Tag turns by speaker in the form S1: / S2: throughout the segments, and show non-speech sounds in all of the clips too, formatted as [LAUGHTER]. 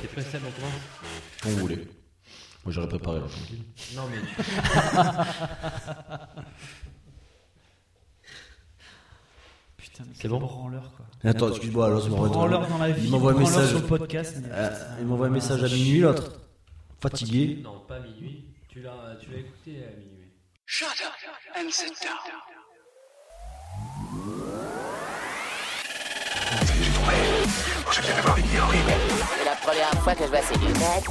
S1: T'es pressé à mon coin
S2: Quand vous voulez. Moi, j'aurais préparé la tranquille.
S1: Non, mais.
S3: Putain, mais
S1: C'est
S3: quel
S1: bon
S3: branleur quoi.
S4: Attends, excuse-moi, alors je me
S3: Branleur
S4: retourne.
S3: dans la vie,
S4: Il m'envoie un
S3: branleur
S4: message.
S3: sur le podcast. mais
S4: Euh,
S3: putain,
S4: il m'envoie un message à
S3: c'est
S4: minuit,
S3: chiant.
S4: l'autre. Fatigué.
S1: Non, pas minuit. Tu l'as tu l'as écouté à minuit.
S5: Shut up and sit down.
S6: C'est la première fois que je vois ces lunettes.
S7: 1m75,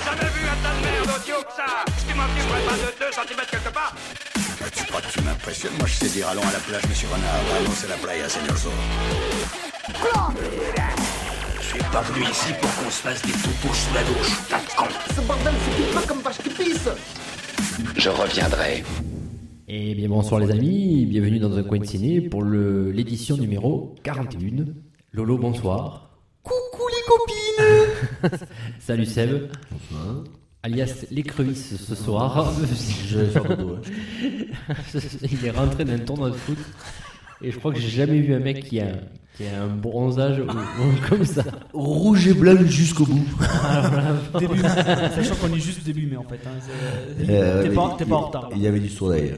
S7: jamais vu un tas de merde audio que ça Si tu m'en dis, moi, pas de 2 cm quelque part
S8: Tu crois que tu m'impressionnes Moi, je sais dire allons à la plage, monsieur Renard. Allons à la playa, señor Zorro. Je suis pas venu ici pour qu'on se fasse des toutous sous la douche, tas de con. Ce bordel, c'est pas comme vache qui pisse. Je reviendrai.
S9: Eh bien bonsoir les amis, bienvenue dans un coin de ciné pour le- l'édition numéro 41. Lolo, bonsoir. Coucou les copines [LAUGHS] Salut Seb,
S2: Bonsoir.
S9: alias l'écrevisse ce soir. [LAUGHS]
S2: Je vais faire dodo, hein. ouais.
S9: Il est rentré d'un tournoi de foot et je crois que j'ai jamais vu un mec qui a, qui a un bronzage ou- ou comme ça.
S2: Rouge et blanc jusqu'au bout.
S3: Début, [LAUGHS] sachant qu'on est juste début, mais en fait. hein, c'est-
S4: Euh,
S3: t'es pas, t'es pas en retard. là.
S2: Euh, Il y avait du
S3: [LAUGHS]
S2: soleil.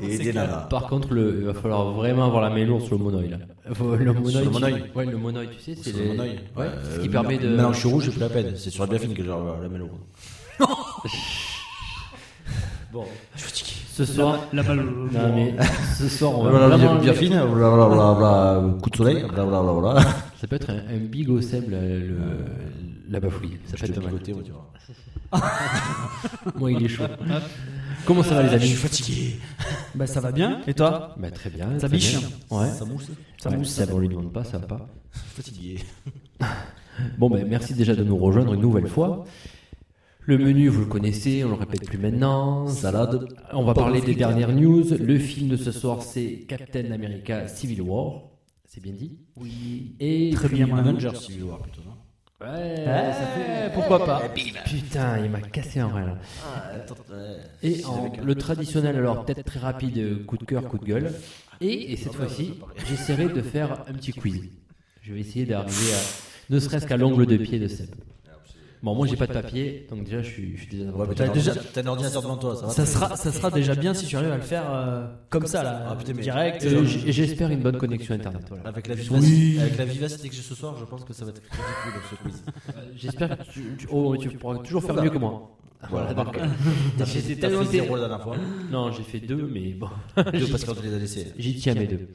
S2: Et des nanas.
S9: Par contre, le, il va falloir vraiment avoir la main lourde sur le monoeil là. Faut- Le monoeil,
S2: le
S9: tu-
S2: monoeil.
S9: ouais, le monoeil, tu sais, c'est
S2: Sur le
S9: les-
S2: monoeil.
S9: ouais,
S2: Euh,
S9: ce qui permet de.
S2: Maintenant, je suis rouge, j'ai plus la peine. C'est sur la biafine que j'ai la mêlée
S9: Bon, Ce soir,
S3: La balle euh, au-
S9: Non, mais
S2: [LAUGHS]
S9: ce soir, on va
S2: Voilà,
S9: vraiment-
S2: biafine, blablabla, coup de soleil, blablabla.
S9: Ça peut être un, un bigot sable, le, la bafouille. Ça
S2: Je
S9: peut
S2: te
S9: être pas mal.
S2: bigoté, moi, tu vois.
S9: Moi, il est chaud.
S2: Ah.
S9: Comment ça va, les amis
S3: fatigué. Bah ça va bien. Et toi
S9: bah, Très bien.
S3: Ça
S9: très
S3: biche
S9: bien. Ouais.
S2: Ça mousse
S9: Ça mousse. Ça, on lui demande pas, ça va pas.
S2: Fatigué.
S9: Bon, ben, merci déjà de nous rejoindre une nouvelle fois. Le menu, vous le connaissez, on le répète plus maintenant.
S2: Salade.
S9: On va parler des dernières news. Le film de ce soir, c'est Captain America Civil War. C'est bien dit Oui. Et
S3: Très bien, moi.
S2: Avengers Civil War plutôt, non
S9: Ouais, ça fait... pourquoi pas Putain, il m'a cassé un rein là. Et en- le traditionnel, alors peut-être très rapide, euh, coup de cœur, coup de gueule. Et, et cette fois-ci, j'essaierai de faire un petit quiz. Je vais essayer d'arriver à, ne serait-ce qu'à l'angle de pied de Seb. Bon, moi j'ai pas de papier, donc déjà je suis, Euh, je suis déjà
S2: Ouais, mais
S9: avantagé.
S2: t'as
S3: déjà-
S2: déjà... un ordinateur devant toi, ça va
S3: Ça sera, ça sera déjà bien si tu arrives à le faire euh, comme ça là,
S2: Ah, putain, mais-
S3: direct.
S9: Euh, j- J'espère une bonne connexion internet. voilà.
S2: Avec la, vivacité, avec la vivacité que j'ai ce soir, je pense que ça va être ridicule ce quiz.
S9: bah, J'espère que tu, tu- oh, tu pourras toujours faire mieux que moi.
S2: Voilà,
S9: bah, d'accord. J'étais
S2: T'as
S9: tellement
S2: fait zéro
S9: terrible.
S2: la dernière fois.
S9: Non, j'ai fait deux, mais bon.
S2: Deux
S9: J'y-
S2: parce qu'on te les a laissés.
S9: J'y tiens mes deux.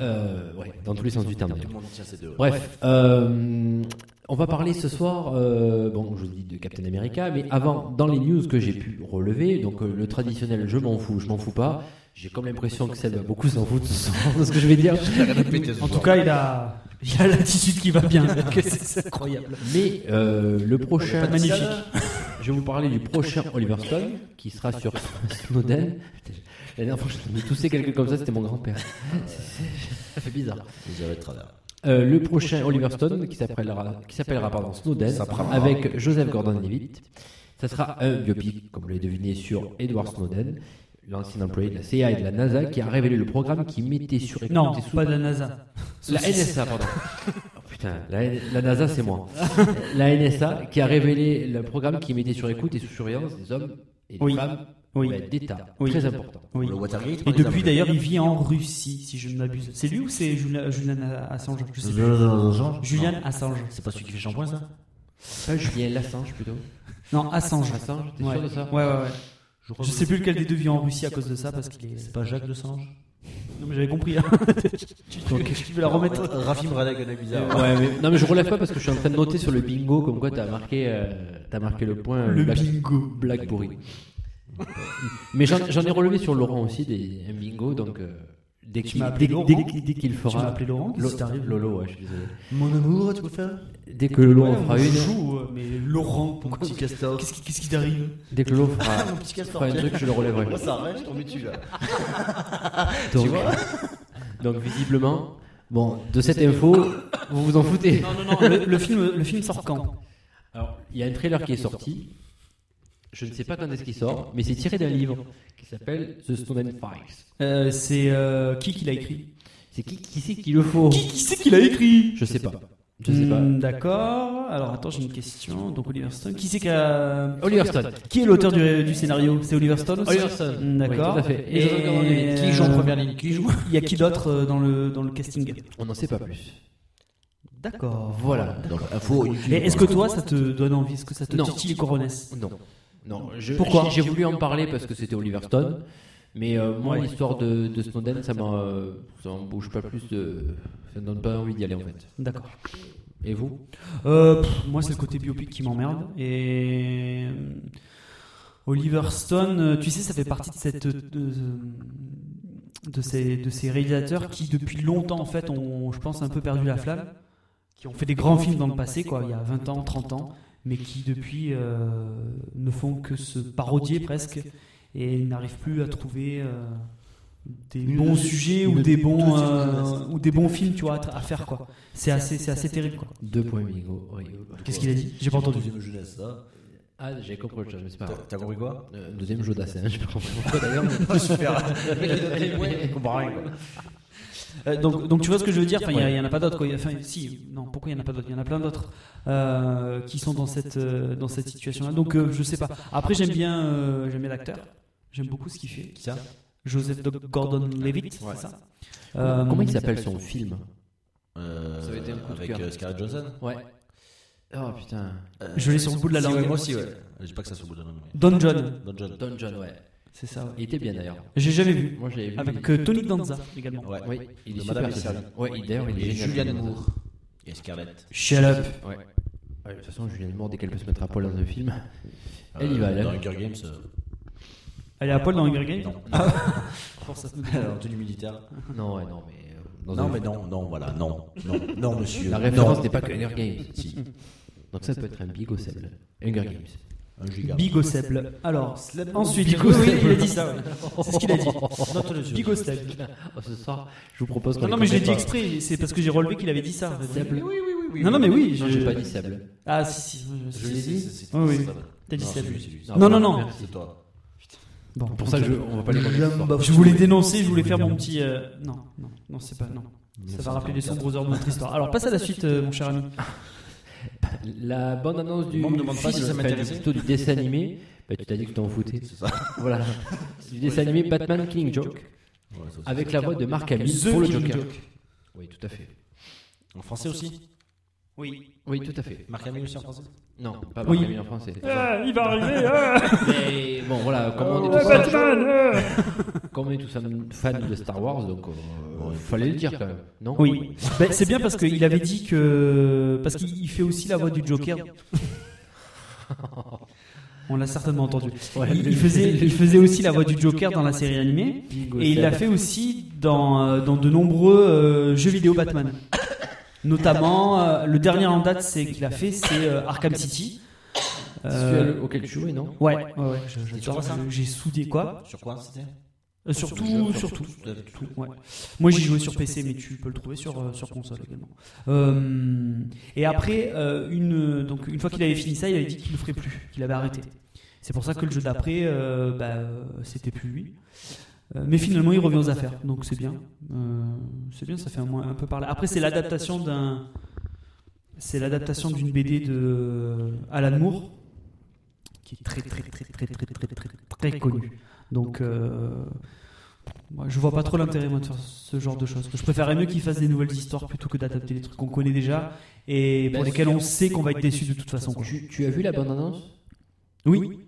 S9: Euh, ouais, dans tous les sens du terme.
S2: Tout
S9: d'ailleurs.
S2: le monde tient ces deux. ouais.
S9: Bref, euh, on va parler ce soir, euh, bon, je vous dis de Captain America, mais avant, dans les news que j'ai pu relever, donc euh, le traditionnel je m'en fous, je m'en fous pas, j'ai comme l'impression que Seb va beaucoup s'en foutre ce soir [LAUGHS] de ce que je vais dire.
S3: Euh, En tout cas, il a, il a l'attitude qui va bien. donc c'est- c'est incroyable.
S9: Mais euh, le prochain.
S3: Pas de magnifique.
S9: [LAUGHS] Je vais vous parler du prochain Oliver Stone qui sera sur Snowden. [LAUGHS] Putain, La dernière fois que je toussais quelqu'un comme ça, c'était mon grand-père. [LAUGHS] C'est- c'est- Ça fait bizarre.
S2: Elisabeth Travers.
S9: Euh, le prochain Oliver Stone, qui s'appellera, qui s'appellera pardon, Snowden, avec Joseph Gordon-Levitt. Ça sera un biopic, comme vous l'avez deviné, sur Edward Snowden, l'ancien employé de la CIA et de la NASA, qui a révélé le programme qui mettait sur écoute
S3: [LAUGHS] Non,
S9: et sous-
S3: pas de la NASA.
S9: la NSA, [LAUGHS] pardon. Oh, putain, la, la NASA, c'est moi. La NSA, qui a révélé le programme qui mettait sur écoute et sous surveillance des hommes et des
S3: Oui.
S9: femmes
S3: Oui.
S9: ouais, d'État.
S3: Oui.
S9: Très important.
S3: Oui.
S2: Le Watergate.
S3: Et
S2: par
S3: depuis
S2: exemple.
S3: d'ailleurs, il vit en Russie, si je ne m'abuse. C'est lui ou c'est Julian, Julian Assange Je sais plus.
S2: Jean-
S3: Julian
S2: Non.
S3: Assange.
S2: C'est pas celui qui fait shampoing, ça
S9: Pas Julien Lassange, plutôt.
S3: Non, Assange.
S9: Assange, t'es
S3: Ouais.
S9: sûr de ça
S3: Ouais, ouais, ouais.
S2: crois
S3: Je
S2: que-
S3: sais plus lequel des deux vit en Russie à cause de ça parce qu'il est.
S2: C'est pas Jacques de Sange
S3: Non, mais j'avais compris. hein. tu, tu- tu veux la remettre
S2: Rafim Radek, elle est bizarre.
S9: Ouais, mais- non, mais je relève pas parce que je suis en train de noter sur le bingo comme quoi t'as marqué, euh, t'as marqué le point. euh,
S3: Le
S9: blague-
S3: bingo.
S9: Blague pourrie. mais j'en j'en ai relevé sur Laurent aussi des, un bingo, donc euh, dès qu'il
S3: m'as appelé
S9: dès- dès-
S3: Laurent
S9: dès qu'il- dès qu'il fera.
S3: Tu m'as appelé Laurent Qu'est-ce qui t'arrive
S9: Lolo, ouais, je suis désolé.
S2: Mon amour, tu peux le faire
S9: Dès que Lolo en
S3: Ouais,
S9: fera
S3: on
S9: une.
S3: joue, euh, mais Laurent, mon petit
S2: castor.
S3: Qu'est-ce qui, qu'est-ce qui t'arrive
S9: Dès que l'eau
S3: [LAUGHS]
S9: fera,
S2: petit castor,
S9: fera un
S2: tiens.
S9: truc, je le relèverai.
S2: Moi, ça arrête, je tombe dessus, là.
S9: donc, donc visiblement, bon, de cette info, vous vous en foutez.
S3: Non, non, non, le, le film, le film sort quand
S9: Alors, il y a un trailer qui est sorti. Je ne sais pas quand est-ce qu'il sort, mais c'est tiré d'un livre qui s'appelle The Snowden Files.
S3: Euh, C'est euh, qui qui l'a écrit
S9: C'est qui, qui c'est qui le faut
S3: Qui, qui c'est qui l'a écrit
S9: Je sais pas. Je sais pas.
S3: Hmm, D'accord. Alors attends, j'ai une question. Donc Oliver Stone. Qui c'est qui a...
S9: Oliver Stone.
S3: Qui est l'auteur du, du scénario C'est Oliver Stone aussi
S9: Oliver Stone.
S3: Hmm, D'accord.
S9: Oui, tout à fait. Et
S3: Et euh,
S9: je recommande lui.
S2: Qui joue en première ligne Qui joue
S3: Il y a qui d'autre euh, dans le, dans le casting
S9: On n'en sait pas plus.
S3: D'accord.
S9: Voilà.
S4: Donc, info
S3: Et
S4: YouTube.
S3: est-ce que toi, ça te donne envie Est-ce que ça te
S9: Non.
S3: titille Coronès
S9: Non. Non. Je-
S3: Pourquoi
S9: J'ai j'ai voulu en parler parce que c'était Oliver Stone. Mais euh, moi, l'histoire de, de Snowden, ça m'a, euh, ça m'embauche pas plus de. Ça me donne pas envie d'y aller en fait.
S3: D'accord.
S9: Et vous
S3: Euh, pff, moi, c'est le côté biopic qui m'emmerde. Et euh, Oliver Stone, euh, tu sais, ça fait partie de cette euh, de, de ces de ces réalisateurs qui, depuis longtemps, en fait, ont, je pense, un peu perdu la flamme, qui ont fait des grands films dans le passé, quoi, il y a 20 ans, 30 ans, mais qui depuis euh, ne font que se parodier presque et n'arrivent plus à trouver. euh, des bons sujets ou des bons euh, ou des bons films tu vois à tra- à faire quoi c'est assez c'est assez terrible quoi
S9: Deux points, Migo. Oui.
S3: Qu'est-ce qu'il a dit J'ai pas entendu.
S4: Deuxième jeunesse, ça.
S9: Ah, j'ai compris autre chose, mais c'est pas
S4: T'as
S9: grave.
S4: t'as compris
S9: [LAUGHS]
S4: quoi
S9: Euh, Deuxième jeu d'assain, je sais pas pourquoi d'ailleurs.
S2: [LAUGHS]
S4: Super. Le mec, il donne les points, il comprend rien, quoi.
S3: Euh, donc, donc, tu vois ce que je veux dire Enfin, il y a- il y en a pas d'autres. quoi. Il y a- Enfin, si, non, pourquoi il y en a pas d'autres Il y en a plein d'autres euh, qui sont dans cette euh, dans cette situation-là. Donc, euh, je sais pas. Après, j'aime bien euh, j'aime bien l'acteur. J'aime beaucoup ce qu'il fait.
S2: Qui ça
S3: Joseph Gordon-Levitt, c'est ça Euh,
S9: Comment il s'appelle son film
S4: Euh,
S1: Ça avait été un coup de
S4: Avec
S1: cœur.
S4: euh, Scarlett Johnson
S9: Ouais. Oh putain.
S3: Je l'ai sur le bout de la
S4: Si,
S3: langue.
S4: ouais, Moi aussi, ouais. Je dis pas que ça sur le bout de la langue. mais-
S3: Don John,
S4: Don John.
S9: Don John, ouais.
S3: c'est ça. ouais.
S9: Il était bien d'ailleurs.
S3: J'ai jamais vu.
S9: Moi, je l'avais vu.
S3: Avec euh, Tony Danza également.
S4: Ouais.
S9: Oui, il est
S4: De
S9: super.
S4: Madame et
S9: ce
S4: Servie.
S9: film. Ouais, il- d'ailleurs, il est
S4: Et
S9: génial.
S4: Julianne Moore. Et Scarlett.
S3: Shut up.
S9: Ouais. Ouais, De toute façon, Julianne Moore, dès qu'elle peut se mettre à poil dans un film, elle y
S4: Euh,
S9: va. elle.
S4: Dans Hunger Games. euh,
S3: Elle est à poil dans Ah. Hunger Games
S4: Non.
S3: [LAUGHS] Force à se
S4: En tenue militaire.
S9: [LAUGHS] Non, ouais, non, mais. euh, dans
S4: Non,
S9: un-
S4: mais non, non, voilà, non, non, non, monsieur.
S9: La référence
S4: non.
S9: n'est pas que Hunger Games.
S4: Si,
S9: [LAUGHS] Donc ça peut être un big au sable. Hunger Games.
S4: un giga.
S3: Bigosable. Alors,
S4: Slap-
S3: ensuite,
S9: Big O
S3: oui, oui,
S9: Sable.
S3: il a dit ça. ouais. C'est ce qu'il a [LAUGHS]
S9: [LAUGHS]
S3: dit. Bigosable.
S9: Oh, ce soir, je vous propose qu'on
S3: Non, non,
S9: les
S3: mais je l'ai
S9: complète
S3: dit
S9: pas.
S3: exprès, c'est parce que j'ai relevé qu'il avait dit ça.
S9: Sable.
S3: Non, non, mais oui,
S9: Non, j'ai pas dit sable.
S3: Ah, si, si.
S4: Je l'ai dit
S3: Oui, oui. T'as dit ça. Non, non, non.
S4: C'est toi.
S3: Bon,
S9: Pour ça, je, on va pas les remettre.
S3: je voulais dénoncer, je voulais faire mon petit. euh, Non, non, non, c'est pas. Non. Ça va rappeler les sombres heures de notre histoire. Alors, passe à la suite, euh, mon cher ami.
S9: La bande annonce du
S4: Moi, on me demande pas
S9: film,
S4: si ça
S9: enfin,
S4: m'intéressait.
S9: plutôt du dessin animé. Bah, tu t'as dit que tu t'en foutais. [LAUGHS] Voilà. C'est du dessin animé Batman Killing Joke
S4: Ouais, ça aussi.
S9: avec la voix de Mark Hamill
S3: The
S9: pour le
S3: Killing
S9: Joker.
S3: Joke.
S9: Oui, tout à fait.
S4: En français aussi
S3: Oui.
S9: Oui, tout à fait.
S4: Marc Hamill aussi en français
S9: Non, Eh, pas
S3: Oui.
S9: Mark Hamill en français.
S3: il va arriver.
S9: [LAUGHS]
S3: ah,
S9: hein. Mais bon, voilà, comme on est tous
S3: Batman. ah.
S9: [LAUGHS] Comme on est tous un- fans de Star Wars, donc euh, hein. fallait le dire quand même, non
S3: Oui. Ben, c'est bien parce qu'il avait dit que. Parce qu'il il fait aussi la voix du Joker. On l'a certainement entendu. Il, il [LAUGHS] faisait, il faisait aussi la voix du Joker dans la série animée. Et il l'a fait aussi dans, euh, dans de nombreux euh, jeux vidéo Batman. Notamment, euh, le dernier en date c'est qu'il a fait, c'est euh, Arkham City.
S9: Celui
S3: Euh,
S9: auquel tu jouais, non
S3: ouais, ouais, ouais, je-
S4: Et sur
S3: j'adore.
S4: quoi ça
S3: J'ai soudé quoi
S4: Sur quoi c'était
S3: Euh, Sur tout, sur tout. Tout, ouais. Moi j'y jouais sur PC, mais tu peux le trouver sur, euh, sur console également. Euh, et après, euh, une, donc, une fois qu'il avait fini ça, il avait dit qu'il ne le ferait plus, qu'il avait arrêté. C'est pour ça que le jeu d'après, euh, bah, euh, c'était plus lui. Euh, mais finalement, il revient aux affaires, donc c'est bien. Euh, c'est bien, ça fait un, mois- un peu parler. Après, c'est l'adaptation d'un. C'est l'adaptation d'une BD de Alan Moore, qui est très très très très très très très très, très connue. Donc. euh, moi, je vois pas trop l'intérêt moi de faire ce genre de choses. Je préférerais mieux qu'ils fassent des nouvelles histoires plutôt que d'adapter des trucs qu'on connaît déjà et pour
S9: Bah,
S3: lesquels on sait qu'on va être déçu de toute façon. quoi.
S9: Tu, tu as vu la bande-annonce
S3: Oui.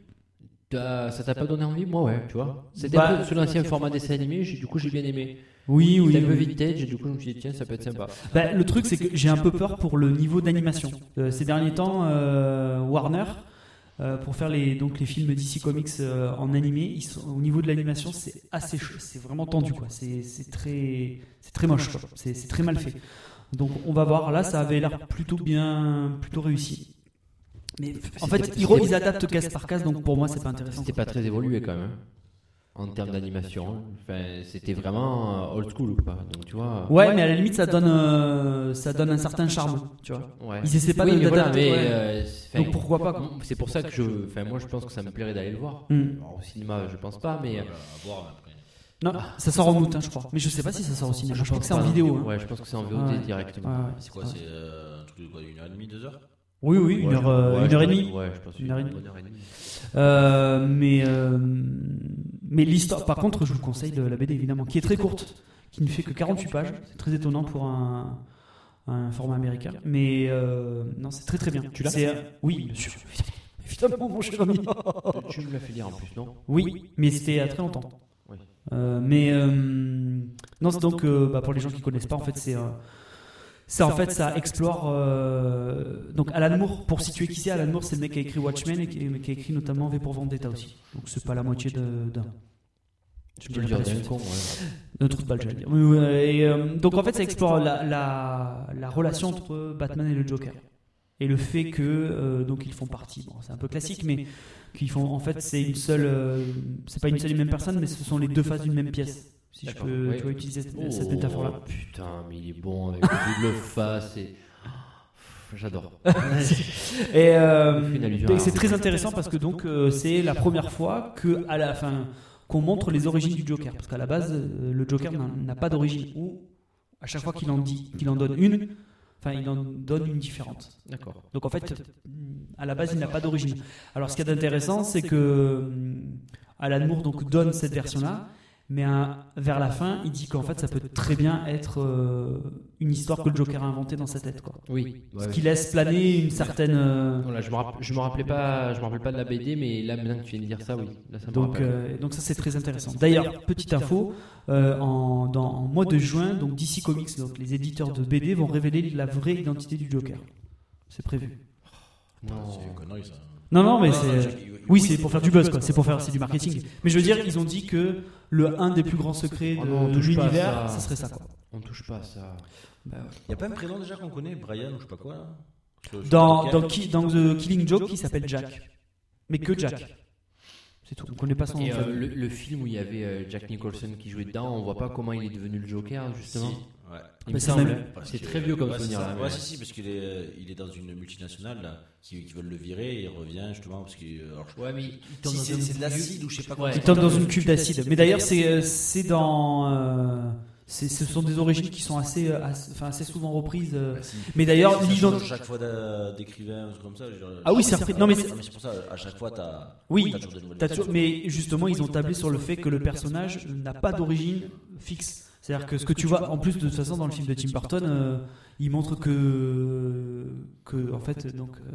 S9: T'as- Ça t'a pas donné envie Moi, ouais, tu vois. C'était
S3: Bah-
S9: un peu sous l'ancien format dessin animé, j'ai- du coup j'ai bien aimé.
S3: Oui, oui.
S9: C'était un peu
S3: oui.
S9: vintage, et du coup je me suis dit, tiens, ça peut être sympa.
S3: Bah, le truc, c'est que j'ai un peu peur pour le niveau d'animation. Euh, ces derniers temps, euh, Warner, euh, pour faire les, donc, les films DC Comics euh, en animé, ils sont, au niveau de l'animation, c'est assez chaud, c'est vraiment tendu. quoi. C'est c'est très, c'est très moche, quoi. c'est c'est très mal fait. Donc on va voir, là, ça avait l'air plutôt bien, plutôt réussi. Mais en fait, ils, re- ils adaptent case par case, donc pour moi, c'est pas intéressant.
S9: C'était pas très évolué quand même, hein, en termes d'animation. Enfin, c'était vraiment euh, old school ou pas Donc tu vois.
S3: Ouais, mais à la limite, ça donne, euh, ça donne un certain charme, tu vois.
S9: Ouais.
S3: Ils essaient pas
S9: oui,
S3: de
S9: mais voilà, mais
S3: d'adapter, ouais.
S9: euh, c'est-
S3: Donc
S9: enfin,
S3: pourquoi pas, quoi.
S9: C'est pour ça que je. Enfin, moi je pense que ça me plairait d'aller le voir.
S3: Hmm.
S9: euh, Alors, au cinéma, je pense pas, mais.
S4: bah, À voir mais après.
S3: Non, ça sort en août, hein, je crois. Mais je sais pas si ça sort au cinéma. Je crois que c'est en vidéo. hein.
S9: Ouais, je pense que c'est en
S3: Ouais.
S9: VOD directement.
S3: Ouais, ouais.
S4: C'est quoi C'est euh, un truc de quoi Une heure et demie, deux heures
S3: Oui, oui, une
S9: Ouais,
S3: heure, euh,
S9: ouais,
S3: une heure et demie.
S9: Ouais, je pense
S3: Une heure et
S9: une
S3: demie.
S9: bonne heure et demie.
S3: Euh, mais euh, mais l'histoire, par contre, je vous conseille de la BD évidemment, qui est très courte, qui ne fait que 48 pages. C'est très étonnant pour un, un format américain. Mais euh, non, c'est très très bien. Tu l'as Oui, bien sûr. Évidemment, mon cher [LAUGHS] ami.
S9: Tu me l'as fait lire en plus, non
S3: Oui, mais c'était il y a très longtemps.
S9: Oui.
S3: Euh, mais euh, non, c'est donc euh, bah, pour les gens qui connaissent pas, en fait, c'est euh, ça, en fait, ça explore euh, donc Alan Moore. Pour situer qui c'est, Alan Moore, c'est le mec qui a écrit Watchmen et qui, qui a écrit notamment V pour Vendetta aussi. Donc c'est pas la moitié de- d'un.
S9: Tu
S3: Je
S9: peux
S3: dirais
S9: le dire
S3: pas la
S9: d'un
S3: suite.
S9: con, ouais.
S3: Un trou de balle, j'allais dire. Oui, oui, et, euh, donc en fait, ça explore la, la, la relation entre Batman et le Joker. Et le fait que euh, donc ils font partie, bon, c'est un peu classique, mais qu'ils font en fait c'est une seule, euh, c'est pas une seule et même personne, mais ce sont les deux faces d'une même pièce. Si je
S9: D'accord,
S3: peux
S9: oui.
S3: tu vois, utiliser cette, cette
S9: Oh,
S3: métaphore-là.
S9: Putain, mais il est bon avec le
S4: [LAUGHS]
S9: double face et. J'adore.
S3: Et euh,
S9: Il fait une allusion
S3: donc,
S9: à-
S3: c'est très intéressant parce que donc euh, c'est la première fois que euh, à la fin qu'on montre les origines du Joker, parce qu'à la base euh, le Joker n'a- n'a pas d'origine. Ou à chaque fois qu'il en dit, qu'il en donne une, enfin il en donne une différente.
S9: D'accord.
S3: Donc en fait, à la base, il n'a pas d'origine. Alors ce qu'il y a d'intéressant, c'est que hum, Alan Moore donc, donne cette version-là, mais hein, vers la fin, il dit qu'en fait, ça peut très bien être euh, une histoire que le Joker a inventée dans sa tête. Quoi.
S9: Oui. ouais,
S3: Ce
S9: ouais.
S3: qui laisse planer une certaine... euh,
S9: Voilà, je me rapp- je me rappelais pas, je me rappelle pas de la BD, mais là maintenant que tu viens de dire ça, oui. Là, ça me
S3: donc,
S9: rappelle.
S3: euh, donc ça, c'est très intéressant. D'ailleurs, petite info, euh, en, dans, en mois de juin, donc DC Comics, donc les éditeurs de BD vont révéler la vraie identité du Joker. C'est prévu.
S9: non.
S4: C'est une connerie, ça.
S3: Non, non, mais c'est... euh, Oui, c'est pour faire du buzz, quoi.
S4: quoi.
S3: C'est pour faire, c'est du marketing. Mais je veux dire, Ah ils ont dit que le un des plus grands secrets
S9: Oh non, on
S3: de, de
S9: touche pas à
S3: l'univers,
S9: ça.
S3: ça serait ça, quoi.
S9: On touche pas à ça.
S4: Y'a pas un prénom déjà qu'on connaît Brian ou je sais pas quoi là Sur- sur
S3: Dans,
S4: Pocket
S3: dans, qui- dans The Killing Joke, il s'appelle Jack. Mais que Jack. C'est tout. On connaît pas son nom.
S9: Et euh, le, le film où il y avait euh, Jack Nicholson qui jouait dedans, on voit pas comment il est devenu le Joker justement.
S4: Ouais.
S9: Il
S3: Bah,
S9: me
S3: c'est
S9: semble.
S3: même-
S4: Parce
S9: C'est
S4: que-
S9: très vieux comme
S4: ouais, Ah, c'est
S9: souvenir
S4: ça.
S3: hein,
S9: là. mais
S4: Ouais,
S9: ouais.
S4: si, si, parce qu'il est, euh, il est dans une multinationale là, qui, qui veulent le virer et il revient justement parce qu'il. euh, alors, je-
S9: Ouais, mais il tombe
S4: Si,
S9: dans
S4: c'est-
S9: un
S4: c'est de
S9: milieu-
S4: l'acide ou je sais pas
S9: Ouais.
S4: quoi.
S3: Il tombe dans une cuve d'acide. Mais d'ailleurs, c'est, euh, c'est dans. euh, c'est- ce sont des origines qui sont assez, euh, assez, enfin, assez souvent reprises. euh.
S4: Bah, si.
S3: Mais d'ailleurs,
S4: Ça change à
S3: l'identité.
S4: chaque fois d'a- d'écrivain ou comme ça. je veux dire-
S3: Ah oui, c'est repris- non, mais c'est-
S4: c'est pour ça, à chaque fois, t'as.
S3: Oui,
S4: t'as toujours des nouvelles
S3: T'as
S4: versions.
S3: toujours- mais justement, ils ont tablé sur le fait que le personnage n'a pas d'origine fixe. C'est-à-dire que ce que tu vois, en plus de toute façon, dans le film de Tim Burton, euh, il montre que, que en fait, donc euh,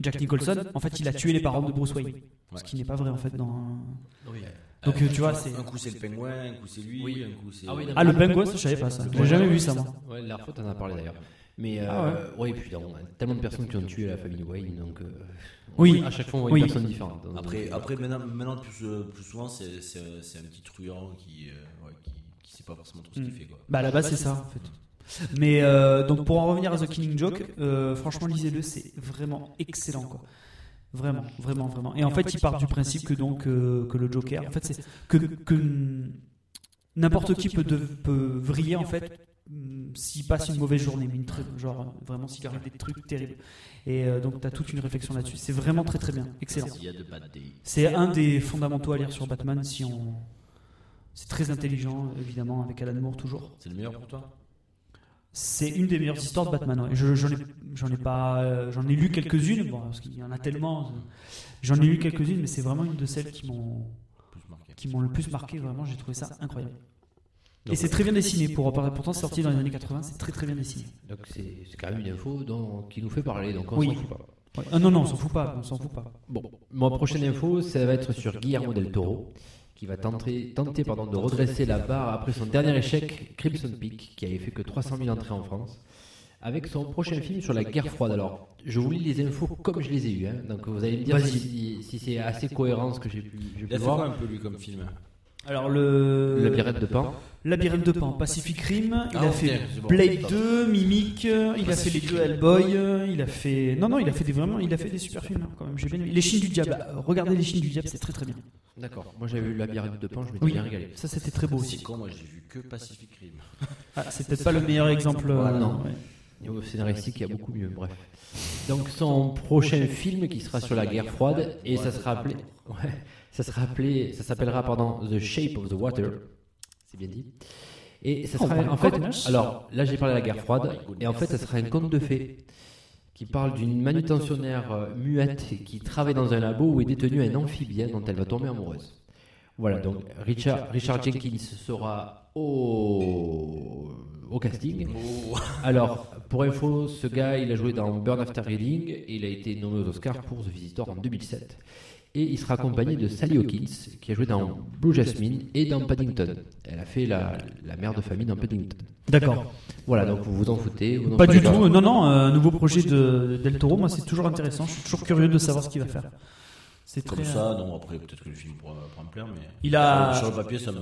S3: Jack Nicholson, en fait, il a tué les parents de Bruce Wayne, ce qui n'est pas vrai en fait. Dans... Donc euh, tu vois, c'est
S4: Un coup c'est le pingouin, un coup c'est lui,
S9: Oui.
S4: un coup c'est.
S9: Ah oui, non,
S3: ah le Ben pingouin, ça, je savais pas ça. J'ai jamais vu ça. Ah moi.
S9: Ouais, la fois, t'en as parlé d'ailleurs. Mais euh, ouais. puis là, on a tellement de personnes qui ont tué la famille Wayne, donc euh,
S3: Oui.
S9: à chaque fois on voit une
S3: Oui.
S9: personne différente. euh, dans-
S4: Après, après maintenant, maintenant plus, euh, plus souvent, c'est c'est- c'est un petit truand qui, euh, ouais, qui, qui sait pas forcément trop ce qu'il
S3: Mm.
S4: fait. Quoi.
S3: Bah à la base, c'est ça en fait. Mais euh, donc pour en revenir à The Killing Joke, euh, franchement lisez-le, c'est vraiment excellent quoi. Vraiment, vraiment, vraiment. Et en fait, il part du principe que donc euh, que le Joker, en fait, c'est que, que n'importe qui peut, de- peut vriller en fait mm, s'il passe une mauvaise journée, mais une très- genre euh, vraiment s'il arrive des trucs terribles. Et euh, donc t'as toute une réflexion là-dessus. C'est vraiment très très bien, excellent.
S4: Il y a de bad days.
S3: C'est un des fondamentaux à lire sur Batman si on. C'est très intelligent évidemment avec Alan Moore toujours.
S4: C'est le meilleur pour toi
S3: C'est une des meilleures histoires de Batman. ouais. Je- J'en ai, j'en ai pas, euh, j'en ai lu quelques-unes, bon, parce qu'il y en a tellement. euh, J'en ai lu quelques-unes, mais c'est vraiment une de celles qui m'ont,
S4: Plus marqué.
S3: qui m'ont le plus marqué. Vraiment, j'ai trouvé ça incroyable. Et
S9: Donc,
S3: c'est très bien dessiné. Pour pourtant c'est sorti dans les années 80, c'est très très bien dessiné.
S9: Donc c'est c'est quand même une info dont- qui nous fait parler, donc on
S3: Oui.
S9: s'en fout pas.
S3: Ouais. Ah non non, on s'en fout pas, on s'en fout pas.
S9: Bon, ma prochaine info, ça va être sur Guillermo del Toro, qui va tenter, tenter pardon, de redresser la barre après son dernier échec, Crimson Peak, qui avait fait que 300 000 entrées en France, avec son prochain film sur la guerre froide. Alors, je vous lis les infos comme je les ai eues, hein, donc vous allez me dire si, si c'est assez cohérent ce que j'ai pu, j'ai
S4: Il
S9: pu
S4: a fait quoi
S9: voir.
S4: un peu lui comme film
S3: Alors le
S9: Le Pirate de Pan.
S3: Labyrinthe de Pan, Pacific Rim, il
S4: Ah,
S3: a
S4: ok,
S3: fait
S4: c'est bon.
S3: Blade 2, Mimic, euh, il a fait les deux Hellboy, euh, il a fait non non, il a fait des vraiment, il a fait des super films hein, quand même. J'ai bien aimé. Les Chines du Diable. euh, Regardez les Chines du Diable, c'est très très bien.
S9: D'accord, moi j'avais vu La Pirate de Pan, je m'étais
S3: Oui,
S9: bien régalé.
S3: ça c'était très beau
S4: C'est
S3: aussi.
S4: con, moi j'ai vu que Pacific Rim.
S3: Ah, c'est peut-être pas le meilleur exemple. euh,
S9: Voilà, non.
S3: ouais.
S9: Niveau scénaristique, il y a beaucoup mieux, bref. Donc son prochain film qui sera sur la guerre froide et ça sera appelé, [LAUGHS] ouais, ça sera appelé, ça s'appellera pardon The Shape of the Water, c'est bien dit. Et ça sera en fait, alors là j'ai parlé de la guerre froide et en fait ça sera un conte de fées qui parle d'une manutentionnaire euh, muette qui travaille dans un labo où est détenu un amphibien dont elle va tomber amoureuse. Voilà, donc Richard, Richard Jenkins sera au, au casting.
S4: Oh,
S9: Alors, pour info, ce gars, il a joué dans Burn After Reading et il a été nommé aux Oscars pour The Visitor en 2007. Et il sera accompagné de Sally Hawkins, qui a joué dans Blue Jasmine et dans Paddington. Elle a fait la, la mère de famille dans Paddington.
S3: D'accord.
S9: Voilà, donc vous vous en foutez. vous n'en
S3: Pas
S9: foutez
S3: du tout. Non, non, un nouveau projet de Del Toro, moi c'est toujours intéressant. Je suis toujours curieux de savoir ce qu'il va faire. C'est
S4: Comme
S3: très.
S4: ça, non, après, peut-être que le film pourra, pourra me plaire, mais.
S3: Il a-
S4: Sur le papier, ça me.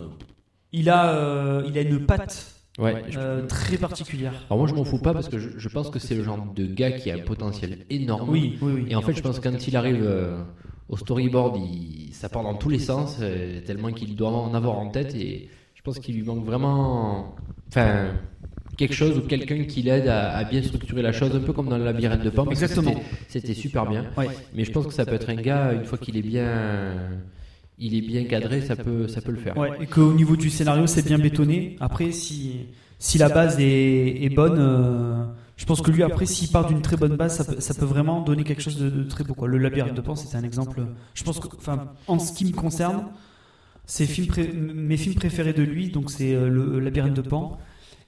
S3: Il a, euh, il a une patte
S9: Ouais, je-
S3: euh, très particulière.
S9: Alors moi je m'en fous pas parce que je, je pense que c'est le genre de gars qui a un potentiel énorme.
S3: Oui, oui, oui.
S9: Et en fait je pense que quand il arrive euh, au storyboard, il, ça part dans tous les sens, euh, tellement qu'il doit en avoir en tête et je pense qu'il lui manque vraiment enfin, quelque chose ou quelqu'un qui l'aide à, à bien structurer la chose, un peu comme dans le labyrinthe de Pan. parce que
S3: Exactement.
S9: c'était- C'était super bien.
S3: Ouais.
S9: Mais je pense que ça peut être un gars, une fois qu'il est bien... Il est bien cadré, ça peut, ça peut le faire.
S3: Ouais, et qu'au niveau du scénario, c'est bien bétonné. Après, si, si la base est, est bonne, euh, je pense que lui, après, s'il part d'une très bonne base, ça peut, ça peut vraiment donner quelque chose de, de très beau. Quoi. Le labyrinthe de Pan, c'était un exemple. Je pense que, enfin, en ce qui me concerne, c'est films pré- mes films préférés de lui, donc c'est euh, le labyrinthe de Pan.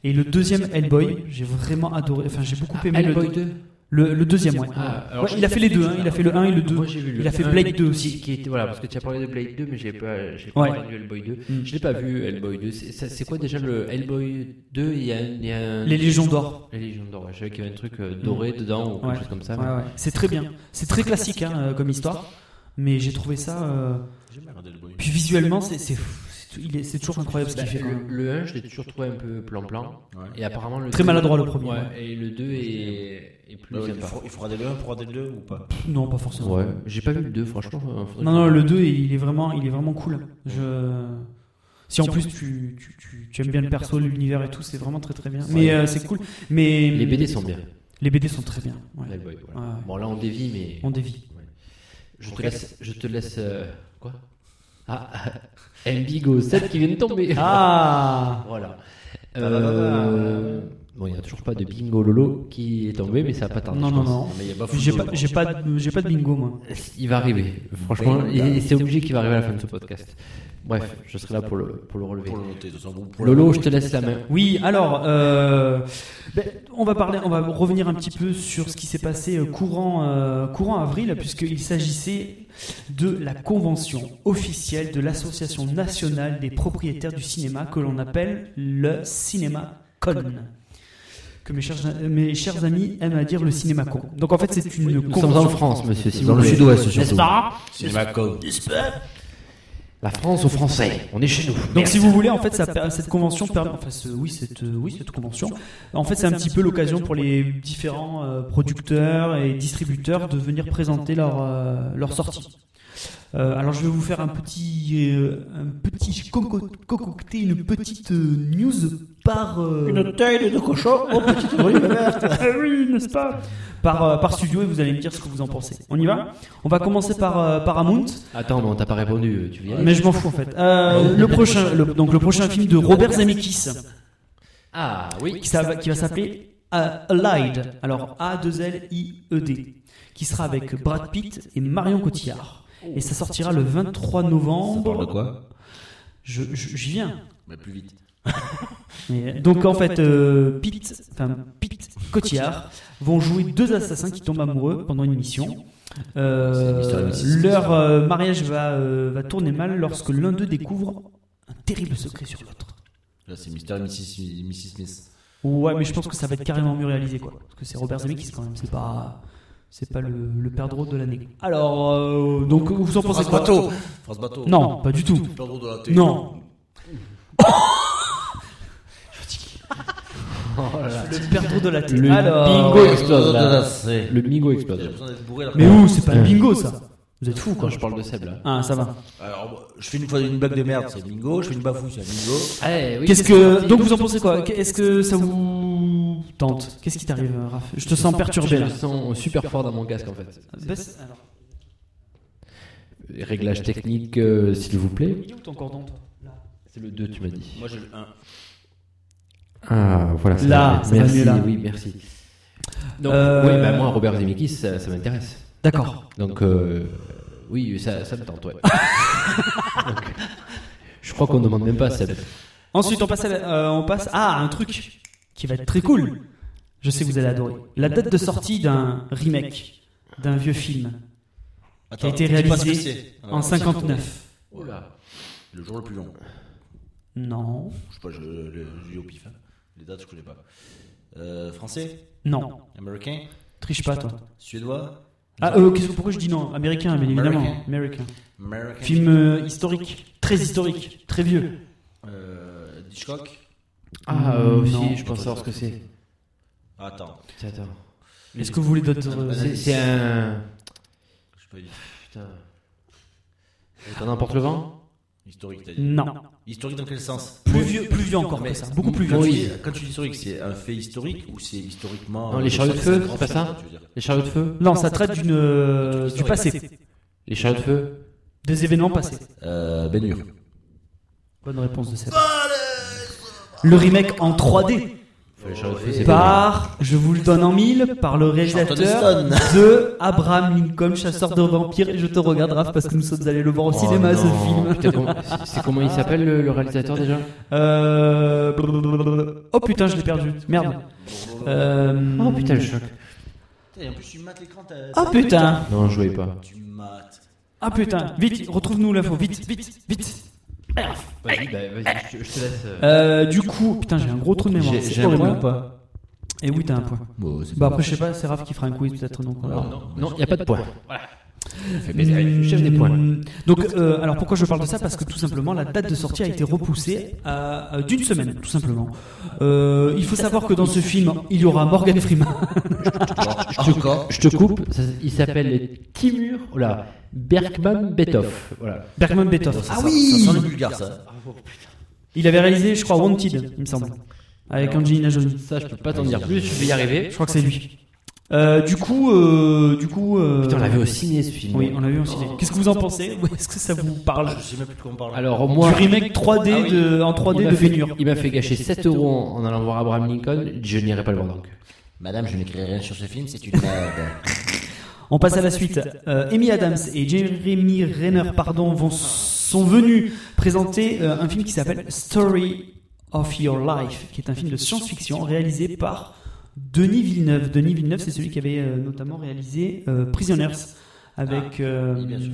S3: Et le deuxième, Hellboy, j'ai vraiment adoré. Enfin, j'ai beaucoup aimé le,
S9: Hellboy 2
S3: le, le deuxième. Ouais.
S9: Ah, alors,
S3: Ouais, il a fait les deux, hein. il a fait le 1 et le 2.
S9: Moi, j'ai vu le
S3: Il a fait
S9: 1,
S3: Blade 2
S9: qui-
S3: aussi.
S9: Qui était, voilà, parce que tu as parlé de Blade 2, mais j'ai pas, j'ai pas
S3: Ouais.
S9: entendu Hellboy 2.
S3: Mm.
S9: Je l'ai pas vu, Hellboy 2. C'est, ça- c'est quoi déjà le Hellboy 2 il y a, il y a un-
S3: Les Légions d'Or.
S9: Les Légions d'Or, ouais. je savais qu'il y avait un truc euh, doré dedans ou quelque
S3: Ouais.
S9: chose comme ça.
S3: Ouais,
S9: mais-
S3: ouais. C'est très bien. C'est très classique hein, euh, comme histoire, mais j'ai trouvé ça. euh,
S4: J'ai mal regardé le bruit.
S3: Puis visuellement, c'est c'est- c'est tout- il est- c'est toujours incroyable ce qu'il fait. quand
S9: Bah, Le,
S3: même.
S9: le 1, je l'ai toujours trouvé un peu plan-plan.
S4: Ouais. Bah
S9: Et apparemment, le
S3: Très
S9: 2
S3: maladroit, le premier,
S9: Ouais, et le 2 est, est plus
S4: Bah ouais, il,
S9: sympa.
S4: faudra, il faudra des deux, il faudra des deux ou pas
S3: Non, pas forcément.
S9: Ouais, j'ai pas vu le 2, franchement. euh, faudrait
S3: Non,
S9: que-
S3: non, le 2, il est vraiment, il est vraiment cool. Je... Si en plus tu, tu, tu- tu aimes bien le perso, l'univers et tout, c'est vraiment très très bien. Mais euh, c'est cool. Mais
S9: Les BD sont bien.
S3: Les BD sont très bien. ouais.
S9: Hellboy, voilà.
S3: Ouais, ouais.
S9: Bon, là, on dévie, mais.
S3: On dévie.
S9: Je te laisse. Je te laisse. euh, quoi Ah [LAUGHS] Mbigo 7 qui vient de tomber. [LAUGHS]
S3: Ah
S9: Voilà. Euh, bon, il n'y a toujours pas de bingo Lolo qui est tombé, mais ça va pas tarder.
S3: Non,
S9: je
S3: non,
S9: pense.
S3: non.
S4: Mais il y a pas
S3: J'ai
S4: photo,
S3: pas,
S4: je
S3: j'ai pas, de- j'ai pas de bingo moi.
S9: Il va arriver. Franchement, et- et c'est obligé qu'il va arriver à la fin de ce podcast. Bref, je serai là pour le, pour le relever.
S4: Pour le noter, de toute façon, vous- pour le-
S9: Lolo, je te laisse la main.
S3: Oui, alors, euh, ben, on va parler, on va revenir un petit peu sur ce qui s'est passé euh, courant, euh, courant avril, puisqu'il s'agissait de la convention officielle de l'Association nationale des propriétaires du cinéma, que l'on appelle le Cinéma Con. Que mes chers, mes chers amis aiment à dire le cinéma con. Donc en fait, c'est une
S9: Nous
S3: convention.
S9: sommes en France, monsieur. s'il
S4: Dans
S9: vous
S4: le
S9: plaît.
S4: sud-ouest,
S9: n'est-ce
S4: surtout.
S9: pas
S4: Cinéma Code.
S9: La France aux Français. On est chez nous.
S3: Donc si vous voulez, en fait, ça, per- cette convention permet, enfin, ce- oui, cette, euh, oui, cette convention, en fait, c'est un petit peu l'occasion pour les différents euh, producteurs et distributeurs de venir présenter leur, euh, leur sortie. Euh, alors je vais vous faire un petit, euh, un petit coco- concocter une petite euh, news par euh, une taille de cochon, [LAUGHS] oui, n'est-ce pas Par euh, par studio et vous allez me dire ce que vous en pensez. On y va On va commencer par euh, Paramount.
S9: Attends, mais on t'a pas répondu. Tu viens.
S3: Mais je m'en fous en fait. Euh, le prochain, le- donc le prochain film de Robert Zemeckis
S9: Ah oui.
S3: qui, s'appelle- qui va s'appeler euh, Allied, alors A2L-I-E-D, E qui sera avec Brad Pitt et Marion Cotillard. Et ça sortira le 23
S4: Parle de
S3: novembre.
S4: quoi
S3: Je, je- j'y viens.
S4: Bah, plus vite.
S3: Mais- donc en fait, euh, Pitt, enfin Pitt Cotillard vont jouer deux assassins qui tombent amoureux pendant une mission. Euh,
S4: C'est une histoire de mysticisme.
S3: leur euh, mariage va, euh, va tourner mal lorsque l'un d'eux découvre un terrible secret sur l'autre.
S4: Là, c'est Mister et Mrs. Mrs. Smith.
S3: Ouais, mais je pense que ça va être carrément mieux réalisé, quoi. Parce que c'est Robert Zemeckis quand même, c'est pas, c'est pas le, le perdreau de l'année. Alors, euh, donc vous en pensez
S4: France
S3: quoi
S4: Oh, Bateau France Bateau
S3: Non, pas du tout.
S4: Pardon de la télé.
S3: Non. [LAUGHS] Le perdreau de la Ah, télé.
S9: Le
S3: Alors,
S9: bingo explose. là.
S4: C'est-
S9: Le bingo
S4: J'ai
S9: explose.
S4: besoin d'être bourré là.
S3: mais où C'est pas le bingo ça. Vous êtes fous
S9: Quand
S3: quoi.
S9: je parle de Seb là.
S3: Ah, ça va.
S4: Alors, moi, je fais une fois une blague de merde, c'est bingo. Je fais une bafouille, c'est bingo.
S9: Eh, oui,
S3: Qu'est-ce
S9: c'est
S3: que.
S9: parti.
S3: Donc vous en pensez quoi Est-ce que ça vous tente Qu'est-ce qui t'arrive, Raph Je te sens perturbé
S9: Je
S3: là.
S9: le sens super fort dans mon casque en fait.
S3: Baisse- alors,
S9: Réglage technique, euh, s'il vous plaît.
S3: il est où ton cordon toi
S9: C'est le 2, tu m'as dit.
S4: Moi, j'ai le 1.
S9: Ah, voilà. c'est
S3: Là,
S9: vrai.
S3: ça va
S9: merci.
S3: mieux, là.
S9: Oui, merci. Donc,
S3: Euh,
S9: oui, bah, moi, Robert Zemeckis, ça, ça m'intéresse.
S3: D'accord.
S9: Donc, euh, oui, ça, ça me tente, [LAUGHS] ouais. Donc, je crois qu'on ne demande même pas, Seb.
S3: Ensuite, on passe, à la- euh, on passe à un truc qui va être très cool. Je sais que vous allez adorer. La date de sortie d'un remake d'un vieux film qui a été réalisé
S4: Euh,
S3: en 59.
S4: Le jour le plus long.
S3: Non.
S4: Je sais pas, je le- je dis au pif. hein. Les dates, je connais pas. Euh, français
S3: Non.
S4: Américain
S3: Triche pas, toi.
S4: Suédois
S3: Ah, euh, qu'est-ce que- pourquoi je dis non Américain, bien évidemment. Américain.
S4: American
S3: Film euh, historique. Très historique. Très vieux.
S4: Euh, Hitchcock
S9: Ah, euh,
S3: Non.
S9: aussi, je pense savoir ce que c'est.
S4: Attends,
S9: Attends.
S3: Est-ce que vous voulez d'autres. euh,
S9: C'est c'est un.
S4: je peux dire.
S9: Putain. T'en n'importe le vent
S4: Historique, t'as dit.
S3: Non.
S4: Historique dans quel sens
S3: Plus vieux, plus vieux encore que ça. Beaucoup plus vieux.
S4: Quand tu
S9: Oui.
S4: dis- Quand tu dis historique, c'est un fait historique ou c'est historiquement.
S9: Non, les
S4: euh,
S9: chariots de
S4: c'est
S9: feu,
S4: un grand
S9: c'est pas
S4: fait,
S9: ça
S4: tu veux dire.
S9: Les chariots de feu
S3: Non, ça traite d'une euh, du passé,
S9: Les chariots de feu
S3: des événements passés.
S4: Euh, Ben Hur.
S3: Bonne réponse de Seb. Le remake en 3D
S9: Les chariots
S4: Oh,
S9: de feu, c'est
S3: par, je vous le donne en mille, par le réalisateur
S4: Charlton
S3: de Abraham Lincoln, chasseur de vampires. Et je te regarde, Raph, parce que nous sommes allés le voir au
S9: Oh
S3: cinéma, ce
S9: non. Putain,
S3: film.
S9: comment- c'est- C'est comment il s'appelle le, le réalisateur déjà
S3: Euh... blablabla. Oh putain, je l'ai perdu. Merde. Euh,
S9: Oh putain, le choc.
S4: Putain, et en plus, tu mates l'écran. t'as-
S3: Ah putain.
S9: Non, je voyais pas.
S4: Tu mates.
S3: Ah putain. Vite, retrouve-nous l'info. Vite, vite, vite.
S9: Vas-y, bah, vas-y, je, je te laisse. euh.
S3: Euh, du coup, putain, j'ai un gros trou de mémoire.
S9: J'ai-
S3: C'est
S9: j'ai un
S3: horrible,
S9: point.
S3: ou pas Et oui, t'as un point.
S4: Bon, c'est
S3: Bah après, je sais pas, c'est Raph qui fera un quiz peut-être. Non,
S9: Non,
S3: alors.
S9: non, non, il n'y a pas de Euh, points. Voilà. Fais
S3: Mmh.
S9: baiser, chef des points.
S3: Donc, euh, alors pourquoi je parle de ça Parce que tout simplement, la date de sortie a été repoussée à, à d'une semaine, tout simplement. Euh, il faut savoir que dans ce film, il y aura Morgan Freeman. [LAUGHS]
S4: Encore
S9: Je te coupe, ça- il s'appelle les Timur, oh là, Berkman Betoff. Voilà.
S3: Bergman Beethoven. Ah oui
S4: Ça sent le bulgare, ça.
S3: Il avait réalisé, je crois, Wanted, il me semble. Avec Angelina Jolie.
S9: Ça, je peux pas t'en dire plus, je vais y arriver.
S3: Je crois que c'est lui. Euh, du coup, euh, du coup. euh,
S9: Putain, on l'avait au ciné ce film.
S3: Oui, on l'a vu en ciné. Qu'est-ce que vous en pensez Ou Est-ce que ça vous parle
S4: Ah, Je sais même plus de quoi on parle.
S9: Alors,
S3: Du
S9: moi,
S3: remake 3D
S4: Ah oui.
S3: de, en
S9: il
S3: 3D
S9: m'a
S3: de
S9: fait-
S3: Vénure.
S9: il m'a fait gâcher 7 euros en en allant voir Abraham Lincoln, je n'irai pas le voir donc.
S4: Madame, je n'écris rien sur ce film, c'est [LAUGHS] une merde.
S3: On passe à la suite. Euh, Amy Adams et Jeremy Renner pardon, vont, sont venus présenter euh, un film qui s'appelle Story of Your Life, qui est un film de science-fiction réalisé par Denis Villeneuve. Denis Villeneuve, c'est celui qui avait euh, notamment réalisé euh, Prisoners avec euh,
S4: oui, bien sûr.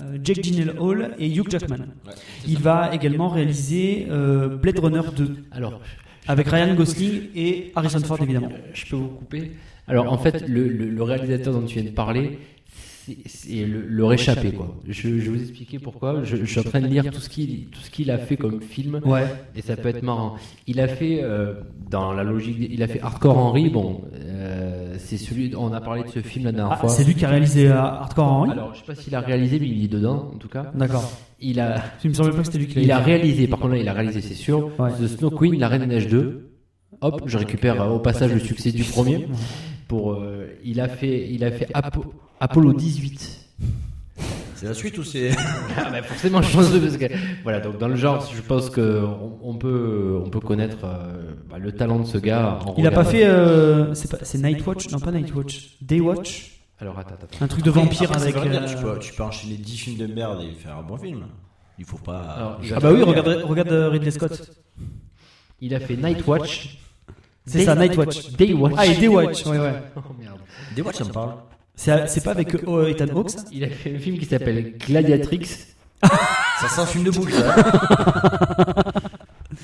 S3: euh, Jake Gyllenhaal et Hugh Jackman.
S4: Ouais, c'est
S3: Il
S4: ça.
S3: va également réaliser euh, Blade Runner 2
S9: Alors,
S3: avec Ryan Gosling et
S9: Ah,
S3: Harrison Ford évidemment.
S9: je peux vous couper Alors, en fait, le, le- le réalisateur dont tu viens de parler, c'est- c'est le, le réchappé, quoi. Je, je vais vous expliquer pourquoi. Je, je suis en train de lire tout ce qu'il tout ce qu'il a fait comme film.
S3: Ouais.
S9: Et ça peut être marrant. Il a fait, euh, dans la logique, il a fait Hardcore Henry. Bon, euh, c'est celui, on a parlé de ce film la dernière
S3: Ah,
S9: fois.
S3: c'est lui qui a réalisé euh, Hardcore Henry.
S9: Alors, je sais pas s'il a réalisé, mais il est dedans, en tout cas.
S3: D'accord.
S9: Il a,
S3: Il me semblait pas que c'était lui qui l'avait
S9: il a
S3: fait.
S9: réalisé, par contre là, il a réalisé, c'est sûr,
S3: Ouais.
S9: The Snow Queen, La Reine des Neiges 2. Hop, je récupère euh, au passage le succès du premier. Pour, euh, il a fait, il a fait Apo- Apollo 18.
S4: C'est la suite ou c'est.
S9: [LAUGHS]
S4: [LAUGHS]
S9: Ah bah [LAUGHS] forcément chanceux parce que voilà donc dans le genre je pense que on, on peut on peut connaître euh, bah, le talent de ce gars. en
S3: Il a
S9: regardant-
S3: pas fait. euh, c'est pas- c'est Nightwatch Non, pas Nightwatch. Daywatch
S9: Alors attends attends.
S3: Un truc de vampire
S9: ah,
S4: Après, Ah, c'est
S3: avec.
S4: pas grave,
S3: euh,
S4: tu, peux, tu peux enchaîner 10 films de merde et faire un bon film. Il faut pas.
S9: Alors, il a-
S3: Ah bah oui, regarde, regarde euh, Ridley Scott.
S9: Il a fait Nightwatch.
S3: C'est ça, Nightwatch.
S9: Daywatch.
S3: Ah, et Daywatch, ouais, ouais.
S9: Oh, merde.
S4: Des fois, ça me parle.
S3: C'est c'est pas avec euh, Ethan Hawke ça
S9: Il a fait un film qui s'appelle Gladiatrix.
S4: Ça sent un film de boule, [LAUGHS] ça.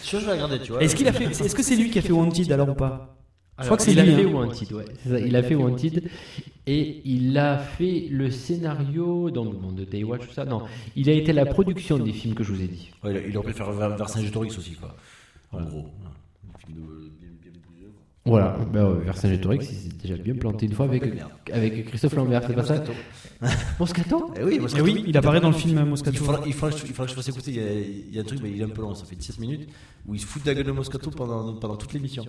S4: Sûr, je vais regarder, tu vois.
S3: Est-ce qu'il a fait Est-ce que c'est lui qui a fait Wanted alors ou pas Je crois
S9: Alors,
S3: que c'est
S9: il a
S3: lui.
S9: fait
S3: hein.
S9: Wanted, ouais. c'est ça, il a fait Wanted et il a fait le scénario donc bon, de Daywatch tout ça. Non, il a été à la production des films que je vous ai dit.
S4: Ouais, il- il aurait pu faire Ver- Vercingétorix aussi, quoi. En gros. Un film de- bien- bien bouseux, quoi.
S9: Voilà, ben, ouais, Vercingétorix, il s'est déjà bien planté une fois avec, avec Christophe Lambert, c'est pas ça [LAUGHS] Moscato
S4: Eh oui, parce
S3: Et
S4: que-
S3: oui, il apparaît dans le film
S4: Il
S3: Moscato.
S4: faudra, il faudra que je- il faudra que je fasse écouter, il y, a, il y a un truc, mais il est un peu long, ça fait 16 minutes, où il se fout de la gueule de Moscato pendant, pendant toute l'émission.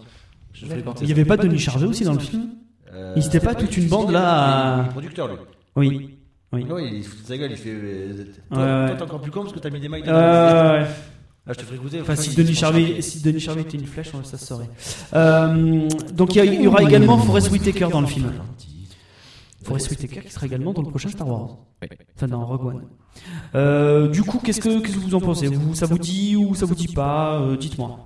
S4: Je ferai
S3: Il n'y avait pas Denis Charvet aussi dans le film
S4: Euh,
S3: il s'était pas toute une bande, là,
S4: il est-
S3: à-
S4: il est producteur, lui.
S3: Oui. Oui.
S4: Non, il se fout de sa gueule, il fait. euh, toi,
S3: Ouais,
S4: toi,
S3: ouais.
S4: t'es encore plus con parce que t'as mis des mailles. dans-
S3: Euh, ouais.
S4: Ah, je te ferai écouter.
S3: Enfin, si
S4: il-
S3: Denis
S4: il-
S3: Charvet, si Denis Charvet était une flèche, ça se saurait. Euh, donc il y, a- il y aura également Forrest Whitaker dans le film.
S4: Bah,
S3: Forrest Whitaker qui sera également dans le prochain Star Wars. Enfin, dans Rogue One. Euh, du coup, qu'est-ce que, qu'est-ce que vous en pensez vous, Ça vous dit ou ça vous dit pas Euh, Dites-moi.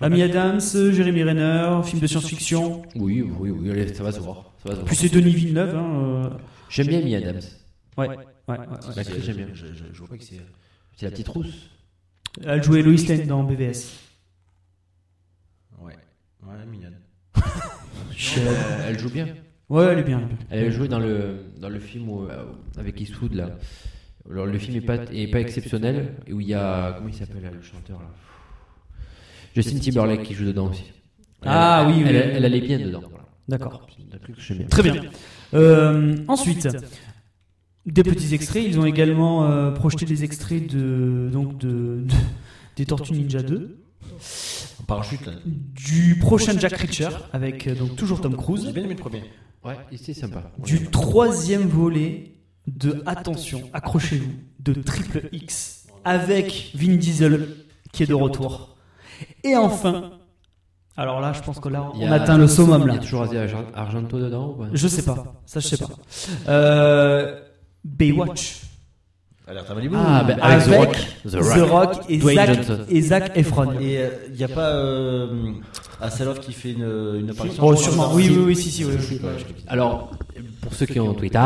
S3: Amy Adams, Jeremy Renner, film de science-fiction.
S9: Oui, oui, oui, allez, ça va se voir. ça va se voir.
S3: Puis c'est Denis Villeneuve. Hein, euh,
S9: J'aime bien Amy Adams.
S3: Ouais, ouais, ouais.
S9: Bah, que j'aime bien.
S4: Je, je, je vois pas que c'est.
S9: C'est la petite rousse.
S3: Elle jouait Lois Lane dans BVS.
S4: Ouais. Ouais, mignonne.
S9: Euh, Elle joue bien.
S3: Ouais, elle est bien. elle est bien.
S9: Elle a joué dans le, dans le film où, euh, avec Eastwood là. Alors, le film est pas, est pas exceptionnel et où il y a comment il s'appelle là, le chanteur là. Justin Timberlake qui joue dedans aussi.
S3: Ah,
S9: Elle-
S3: oui, oui,
S9: elle,
S3: oui.
S9: elle allait bien dedans. voilà.
S3: D'accord.
S9: C'est un truc que j'aime bien.
S3: Très bien. Euh, ensuite, des petits extraits. Ils ont également euh, projeté des extraits de, donc de, de- des Tortues Ninja 2,
S4: En parachute, là.
S3: du prochain Jack Reacher avec euh, donc toujours Tom
S4: J'ai
S3: Cruise,
S4: bien aimé le premier.
S9: Ouais, et c'est sympa.
S3: du troisième volet de Attention, accrochez-vous, de Triple X avec Vin Diesel qui est de retour. Et enfin, alors là, je pense que là,
S9: Il y
S3: on
S9: a-
S3: atteint le summum
S9: Il
S3: là.
S9: y a toujours Asia Argen- Argento dedans ou pas
S3: Je sais pas, ça je sais pas. Euh, Baywatch.
S4: Alerte à Malibu.
S9: Ah, bah,
S3: Avec
S9: avec, The Rock.
S3: The Rock et
S9: Dwayne
S3: Zac,
S9: Johnson.
S3: et Zac Efron.
S4: Et il n'y a pas euh, Assalov qui fait une, une apparition
S3: Oh, sûrement. Oui, oui, oui, si, si, oui.
S9: Alors, pour ceux qui ont Twitter,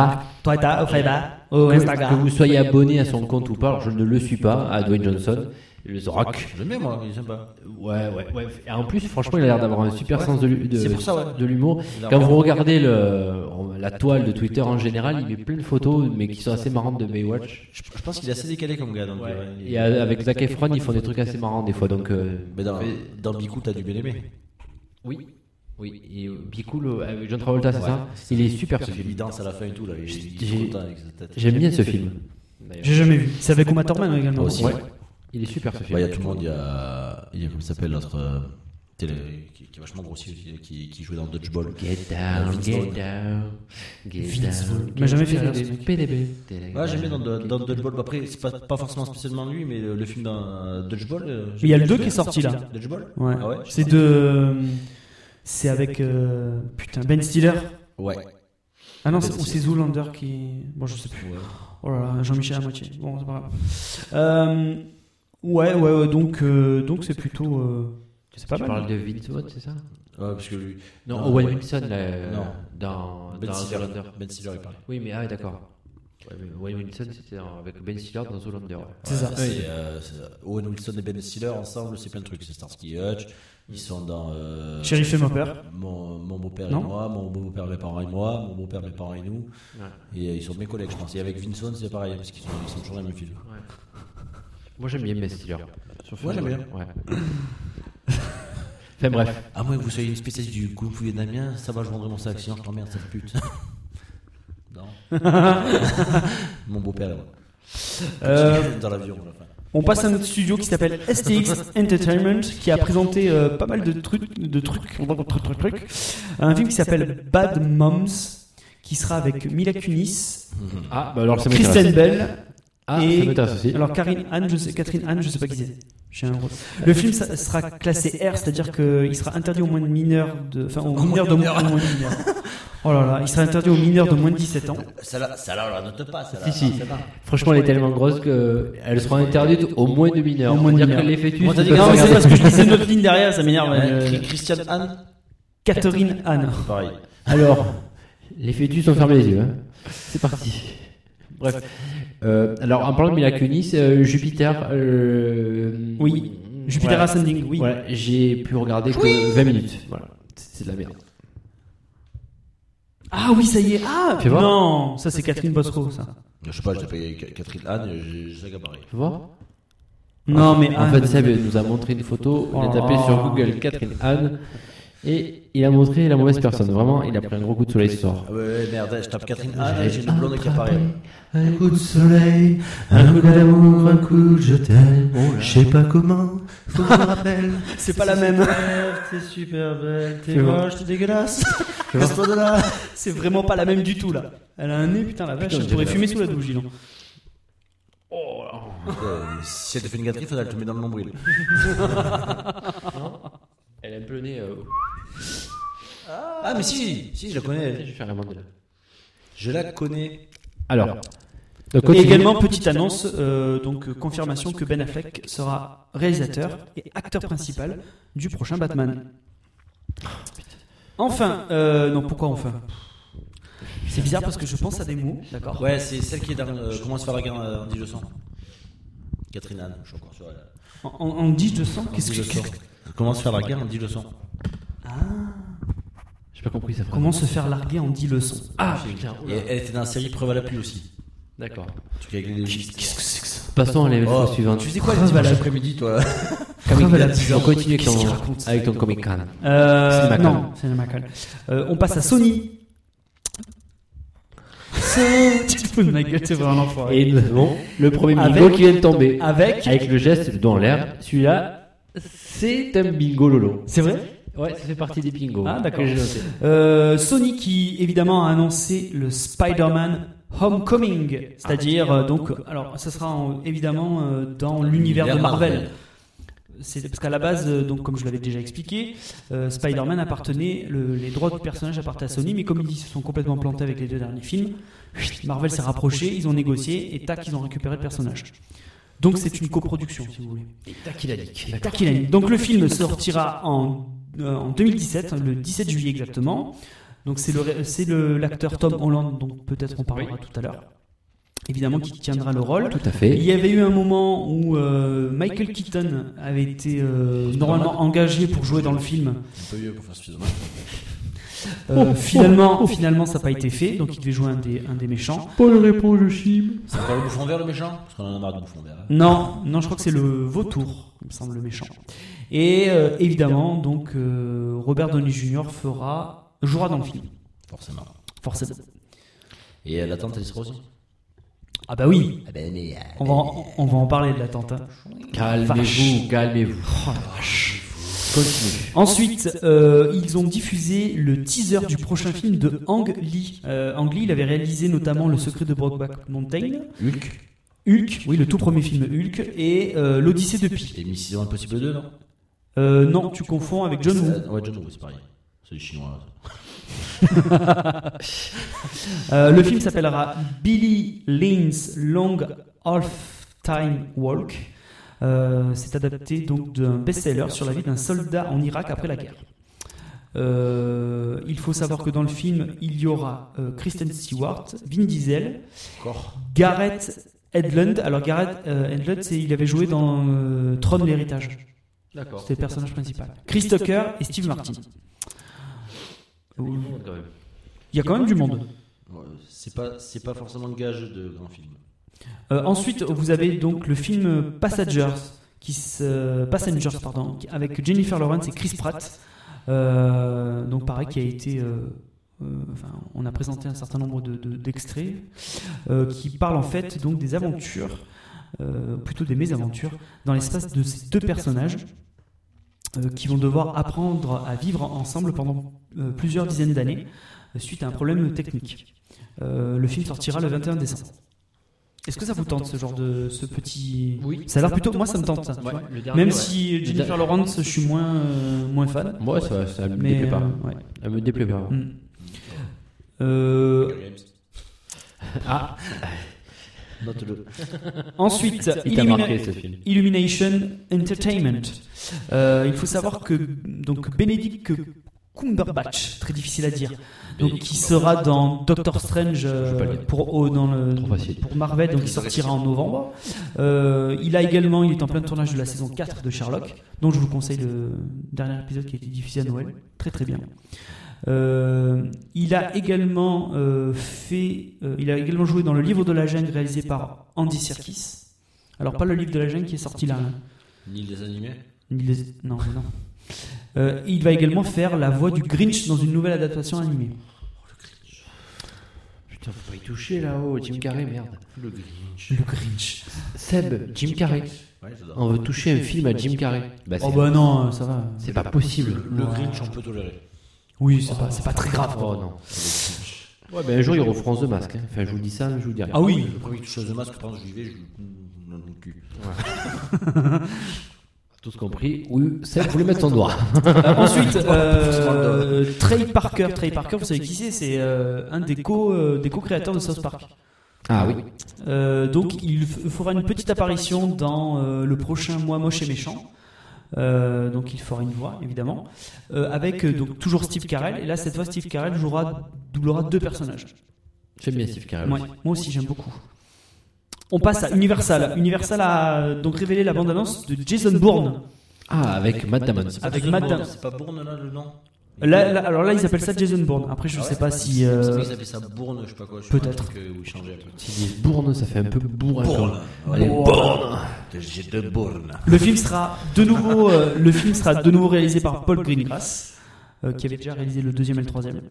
S3: Toi, t'as, au Faiba, au
S9: que
S3: Oh, Instagram.
S9: vous soyez abonné à son compte ou pas, alors je ne le suis pas, à Dwayne Johnson, le The Rock.
S4: J'aime bien, moi, il est sympa.
S9: Ouais, ouais, ouais. Et en plus, franchement, il a l'air d'avoir un super sens de, l'hu- de-
S4: C'est pour ça, ouais.
S9: de l'humour. Quand vous regardez le, la toile de Twitter en général, il met plein de photos, mais qui sont assez marrantes de Baywatch.
S4: Je, je pense qu'il est assez décalé comme gars. Donc, euh, il-
S9: Et avec Zac Efron, ils font des trucs assez marrants des fois. Donc, euh,
S4: Mais dans, dans Bicou, t'as du bien aimé.
S9: oui, oui. Et euh, Bicou, le- avec John Travolta, c'est ça Il est super ce
S4: Parce qu'il
S9: film.
S4: danse à la fin et tout, là. Il il
S9: J'ai-
S4: est content avec sa tête.
S9: J'aime bien ce film.
S3: J'ai jamais vu. C'est avec Uma Thurman également.
S4: Moi aussi.
S9: Ouais.
S4: Ouais.
S9: Il est super ce
S4: Bah,
S9: film.
S4: il y a tout le monde, il y a, il y a comment il s'appelle l'autre, euh, tu sais, le- qui, qui est vachement grossi aussi, qui, qui jouait dans Dodgeball.
S9: Get down, get down, get down.
S3: Il m'a jamais fait rire, ce mec.
S9: PDB.
S4: Ouais, j'aimais dans, Do- dans Dodgeball. Après, c'est pas, pas forcément spécialement lui, mais le, le film dans euh, Dodgeball. euh,
S3: Il y a
S4: j'aime
S3: le
S4: bien.
S3: 2 qui est sorti là.
S4: Dodgeball
S3: Ouais.
S4: Ah ouais
S3: C'est de. C'est avec. euh, Putain, Ben Stiller.
S4: Ouais.
S3: Ah
S9: Ben
S3: non, c'est, ou c'est Zoolander qui. Bon, je sais plus. Oh là là, Jean-Michel à moitié. Bon, c'est pas grave. Euh, Ouais, ouais, ouais, donc euh, donc c'est plutôt. euh, C'est pas
S9: Tu
S3: mal.
S9: parles de Vince c'est ça
S4: Ouais, parce que lui.
S9: Non,
S4: Non,
S9: Owen
S4: ouais.
S9: Wilson, là,
S4: Non.
S9: dans,
S4: Ben
S9: dans
S4: Stiller.
S9: Zoolander.
S4: Ben Stiller, il parlait.
S9: Oui, mais ah, ouais, d'accord. Ouais, mais Owen Wilson, c'était dans- avec Ben Stiller dans Zoolander. ouais.
S3: C'est ça.
S4: C'est, euh, c'est- Owen Wilson et Ben Stiller ensemble, c'est plein de trucs. C'est Starsky et Hutch. Ils sont dans. euh,
S3: Sheriff et mon père.
S4: Mon, mon beau-père et
S3: Non.
S4: moi, mon beau-père, mes parents et moi, mon beau-père, mes parents et nous. Et euh, ils sont mes collègues, je pense. Et avec Vinson, c'est pareil, parce qu'ils sont, ils sont toujours dans le même film.
S9: Moi, j'aime bien Ben Stiller.
S4: Moi, j'aime bien. [LAUGHS]
S9: Ouais. enfin, bref.
S4: À moins que vous soyez une spécialiste du Kung Fu vietnamien, ça va, je vendrai mon sac, sinon je t'emmerde, cette pute. [LAUGHS] non. mon beau-père et moi.
S3: Euh,
S4: Dans l'avion, à la fin.
S3: On passe à notre studio qui s'appelle STX Entertainment, qui a présenté euh, pas mal de trucs, de trucs, trucs, trucs, trucs. Un film qui s'appelle Bad Moms, qui sera avec Mila Kunis,
S9: Ah, bah alors, ça m'intéresse.
S3: Kristen Bell.
S9: Ah, ça
S3: et-
S9: m'intéresse aussi.
S3: Alors Karine Anne, je sais, Catherine Anne, je sais pas qui c'est. J'ai un gros- Le film ça- sera classé R, c'est-à-dire qu'il sera interdit aux moins de mineurs de, enfin aux mineurs de moins, aux moins de mineurs. Oh là là, il sera interdit aux mineurs de moins de 17 ans.
S4: Celle-là, celle-là, on la note pas, celle-là.
S9: Si, si.
S4: Ah, celle-là.
S9: Franchement, elle est tellement grosse qu'elle sera interdite au moins de mineurs.
S3: Au
S9: On
S3: moins
S9: va
S3: de
S9: dire que
S3: mineurs.
S9: les fœtus.
S4: On t'a dit
S9: ne
S4: que
S9: peuvent
S3: Non, mais
S9: pas
S3: c'est parce
S9: regarder.
S3: que je lisais notre ligne derrière, ça m'énerve.
S4: Ouais,
S3: euh,
S4: Christiane Anne,
S3: Catherine Anne.
S4: pareil.
S9: Alors, les fœtus ont fermé les yeux. hein. C'est parti. Bref. Euh, alors, en parlant de Mila Kunis, euh, Jupiter. euh,
S3: Oui. Jupiter
S9: voilà.
S3: Ascending, oui.
S9: Voilà, j'ai pu regarder que 20 minutes. Voilà, c'est c'est de la merde.
S3: Ah oui, ça y est. Ah
S9: Fais voir.
S3: non, ça c'est Catherine Bosco, ça.
S4: Je sais pas, je l'ai payé Ca- Catherine Anne, je je sais qu'à pareil.
S9: Tu vois
S3: Non, mais
S9: En
S3: Anne-
S9: Ah, bah, fait, Seb nous a montré une photo. On a tapé
S3: Oh.
S9: sur Google Catherine Anne. Et il a montré la mauvaise personne. Vraiment, il a pris un gros coup de soleil ce soir.
S4: Ah ouais, ouais, merde, je tape Catherine Anne et j'ai une blonde qui apparaît.
S9: Un coup de soleil, un coup d'amour, un coup de je t'aime.
S4: Oh
S9: Je sais pas comment, faut que je me
S4: [LAUGHS]
S9: rappelle.
S3: C'est pas la même.
S4: T'es super belle, t'es
S9: C'est bon.
S4: moche, t'es dégueulasse. Casse-toi de là.
S3: C'est vraiment pas la même du tout là. Elle a un nez, putain, la vache,
S4: Putain,
S3: elle pourrait
S4: j'ai
S3: fumer sous la douche, dis donc.
S4: Euh, Si elle te fait une gâterie, faudrait elle te met dans le nombril.
S9: Elle a euh, un peu le nez.
S4: Ah, mais si, si, je la connais.
S9: vais faire un mandala.
S4: Je la connais.
S9: Alors,
S3: Et également, petite annonce, euh, donc euh, confirmation que Ben Affleck sera réalisateur et acteur principal du prochain Batman. Enfin, euh, non, pourquoi enfin C'est bizarre parce que je pense à des mots, d'accord
S4: Ouais, c'est celle qui est dans. euh, comment se faire la guerre euh, en 1900 Catherine Anne, je suis encore sur elle.
S3: En, en, en 10, je sens, qu'est-ce que
S4: 1900. Comment se faire la guerre en 1900
S9: J'ai pas compris ça.
S3: Comment se faire larguer en 10 leçons
S9: Ah putain,
S4: Et elle était dans la série Preuve à la pluie aussi.
S9: d'accord. Oh.
S4: Le Truc avec les légistes. Qu'est-ce que c'est que ça
S9: Passons à l'événement suivant.
S4: Oh, Tu faisais quoi le dimanche après-midi, toi
S9: On continue avec ton, avec ton Comic Con.
S3: Euh,
S9: Cinéma Con.
S3: Non, c'est Macal. Euh, on passe à Sony. [LAUGHS] Tu te fous de ma gueule, t'es vraiment enfoiré.
S9: Et nous avons le premier
S3: Avec-
S9: bingo qui vient de tomber.
S3: Avec-
S9: Avec le geste, le doigt en l'air. Celui-là, c'est un bingo lolo.
S3: C'est vrai
S9: Ouais, ça fait partie des bingos.
S3: Ah, d'accord.
S9: Que j'ai noté.
S3: Euh, Sony qui évidemment a annoncé le Spider-Man Homecoming, c'est-à-dire euh, donc alors ça sera en- évidemment euh, dans [LAUGHS] l'univers de Marvel. C'est parce qu'à la base, euh, donc comme je l'avais déjà expliqué, euh, Spider-Man appartenait, le- les droits du personnage appartenaient à Sony, mais comme ils se sont complètement plantés avec les deux derniers films, chut, Marvel s'est rapproché, ils ont négocié et tac, ils ont récupéré le personnage. Donc c'est une coproduction, si vous voulez. Et tac, il a dit. Donc le film sortira en, euh, en 2017, le 17 juillet exactement. Donc c'est le ré- c'est le l'acteur Tom Holland, donc peut-être on parlera tout à l'heure. Évidemment, qui tiendra le rôle.
S9: Tout à
S3: Il
S9: fait.
S3: y avait eu un moment où euh, Michael Keaton avait été euh, normalement engagé pour jouer dans le film.
S4: Un peu vieux pour faire ce film. hein.
S3: Euh, finalement, finalement, ça n'a pas été fait, donc il devait jouer un des, un des méchants.
S9: Paul répond, je chime.
S4: C'est encore le bouffon vert, le méchant Parce qu'on en a marre de bouffon vert. hein.
S3: Non, non, je crois que c'est le vautour, il me semble, le méchant. Et euh, évidemment, donc euh, Robert Downey Jr. fera jouera dans le film,
S4: Forcément.
S3: forcément.
S4: Et euh, l'attente, elle sera aussi
S3: Ah bah oui,
S4: Ah ben, mais. euh,
S3: on va en, on va en parler de l'attente. hein.
S9: Calmez-vous, calmez-vous. Continue.
S3: Ensuite, euh, ils ont diffusé le teaser du prochain film de Ang Lee. Euh, Ang Lee, il avait réalisé notamment Le Secret de Brokeback Mountain,
S4: Hulk
S3: Hulk, oui, le tout premier film Hulk, et euh, L'Odyssée de Pi.
S4: et Mission Impossible 2, non
S3: Euh, non, tu confonds avec John Woo.
S4: Euh, Ouais, John Woo, c'est pareil. C'est les chinois. ça.
S3: Euh, le film s'appellera Billy Lynn's Long Half-Time Walk. Euh, c'est adapté donc d'un best-seller sur la vie d'un soldat en Irak après la guerre. Euh, il faut savoir que dans le film, il y aura euh, Kristen Stewart, Vin Diesel,
S4: Encore
S3: Gareth Edlund. Alors Gareth euh, Edlund, c'est- il avait joué dans euh, Tron l'héritage.
S1: D'accord.
S3: C'était le personnage principal. Chris Tucker et Steve Martin. Il y a quand même du monde.
S4: Ouais, C'est pas, c'est pas forcément le gage de grand film.
S3: Euh, ensuite, vous avez donc le film Passengers, qui se, Passengers pardon, avec Jennifer Lawrence et Chris Pratt. Euh, donc pareil, qui a été, euh, euh, enfin, on a présenté un certain nombre de- de- d'extraits euh, qui parle en fait donc des aventures, euh, plutôt des mésaventures, dans l'espace de ces deux personnages euh, qui vont devoir apprendre à vivre ensemble pendant euh, plusieurs dizaines d'années euh, suite à un problème technique. Euh, le film sortira le 21 décembre. Est-ce que ça vous tente ce genre de ce petit
S1: Oui.
S3: Ça a l'air plutôt. Moi, ça me tente. ça, tu vois.
S1: Le dernier, ouais.
S3: Même si euh, Jennifer Lawrence, je suis moins euh, moins fan.
S9: Moi, ça, ça me
S3: Mais
S9: déplaît pas.
S3: euh, ouais.
S9: Ça me déplaît pas.
S3: Mm. Euh,
S9: Ah,
S4: Note-le.
S3: ensuite,
S9: il t'a
S3: Illumina-
S9: marqué ce film.
S3: Illumination Entertainment. Euh, il faut savoir que donc Benedict Cumberbatch, très difficile à dire, donc qui sera dans Doctor Strange euh,
S9: pas le dire.
S3: pour oh, dans le-
S9: Trop facile.
S3: pour Marvel, donc il sortira en novembre. Euh, il a également, il est en plein tournage de la saison 4 de Sherlock, dont je vous conseille le dernier épisode qui a été diffusé à Noël, très très bien. Euh, il a également euh, fait, euh, il a également joué dans le livre de la jungle réalisé par Andy Serkis. Alors pas le livre de la jungle qui hein. est sorti là. hein.
S4: Ni les animés
S3: Ni les- Non, mais non. Euh, il va également faire la voix du Grinch dans une nouvelle adaptation animée.
S9: Putain, faut pas y toucher là-haut. Jim Carrey, merde.
S4: Le Grinch.
S3: Le Grinch.
S9: Seb, Jim Carrey.
S4: Ouais, j'adore.
S9: On veut toucher un film à Jim Carrey. Bah, c'est
S3: Oh bah non, ça va.
S9: c'est pas possible.
S4: Le Grinch, on peut tolérer.
S3: Oui, c'est pas, c'est pas très grave.
S9: Oh non. Ouais, ben un jour, ils referont The Mask. hein. Enfin, je vous le dis ça, je vous le dirai.
S3: Ah oui,
S4: Le premier qui touche de masque, pendant que j'y vais, je lui coupe dans le cul.
S9: Tous compris. Oui, Seb voulait mettre son doigt.
S3: Euh, ensuite, euh, Trey Parker. Trey Parker, vous savez qui c'est C'est euh, un des co- euh, des co-créateurs de South Park.
S9: Ah oui.
S3: Euh, donc, il f- fera une petite apparition dans euh, le prochain Moi Moche et Méchant. Euh, donc, il fera une voix, évidemment. Euh, avec euh, donc, toujours Steve Carell. Et là, cette fois, Steve Carell jouera, doublera deux personnages.
S9: J'aime bien Steve Carell.
S3: Ouais, moi aussi, j'aime beaucoup. On passe à Universal. Universal a euh, donc révélé la bande-annonce de Jason Bourne.
S9: Ah, avec Matt Damon. c'est pas-
S3: Avec
S4: Jason
S3: Matt
S4: Bourne,
S3: Damon.
S4: C'est pas Bourne là le nom
S3: Là, là- alors là, ils appellent ça Jason Bourne. Après,
S4: Ah
S3: je sais pas si. euh,
S4: Ils appellent ça Bourne, je sais pas quoi. je sais pas,
S3: peut-être.
S4: un truc, euh, Où ils changeaient un peu.
S9: S'il dit Bourne, ça fait un peu bourrin.
S4: Bourne.
S9: Allez, Bourne.
S4: J'ai de Bourne.
S3: Le film sera de nouveau, euh, le film sera de nouveau réalisé par Paul Greengrass, euh, qui avait déjà réalisé le deuxième et le troisième.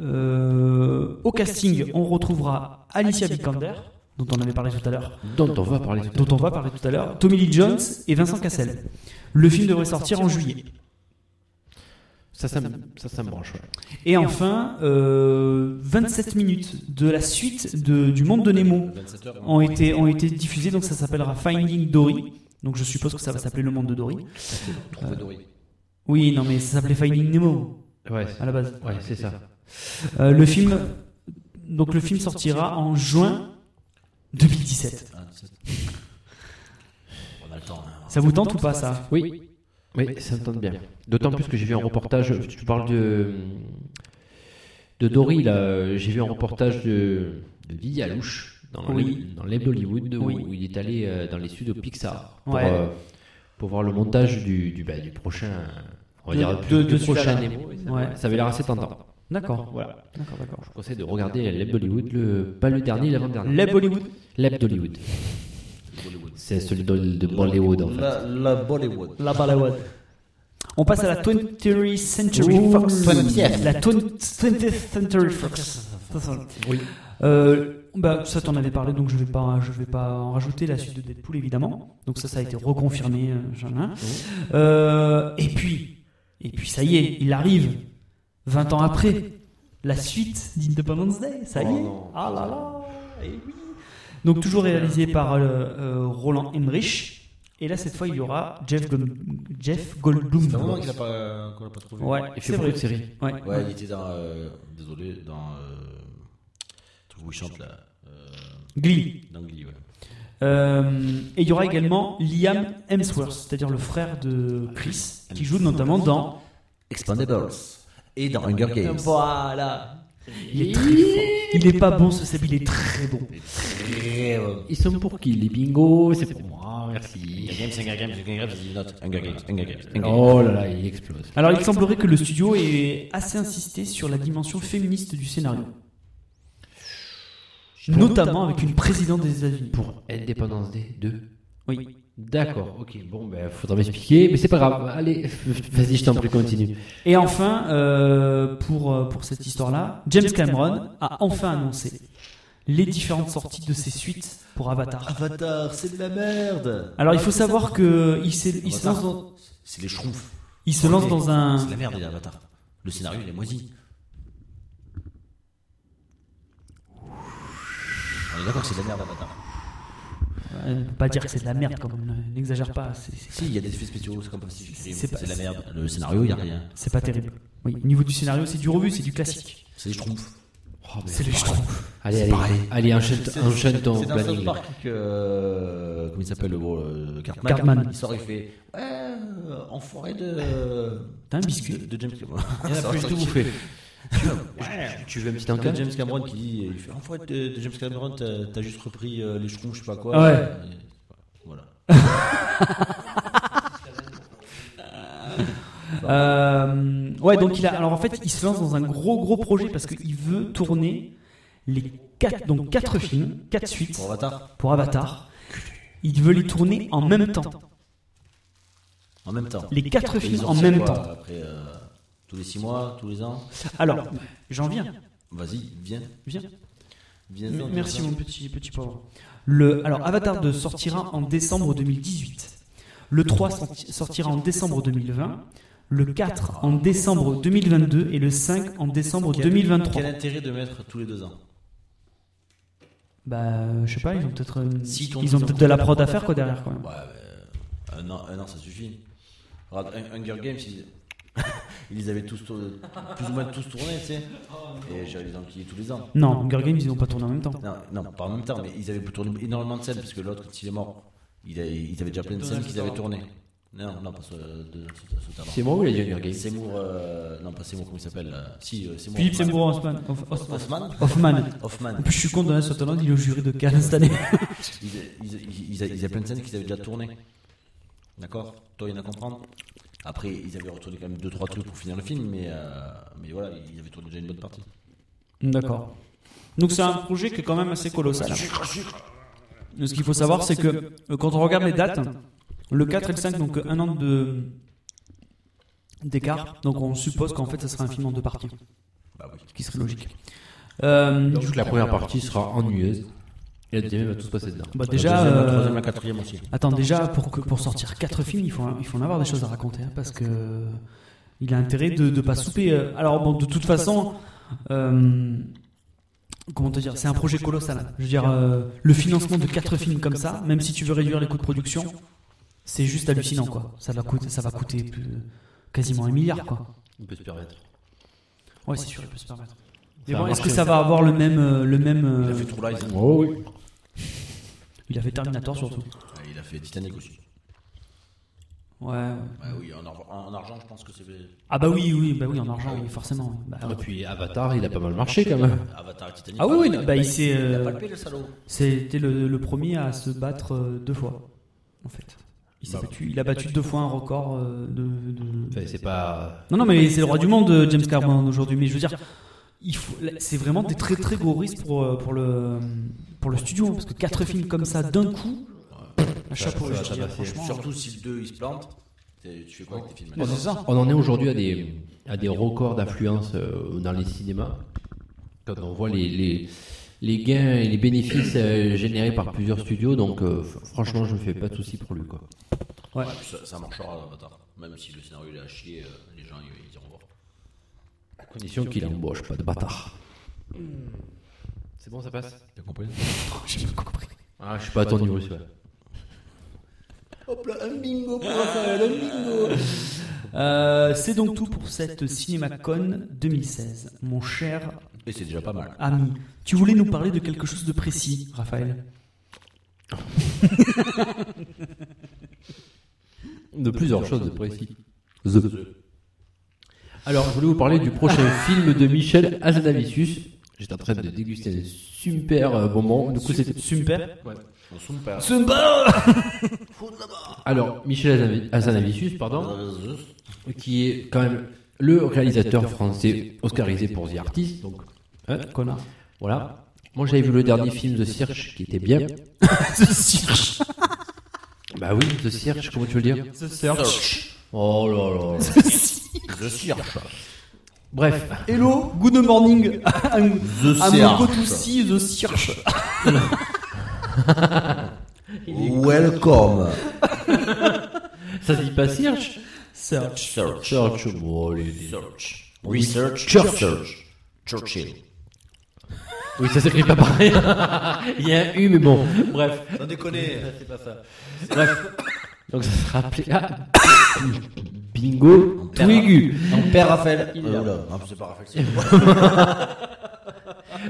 S3: Euh, au casting, on retrouvera Alicia Vikander, dont on avait parlé tout à l'heure,
S9: Dont on va parler.
S3: dont on va parler tout à l'heure, Tommy Lee Jones et Vincent Cassel. Le film devrait sortir en juillet.
S9: Ça, ça, me- ça, ça me branche. ouais.
S3: Et enfin, euh, 27 minutes de la suite de- du monde de Nemo
S4: 27 heures.
S3: ont été, ont été diffusées, donc ça s'appellera Finding Dory. Donc je suppose que ça va s'appeler Le Monde de Dory. Euh.
S4: Trouver Dory.
S3: Oui, non, mais ça s'appelait Finding Nemo.
S9: Ouais,
S3: à la base.
S9: ouais, c'est ça.
S3: Euh, le film, donc le film sortira en juin 2017.
S4: Ah, c'est- On a le temps. hein.
S3: Ça vous tente ou pas ça
S9: Oui. Oui, ça me tente bien. D'autant plus que j'ai vu un reportage. Tu parles de. De Dory, là. euh, J'ai vu un reportage de, de Didier Alouche dans
S3: Oui.
S9: l'heb- dans l'hebdo Hollywood où,
S3: Oui.
S9: où il est allé euh, dans les studios Pixar pour,
S3: Ouais.
S9: euh, pour voir le montage du, du, bah, du prochain. On va
S3: De-
S9: dire,
S3: de-
S9: du
S3: de
S9: prochain
S3: celui-là.
S9: Nemo.
S3: Ouais.
S9: Ça avait l'air assez tentant.
S3: D'accord,
S9: Voilà.
S3: D'accord, d'accord.
S9: Je conseille de regarder l'hebdo Hollywood, le, pas le dernier, l'avant-dernier.
S3: Les Bollywood
S9: L'hebdo Hollywood. C'est celui de, de Bollywood en fait.
S4: La, la Bollywood.
S3: La Bollywood. On passe à la 20th Century Fox. La 20th Century Fox. Euh, bah, ça, t'en avais parlé, donc je vais pas, je vais pas en rajouter. La suite de Deadpool, évidemment. Donc ça, ça a été reconfirmé. euh, Jeanlin. Euh, et puis, et puis, ça y est, il arrive. 20 ans après, la suite d'Independence Day. Ça y est. Ah là là. eh oui. Donc toujours réalisé par euh, euh, Roland Emmerich. Et là, cette fois, il y aura Jeff, Gold-
S4: C'est
S3: Jeff
S4: un moment
S3: Goldblum.
S4: qu'il a pas, qu'on l'a pas trouvé.
S3: Ouais,
S9: Il fait
S3: c'est
S9: beaucoup
S3: vrai.
S9: de séries.
S3: Ouais.
S4: Ouais, il était dans. euh, désolé, dans. Euh, le truc où il chante là. Euh,
S3: Glee.
S4: dans Glee, ouais.
S3: Euh, et il y aura également Liam Hemsworth, Ah, c'est-à-dire le frère de Chris, qui joue notamment dans.
S4: Expandables. Et dans Hunger Games.
S3: Voilà. Il est très fort. Il est pas bon ce Seb, il est très bon.
S4: Très bon.
S9: Ils sont pour qui Les bingos, c'est pour moi,
S4: Hunger
S9: merci.
S4: Games, Hunger Games, Hunger Games, je dis note. Hunger Games, Hunger Games, Hunger Games.
S9: Oh là là, il explose.
S3: Alors il semblerait que le studio ait assez insisté sur la dimension féministe du scénario, notamment avec une présidente des États-Unis.
S9: Pour Indépendance Day 2.
S3: Oui.
S9: D'accord, ok, bon, ben faudra m'expliquer, mais c'est pas grave. Allez, [LAUGHS] vas-y, je t'en prie, continue.
S3: Et enfin, euh, pour, euh, pour cette histoire-là, James Cameron a enfin annoncé les différentes sorties de ses suites pour Avatar.
S4: Avatar, c'est de la merde.
S3: Alors il faut savoir que il s'est- il se lance
S4: Avatar,
S3: dans,
S4: C'est les schtroumpfs.
S3: il se lance dans
S4: C'est
S3: un.
S4: de la merde, les Avatar. Le scénario, il est moisi. On est d'accord que c'est de la merde, Avatar.
S3: On ne peut euh, pas dire que c'est de la merde quand même. N'exagère pas. c'est- c'est-
S4: Si, il y a des effets spéciaux, c'est comme si
S3: C'est pas-
S4: C'est de la merde. Le scénario, il n'y a rien.
S3: C'est pas terrible. Oui. Au niveau du scénario, c'est du revu, c'est du classique.
S4: C'est les schtroumpfs.
S9: Oh,
S3: C'est le schtroumpf.
S9: Allez, allez, allez, enchaîne, enchaîne ton
S4: Ah, C'est dans
S9: planning.
S4: South Park que. euh, comment il s'appelle le gros euh, Cartman,
S3: Cartman.
S4: Il sort, il fait. Ouais, euh, en forêt de.
S3: T'as un biscuit
S4: De, de James Cameron. [LAUGHS] Il
S9: T'as plus tout bouffé.
S4: Tu veux un petit
S9: encas
S4: James Cameron qui dit. Il fait, en forêt de, de James Cameron, t'as t'as juste repris euh, les schtroumpfs, je sais pas quoi.
S3: Ouais.
S4: Euh, Voilà.
S3: Euh, ouais, donc il a. Alors en fait, il se lance dans un gros gros projet parce qu'il veut tourner les quatre, donc quatre films, quatre suites
S4: Pour Avatar.
S3: pour Avatar. Il veut les tourner en même temps.
S4: En même temps.
S3: Les quatre films
S4: Ils en
S3: en
S4: font
S3: même
S4: quoi,
S3: temps.
S4: Après, euh, tous les 6 mois, tous les ans.
S3: Alors, j'en viens.
S4: Vas-y, viens.
S3: Viens.
S4: viens
S3: M- Merci mon petit, petit pauvre. Le, alors Avatar 2 sortira en décembre 2018. Le 3 sorti- sortira en décembre 2020. Le 4 en décembre 2022 et le 5 en décembre
S4: Quel-
S3: 2023.
S4: Quel intérêt de mettre tous les deux ans
S3: Bah, je sais pas, ils ont peut-être une-
S4: Si, ils ont-
S3: ils ont
S4: ils ont
S3: peut-être de la prod à faire quoi derrière quand même.
S4: Ouais, mais un an, un an, ah ça suffit. Regarde, Hun- Hunger Games, ils, [LAUGHS] ils les avaient tous tour- plus ou moins tous tournés, tu sais. Et j'avais les enquillés tous les ans.
S3: Non, Hunger Games, ils n'ont pas tourné en même temps.
S4: Non, non, pas en même temps, mais ils avaient tourné énormément de scènes, parce que l'autre, quand il est mort, il a- ils avaient déjà plein de scènes qu'ils avaient tournées. Non, non, pas ce, de, ce, ce
S9: C'est moi ou il a dit Hunger Games
S4: Seymour, euh, non pas Seymour, comment il s'appelle euh, Si, euh, Seymour.
S3: Philippe Seymour
S4: Hoffman.
S3: Hoffman. Hoff- Hoffman.
S4: Hoffman
S3: Hoffman.
S4: Hoffman.
S3: En plus, je suis contre Donald Sutherland, il est au jury de Cannes cette année.
S4: Ils, ils, ils, ils, ils avaient plein de scènes qu'ils avaient déjà tournées. D'accord Toi, il y en a à comprendre. Après, ils avaient retourné quand même 2-3 trucs pour finir le film, mais, euh, mais voilà, ils avaient tourné déjà une bonne partie.
S3: D'accord. Donc c'est un projet qui est quand même assez colossal. Mais Ce qu'il faut savoir, c'est que euh, quand on regarde les dates, le 4 et le 5, donc euh, un an de d'écart, donc on suppose qu'en fait, ça sera un film en deux parties,
S4: Bah oui.
S3: ce qui serait logique. Euh,
S9: Donc la première partie sera ennuyeuse. Et la deuxième va tout se passer dedans.
S3: bah
S4: La
S3: déjà,
S4: deuxième, la
S3: euh,
S4: troisième, la quatrième aussi.
S3: attends, déjà pour que pour sortir quatre films, il faut il faut en avoir des choses à raconter, hein, parce que il a intérêt de ne pas souper. euh. Alors bon, de toute façon. euh, Comment te dire C'est un projet colossal. Je veux dire, euh, le financement de quatre films comme ça, même si tu veux réduire les coûts de production, c'est juste hallucinant, quoi. Ça va coûter, ça va coûter plus- quasiment un milliard, quoi.
S9: On peut se permettre.
S3: Ouais, c'est sûr, il peut se permettre. Mais
S9: Ça
S3: bon,
S9: a
S3: est-ce que
S9: marché.
S3: ça va avoir le même, euh, le même euh,
S4: Il a fait True Lies.
S9: Oh oui.
S3: il a fait Terminator surtout.
S4: Ouais, Il a fait Titanic aussi.
S3: Ouais. ouais.
S4: Ouais, oui, en, ar- en- en argent, je pense que c'est.
S3: Ah bah oui, oui, bah oui, en argent, oui, forcément. oui. Bah,
S9: Et puis Avatar, il a pas mal marché quand même.
S4: Avatar et Titanic.
S3: Ah oui, oui, bah il s'est,
S4: Il a
S3: euh,
S4: palpé le salaud.
S3: C'était le, le premier à se battre euh, deux fois, en fait. Il, s'est battu, il a battu deux fois un record euh, de. de-
S9: Enfin, c'est pas.
S3: Non, non, mais c'est le roi du monde, euh, James Cameron, aujourd'hui. Mais je veux dire, il faut- là, c'est vraiment des très très gros risques pour, euh, pour, le, pour le studio, hein, parce que quatre films comme ça d'un coup. Un chapeau,
S9: ça va
S3: je veux dire,
S9: tabasser.
S3: franchement.
S4: Surtout si le 2 il se plante, t'es- tu fais quoi avec tes films
S3: Ouais, c'est ça.
S9: On en est aujourd'hui à des, à des records d'affluence euh, dans les cinémas. Quand on voit les, les, les gains et les bénéfices euh, générés par plusieurs studios, donc euh, f- franchement, je me fais pas de soucis pour lui. Quoi.
S3: Ouais.
S4: Ouais, puis ça, ça marchera, Avatar. Même si le scénario il est à chier, euh, les gens ils, ils iront voir.
S9: À condition qu'il embauche pas de bâtard. C'est bon, ça passe [LAUGHS]
S4: T'as compris
S9: Ah, je suis pas à ton niveau, monsieur.
S3: Euh, c'est donc tout pour cette CinemaCon 2016, mon cher
S4: Et c'est déjà pas mal.
S3: ami. Tu voulais nous parler de quelque chose de précis, Raphaël
S9: De plusieurs choses de précis. The. Alors, je voulais vous parler du [LAUGHS] prochain film de Michel Hazanavicius. J'étais en train de déguster un super euh, bonbon. Du coup, c'était
S3: [LAUGHS] Super
S4: On soum pas.
S9: Alors, Michel Hazanavicius, pardon, qui est quand même le réalisateur français oscarisé pour The Artist. Donc, hein,
S3: Connard.
S9: voilà. Moi, j'avais vu le dernier film de Cirque qui était bien. Bah oui, The Cirque, comment tu veux le dire Oh là là.
S4: The Cirque.
S9: Bref,
S3: Hello, good morning. I'm, I'm
S4: Search.
S3: go to see the search.
S4: Welcome.
S9: ça se dit pas Cirque
S3: Search.
S4: Search.
S9: Cirque, bon, allez.
S4: Search. Research.
S9: Church.
S4: Search. Churchill.
S9: Oui, ça s'écrit pas [LAUGHS] pareil. Il y a un U, mais bon. Bref.
S4: T'en déconner. C'est pas ça.
S9: Bref. Donc ça sera appelé. [COUGHS] Ah. Bingo tout aigu.
S4: Mon père Raphaël.
S9: est là.
S4: Euh, là. Non, c'est pas Raphaël. c'est-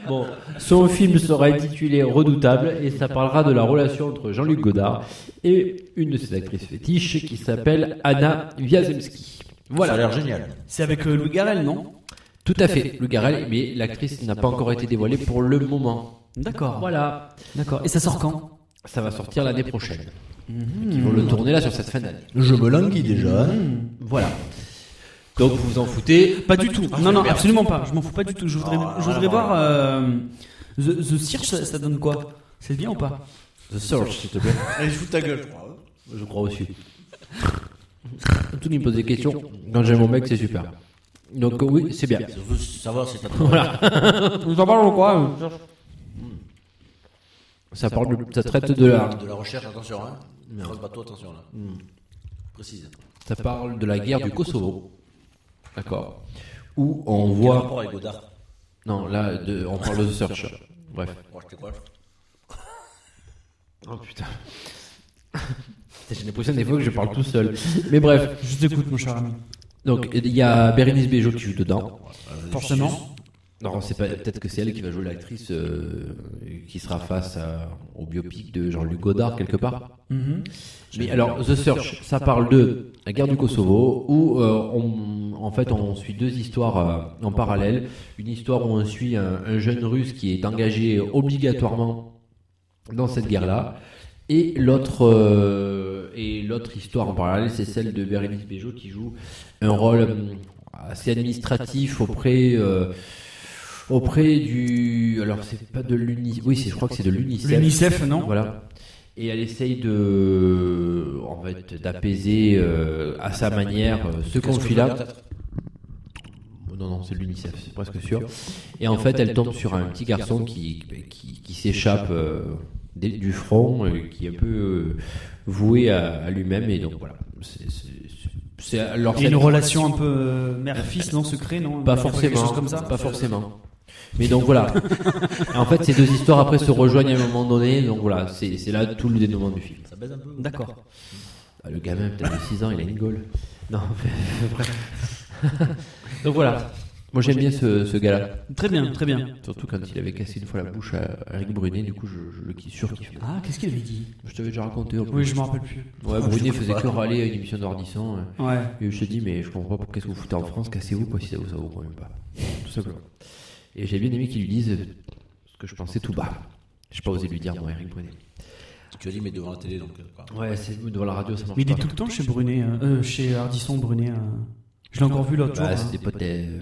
S9: Bon, son film sera intitulé Redoutable et ça parlera de la relation entre Jean-Luc Godard et une de ses actrices fétiches qui s'appelle Anna Wiazemski.
S4: Ça a
S9: Voilà,
S4: l'air génial.
S3: C'est avec euh, Louis Garrel, non
S9: tout à fait, le Garel, mais l'actrice n'a pas encore été dévoilée pour le moment.
S3: D'accord.
S9: Voilà,
S3: D'accord. Et ça sort quand
S9: ça va sortir l'année prochaine.
S4: Mhm.
S9: Ils vont le tourner là sur cette fin d'année.
S4: Je me languis déjà. hein.
S9: Voilà. Donc vous vous en foutez.
S3: Pas du tout. Ah, Oh Non, non, absolument pas. Je m'en fous pas du tout. Je voudrais,
S4: Ah,
S3: je voudrais
S4: voilà.
S3: voir euh, the, the Search, ça, ça donne quoi C'est bien ou pas
S9: The Search, s'il te plaît.
S4: Allez, je fous ta gueule.
S9: Je crois aussi. Tout le monde me pose des questions. Quand j'aime mon mec, c'est super. Donc, oui, c'est bien.
S4: Surtout, ça va, c'est pas
S9: Nous en parlons quoi ça, parle, de- ça traite de la,
S4: de la recherche, attention, hein. Grosse bateau, attention là. Précise.
S9: ça parle de la guerre du Kosovo. D'accord. Où on
S4: Quel
S9: voit.
S4: rapport avec Godard
S9: Non, là, de- [LAUGHS] on parle de Search. Bref.
S4: Moi, je te crois.
S9: Oh putain. [LAUGHS] J'ai l'impression des fois que je parle tout seul. Mais [LAUGHS] bref.
S3: Je t'écoute, mon cher ami.
S9: Donc, il y a Bérénice Bejo qui joue dedans.
S3: Bah, Forcément.
S9: Non, c'est pas. Peut-être que c'est elle qui va jouer l'actrice euh, qui sera face à- au biopic de Jean-Luc Godard quelque part.
S3: Mhm.
S9: Mais alors, The Search, ça parle de la guerre du Kosovo, où euh, on, en fait on suit deux histoires euh, en parallèle. Une histoire où on suit un, un jeune russe qui est engagé obligatoirement dans cette guerre-là, et l'autre euh, et l'autre histoire en parallèle, c'est celle de Bérénice Bejo qui joue un rôle hum, assez administratif auprès. euh, auprès du alors c'est pas de l'UNICEF oui c'est je crois que c'est de l'UNICEF
S3: L'UNICEF, non
S9: voilà. Et elle essaye de, en fait, d'apaiser euh, à sa manière euh, ce conflit-là. Non, non, c'est l'UNICEF, c'est presque sûr. Et en fait, elle tombe sur un petit garçon qui, bah, qui, qui s'échappe euh, des- du front, euh, qui est un peu euh, voué à, à lui-même. Et donc voilà. C'est- c'est- c'est- c'est- alors,
S3: Et une
S9: cette-
S3: relation un peu euh, mère-fils, non secret, non
S9: pas
S3: Quelque
S9: forcément.
S3: chose comme ça
S9: Pas forcément. Mais donc [LAUGHS] voilà. Et en fait, ces deux histoires après se rejoignent à un moment donné. Donc voilà, c'est c'est là tout le dénouement du film.
S4: Ça baise un peu
S3: D'accord.
S9: Ah, le gamin, peut-être de 6 ans, il a une gaule. Non, [LAUGHS] bref. Donc voilà. Moi, j'aime bien ce, ce gars-là.
S3: Très bien, très bien.
S9: Surtout quand il avait cassé une fois la bouche à Eric Brunet, du coup, je, je le kiffe sur
S3: Ah, qu'est-ce qu'il avait dit
S9: Je t'avais déjà raconté. en plus.
S3: Oui, je m'en rappelle plus.
S9: Ouais, Brunet faisait que râler à une émission d'Ardisson. euh.
S3: Ouais.
S9: Et je te dis, mais je comprends pas pourquoi qu'est-ce que vous foutez en France, cassez-vous, quoi, si ça vous, ça vous convient pas. Tout simplement. Et j'ai bien aimé qu'ils lui disent euh, ce que je pensais tout bas. J'ai pas osé lui dire, moi, Eric Brunet.
S4: Tu as dit, mais devant la télé, donc. euh, pas.
S9: Ouais, c'est devant la radio, ça marche
S3: Mais il est
S9: pas.
S3: tout le temps chez Brunet, euh, euh, chez Hardisson Brunet. euh. Je l'ai encore vu l'autre jour.
S9: Bah,
S3: hein.
S9: c'est des potes, euh,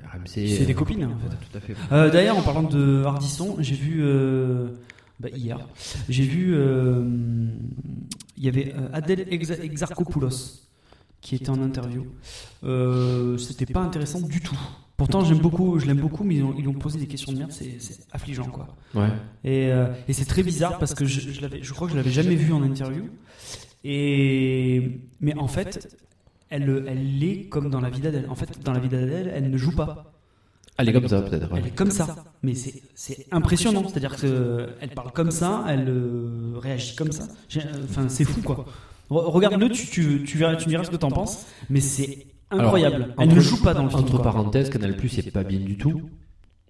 S9: enfin, RMC.
S3: C'est des
S9: euh,
S3: copines, hein, en fait.
S9: ouais, tout à fait.
S3: Euh, D'ailleurs, en parlant de Hardisson, j'ai vu euh, bah, hier, j'ai vu euh, il y avait euh, Adèle Exa- Exarchopoulos qui était en interview. Euh, C'était pas intéressant du tout. Pourtant, j'aime beaucoup, je l'aime beaucoup, mais ils ont, ils ont posé des questions de merde, c'est c'est affligeant quoi.
S9: Ouais.
S3: Et, euh, et c'est très bizarre parce que je, je l'avais- je crois que je l'avais jamais vu en interview. Et mais en fait, elle, euh, elle est comme dans la vida d'elle. En fait, dans la vida d'elle, elle ne joue pas.
S9: Allez, comme ça, peut-être.
S3: Elle est comme ça. Mais c'est c'est impressionnant. C'est-à-dire qu'elle parle comme ça, elle euh, réagit comme ça. J'ai- euh, Enfin, c'est fou, quoi. Re- Regarde-le, tu, tu, tu verras, tu me diras ce que t'en penses. Mais c'est incroyable. elle ne joue pas dans le film.
S9: Entre
S3: quoi.
S9: parenthèses, Canal Plus, c'est pas bien du tout.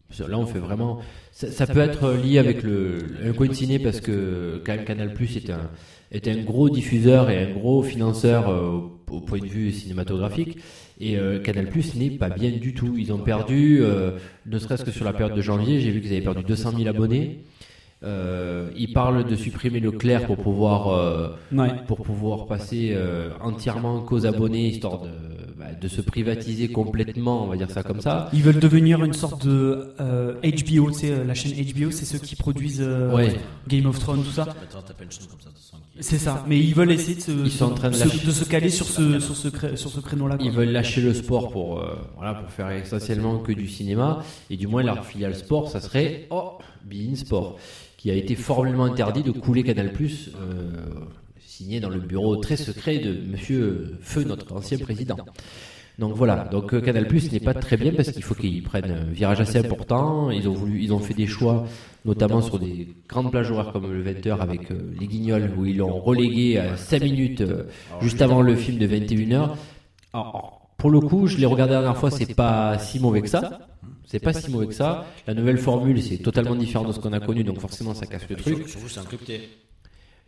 S9: Parce que Là, on fait vraiment. Ça, ça peut être lié avec le, le coin de ciné parce que quand même Canal Plus est un, est un gros diffuseur et un gros financeur euh, au- au point de vue cinématographique. Et euh, Canal Plus n'est pas bien du tout. Ils ont perdu, euh, ne serait-ce que sur la période de janvier, j'ai vu qu'ils avaient perdu 200 000 abonnés. Euh, ils parlent de supprimer le clair pour pouvoir. euh,
S3: Ouais.
S9: pour pouvoir passer euh, entièrement qu'aux abonnés, histoire de, bah, de se privatiser complètement, on va dire ça comme ça.
S3: Ils veulent devenir une sorte de euh, HBO, tu sais, euh, la chaîne HBO, c'est ceux qui produisent euh,
S9: Ouais.
S3: Game of Thrones, tout ça.
S4: Attends, t'as pas une chaîne comme ça, de sens qui-
S3: C'est ça. Mais ils veulent essayer de se,
S9: Ils sont en train de
S3: se-
S9: lâcher.
S3: de se caler sur ce, sur ce, cré- sur ce créneau-là. quoi.
S9: Ils veulent lâcher le sport pour, euh, voilà, pour faire essentiellement que du cinéma, et du moins leur filiale sport, ça serait oh, Bein Sport, qui a été formellement interdit de couler Canal Plus, signé dans le bureau très secret de Monsieur Feu, notre ancien président. Donc voilà, donc euh, Canal Plus n'est pas très bien parce qu'il faut qu'ils prennent un virage assez important. Ils ont voulu, ils ont fait des choix, notamment sur des grandes plages horaires comme le 20h avec euh, les Guignols où ils l'ont relégué à 5 minutes euh, juste avant le film de 21h. Alors, pour le coup, je l'ai regardé la dernière fois, c'est pas si mauvais que ça. C'est pas si mauvais que ça. La nouvelle formule, c'est totalement différent de ce qu'on a connu, donc forcément ça casse le truc.
S4: Surtout, surtout, c'est encrypté.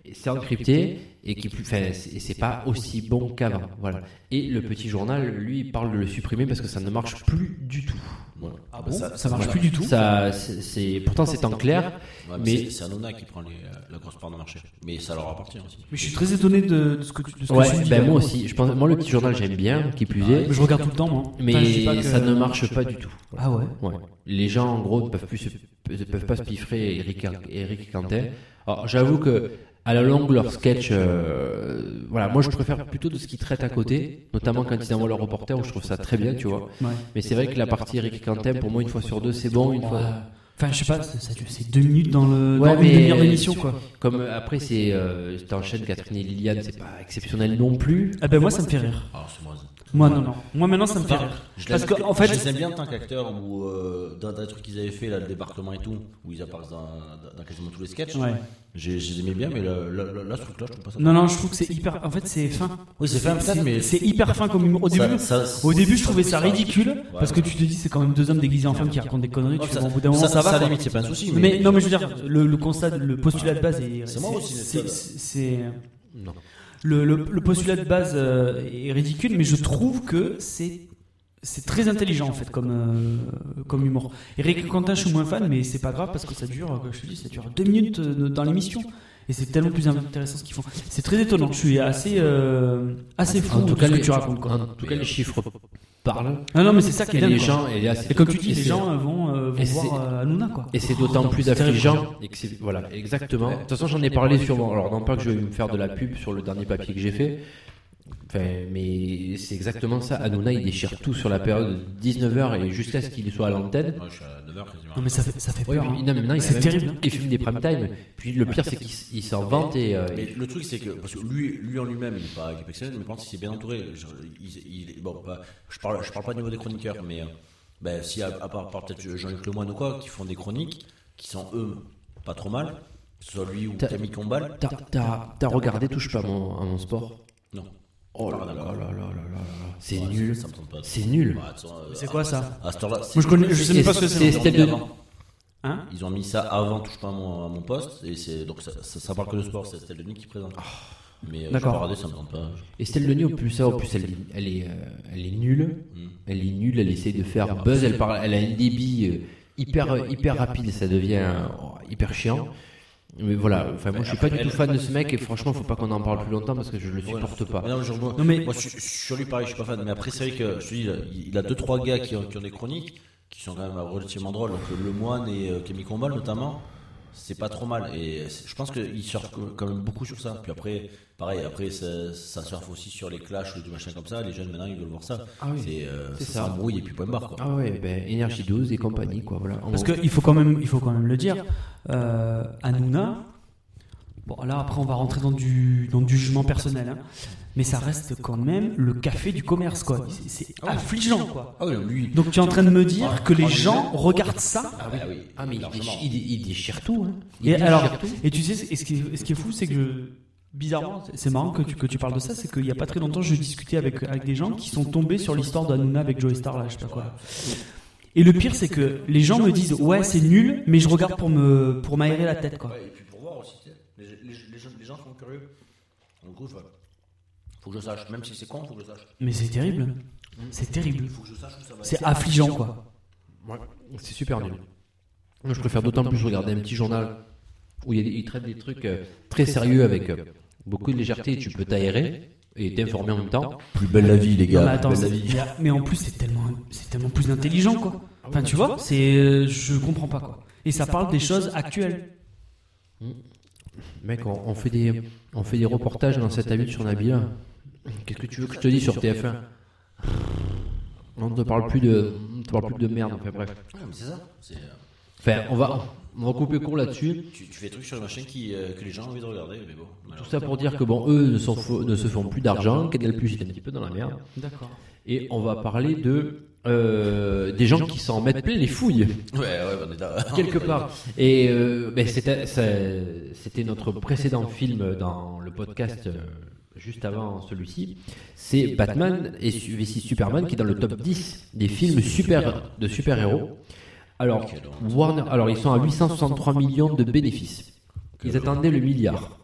S9: Et c'est encrypté et qui plus enfin, c'est- et c'est pas aussi bon qu'avant voilà et le petit journal lui il parle de le supprimer parce que ça ne marche plus du tout Voilà.
S4: Ah bon ça,
S3: Ça marche
S4: voilà.
S3: plus du tout.
S9: ça c'est c'est- pourtant c'est en clair
S4: Ouais, mais
S9: mais
S4: c'est- c'est Anona qui prend les, euh, la grosse part de marché. Mais ça leur appartient aussi.
S3: Mais je suis très étonné de, de ce que tu, de ce que
S9: ouais,
S3: tu dis.
S9: ben moi aussi je pense moi le petit journal j'aime bien qui plus est
S3: Je regarde tout le temps, moi.
S9: mais
S3: Enfin, je dis pas que-
S9: ça ne marche pas du tout
S3: Ah ouais.
S9: Ouais. Les gens, en gros, ne peuvent, plus se- ne peuvent pas se piffrer Eric, Eric Cantet. Alors, j'avoue que à la longue, leur sketch, euh, voilà, moi je préfère plutôt de ce qu'ils traitent à côté, notamment quand ils envoient leur reporter, où je trouve ça très bien, tu vois.
S3: Ouais.
S9: Mais c'est vrai que la partie Eric Quentin, pour moi, une fois sur deux, c'est bon, une fois.
S3: Enfin, je sais pas, ça- ça dure- c'est deux minutes dans le
S9: Ouais,
S3: dans
S9: mais-
S3: une demi-heure d'émission, quoi.
S9: Comme euh, après, c'est euh, t'enchaînes Catherine et Liliane, c'est pas exceptionnel non plus.
S3: Ah ben moi, ça me fait rire.
S4: Alors, c'est moi.
S3: Moi, non, non. Moi, maintenant, ça me fait
S4: Enfin,
S3: rire.
S4: je
S3: Parce
S4: l'aime-
S3: que, en fait-
S4: je les aime bien en tant qu'acteur ou euh, dans dans les trucs qu'ils avaient fait, là, le débarquement et tout, où ils apparaissent dans, dans- dans quasiment tous les sketchs.
S3: Ouais.
S4: J'ai- Je les aimais bien, mais le- le- le- là, ce truc-là, je trouve pas ça.
S3: Non, non, je trouve que c'est hyper. En fait, c'est fin.
S4: Oui, c'est fait un
S3: C'est-
S4: peu, mais.
S3: C'est hyper fin comme humour. Au
S4: Ça-
S3: début,
S4: ça- ça-
S3: au début, je trouvais ça ridicule
S4: Ouais.
S3: parce que tu te dis, c'est quand même deux hommes déguisés en femmes qui racontent des conneries.
S4: Non,
S3: Tu fais,
S4: ça-
S3: bon, au bout d'un moment, ça, va.
S4: Ça,
S3: quoi.
S4: limite, c'est pas un souci.
S3: mais, non, mais je veux dire, le, le constat, le postulat de base est.
S4: C'est moi aussi,
S3: c'est-
S4: le-
S3: c'est- C'est.
S4: Non.
S3: Le, le- le postulat de base euh, est ridicule, mais je trouve que c'est. C'est très intelligent en fait comme, euh, comme humour. Eric Quentin, je suis moins fan, mais c'est pas grave parce que ça dure, euh, comme je te dis, ça dure deux minutes euh, dans l'émission. Et c'est tellement plus intéressant ce qu'ils font. C'est très étonnant, je suis assez, euh, assez fou
S9: En tout
S3: de
S9: cas,
S3: ce que
S9: les,
S3: tu racontes. Quoi.
S9: en tout cas, les chiffres parlent.
S3: Non, non, mais c'est ça qui est
S9: Et
S3: dingue.
S9: les
S3: quoi.
S9: gens, et là, c'est-
S3: et comme tu dis,
S9: et
S3: les
S9: c'est-
S3: gens euh, vont, euh, vont
S9: et
S3: voir
S9: c'est-
S3: euh, Hanouna, quoi.
S9: Et c'est d'autant plus affligeant. et que c'est- Voilà, exactement. De toute façon, j'en ai parlé sûrement. Alors, non pas que je vais me faire de la pub sur le dernier papier que j'ai fait. Enfin, mais c'est exactement ça. Hanouna, il déchire tout sur la période de 19h et jusqu'à ce qu'il soit à l'antenne.
S4: Moi, je suis à 9h quasiment.
S3: Non, mais ça fait, ça fait
S9: Oui,
S3: peur.
S9: puis-
S3: hein.
S9: non, mais maintenant, il
S3: C'est
S9: fait
S3: terrible,
S9: même
S3: hein.
S9: Des films des prime time. Puis le pire, c'est qu'il s- il s'en vante et euh,
S4: Mais le truc, c'est que parce que lui, lui en lui-même, il est pas, il est pas exceptionnel, mais par contre, il s'est bien entouré. Je, il- il- bon, pas- je parle, je parle pas au niveau des chroniqueurs, mais euh, ben, si à, à part, à part peut-être Jean-Luc Lemoine ou quoi, qui font des chroniques, qui sont eux pas trop mal, que ce soit lui ou
S9: T'as-
S4: Camille Combal.
S9: T'as- T'as t'as regardé Touche pas à mon, à mon sport
S4: Non.
S9: Oh là là là là là là là là. C'est nul.
S4: Ça me tente pas.
S9: C'est nul.
S4: Ah, attends, euh,
S3: C'est quoi ça
S4: À cette heure-là,
S3: Moi, je connais, je sais même pas ce que
S9: C'est
S3: c'est.
S9: Step de
S3: Hein
S4: Ils ont mis ça avant Touche pas à mon, à mon poste, et c'est donc ça, ça, ça parle que de sport, c'est Estelle Denis qui présente.
S9: Ah.
S4: Mais euh, je
S3: D'accord.
S4: peux regarder, ça me tente pas.
S9: Estelle Denis, au plus ça, au plus elle, est- elle est, euh, elle est nulle. Elle est nulle, elle essaie de Mm. faire buzz, elle, parle, elle a un débit euh, hyper, hyper rapide, ça devient euh, oh, hyper chiant. Mais voilà, enfin, moi je suis pas du tout fan de ce mec et franchement, faut pas qu'on en parle plus longtemps parce que je le supporte pas.
S4: Ouais, Ah bah non, mais je rejoins.
S3: Non, mais-
S4: Moi, je suis- sur lui, pareil, je suis pas fan. Mais après, c'est vrai que je te dis, il a- il a deux, trois gars qui ont, qui ont des chroniques qui sont quand même relativement drôles. Donc, Le Moine et euh, Camille Combal, notamment, c'est pas trop mal. Et euh, c'est- je pense qu'ils surfent quand- quand même beaucoup sur ça. Puis après, pareil, après, ça, ça surfe aussi sur les clashs ou du machin comme ça. Les jeunes, maintenant, ils veulent voir ça.
S9: Ah oui.
S4: C'est euh,
S9: C'est
S4: ça
S9: ça.
S4: s'embrouille et puis point barre, quoi.
S9: Ah ouais, ben, énergie 12 et compagnie, quoi, voilà. En
S3: Parce
S9: gros.
S3: qu'il faut, quand même- il faut quand même le dire. Euh, Hanouna, bon là après on va rentrer dans du, dans du jugement personnel, hein. mais ça reste quand même le café du commerce quoi. C'est- C'est
S9: Ah
S3: affligeant quoi.
S4: Ah oui, lui.
S3: Donc tu es en train de me dire que les gens regardent ça
S4: Ah oui, ah oui.
S9: Ah, mais il,
S4: largement.
S9: déchire- il- il déchire tout, hein. Il
S3: et,
S9: déchire
S3: alors,
S9: tout.
S3: et tu sais, et ce qui est, ce qui est fou, c'est que je- bizarrement, c'est- c'est marrant que tu, que tu parles de ça, c'est qu'il n'y a pas très longtemps, je discutais avec, avec des gens qui sont tombés sur l'histoire d'Hanouna avec Joey Star, là, je sais pas quoi. Et le pire, c'est que les gens me disent, ouais, c'est nul, mais je regarde pour me pour m'aérer la tête, quoi.
S4: Ouais, et puis pour voir aussi, tu sais, les, les- les gens, les gens sont curieux. Donc, coup, faut- faut que je sache. Même si c'est con, faut que je sache.
S3: Mais c'est terrible. C'est terrible.
S4: Faut que je sache où ça va.
S3: C'est affligeant, quoi.
S9: C'est super nul. Moi, je préfère d'autant plus regarder un petit journal où il, y a des- il traite des trucs euh, très sérieux avec euh, beaucoup de légèreté. Tu peux t'aérer et t'informer en même temps.
S4: Plus belle la vie, les
S3: Non, mais attends, c'est- y a- mais en plus, c'est tellement, c'est tellement plus intelligent, quoi. Enfin, Ah bah, tu vois, c'est, euh, je comprends pas, quoi. Et ça parle des choses actuelles.
S9: Mec, on, on fait des, on fait des reportages dans cette habitude sur Nabila. Qu'est-ce que tu veux que je te dise sur TF1 On te parle plus de, on te parle plus de merde. Enfin bref.
S4: mais c'est ça. C'est, euh,
S9: Enfin, on va, on va couper court là-dessus.
S4: tu, tu fais des trucs sur les machines qui, euh, que les gens ont envie de regarder, mais bon.
S9: Tout
S4: malheureusement.
S9: ça pour dire que bon, eux ne, s'en fo- ne se font plus d'argent, Canal Plus est un petit peu dans la merde.
S3: D'accord.
S9: Et on va parler de euh, des gens qui s'en mettent plein les fouilles
S4: Ouais, ouais, on est là.
S9: quelque part. Et euh, ben, c'était ça- c'était notre précédent film dans le podcast euh, juste avant celui-ci. C'est Batman et su- V6 Superman qui est dans le top 10 des films super de super-héros. Alors Warner, alors ils sont à 863 millions de bénéfices. Ils attendaient le milliard.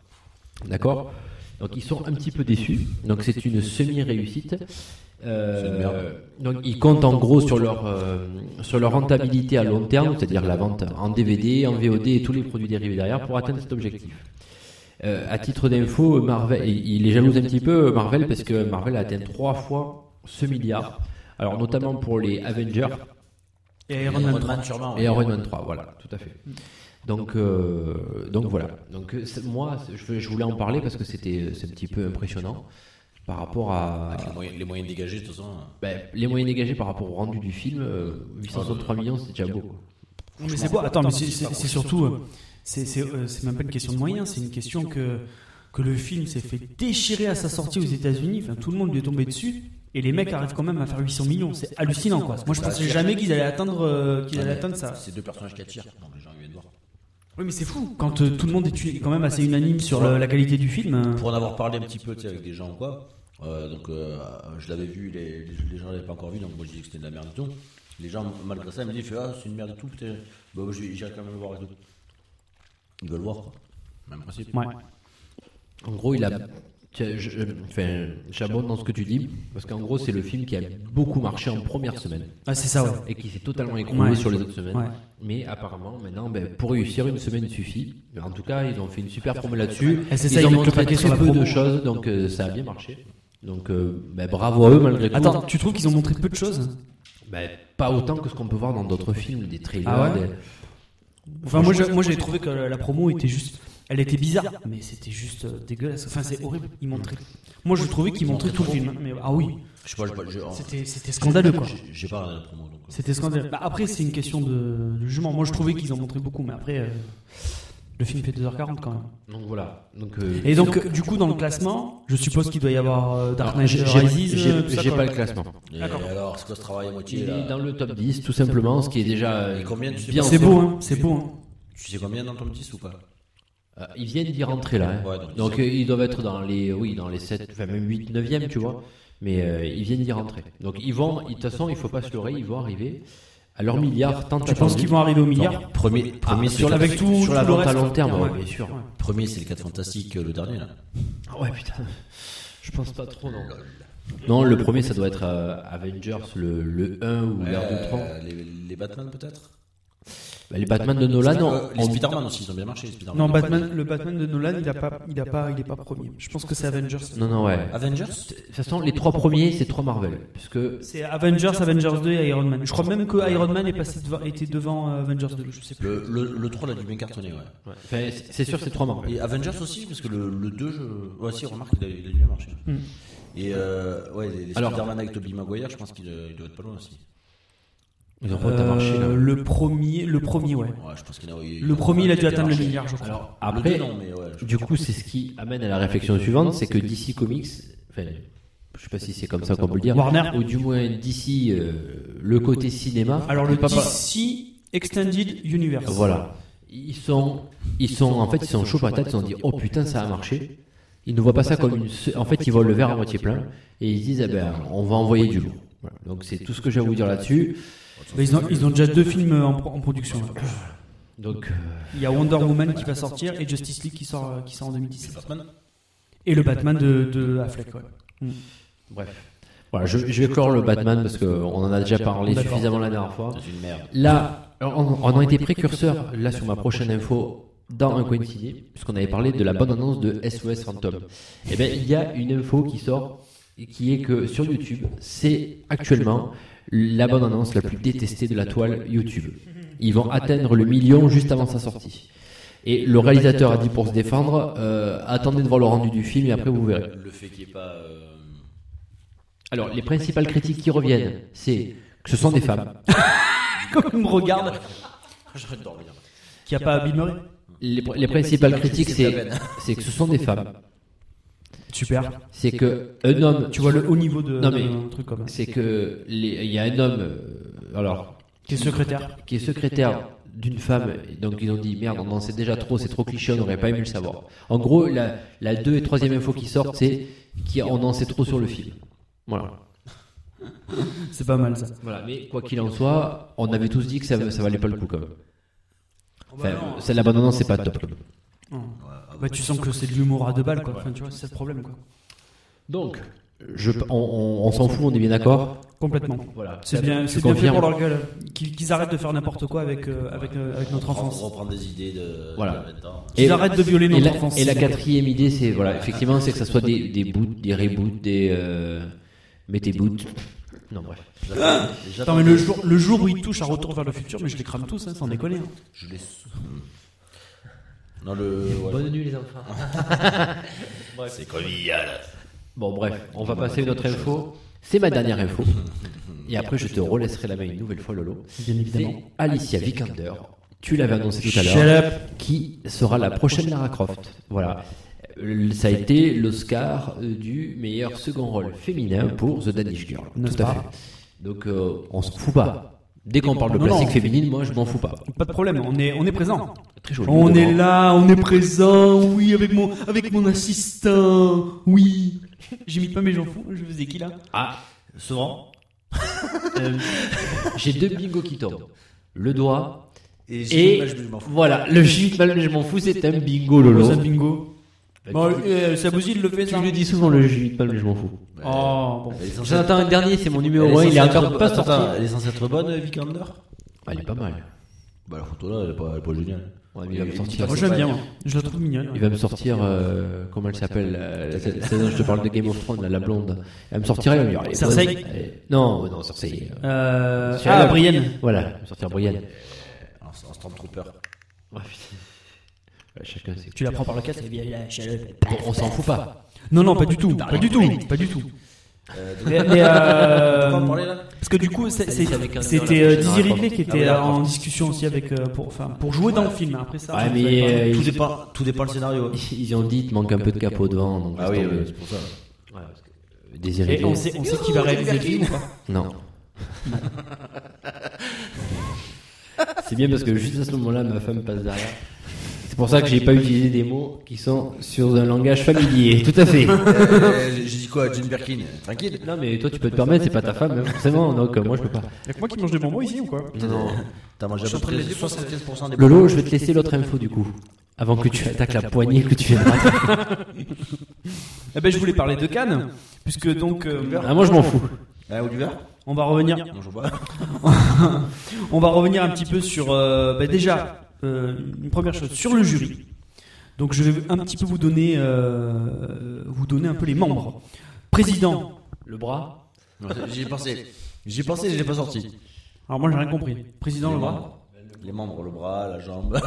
S9: D'accord Donc ils sont un petit peu déçus. Donc c'est une semi-réussite. Euh,
S4: C'est une merde.
S9: donc ils comptent en gros sur leur, euh, sur leur rentabilité à long terme, c'est-à-dire la vente en DVD, en VOD et tous les produits dérivés derrière pour atteindre cet objectif. Euh, à titre d'info, Marvel, il est jaloux un petit peu Marvel parce que Marvel a atteint trois fois ce milliard. Alors notamment pour les Avengers,
S3: Et Iron
S4: Iron
S3: Man
S4: Man
S3: 3.
S4: sûrement.
S9: Et Iron Man 3, voilà, tout à fait. Donc, euh, donc voilà. Donc euh, c'est- moi, c'est- je, je voulais en parler parce que c'était c'est un petit peu impressionnant par rapport à
S4: Avec Ah, les moyens, les moyens dégagés, de toute façon. euh,
S9: ben, les moyens dégagés par rapport au rendu du film. euh, 863 millions, c'est déjà beau. quoi.
S3: Non, Mais c'est quoi Attends, mais c'est- c'est c'est surtout. euh, C'est c'est, euh, c'est même pas une question de moyens, c'est une question que, que le film s'est fait déchirer à sa sortie aux États-Unis. Enfin, tout le monde lui est tombé dessus. Et les mecs arrivent quand même à faire 800 millions. C'est hallucinant, quoi. Moi, je pensais jamais qu'ils allaient atteindre, euh, qu'ils allaient atteindre ça. Mmh.
S4: C'est deux personnages qui attirent. Donc les gens viennent voir.
S3: Oui, mais c'est fou. Quand euh, tout le monde est tu- est quand même assez unanime sur le- la qualité du film. euh,
S4: Pour en avoir parlé un petit peu tu sais, avec des gens ou quoi, euh, donc euh, je l'avais vu, les, les- les gens l'avaient pas encore vu, donc moi je disais que c'était de la merde et tout. Les gens, malgré ça, ils me disent Ah, c'est une merde et tout, putain. Bah, je vais- j'irai quand même le voir et tout. Ils veulent voir, quoi. Même principe.
S3: Ouais.
S9: En gros, il a. Tiens, je- je- Enfin, j'abonde dans ce que tu dis parce qu'en gros, c'est le film qui a beaucoup marché en première semaine.
S3: Ah, c'est ça, ouais.
S9: et qui s'est totalement écroulé
S3: Ouais.
S9: sur les autres semaines.
S3: Ouais.
S9: Mais apparemment, maintenant, ben, pour réussir, une semaine suffit. En tout cas, ils ont fait une super promo là-dessus.
S3: Et c'est
S9: Ils
S3: ça, ils
S9: ont
S3: mettent le
S9: montré
S3: paquet
S9: très
S3: sur la
S9: peu de
S3: promo.
S9: choses, donc euh, ça a bien marché. Donc, euh, ben, bravo à eux malgré tout.
S3: Attends, tu trouves qu'ils ont montré peu de choses
S9: Ben, pas autant que ce qu'on peut voir dans d'autres films, des trailers.
S3: Ah ouais
S9: des-
S3: Enfin, moi, je- moi, j'ai trouvé que la promo était juste. Elle était bizarre, mais c'était juste euh, dégueulasse. Enfin, c'est horrible. Ils montraient. Moi, je trouvais qu'ils montraient tout le film. hein, mais- ah oui,
S4: Je sais pas, j'ai pas- j'ai- en-
S3: c'était c'était scandaleux, quoi.
S4: j'ai- j'ai pas regardé la promo, donc. euh,
S3: C'était scandaleux. Bah, après, c'est une question de, de jugement. Moi, je trouvais qu'ils en montraient beaucoup, mais après, euh, le film fait 2h40 quand même.
S9: Donc voilà. Donc, euh,
S3: Et donc, du coup, dans le classement, je suppose qu'il doit y avoir euh, Dark Knight
S9: j'ai-
S3: Rises.
S9: j'ai
S3: euh, tout
S9: j'ai-
S3: ça,
S9: j'ai
S3: quoi.
S9: pas le classement.
S4: et alors, c'est quoi ce travail à moitié
S9: Il
S4: là
S9: est dans le top 10, tout simplement, ce qui est déjà euh,
S4: Et combien tu sais
S9: bien.
S4: pas
S3: C'est beau, hein. C'est beau, hein.
S4: Tu sais combien dans ton 10 ou pas
S9: Euh, ils viennent d'y rentrer là. hein.
S4: Ouais, donc ils
S9: donc
S4: sont-
S9: euh, ils doivent être dans les, oui, dans les 7, enfin même 8, 9e, tu vois. Mais euh, ils viennent d'y rentrer. Donc ils vont, de toute façon, il faut pas se leurrer, ils vont arriver à leur milliard tant
S3: Je pense qu'ils vont arriver au milliard.
S4: Premier, premier, c'est
S9: sur la-
S4: le-
S3: Avec tout,
S9: sur la
S3: tout le
S9: vente à
S3: reste.
S9: long terme, ouais,
S3: Ouais.
S9: bien sûr.
S4: premier, c'est les 4 fantastiques, euh, le dernier là.
S9: Ah Ouais, putain. Je pense pas trop, non. Non, le premier, ça doit être euh, Avengers, le, le 1 ou l'ère de Tron.
S4: Euh, les, les Batman peut-être
S9: Bah, les Batman de Nolan,
S4: Euh,
S9: on-
S4: Les Spider-Man aussi, ils ont bien marché, les Spider-Man.
S3: Non, Batman, le Batman de Nolan, il a pas, il a pas, il est pas premier. Je pense que c'est Avengers.
S9: Non, non, ouais.
S4: Avengers
S9: De toute façon, les trois premiers, c'est trois Marvel. Puisque
S3: C'est Avengers, Avengers 2 et Iron Man. Je crois même que Iron Man est passé devant, était devant euh, Avengers 2. Je sais plus.
S4: Le, le, 3 l'a dû bien cartonner, ouais.
S9: enfin, c'est c'est sûr, c'est trois Marvel.
S4: Et euh, Avengers aussi, parce que le, le 2, je... ouais, si, remarque, il a, il a dû bien marcher. Et euh, ouais, les, les
S9: Alors-
S4: Spider-Man avec Tobey Maguire, je pense qu'il euh, il doit être pas loin aussi.
S9: Ils ont pas autant oh, marché, là.
S3: Euh, le premier, le premier, ouais.
S4: Ouais, je pense qu'il a,
S3: Le premier, il a dû atteindre le
S4: marché.
S3: milliard, je crois.
S4: Alors,
S9: Après-
S4: le 2, non, mais ouais. je-
S9: euh, Du coup, c'est ce qui amène à la réflexion suivante, c'est que DC Comics, enfin, je sais pas si c'est comme ça qu'on peut le dire,
S3: Warner.
S9: ou du moins DC, euh, le côté cinéma.
S3: Alors le
S9: pas- pas-
S3: DC Extended Universe.
S9: voilà, ils sont, ils sont, en fait, ils sont chauds patates, ils se sont dit, oh putain, ça a marché. Ils ne voient pas ça comme une, se- en fait, ils voient le verre à moitié plein et ils se disent, eh ben, on va envoyer du lourd. Voilà. Donc c'est tout ce que j'ai à vous dire là-dessus.
S3: Bah, ils, ont, ils ont déjà deux films euh, en, pro- en production. là.
S9: Donc euh,
S3: Il y a Wonder Woman qui va sortir et Justice League qui sort, euh, qui sort en 2017.
S4: Batman
S3: Et le Batman de, de Affleck. Ouais.
S9: bref, voilà, je, je vais clore le Batman parce qu'on en a déjà parlé suffisamment la dernière fois.
S4: C'est une merde.
S9: Là, on, on a été précurseur, là sur ma prochaine info, dans un coin de ciné, puisqu'on avait parlé de la bonne annonce de SOS Phantom. Eh bien, il y a une info qui sort, et qui est que sur YouTube, c'est actuellement la bonne annonce la plus détestée de la toile YouTube. Ils vont atteindre le million juste avant sa sortie. Et le réalisateur a dit pour se défendre, euh, attendez de voir le rendu du film et après vous verrez.
S4: Le fait qu'il n'y ait pas. euh,
S9: Alors, les principales critiques qui reviennent, c'est que ce sont des femmes.
S3: Comme il me regarde,
S4: J'arrête de dormir.
S3: qui a pas Bill Murray.
S9: Les, pr- les principales critiques,
S4: c'est
S9: c'est [LAUGHS] c'est que ce sont des femmes.
S3: Super.
S9: C'est que un homme,
S3: Tu vois le haut niveau de
S9: Euh, Non,
S3: d'un-
S9: mais-
S3: un truc comme ça.
S9: c'est que les- il y a un homme, euh, alors
S3: Qui est secrétaire.
S9: qui est secrétaire d'une femme, et donc ils ont dit merde, on en sait déjà trop, c'est trop cliché, on n'aurait pas aimé le savoir. En gros, la, la deux et troisième info qui sortent, c'est qu'on en sait trop sur le film. Voilà.
S3: C'est pas mal ça.
S9: Voilà, mais quoi qu'il en soit, on avait tous dit que ça, ça valait pas le coup quand même. Enfin, celle l'abandonnant, c'est pas top. quand même.
S3: Bah, tu sens que c'est de l'humour à deux balles, quoi. Enfin, tu vois, c'est ça le problème, quoi.
S9: Donc, euh, je, on, on- on s'en fout, on est bien d'accord.
S3: Complètement.
S9: Voilà.
S3: C'est bien,
S9: Tu
S3: c'est bien fait
S9: confirmes
S3: pour leur gueule. Qu'ils qu'ils arrêtent de faire n'importe quoi avec, euh, avec, euh, avec notre
S4: On
S3: enfance.
S4: reprend des idées de.
S9: Voilà.
S4: de maintenant.
S9: Et-
S3: Qu'ils arrêtent de violer
S9: Et
S3: notre
S9: la,
S3: enfance.
S9: et la quatrième idée, c'est
S3: Ah,
S9: voilà, effectivement, c'est que ça soit des, des boots, des reboots, des euh, mettez boots. Non, bref.
S3: Attends, mais le jour, le jour où il touche à Retour vers le futur, mais je les crame tous, hein, sans déconner. hein.
S4: Je l'ai. Non, le. ouais.
S9: Bonne nuit, les
S4: [LAUGHS]
S9: enfants.
S4: C'est convivial.
S9: Bon, bref, on va passer à une autre info. C'est ma dernière info. Et après, je te relaisserai la main une nouvelle fois, Lolo.
S3: Bien évidemment.
S9: C'est Alicia Vikander. Tu l'avais annoncé tout à
S3: Shut
S9: l'heure. Qui sera la prochaine Lara Croft. Voilà. Euh, Ça a été l'Oscar euh, du meilleur second rôle féminin pour The Danish Girl.
S3: N'est-ce
S9: Tout à
S3: pas
S9: fait. Donc, euh, on se fout pas. Dès qu'on parle de
S3: Non,
S9: plastique
S3: non.
S9: féminine, moi, je m'en fous pas.
S3: Pas de problème, on est, on est présent.
S9: Très joli.
S3: On est
S9: Laurent.
S3: là, on est présent, oui, avec mon, avec mon assistant, oui. J'imite pas mes gens fous, je faisais qui là
S9: Ah,
S4: Souvent.
S9: Euh, J'ai deux bingos qui tombent. Le doigt
S4: Et,
S9: et
S4: je m'en fous.
S9: voilà, le gif mal je m'en fous, c'est un bingo lolo.
S3: C'est un bingo.
S9: Bah,
S3: Bon,
S9: tu-
S3: euh, Sabouzi, il le fait,
S9: tu
S3: ça
S9: le dis souvent le gif mal je m'en fous.
S4: Ouais.
S3: Oh, bon.
S4: Elle est censée-
S9: J'en attends un dernier, c'est mon
S4: elle
S9: numéro 1, il est
S4: censée être-
S9: encore pas
S4: attends,
S9: sorti.
S4: Elle est censée être bonne, euh, Vikander
S9: Ah, il est pas mal.
S4: Bah, la photo là, elle est pas, elle est pas géniale.
S9: Ouais, mais il va me
S4: Et-
S9: sortir.
S3: Moi, j'aime bien, moi. je la trouve mignonne.
S9: Il va me sortir, euh, comment elle s'appelle euh, celle- celle dont Je te parle de Game of Thrones, là, la blonde. Elle va me sortir, elle va me dire. elle est
S3: Cersei
S9: bonne, elle est- Non, non, Cersei. euh,
S3: Euh,
S9: Cyril.
S3: ah, Brienne.
S9: Voilà, elle va me sortir Brienne.
S4: En, en Stormtrooper.
S9: Ouais, putain. Ouais, Chacun ses
S3: Tu la prends par le casque
S9: Bon, on s'en fout pas.
S3: Non, non, pas du tout, pas du tout, pas du tout.
S4: Euh, donc-
S3: Mais, mais, euh,
S4: On peut en parler, là
S3: parce que du coup, c'est- c'est-
S9: Ça, avec un-
S3: c'était euh, Dizzy
S9: Ah,
S3: Ridley qui était
S4: d'accord.
S3: en discussion aussi avec euh, pour, enfin, pour jouer dans le film. hein, Après ça,
S9: Ouais,
S3: je ne
S9: mais,
S3: savais pas.
S9: euh,
S4: tout,
S9: il-
S4: dépend, tout dépend le scénario.
S9: Ils ont dit, il te manque un peu de capot devant. Donc
S4: Ah
S9: laisse
S4: oui,
S9: tomber.
S4: oui, c'est pour ça.
S9: Ouais, parce que, euh, Désiré.
S3: Et on sait, on sait qui va réaliser le film ou pas
S9: Non. [LAUGHS] C'est bien parce que juste à ce moment-là, ma femme passe derrière. C'est pour ça que j'ai pas utilisé des mots qui sont sur un langage familier. [LAUGHS] Tout à fait.
S4: Euh, J'ai dit quoi, Jim Birkin Tranquille.
S9: Non, mais toi, tu peux te permettre, c'est pas ta femme, hein, forcément. Donc, euh, moi, je peux pas.
S3: Y'a que moi qui mange des bonbons ici ou quoi
S9: Non.
S4: T'as mangé à peu près 75% des
S9: Lolo, je vais te laisser l'autre info du coup. Avant que tu attaques la poignée que tu viens de rater.
S3: Eh ben, je voulais parler de Cannes, puisque donc euh,
S9: Ah, moi, je m'en fous.
S4: Ah, au verre
S3: on va revenir,
S4: Non, je vois.
S3: on va revenir un petit peu sur euh, bah, déjà euh, une première chose sur le jury. Donc je vais un petit peu vous donner, euh, vous donner un peu les membres. Président.
S9: [LAUGHS] Le bras
S4: J'y ai pensé. J'y ai pensé, je l'ai pas sorti.
S3: Alors moi j'ai rien compris. Président le bras.
S4: Les membres, le bras, la jambe,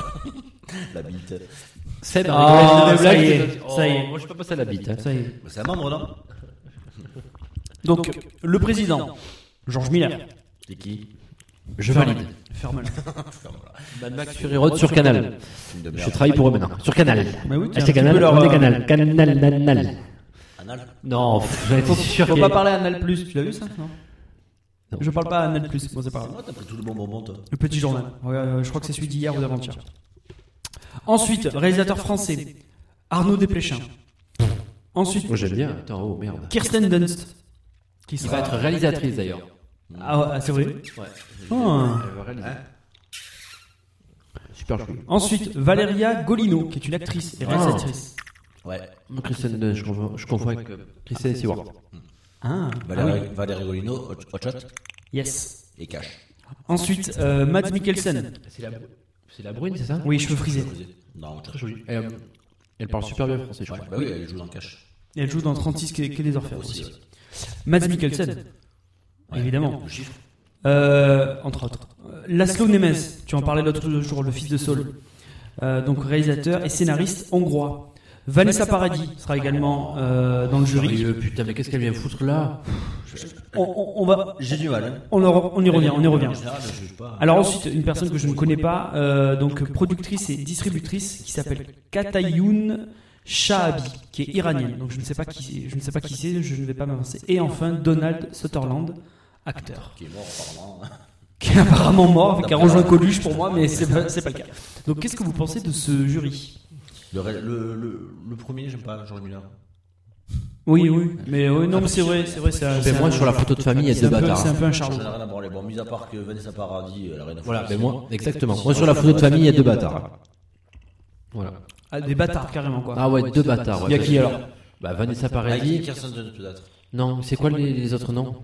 S4: [LAUGHS] la bite.
S9: Seb,
S3: Ah,
S9: arrête de
S3: ça
S9: blagues,
S3: y est,
S9: c'est notre-
S3: ça y est.
S9: Oh, Moi, je peux passer à la bite. hein.
S4: Bah, C'est un membre, non
S3: Donc le président Georges Miller.
S4: C'est qui
S9: Je valide.
S3: Ferme.
S9: Fury Road sur Canal.
S4: Film de
S9: Je
S4: merde.
S9: travaille pour eux maintenant. Sur Canal.
S3: Bah oui, t'es
S9: Hashtag
S3: un petit
S9: Canal,
S3: peu leur,
S9: on est
S3: euh,
S9: Canal. Canal, Canal.
S4: Anal
S9: Non, pff, j'en étais sûr
S3: Faut
S9: qu'il-
S3: pas parler à Anal Plus. Tu l'as vu ça non,
S9: Non.
S3: Je parle pas à Anal Plus. Bon c'est pas grave.
S4: Moi, Ah, t'as pris tout le bon bonbon, toi.
S3: Le petit journal. Ouais, euh, je crois que c'est celui d'hier ou d'avant-hier. Ensuite, réalisateur français, Arnaud Desplechin. Ensuite,
S9: Moi j'aime bien. Attends, oh merde.
S3: Kirsten Dunst. Qui
S9: Qui va être réalisatrice d'ailleurs. Oh.
S3: Ah, ouais, ah, c'est vrai
S9: Ouais.
S3: Ah.
S9: Elle va réaliser. Super chouette.
S3: Ensuite, Valeria Golino, qui est une actrice et réalisatrice.
S4: Ouais.
S9: Moi, Kristen Dunst, je confonds- je confonds avec euh, Kristen Stewart.
S3: Ah,
S4: Valérie, Valérie Golino, Hot- Hot Shot
S3: yes.
S4: et Cash.
S3: Ensuite, euh, Mads Mikkelsen.
S9: C'est la, c'est la brune, c'est ça
S3: Oui, cheveux frisés.
S4: Non, très joli.
S9: Et, euh, Elle parle super bien français, je
S4: Ouais,
S9: crois.
S4: bah oui, elle joue dans Cash.
S3: Et elle joue dans 36 Quai Quai des Orfèvres
S4: Aussi,
S3: aussi.
S4: ouais.
S3: Mads Mikkelsen,
S4: Ouais.
S3: évidemment.
S4: Le chiffre.
S3: Euh, entre autres. Euh, Laszlo Nemes, tu en parlais l'autre jour, le fils de Saul. Euh, donc réalisateur et scénariste hongrois. Vanessa Paradis sera également euh, dans le jury.
S9: Sérieux, putain, mais qu'est-ce qu'elle vient foutre là
S3: On, on- on va,
S4: J'ai du mal. hein.
S3: on, leur- on y revient, on y revient.
S4: En général, je juge pas.
S3: Alors ensuite, une personne que je ne connais pas, euh, donc productrice et distributrice, qui s'appelle Katayoun Shahabi, qui est iranienne. Donc je ne sais pas qui, je ne sais pas qui c'est, je ne vais pas m'avancer. Et enfin, Donald Sutherland, acteur. [LAUGHS]
S4: Qui est mort, apparemment.
S3: qui est apparemment mort, qui a rejoint Coluche pour moi, mais c'est pas, c'est pas le cas. Donc qu'est-ce que vous pensez de ce jury
S4: Le, ré- le, le, le premier, j'aime pas, Georges Miller.
S3: Oui, oui, mais oui, non, mais c'est vrai, c'est vrai, c'est un-
S9: Mais
S3: c'est
S9: moi
S3: un-
S9: sur la photo de famille, il y a
S3: c'est
S9: deux
S3: un peu-
S9: bâtards.
S3: c'est un peu un
S4: J'en ai
S3: charlot.
S4: rien à branler. Bon, mis à part que Vanessa Paradis, elle a rien à foutre.
S9: Voilà, mais moi, exactement. Moi sur la photo de famille, il y a deux bâtards. Voilà.
S3: Ah, des bâtards carrément quoi.
S9: Ah ouais, deux bâtards.
S3: Il y a qui, alors
S9: Bah Vanessa
S4: Ah, il y a
S9: Paradis.
S4: Kirsten Dunst, peut-être.
S9: Non, c'est quoi les, les autres noms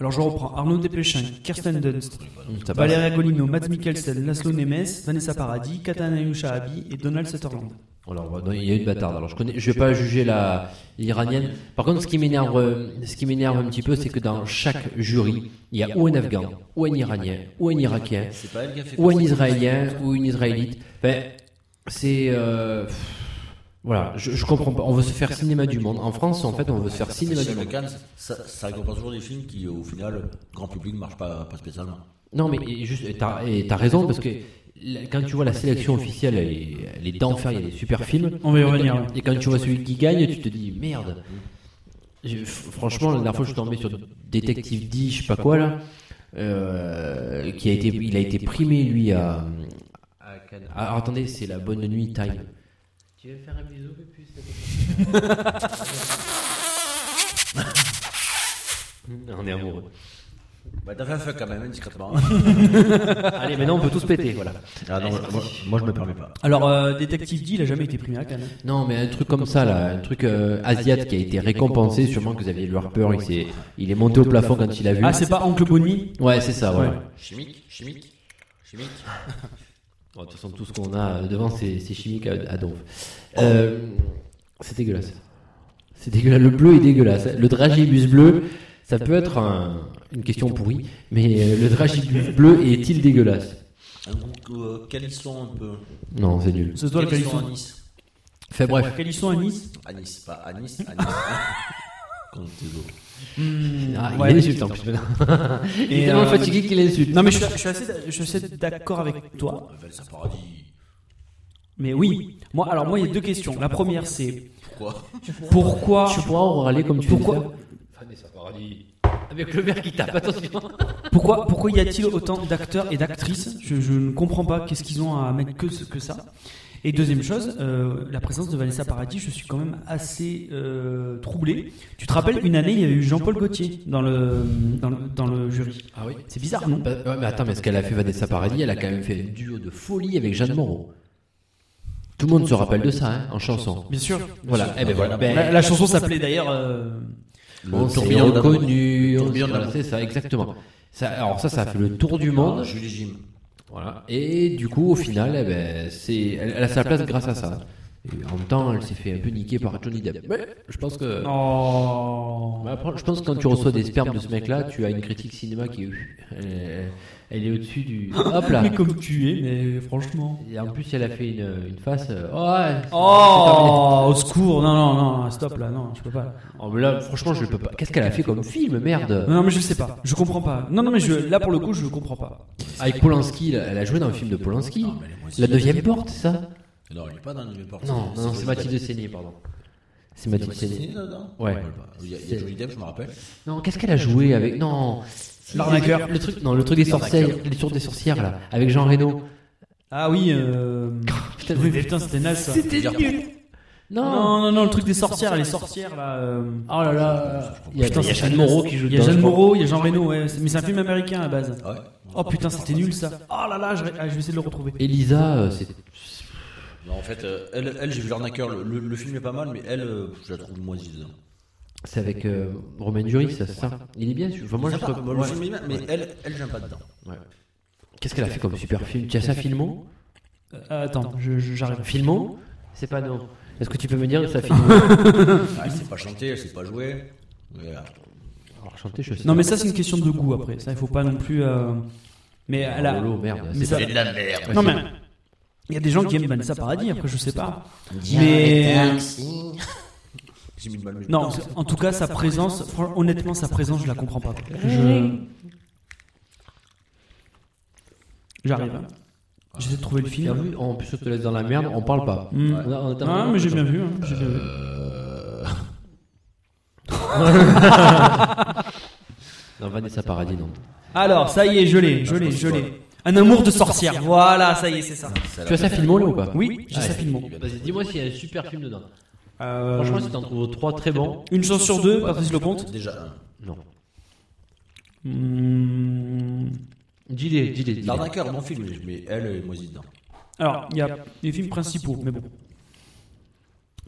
S3: Alors je reprends Arnaud Desplechin, Kirsten Dunst,
S9: Hum, ça passe.
S3: Valéria Golino, Mads Mikkelsen, Laszlo Nemes, Vanessa Paradis, Katana Shahabi et Donald Sutherland.
S9: Alors, bah, non, il y a une bâtarde. Alors, je connais, je vais pas juger la iranienne. Par contre, ce qui m'énerve, euh, ce qui m'énerve un petit peu, c'est que dans chaque jury, il y a ou un Afghan, ou un Iranien, ou un Irakien,
S4: C'est pas elle qui a fait
S9: ou un
S4: comme ça.
S9: Israélien, ou une Israélite. Enfin, c'est euh, pff, voilà, je, je comprends pas. On veut se faire cinéma du monde. En France, en fait, on veut se faire cinéma du
S4: Festival de
S9: monde.
S4: Cannes, ça, ça récompense toujours des films qui, au final, grand public ne marche pas, pas spécialement.
S9: Non, mais et juste, et t'as et t'as raison, parce que la- quand tu vois la sélection officielle, elle est, elle est d'enfer, il y a des super films.
S3: On va y revenir, ouais.
S9: Et quand tu vois celui qui gagne, tu te dis merde. J'ai- Franchement, la dernière fois, je suis tombé sur Détective D, je sais pas quoi là, euh, qui a été, il a été primé lui à. à Cannes. Ah, attendez, c'est la bonne nuit time. Tu veux faire un bisou, [LAUGHS] On est amoureux.
S4: Bah, t'as fait un fuck quand même, hein, [LAUGHS] discrètement.
S9: Allez, maintenant on peut tous péter, voilà.
S4: ah non, moi, moi, je me permets pas.
S3: Alors, euh, Détective D, il a jamais été primé à Cannes.
S9: Non, mais un truc comme ça, là, un truc euh, asiat qui a été récompensé, sûrement que Xavier Le Harper, il, s'est- il est monté au plafond quand il a vu.
S3: Ah, c'est pas Oncle Bonnie
S9: Ouais, c'est ça, ouais.
S3: Ouais.
S4: Chimique, chimique, chimique.
S9: Bon, de toute façon, tout ce qu'on a euh, devant, c'est c'est chimique à, à donf. Euh, c'est dégueulasse. C'est dégueulasse. Le bleu est dégueulasse. Le dragibus bleu, ça peut être un- une question pourrie, mais euh, le dragibus bleu est-il dégueulasse
S4: Un goût euh, calisson un peu.
S9: Non, c'est nul.
S3: Ça se doit le
S4: à
S3: Calisson.
S4: Nice.
S9: Fait bref.
S3: Calisson à Nice
S4: À Nice, pas à Nice,
S9: [LAUGHS]
S4: à Nice. Quand t'es beau.
S9: Ah,
S3: Hmm, Ouais.
S9: il insulte en plus maintenant. il est tellement
S3: euh,
S9: fatigué qu'il insulte.
S3: Non, mais je suis, je suis assez, je suis assez d'accord avec toi.
S4: Velsa Paradis.
S3: Mais oui, moi, alors moi, il y a deux questions. La première, c'est
S4: Pourquoi
S3: pourquoi.
S9: Tu pourras en râler comme tu veux.
S3: Pourquoi-
S1: Vanessa Paradis.
S9: Avec le verre qui tape, [LAUGHS] attention.
S3: Pourquoi, pourquoi y a-t-il autant d'acteurs et d'actrices je, je ne comprends pas qu'est-ce qu'ils ont à mettre que, ce- que ça. Et deuxième chose, euh, la présence de Vanessa Paradis, je suis quand même assez euh, troublé. Tu te rappelles, une année, il y avait eu Jean-Paul Gaultier dans le, dans le, dans le jury.
S9: Ah oui.
S3: C'est bizarre, non
S9: Bah, ouais, mais attends, mais ce qu'elle a fait Vanessa Paradis, elle a quand même fait un duo de folie avec Jeanne Moreau. Tout le monde se rappelle de ça, hein, en chanson.
S3: Bien sûr.
S9: Voilà, eh ben voilà. Ben,
S3: La, la chanson s'appelait d'ailleurs. euh,
S9: on
S4: Le
S9: s'est
S4: tourbillon de l'amour.
S9: reconnu,
S4: Le
S9: on
S4: tourbillon
S9: s'est-
S4: de
S9: voilà,
S4: l'amour.
S9: c'est ça, exactement. Ça, alors ça, ça a fait le tour du monde.
S4: Julie Jim.
S9: Voilà. Et du coup, au final, eh ben, c'est, elle, elle a sa place grâce à ça. Et en même temps, elle s'est fait un peu niquer par Johnny Depp. Mais je pense que...
S3: Oh.
S9: Bah, après, je pense que quand tu reçois des spermes de ce mec-là, tu as une critique cinéma qui est... Elle, elle est au-dessus du... [LAUGHS] Hop là
S3: Mais comme tu es, mais franchement.
S9: Et en plus, elle a fait une, une face. euh, ouais, c'est-
S3: Oh, au secours Non, non, non, non, stop là, non, je peux pas.
S9: c'est terminé. Oh, mais là, franchement, je peux pas. Qu'est-ce qu'elle a fait comme film,
S3: Non,
S9: merde
S3: non, mais je sais pas, je comprends pas. Non, non, mais je, là pour le coup, je comprends pas.
S9: Avec Polanski, là, elle a joué dans un film de Polanski.
S4: Non, mais elle est moins
S9: La
S4: stylée.
S9: neuvième porte, Ah, c'est ça
S4: Non, il est pas dans le Newport.
S9: Non, non, c'est Mathilde Seigné, pardon. C'est Mathilde Seigné.
S4: dedans
S9: Ouais.
S4: bah, Il y a, il y a Johnny Depp, je me rappelle.
S9: Non, qu'est-ce qu'elle a joué avec Non,
S3: L'arnaqueur.
S9: Le truc, non, le truc des sorcières, les tours des sorcières là, avec Jean Reno.
S3: Ah oui, euh.
S9: Putain,
S3: Oui, mais putain, c'était naze ça.
S9: c'était nul. Non.
S3: Non, non, non, le truc des sorcières, les sorcières là. euh,
S9: Oh là là. Il y a,
S3: Putain,
S9: il y a
S3: c'est
S9: Jeanne
S3: naze.
S9: Moreau qui joue.
S3: Il y a
S9: dedans,
S3: Jeanne
S9: je crois.
S3: Moreau, il y a Jean Reno, ouais, c'est- mais c'est un film américain à la base.
S4: Ah Ouais.
S3: Oh putain, c'était nul ça. Oh là là, je, ah, je vais essayer de le retrouver.
S9: Elisa, euh, c'est
S4: Non, en fait, euh, elle, elle j'ai vu l'arnaqueur. Le, le- le film est pas mal, mais elle, euh, je la trouve moisie dedans.
S9: C'est avec euh, Romain Duris, ça, c'est ça Il est bien. celui- Enfin, moi, je
S4: Sympa,
S9: trouve-
S4: moi, le
S9: ouais.
S4: film est bien, mais elle, elle, j'aime pas dedans.
S9: Qu'est-ce qu'elle a fait comme super film Tu as ça, Filmo
S3: Euh, attends, je- je- j'arrive.
S9: Filmo C'est pas non. Est-ce que tu peux me dire ça,
S3: [LAUGHS]
S9: Filmo
S4: Ah, elle sait pas chanter, elle sait pas jouer. Mais, euh,
S9: Alors, chanter, je sais.
S3: Non, mais ça, c'est une question de goût après. Ça, il faut pas non plus. euh, Mais elle a.
S9: Lolo, merde.
S3: Mais ça-
S9: c'est-
S4: de la merde.
S3: Non, mais. Il y a des gens qui aiment Vanessa Paradis, après, je sais pas.
S6: Mais...
S3: Mais.
S4: [LAUGHS] J'ai mis le mal, mais-
S3: Non, en tout cas, sa présence, fran- honnêtement, sa présence, je la comprends pas. Je- J'arrive. hein. J'essaie de trouver le
S9: Bien
S3: film.
S9: vu, en plus, on te laisse dans la merde, on parle pas.
S3: Mm.
S9: On a- on a-
S3: Ah, mais j'ai bien vu. hein, j'ai bien vu.
S4: Euh,
S9: Non, Vanessa Paradis, non.
S3: Alors, ça y est, je l'ai, je l'ai, je l'ai. Un amour de sorcière. Voilà, ça y est, c'est ça.
S9: Tu as ça, Filmo, là, ou pas
S3: Oui, j'ai
S9: Ah,
S3: sa
S9: ouais.
S3: filmo.
S9: Vas-y, dis-moi s'il y a un super film dedans.
S3: Euh,
S9: Franchement, si t'en trouves trois très bons.
S3: une chance sur deux, Patrice Lecomte.
S4: Déjà, un.
S9: Non.
S3: Hmm.
S9: Dis-les, dis-les. dis-les.
S4: L'arnaqueur, bon film, mais- mais elle est moisie dedans.
S3: Alors, il y a les films principaux, mais bon.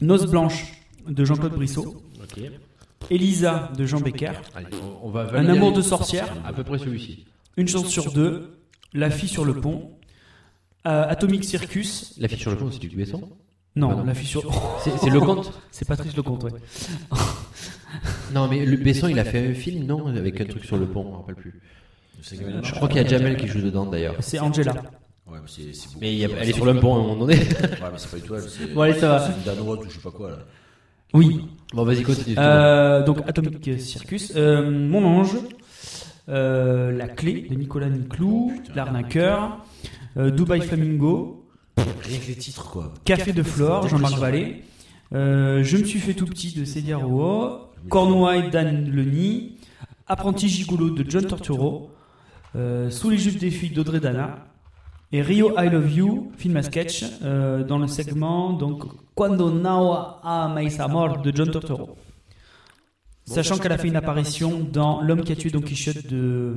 S3: Noces blanches de Jean-Claude Brissot.
S9: Ok.
S3: Elisa de Jean Becker.
S9: Allez, on- on va
S3: Un
S9: valider
S3: amour
S9: les-
S3: de sorcière.
S9: À peu près celui-ci.
S3: Une chance sur deux. La fille sur le pont. euh, Atomic Circus.
S9: La fiche sur le pont, c'est du Besson
S3: Non,
S9: Pardon.
S3: la [LAUGHS] fissure.
S9: C'est c'est Lecomte
S3: C'est Patrice Lecomte, ouais.
S9: Non, mais le Besson, il a fait un film, non Avec un truc sur le pont, je me rappelle plus.
S4: C'est Gabriel
S9: Je
S4: Marchand.
S9: crois qu'il y a Jamel qui joue dedans d'ailleurs.
S3: C'est Angela.
S4: Ouais, mais c'est c'est beaucoup.
S9: Mais il y a- elle est sur le pont à un moment donné.
S4: Ouais, mais c'est pas du tout elle. c'est-
S3: Bon, allez, ça va.
S4: C'est une Danoise ou je sais pas quoi. Là.
S3: Oui.
S9: Bon, vas-y, continue.
S3: Euh, donc Atomic Circus, euh, Mon Ange, euh, La Clé de Nicolas Niclou, Oh, L'Arnaqueur, euh, Dubaï Flamingo,
S4: Rien que les titres, quoi.
S3: Café de Flore, Jean-Marc Vallée, euh, Je me suis fait tout petit de Célia Rouault, Cornouaille d'Anne Leni, Apprenti gigolo de John Torturo, euh, Sous les jupes des filles d'Audrey Dana, et Rio I Love You, film à sketch, euh, dans le segment donc Quando Nao Amais Amor de John Tortoro. Sachant qu'elle a fait une apparition dans L'homme qui a tué Don Quichotte de.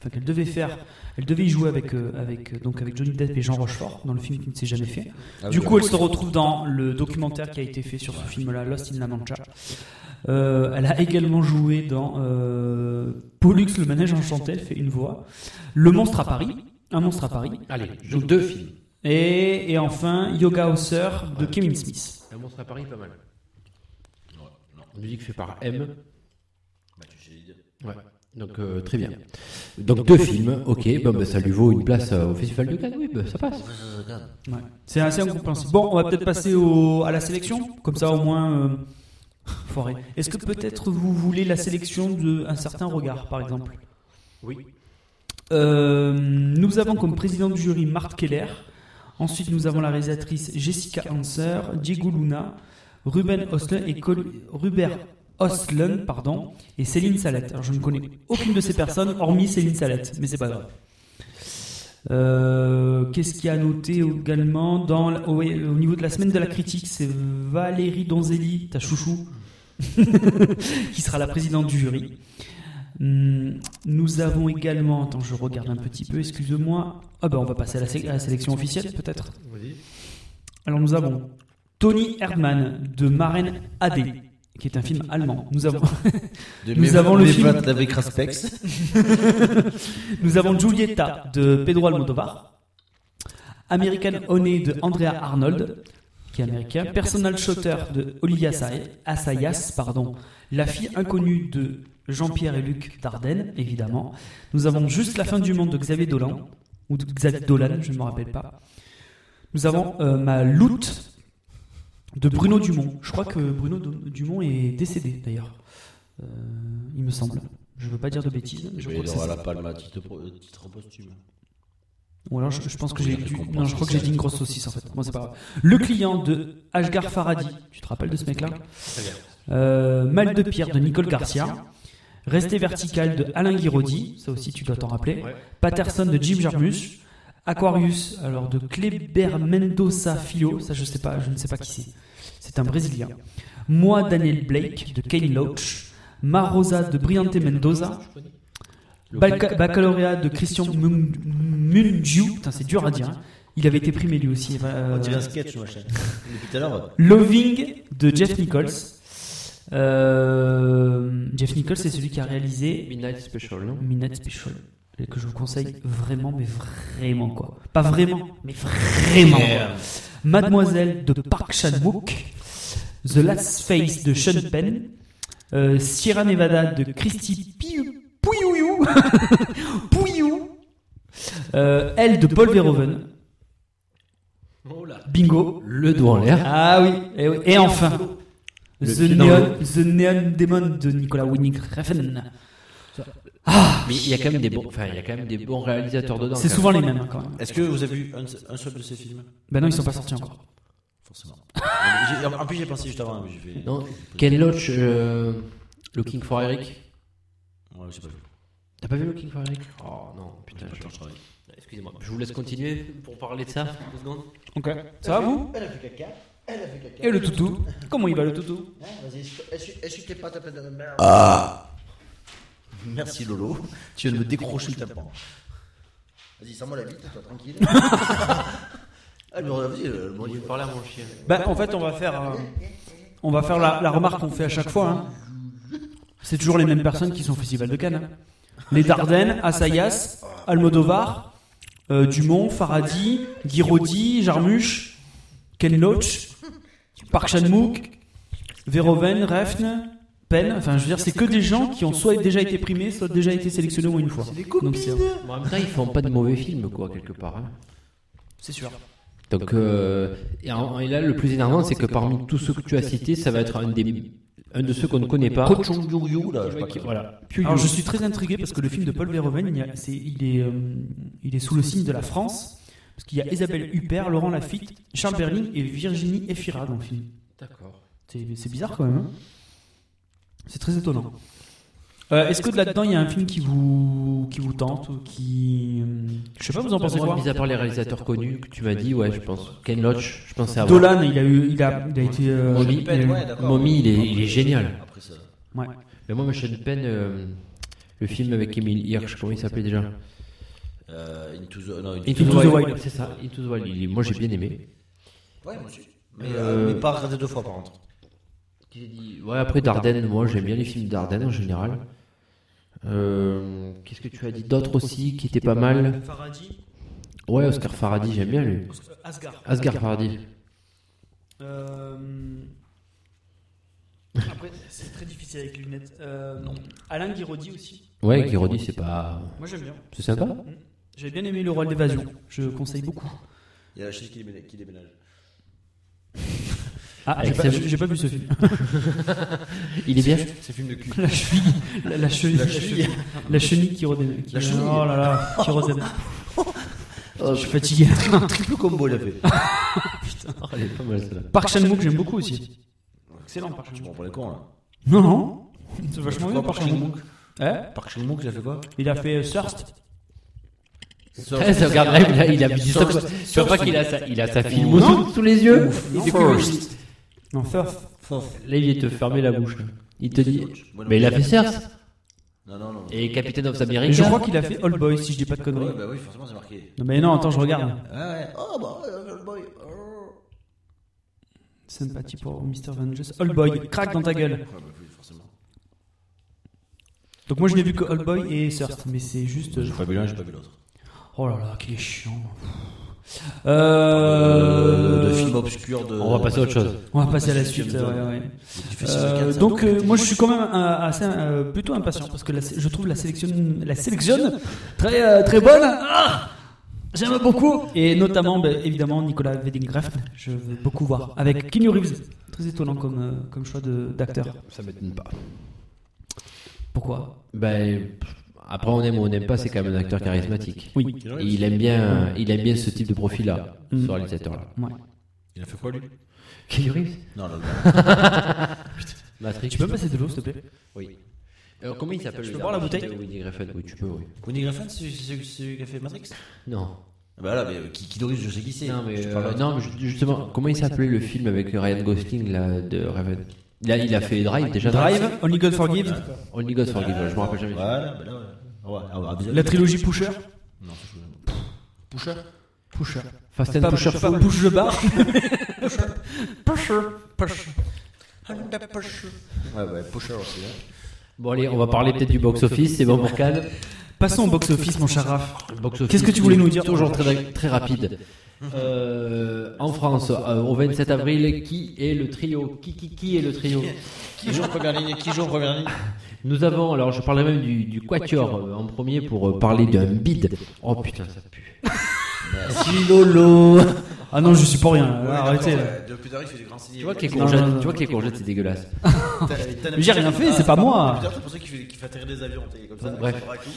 S3: Enfin, qu'elle devait faire. Elle devait y jouer avec, euh, avec, euh, donc avec Johnny Depp et Jean Rochefort dans le film qui ne s'est jamais fait.
S4: Ah
S3: Du coup, elle se retrouve dans le documentaire qui a été fait sur ce film-là, Lost in La Mancha. Euh, elle a également joué dans euh, Pollux, le manège enchanté, elle fait une voix. Le monstre à Paris, un monstre à Paris.
S9: Allez, donc deux films.
S3: Et, et enfin, Yoga Hauser de Kevin Smith.
S9: La monstre à Paris, pas mal. Musique faite par M.
S4: Bah,
S9: Ouais. Donc euh, très bien. Donc deux films, ok, bon, bah, ça lui vaut une place euh, au Festival de Cannes, oui, bah, ça passe.
S3: Ouais. C'est assez incompréhensible. Bon, on va peut-être passer au, à la sélection, comme ça au moins. euh, [LAUGHS] foiré. Est-ce que peut-être vous voulez la sélection de un certain regard, par exemple
S9: Oui.
S3: Euh, nous avons comme président du jury Marthe Keller. Ensuite, nous avons la réalisatrice Jessica Hanser, Diego Luna, Ruben Ostlund et Col- Rubert Ostlund, pardon, et Céline Salette. Alors, je ne connais aucune de ces personnes hormis Céline Salette, mais c'est pas grave. Euh, Qu'est-ce qu'il y a à noter également dans, la- au, au niveau de la semaine de la critique C'est Valérie Donzelli, ta chouchou, [LAUGHS] qui sera la présidente du jury. Hum, nous avons également, attends, je regarde un petit peu, excuse-moi. Ah ben, on va passer à la, sé- à la sélection officielle peut-être. Alors nous avons Tony Erdmann de Maren AD, qui est un film allemand. Nous avons, [LAUGHS]
S4: De
S3: Nous
S4: mes-
S3: avons le
S4: mes
S3: film-
S4: votes avec Raspex.
S3: nous avons Giulietta de Pedro Almodovar, American Honey de Andrea Arnold, qui est américain, Personal Shotter de Olivia Assay- Assayas, pardon, La fille inconnue de Jean-Pierre et Luc Dardenne, évidemment. Nous avons Juste la fin du monde de Xavier Dolan, ou de Xavier Dolan, je ne me rappelle pas. Nous avons euh, Ma Loute de Bruno Dumont. Je crois que Bruno Dum- Dumont est décédé d'ailleurs, Euh, il me semble. Je ne veux pas dire de bêtises, mais je
S4: Je
S3: crois
S4: il
S3: que c'est
S4: aura
S3: ça.
S4: la palme à titre, pro- euh, titre posthume.
S3: Ou alors je, je pense que j'ai
S4: Oui,
S3: dû-
S4: je comprends.
S3: non, je crois que j'ai dit une grosse saucisse en fait. Bon, c'est pas grave. Le client de Ashgar Faradi, tu te rappelles de ce mec-là Euh, Mal de pierre de Nicole Garcia. Rester vertical de Alain Guiraudy, ça aussi tu dois t'en rappeler. Patterson de Jim Jarmus. Aquarius, alors de Kleber Mendoza Filho, ça je sais pas, je ne sais pas qui c'est. C'est un Brésilien. Moi, Daniel Blake de Kane Loach. Marosa de Briante Mendoza. Balca- baccalauréat de Christian Mun- Mungiu. Putain, c'est dur à dire. hein. Il avait été primé lui aussi. euh,
S4: On dirait un sketch, machin. [LAUGHS] Depuis tout à l'heure.
S3: Loving de Jeff Nichols. Euh, Jeff Nichols, c'est celui qui a réalisé
S9: Midnight Special, non
S3: Midnight Special. et Que je vous conseille vraiment, mais vraiment quoi. Pas vraiment, mais vraiment. quoi. Mademoiselle de Park Chan-wook. The Last Face de Sean Penn. euh, Sierra Nevada de Christy Piu- [LAUGHS] Pouyouyou. Pouillou. Euh, Elle de Paul Verhoeven.
S9: Oh
S3: Bingo.
S9: Le doigt en l'air.
S3: Ah oui, et, oui. Et enfin,
S9: Le
S3: The
S9: pied dans
S3: Neon, The Neon Demon de Nicolas Winning Refn.
S9: Mais il y a quand même des bons, enfin, il y a quand même des bons réalisateurs dedans.
S3: C'est
S9: quand
S3: souvent les mêmes hein, quand même.
S4: Est-ce que vous avez vu un, un seul de ces films
S3: Ben non, ils sont pas sortis encore.
S4: Forcément. J'ai- en plus, j'ai pensé juste avant. mais j'ai fait-
S9: même. Non, Ken Loach, euh, Looking for Eric.
S4: Ouais, j'ai pas vu.
S9: T'as pas vu Looking for Eric Oh non, putain.
S4: Attends, je travaille.
S9: je- Excusez-moi, je vous laisse continuer pour parler de ça. deux secondes.
S3: Ok. Ça va vous Et le toutou Comment il va le toutou
S4: Ah. Merci Lolo, tu viens de me décrocher le tympan.
S8: Vas-y, sans moi la bite, toi,
S4: [LAUGHS]
S8: tranquille.
S4: Ah, mais on a vu, euh, bon,
S9: Je vais parler à mon chien.
S3: Ben en fait, on va faire, euh, on va faire la, la remarque qu'on fait à chaque fois. hein. C'est toujours les mêmes personnes qui sont au Festival de Cannes. hein. Les Dardennes, Assayas, Almodovar, euh, Dumont, Faradi, Guiraudy, Jarmuche. Ken Loach, Park Chan-wook, Verhoeven, Refn, Penn. Enfin, je veux dire, c'est que des gens qui ont soit déjà été primés, soit déjà été sélectionnés au moins une fois. Donc, c'est-
S9: Bon, en même temps, ils font pas de mauvais films, quoi, quelque part. hein.
S3: C'est sûr.
S9: Donc, euh, et, en- et là, le plus énervant, c'est que parmi tous ceux que tu as cités, ça va être un, des, un de ceux qu'on ne connaît pas.
S4: Coach Chong Yu là, je sais pas qui.
S9: Voilà.
S3: Alors, je suis très intrigué parce que le film de Paul Verhoeven, il, y a- c'est- il est, euh, il est sous le signe de la France. Parce qu'il y a Isabelle Huppert, Laurent Lafitte, Charles Berling et Virginie Efira dans le film.
S9: D'accord.
S3: C'est c'est bizarre quand même. hein. c'est très étonnant. Euh, Est-ce que de là-dedans il y a un film qui vous qui vous tente ou qui euh, je sais pas vous en pensez quoi
S9: Mis à part les réalisateurs connus que tu m'as dit, ouais, je pense. Ken Loach, je pensais à
S3: Dolan il a eu il a, il a été euh,
S9: Mommy,
S3: il a eu-
S4: ouais, d'accord.
S9: Mommy, il est, il est génial.
S4: Après ça.
S3: ouais.
S9: Mais moi, Sean Penn, euh, le film avec Emile Hirsch, comment il s'appelait déjà
S4: Euh, Into the, non,
S9: Into
S3: the Wild.
S9: C'est ça, Into the Wild. Il est- moi, j'ai bien aimé.
S4: Ouais, moi aussi. Mais, euh, mais pas regardé deux fois par contre.
S9: J'ai dit- Ouais, après Dardenne, moi j'aime bien les films Dardenne en général. Euh, Qu'est-ce que tu as dit d'autre aussi qui était pas mal
S3: Faradi
S9: Ouais, Oscar Faradi, j'aime bien lui.
S3: Asgard
S9: Asgar Faradi.
S3: après c'est très difficile avec les lunettes Alain Guiraudy aussi
S9: Ouais, Guiraudy, c'est pas.
S3: moi j'aime bien
S9: C'est sympa
S3: j'ai bien aimé le rôle d'évasion je conseille beaucoup
S4: Il y a la chaise qui déménage. qui déménage.
S3: ah
S9: j'ai
S3: j'ai
S9: pas-
S3: pas, vu ce film
S9: Il est bien
S4: C'est film de cul.
S3: la cheville [LAUGHS] la, la cheville la cheville la chenille qui redémarre qui-
S4: La chenille.
S3: oh là là qui [LAUGHS] redémarre je suis fatigué
S4: Triple combo, il a fait.
S9: Elle est pas mal celle-là.
S3: Park Chan-wook, j'aime beaucoup aussi. Excellent, Park
S4: Tu
S3: Chan-wook.
S4: prends pour les cons là.
S3: Non, non. C'est vachement
S4: Quoi,
S3: bien,
S4: Park
S3: Park Chan-wook.
S4: Chan-wook
S3: Hein
S4: Park Chan-wook, il a fait quoi
S3: il a fait euh, Thirst.
S9: Ah, ça, regarde, là, il a, il a mis ça. comme ça. Tu vois pas qu'il a sa, il a sa film sous, sous les yeux Il fait comme-
S3: Non, Thirst.
S9: Là, il vient te fermer la bouche. là. Il te dit.
S4: Ouais, non,
S9: Mais il a fait Cerse
S4: Non, non, non.
S9: et Capitaine of
S3: Et
S9: America.
S3: je crois qu'il a fait All Boy, si je dis pas de
S4: Ouais,
S3: conneries.
S4: bah oui, forcément, c'est marqué.
S3: Non, mais non, attends, je regarde.
S4: Ouais, ouais. Oh, bah, euh, le boy. oh.
S3: Sympathie pour Mr. Vengeance. All Boy, craque dans ta gueule.
S4: Ouais, bah oui, forcément.
S3: Donc moi, je n'ai vu que All Boy et Thirst, mais c'est juste. euh,
S4: J'ai pas vu l'un, j'ai pas vu l'autre.
S3: Oh là là, qu'il est chiant. Euh...
S4: De films obscurs de.
S9: On va passer à autre chose.
S3: On va passer à la suite. ouais, ouais. Euh, donc euh, moi je suis quand même euh, assez, euh, plutôt impatient parce que la sé- je trouve la sélection la sélection très euh, très bonne. Ah J'aime beaucoup et notamment ben, évidemment Nicolas Winding Refn, je veux beaucoup voir avec Keanu Reeves. Très étonnant comme euh, comme choix de- d'acteur.
S9: Ça m'étonne pas.
S3: Pourquoi
S9: Ben, pff, après, on aime ou on n'aime pas, c'est quand même un acteur charismatique.
S3: Oui.
S9: Et il aime bien, il aime bien ce type de profil-là,
S3: Mm.
S9: ce réalisateur-là.
S3: Ouais.
S4: Il a fait quoi lui
S9: Keanu Reeves
S4: Non, là,
S9: Matrix.
S3: Tu peux passer de l'eau s'il te plaît
S9: Oui. Alors, comment il s'appelle
S3: Je
S9: le
S3: peux
S9: gars
S3: boire la bouteille
S9: C'était Woody Griffin, oui, tu peux, oui.
S4: Winnie Griffin, c'est celui celui qui a fait Matrix
S9: Non.
S4: Ah Bah là, mais euh, qui, qui dirige, je sais qui c'est. hein.
S9: Non, mais,
S4: Je
S9: euh,
S4: parle à-
S9: non, mais ju- justement, comment il s'appelait le film avec euh, Ryan Gosling là, de Raven Là, il a fait Drive déjà.
S3: Drive, Only God Forgives,
S9: Only God Forgive, je me rappelle jamais.
S4: Voilà, bah là, ouais. Ah ouais, ah ouais, bizarre.
S3: la trilogie Pusher,
S4: Non, c'est chaud.
S3: Pusher,
S9: Fast and
S3: Pas
S9: Pusher
S3: pas
S9: Full.
S3: Push the bar.
S4: Ouais, ouais, Pusher aussi. hein.
S9: Bon, allez, on va parler peut-être du box-office, c'est bon pour Cannes.
S3: Passons au box office mon cher Raph.
S9: Box office,
S3: Qu'est-ce que tu voulais nous dire
S9: Toujours très, très rapide. Euh, en France, euh, au 27 avril, qui est le trio qui, qui, qui est le [LAUGHS] trio
S4: Qui joue en première ligne Qui joue en première ligne
S9: Nous avons, alors je parlerai même du, du Quatuor euh, en premier pour euh, parler d'un bid. Oh putain, ça pue.
S3: Lolo. Ah non, je suis pour rien. là. Arrêtez. là.
S4: Depuis tard, il fait des grands signes.
S9: Tu vois que les
S3: Non, non,
S9: courgettes,
S3: non.
S9: tu vois que les courgettes, c'est dégueulasse.
S3: Mais j'ai rien fait, c'est pas moi.
S4: Depuis tard, c'est pour ça qu'il fait, qu'il fait atterrir des avions. t'es Comme ça,
S9: Bref.
S4: ça fera tout.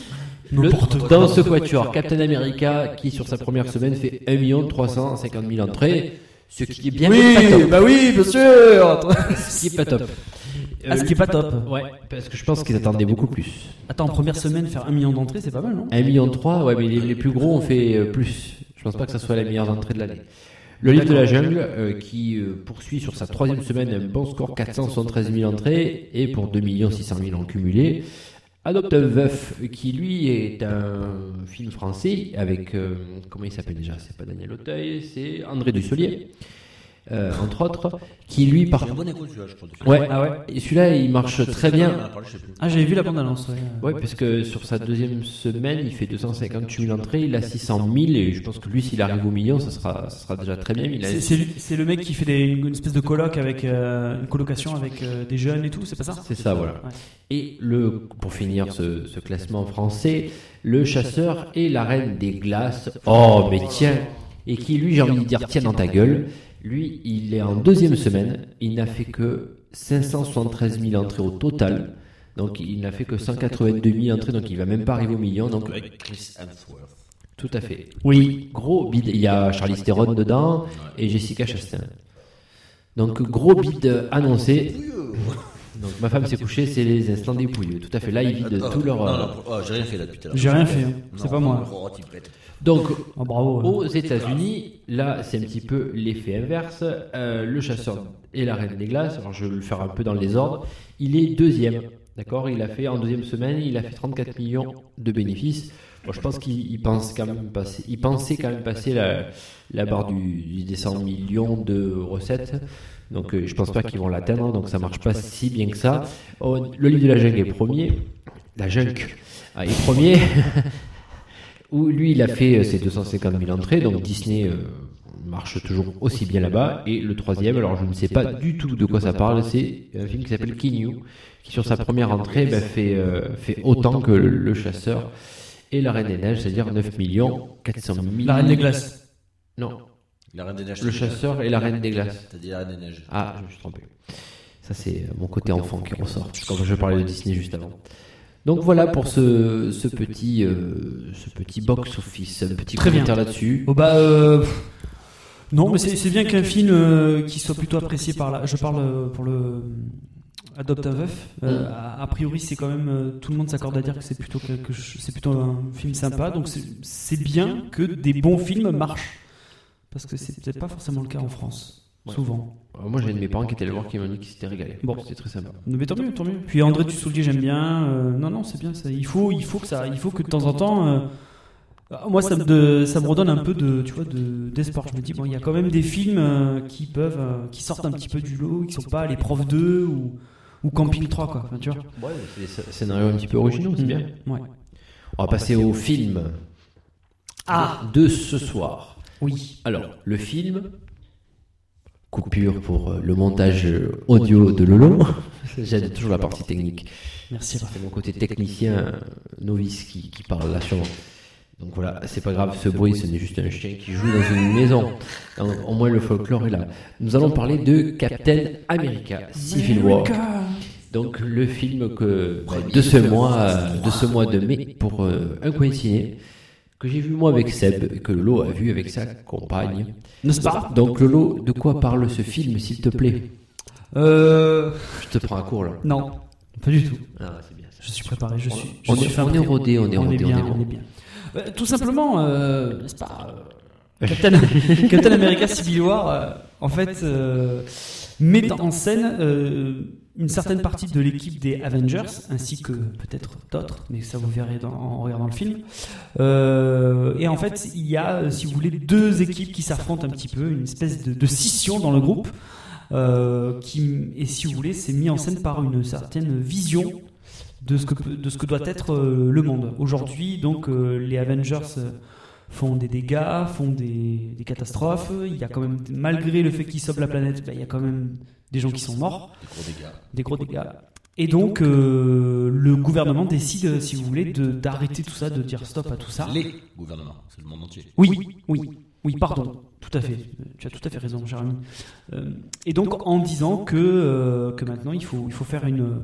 S9: Le- dans ce quatuor, Captain America, qui sur sa première semaine fait 1 350 000 entrées, ce qui est bien pas top. Euh,
S3: bah oui, bien sûr.
S9: ce qui est pas top.
S3: Ah, ce qui est pas top.
S9: Ouais, parce que je pense qu'ils attendaient beaucoup plus.
S3: Attends, en première semaine, faire un million d'entrées, c'est pas mal, non
S9: 1 million 3, ouais, mais les, les plus gros ont fait euh, plus. Je pense pas que ça soit la meilleure entrée de l'année. Le livre de la jungle, euh, qui euh, poursuit sur sa troisième semaine un bon score 473 000 entrées et pour 2 600 000 en cumulé, adopte un veuf qui lui est un film français avec euh, comment il s'appelle déjà C'est pas Daniel Auteuil, c'est André Dussolier. euh, entre autres, qui lui par.
S4: J'ai un bon écho celui-là, je crois. de film.
S9: Ouais, ah ouais. Et celui-là, il marche très
S4: On en a
S9: bien.
S4: parlé, je sais plus.
S3: Ah, j'avais vu la bande-annonce, ouais.
S9: Ouais, parce que sur sa deuxième semaine, il fait 250 000 entrées, il a 600 000, et je pense que lui, s'il arrive au million, ça sera, ça sera déjà très bien. Il a-
S3: C'est- C'est lui- c'est le mec qui fait des- une, une espèce de colloque avec euh, une colocation avec euh, des jeunes et tout, c'est pas ça
S9: C'est ça, voilà.
S3: Ouais.
S9: Et le, pour finir ce, ce classement français, le chasseur et la reine des glaces. Oh, mais tiens Et qui, lui, j'ai envie de dire, tiens dans ta gueule. Lui, il est en deuxième semaine. Il n'a fait que 573 000 entrées au total. Donc, il n'a fait que 182 000 entrées. Donc, il va même pas arriver au million. Donc,
S4: Avec Chris Hemsworth.
S9: tout à fait. Oui, gros bide. Il y a Charlize Theron dedans et Jessica Chastain. Donc, gros bide annoncé. Donc, ma femme s'est couchée, c'est les instants des pouilleux. Tout à fait. Là, ils vident
S4: Attends,
S9: tout leur. euh,
S4: Non, non, oh, j'ai rien fait là depuis tout à l'heure.
S3: J'ai rien fait, hein.
S4: Non,
S3: c'est pas moi.
S4: oh, tu pètes.
S9: Donc,
S3: Oh, bravo. ouais.
S9: aux États-Unis, là, c'est un petit peu l'effet inverse. Euh, le chasseur et la reine des glaces, alors je vais le faire un peu dans les ordres, il est deuxième. D'accord Il a fait en deuxième semaine, il a fait 34 millions de bénéfices. Moi, je pense qu'il il pense quand même passer, il pensait quand même passer la, la barre du, des 100 millions de recettes. Donc, euh, je pense pas qu'ils vont l'atteindre. Donc, ça marche pas si bien que ça. Oh, le livre de la jungle est premier. La jungle ah, est premier. où lui il a fait euh, ses 250 000 entrées, donc Disney euh, marche toujours aussi bien là-bas. Et le troisième, alors je ne sais pas du tout de quoi ça parle, c'est un film qui s'appelle Kinyu, qui sur sa première entrée ben, fait, euh, fait autant que le, Le chasseur et la Reine des Neiges, c'est-à-dire 9 millions 400 000.
S3: La Reine des Glaces.
S9: Non,
S4: La Reine des Neiges.
S9: Le chasseur et la Reine des Glaces.
S4: T'as dit la Reine des Neiges.
S9: Ah, je me suis trompé. Ça, c'est euh, mon côté enfant qui ressort, comme je parlais de Disney juste avant. Donc voilà pour ce, ce petit, euh, ce petit box-office, un petit
S3: Très bien.
S9: commentaire là-dessus.
S3: Oh, bah, euh, pff. Non, mais c'est c'est bien qu'un film euh, qui soit plutôt apprécié par là. Je parle euh, pour le. Adopte un veuf. Euh, a, a priori, c'est quand même euh, tout le monde s'accorde à dire que c'est plutôt quelque ch- c'est plutôt un film sympa. Donc c'est- c'est bien que des bons films marchent parce que c'est peut-être pas forcément le cas en France souvent.
S9: Euh, Moi, j'ai un de mes parents qui était le voir qui m'ont dit qu'ils s'étaient régalés.
S3: Bon.
S9: c'était très sympa.
S3: Mais tant mieux, tant mieux. Puis André Dussoulier, j'aime bien. Euh, non, non, c'est bien. Ça. Il faut, il faut que ça, il faut que de temps en temps. euh, ah, moi, ça me, de- ça me redonne un peu de, tu vois, de d'espoir. Je me dis bon, il y a quand même des films euh, qui peuvent, euh, qui sortent un petit peu du lot, qui sont pas les profs 2 ou, ou Camping 3 quoi. Enfin, tu vois.
S9: Ouais, c'est des sc- scénarios un petit peu originaux, c'est bien.
S3: Ouais.
S9: On va passer au film
S3: Ah
S9: de ce soir.
S3: oui.
S9: Alors, le film, coupure pour euh, le montage euh, audio de [LAUGHS] Lolo. J'aime toujours la partie technique.
S3: Merci. Raph.
S9: C'est mon côté technicien euh, novice qui, qui parle là sûrement. Donc voilà, c'est pas grave, ce bruit, ce n'est juste un chien qui joue dans une maison. Donc, au moins, le folklore est là. Nous allons parler de Captain America, Civil War. Donc le film que bah, de ce mois euh, de ce mois de mai pour euh, un coin ciné que j'ai vu moi avec Seb et que Lolo a vu avec sa compagne.
S3: N'est-ce pas
S9: Donc Lolo, de quoi parle ce film s'il te plaît
S3: Euh,
S9: Je te prends à court là.
S3: non, pas du tout.
S9: Ah, c'est bien. ça.
S3: Je suis préparé. Je suis. je
S9: On
S3: suis
S9: est,
S3: fin
S9: on est
S3: prêt.
S9: rodé, on est
S3: On est
S9: rodé, on est
S3: bien, on est
S9: rodé.
S3: bien. Euh, tout simplement, euh, n'est-ce pas euh, Captain, [LAUGHS] Captain America Civil War, euh, en fait, euh, met en scène euh, une certaine partie de l'équipe des Avengers, ainsi que peut-être d'autres, mais ça vous verrez dans- en regardant le film. Euh, et en fait, il y a, euh, si vous voulez, deux équipes qui s'affrontent un petit peu, une espèce de, de scission dans le groupe. euh, qui, et si vous voulez, c'est mis en scène par une certaine vision de ce que, peut- de ce que doit être euh, le monde. Aujourd'hui, donc, euh, les Avengers euh, font des dégâts, font des, des catastrophes. Il y a quand même, malgré le fait qu'ils sauvent la planète, bah, il y a quand même des gens qui sont morts
S4: Des gros dégâts.
S3: des gros dégâts. Et donc, euh, le gouvernement décide, euh, si vous voulez, de- d'arrêter tout ça, de dire stop à tout ça.
S4: Les gouvernements, c'est le monde entier.
S3: Oui, oui, oui, pardon. Tout à fait. Euh, Tu as tout à fait raison, cher ami. Euh, et donc, en disant que, euh, que maintenant, il faut, il faut faire une.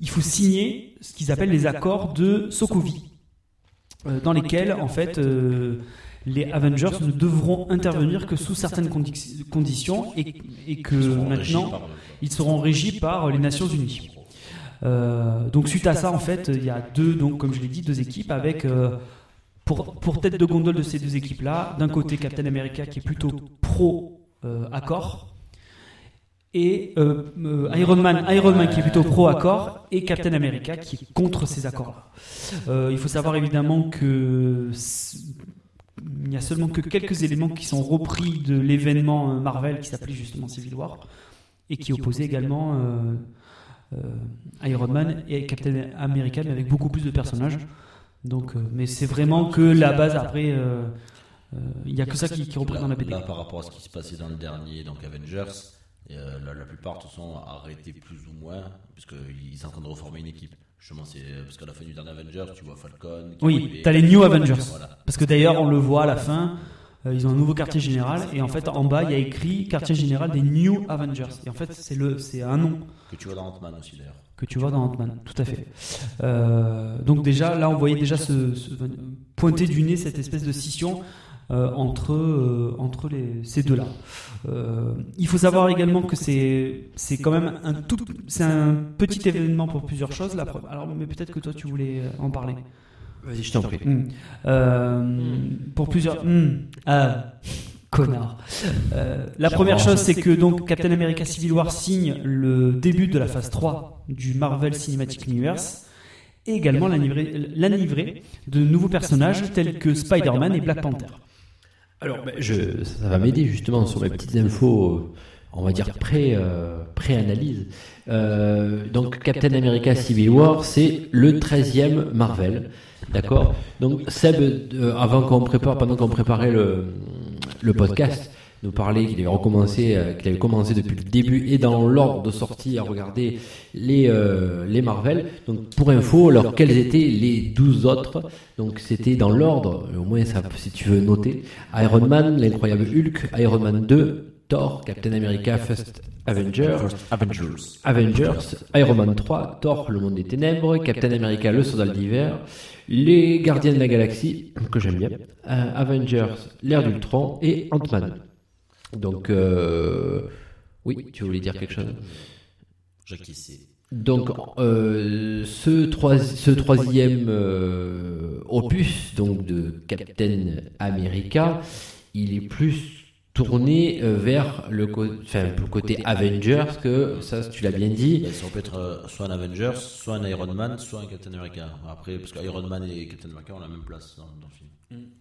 S3: Il faut signer ce qu'ils appellent les accords de Sokovie, euh, dans lesquels, en fait, euh, les Avengers ne devront intervenir que sous certaines condi- conditions et, et que maintenant, ils seront régis par les Nations Unies. Euh, donc suite à ça, en fait, il y a deux, donc comme je l'ai dit, deux équipes avec euh, pour, pour tête de gondole de ces deux équipes-là, d'un côté Captain America qui est plutôt pro euh, accord et euh, euh, Iron Man, Iron Man qui est plutôt pro accord et Captain America qui est contre ces accords-là. Euh, il faut savoir évidemment que c- il n'y a seulement que quelques éléments qui sont repris de l'événement euh, Marvel qui s'appelait justement Civil War et qui opposait également euh, euh, Iron Man et Captain America, mais avec beaucoup plus de personnages. Donc, euh, mais c'est vraiment que la base après. euh, euh, Il n'y a que ça qui, qui reprend dans la BD.
S4: Là, par rapport à ce qui se passait dans le dernier, donc Avengers, et, euh, la, la plupart se sont arrêtés plus ou moins, puisqu'ils sont en train de reformer une équipe. Justement, c'est euh, parce qu'à la fin du dernier Avengers, tu vois Falcon. qui est
S3: Oui,
S4: arrivé.
S3: t'as les New Avengers.
S4: Voilà.
S3: Parce que d'ailleurs, on le voit à la fin, euh, ils ont un nouveau quartier général, et en fait, en bas, il y a écrit quartier général des New Avengers. Et en fait, c'est le, c'est un nom
S4: Que tu vois dans Ant-Man aussi d'ailleurs.
S3: que tu vois dans Ant-Man, tout à fait. Euh, donc déjà, là, on voyait déjà se, se- pointer du nez cette espèce de scission euh, entre, euh, entre les, ces deux-là. Euh, il faut savoir également que c'est c'est quand même un tout, c'est un petit événement pour plusieurs choses. La preuve. Alors, mais peut-être que toi, tu voulais euh, en parler.
S9: Vas-y, je t'en prie.
S3: Mm. Euh, Pour plusieurs. Mm. Ah, connard. Euh, la première chose, c'est que donc Captain America Civil War signe le début de la phase 3 du Marvel Cinematic Universe et également l'annivré- l'annivré de nouveaux personnages tels que Spider-Man et Black Panther.
S9: Alors, ben, je, ça, ça va m'aider justement sur mes petites infos, euh, on va dire pré, euh, pré-analyse. Euh, donc, Captain America Civil War, c'est le 13e Marvel. D'accord Donc, Seb, euh, avant qu'on prépare, pendant qu'on préparait le, le podcast, nous parlait qu'il avait recommencé, euh, qu'il avait commencé depuis le début et dans l'ordre de sortie à regarder les, euh, les Marvel. Donc, pour info, alors quels étaient les 12 autres Donc, c'était dans l'ordre, au moins ça, si tu veux noter Iron Man, l'incroyable Hulk, Iron Man 2, Thor, Captain America, First Avenger,
S4: Avengers.
S9: Avengers, Iron Man 3, Thor, le monde des ténèbres, Captain America, le soldat d'hiver, les gardiens de la galaxie, que j'aime bien, euh, Avengers, l'ère d'Ultron et Ant-Man. Donc, euh, oui, tu voulais dire quelque chose
S4: Jackie, c'est.
S9: donc, euh, ce, trois- ce troisième euh, opus donc de Captain America, il est plus tourné euh, vers le, co- enfin, le côté Avengers que ça, tu l'as bien dit.
S4: Ben, ça peut être euh, soit un Avengers, soit un Iron Man, soit un Captain America. Après, parce qu'Iron Man et Captain America ont la même place dans, dans le film.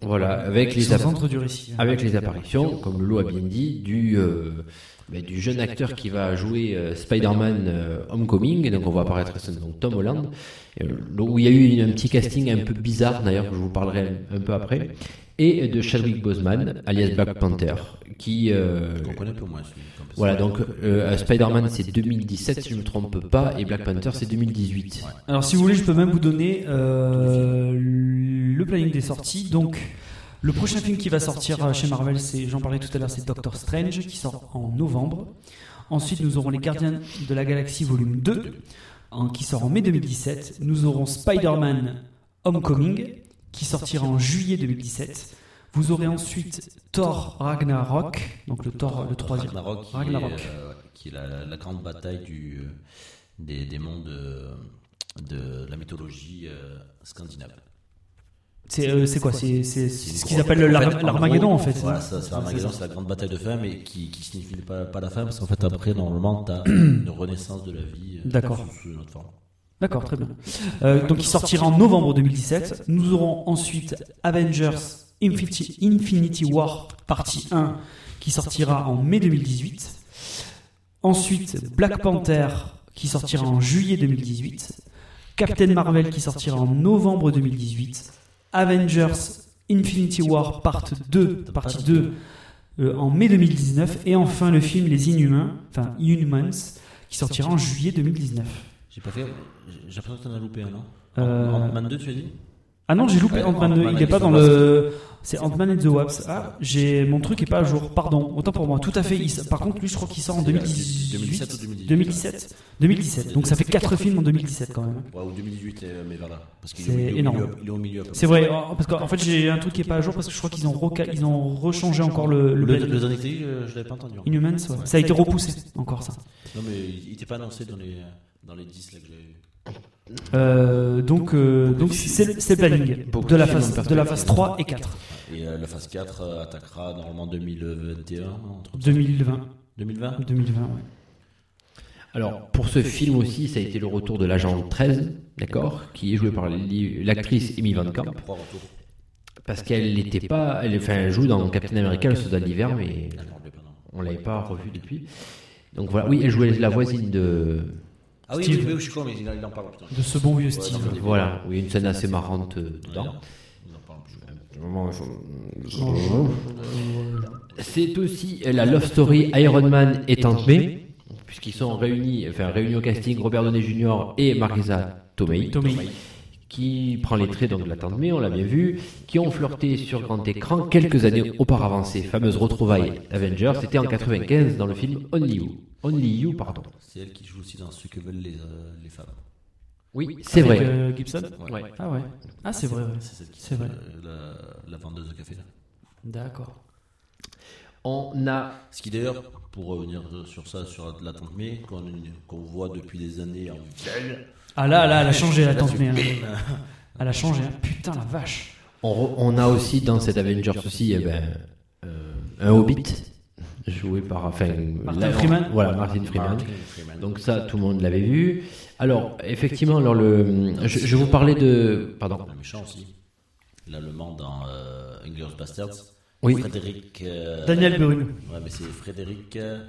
S9: Voilà, avec les
S3: Au
S9: app-
S3: centre du récit. hein.
S9: avec les apparitions, comme Lolo a bien dit, du, euh, ben, du jeune acteur qui va jouer euh, Spider-Man euh, Homecoming, et donc on va apparaître c'est donc Tom Holland, euh, où il y a eu une- un petit casting un peu bizarre d'ailleurs, que je vous parlerai un, un peu après, et euh, de Chadwick Boseman, alias Black Panther, qui... euh,
S4: On connaît un peu moins celui comme ça.
S9: voilà, donc euh, Spider-Man c'est 2017 si je ne me trompe pas, et Black Panther c'est 2018.
S3: Alors, si vous voulez, je peux même vous donner euh, le planning des sorties. Donc, le prochain film qui va sortir euh, chez Marvel, c'est, j'en parlais tout à l'heure, c'est Doctor Strange, qui sort en novembre. Ensuite, nous aurons Les Gardiens de la Galaxie Volume 2, hein, qui sort en mai 2017. Nous aurons Spider-Man Homecoming, qui sortira en juillet 2017. Vous aurez ensuite Thor Ragnarok, donc le Thor, le troisième.
S4: Ragnarok, qui
S3: Ragnarok.
S4: est, euh, qui est la, la grande bataille du, euh, des, des mondes euh, de la mythologie euh, scandinave.
S3: C'est euh, c'est quoi C'est
S4: C'est
S3: c'est- c'est
S4: une
S3: ce qu'ils
S4: grosse-
S3: appellent le
S4: en fait,
S3: l'Ar-
S4: en
S3: l'Armageddon,
S4: gros,
S3: en fait.
S4: Voilà, ça, c'est l'Armageddon, c'est la grande bataille de fin, mais qui, qui signifie pas, pas la fin, parce qu'en fait, après, normalement,
S3: [CLEARS THROAT]
S4: t'as une renaissance de la vie euh,
S3: D'accord.
S4: sous, sous une autre forme.
S3: D'accord, très bien. Euh, donc il sortira en novembre 2017. Nous aurons ensuite Avengers Infinity, Infinity War partie 1 qui sortira en mai 2018. Ensuite Black Panther qui sortira en juillet 2018. Captain Marvel qui sortira en novembre 2018. Avengers Infinity War Part 2, partie 2 euh, en mai 2019. Et enfin le film Les Inhumains, enfin Inhumans, qui sortira en juillet 2019.
S4: J'ai pas fait. J'ai j'ai l'impression que t'en as loupé un, non
S3: Euh,
S4: Ant-Man 2, tu as dit
S3: Ah non, j'ai loupé
S4: Ouais,
S3: Ant-Man 2, il
S4: Ant-Man
S3: n'est
S4: and
S3: pas
S4: the
S3: dans
S4: Wasp.
S3: le. C'est Ant-Man and the Wasp. Ah, j'ai mon truc est pas à jour. Pardon, autant pour moi. Tout à fait. il- Par contre, lui, je crois qu'il
S4: euh,
S3: sort en 2018.
S4: 2017 ou 2018.
S3: 2017. 2017. Donc ça fait 4 films en 2017 quand même.
S4: Ouais, ou 2018, euh, mais voilà. Parce qu'il
S3: C'est
S4: est, au milieu-
S3: énorme.
S4: il est au- Il est au milieu. à peu
S3: C'est
S4: près.
S3: vrai, oh, parce qu'en fait, j'ai un truc qui est pas à jour parce que je crois qu'ils ont, reca- ils ont rechangé encore le. le,
S4: Le, le dernier que t'as dit, je, je l'avais pas entendu.
S3: Inhumans, ouais. Ça a été repoussé encore ça.
S4: Non, mais il il était pas annoncé dans les, dans les 10 là que j'ai.
S3: Euh, donc euh, donc c'est c'est le planning de la, phase, de la phase 3 et 4.
S4: Et euh, la phase 4 euh, attaquera normalement 2021, non, entre
S3: 2020.
S4: 2020
S3: 2020, ouais.
S9: Alors, pour ce film aussi, ça a été le retour de l'agent 13, d'accord, qui est joué par l'i- l'actrice Amy Van Camp.
S4: Trois retours.
S9: Parce qu'elle n'était pas. Elle, enfin, elle joue dans Captain America, le soldat d'hiver, mais
S4: Ah, je me rappelais pas, non.
S9: on l'avait pas revue depuis. Donc voilà, oui, elle jouait la voisine de.
S4: Ah oui, oui, oui, oui, je suis con, mais il il en hein. parle. Putain.
S3: De ce bon vieux Steve.
S9: Voilà, oui, une scène assez marrante euh, dedans.
S4: Il en parle plus.
S9: C'est aussi euh, la love story Iron Man et Tante May, puisqu'ils sont réunis, enfin réunis au casting Robert Downey Jr. et Marisa Tomei,
S3: Tomei.
S9: qui prend les traits donc de la Tante May, on l'a bien vu, qui ont flirté sur grand écran quelques années auparavant. Ces fameuses retrouvailles Avengers, c'était en 95 dans le film Only You. Only You, pardon.
S4: C'est elle qui joue aussi dans ce que veulent les, euh, les femmes.
S9: Oui, c'est
S3: Avec,
S9: vrai.
S3: euh, Gibson
S4: Ouais.
S3: Ah ouais. Ah c'est vrai. ouais.
S4: C'est celle qui
S3: C'est
S4: fait,
S3: vrai.
S4: euh, la, la vendeuse de café. Là.
S3: D'accord.
S9: On a
S4: Ce qui d'ailleurs, pour revenir sur ça, sur la tante May, qu'on qu'on voit depuis des années en
S3: Ah là, là, elle a changé la [LAUGHS] tante, mais elle, elle a changé. hein. Putain la vache.
S9: On, re- on a aussi dans cet Avengers aussi eh ben, euh, un Hobbit joué par enfin,
S3: Martin
S9: la-
S3: Freeman.
S9: Voilà, Martin
S4: Ah,
S9: Freeman. Donc ça, tout le monde l'avait vu. Alors effectivement, alors le, je, je vous parlais de pardon.
S4: Le méchant aussi. L'allemand dans euh, Inglourious Bastards.
S9: Oui.
S4: Frédéric. euh,
S3: Daniel Brühl.
S4: Ouais, mais c'est Frédéric. euh,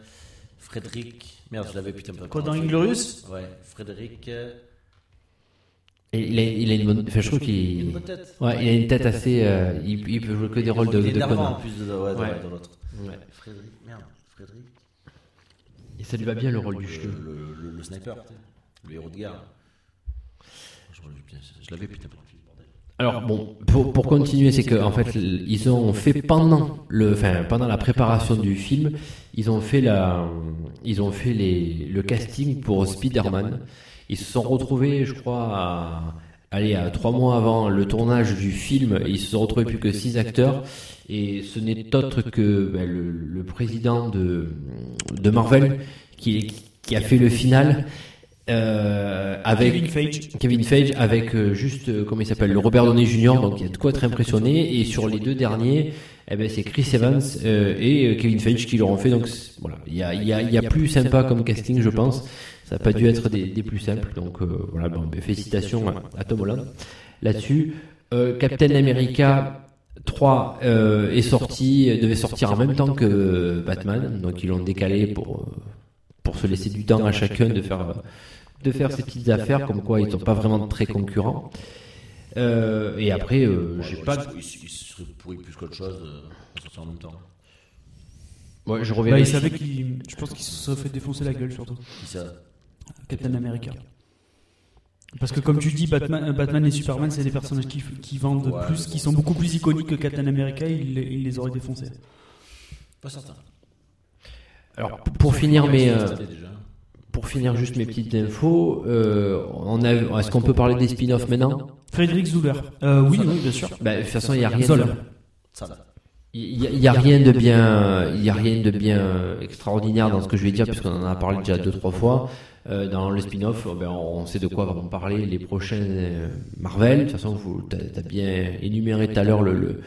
S4: Frédéric. Merde, je l'avais putain pas.
S3: Quoi dans
S4: prononcé.
S3: Inglorious
S4: Ouais, Frédéric. euh,
S9: Et Il a, il a une bonne, enfin, je trouve
S4: il a une
S9: qu'il
S4: bonne tête.
S9: ouais, il a une tête assez. euh, il, il peut jouer que des rôles de,
S4: Il est
S9: de
S4: énervant en
S9: connard.
S4: plus de, ouais, de-
S9: Ouais.
S4: de l'autre.
S9: Ouais.
S4: Frédéric. Merde, Frédéric.
S9: Et ça lui va bien le rôle du
S4: Le,
S9: cheveu.
S4: le- le- le sniper, tu sais, le héros de guerre. Je l'avais putain, je l'avais putain pas.
S9: Alors bon, pour, pour continuer, c'est que en fait, l- ils ont fait pendant le, enfin pendant la préparation du film, ils ont fait la, ils ont fait les, le casting pour Spider-Man. Ils se sont retrouvés, je crois, à, allez, à trois mois avant le tournage du film, ils se sont retrouvés plus que six acteurs, et ce n'est autre que ben, le, le président de, de Marvel qui, qui a fait le final. euh, avec
S3: Kevin Feige.
S9: Kevin Feige avec euh, juste euh, comment il s'appelle le Robert Downey Jr. donc il y a de quoi être impressionné et sur les deux derniers eh ben c'est Chris Evans euh, et euh, Kevin Feige qui l'auront fait donc c'est- voilà il y a, il y, a, il y a plus sympa comme casting je pense ça n'a pas dû être des, des plus simples donc euh, voilà bon, ben, félicitations à, à Tom Holland là-dessus Euh, Captain America 3 euh, est sorti euh, devait sortir en même temps que euh, Batman donc ils l'ont décalé pour euh, pour se laisser du temps à chacun de faire euh, de faire ces petites affaires, comme quoi ils sont pas vraiment très concurrents. Euh, et après, euh, j'ai pas.
S4: Il se il se serait pourri plus qu'autre chose euh, à sortir en même temps.
S9: Ouais, je
S3: Bah,
S9: reviens.
S3: il savait qu'il. Je pense qu'il se serait fait défoncer la gueule surtout.
S4: Qui ça
S3: Captain America. Parce que comme tu dis, Batman, euh, Batman et Superman, c'est des personnages qui, qui vendent
S4: Ouais,
S3: plus,
S4: mais
S3: qui
S4: bon.
S3: sont beaucoup plus iconiques que Captain America, il, les- il les aurait défoncés.
S4: Pas certain.
S9: Alors, pour, pour finir mes, euh,
S4: C'était déjà.
S9: pour finir juste mes petites infos, euh, on a, est-ce qu'on peut parler des spin-offs maintenant
S3: Frédéric Zuller. Euh, oui, oui, bien sûr.
S9: Bah, De toute façon, il y a rien.
S3: Zoller.
S9: de-
S4: Ça va.
S9: Il y a- il y a rien de bien, euh, il y a rien de bien extraordinaire dans ce que je vais dire puisqu'on en a parlé déjà deux trois fois. Euh, dans le spin-off, euh, ben, on sait de quoi vont parler les prochaines euh, Marvel. De toute façon, vous t'as t'as bien énuméré tout à l'heure le, le-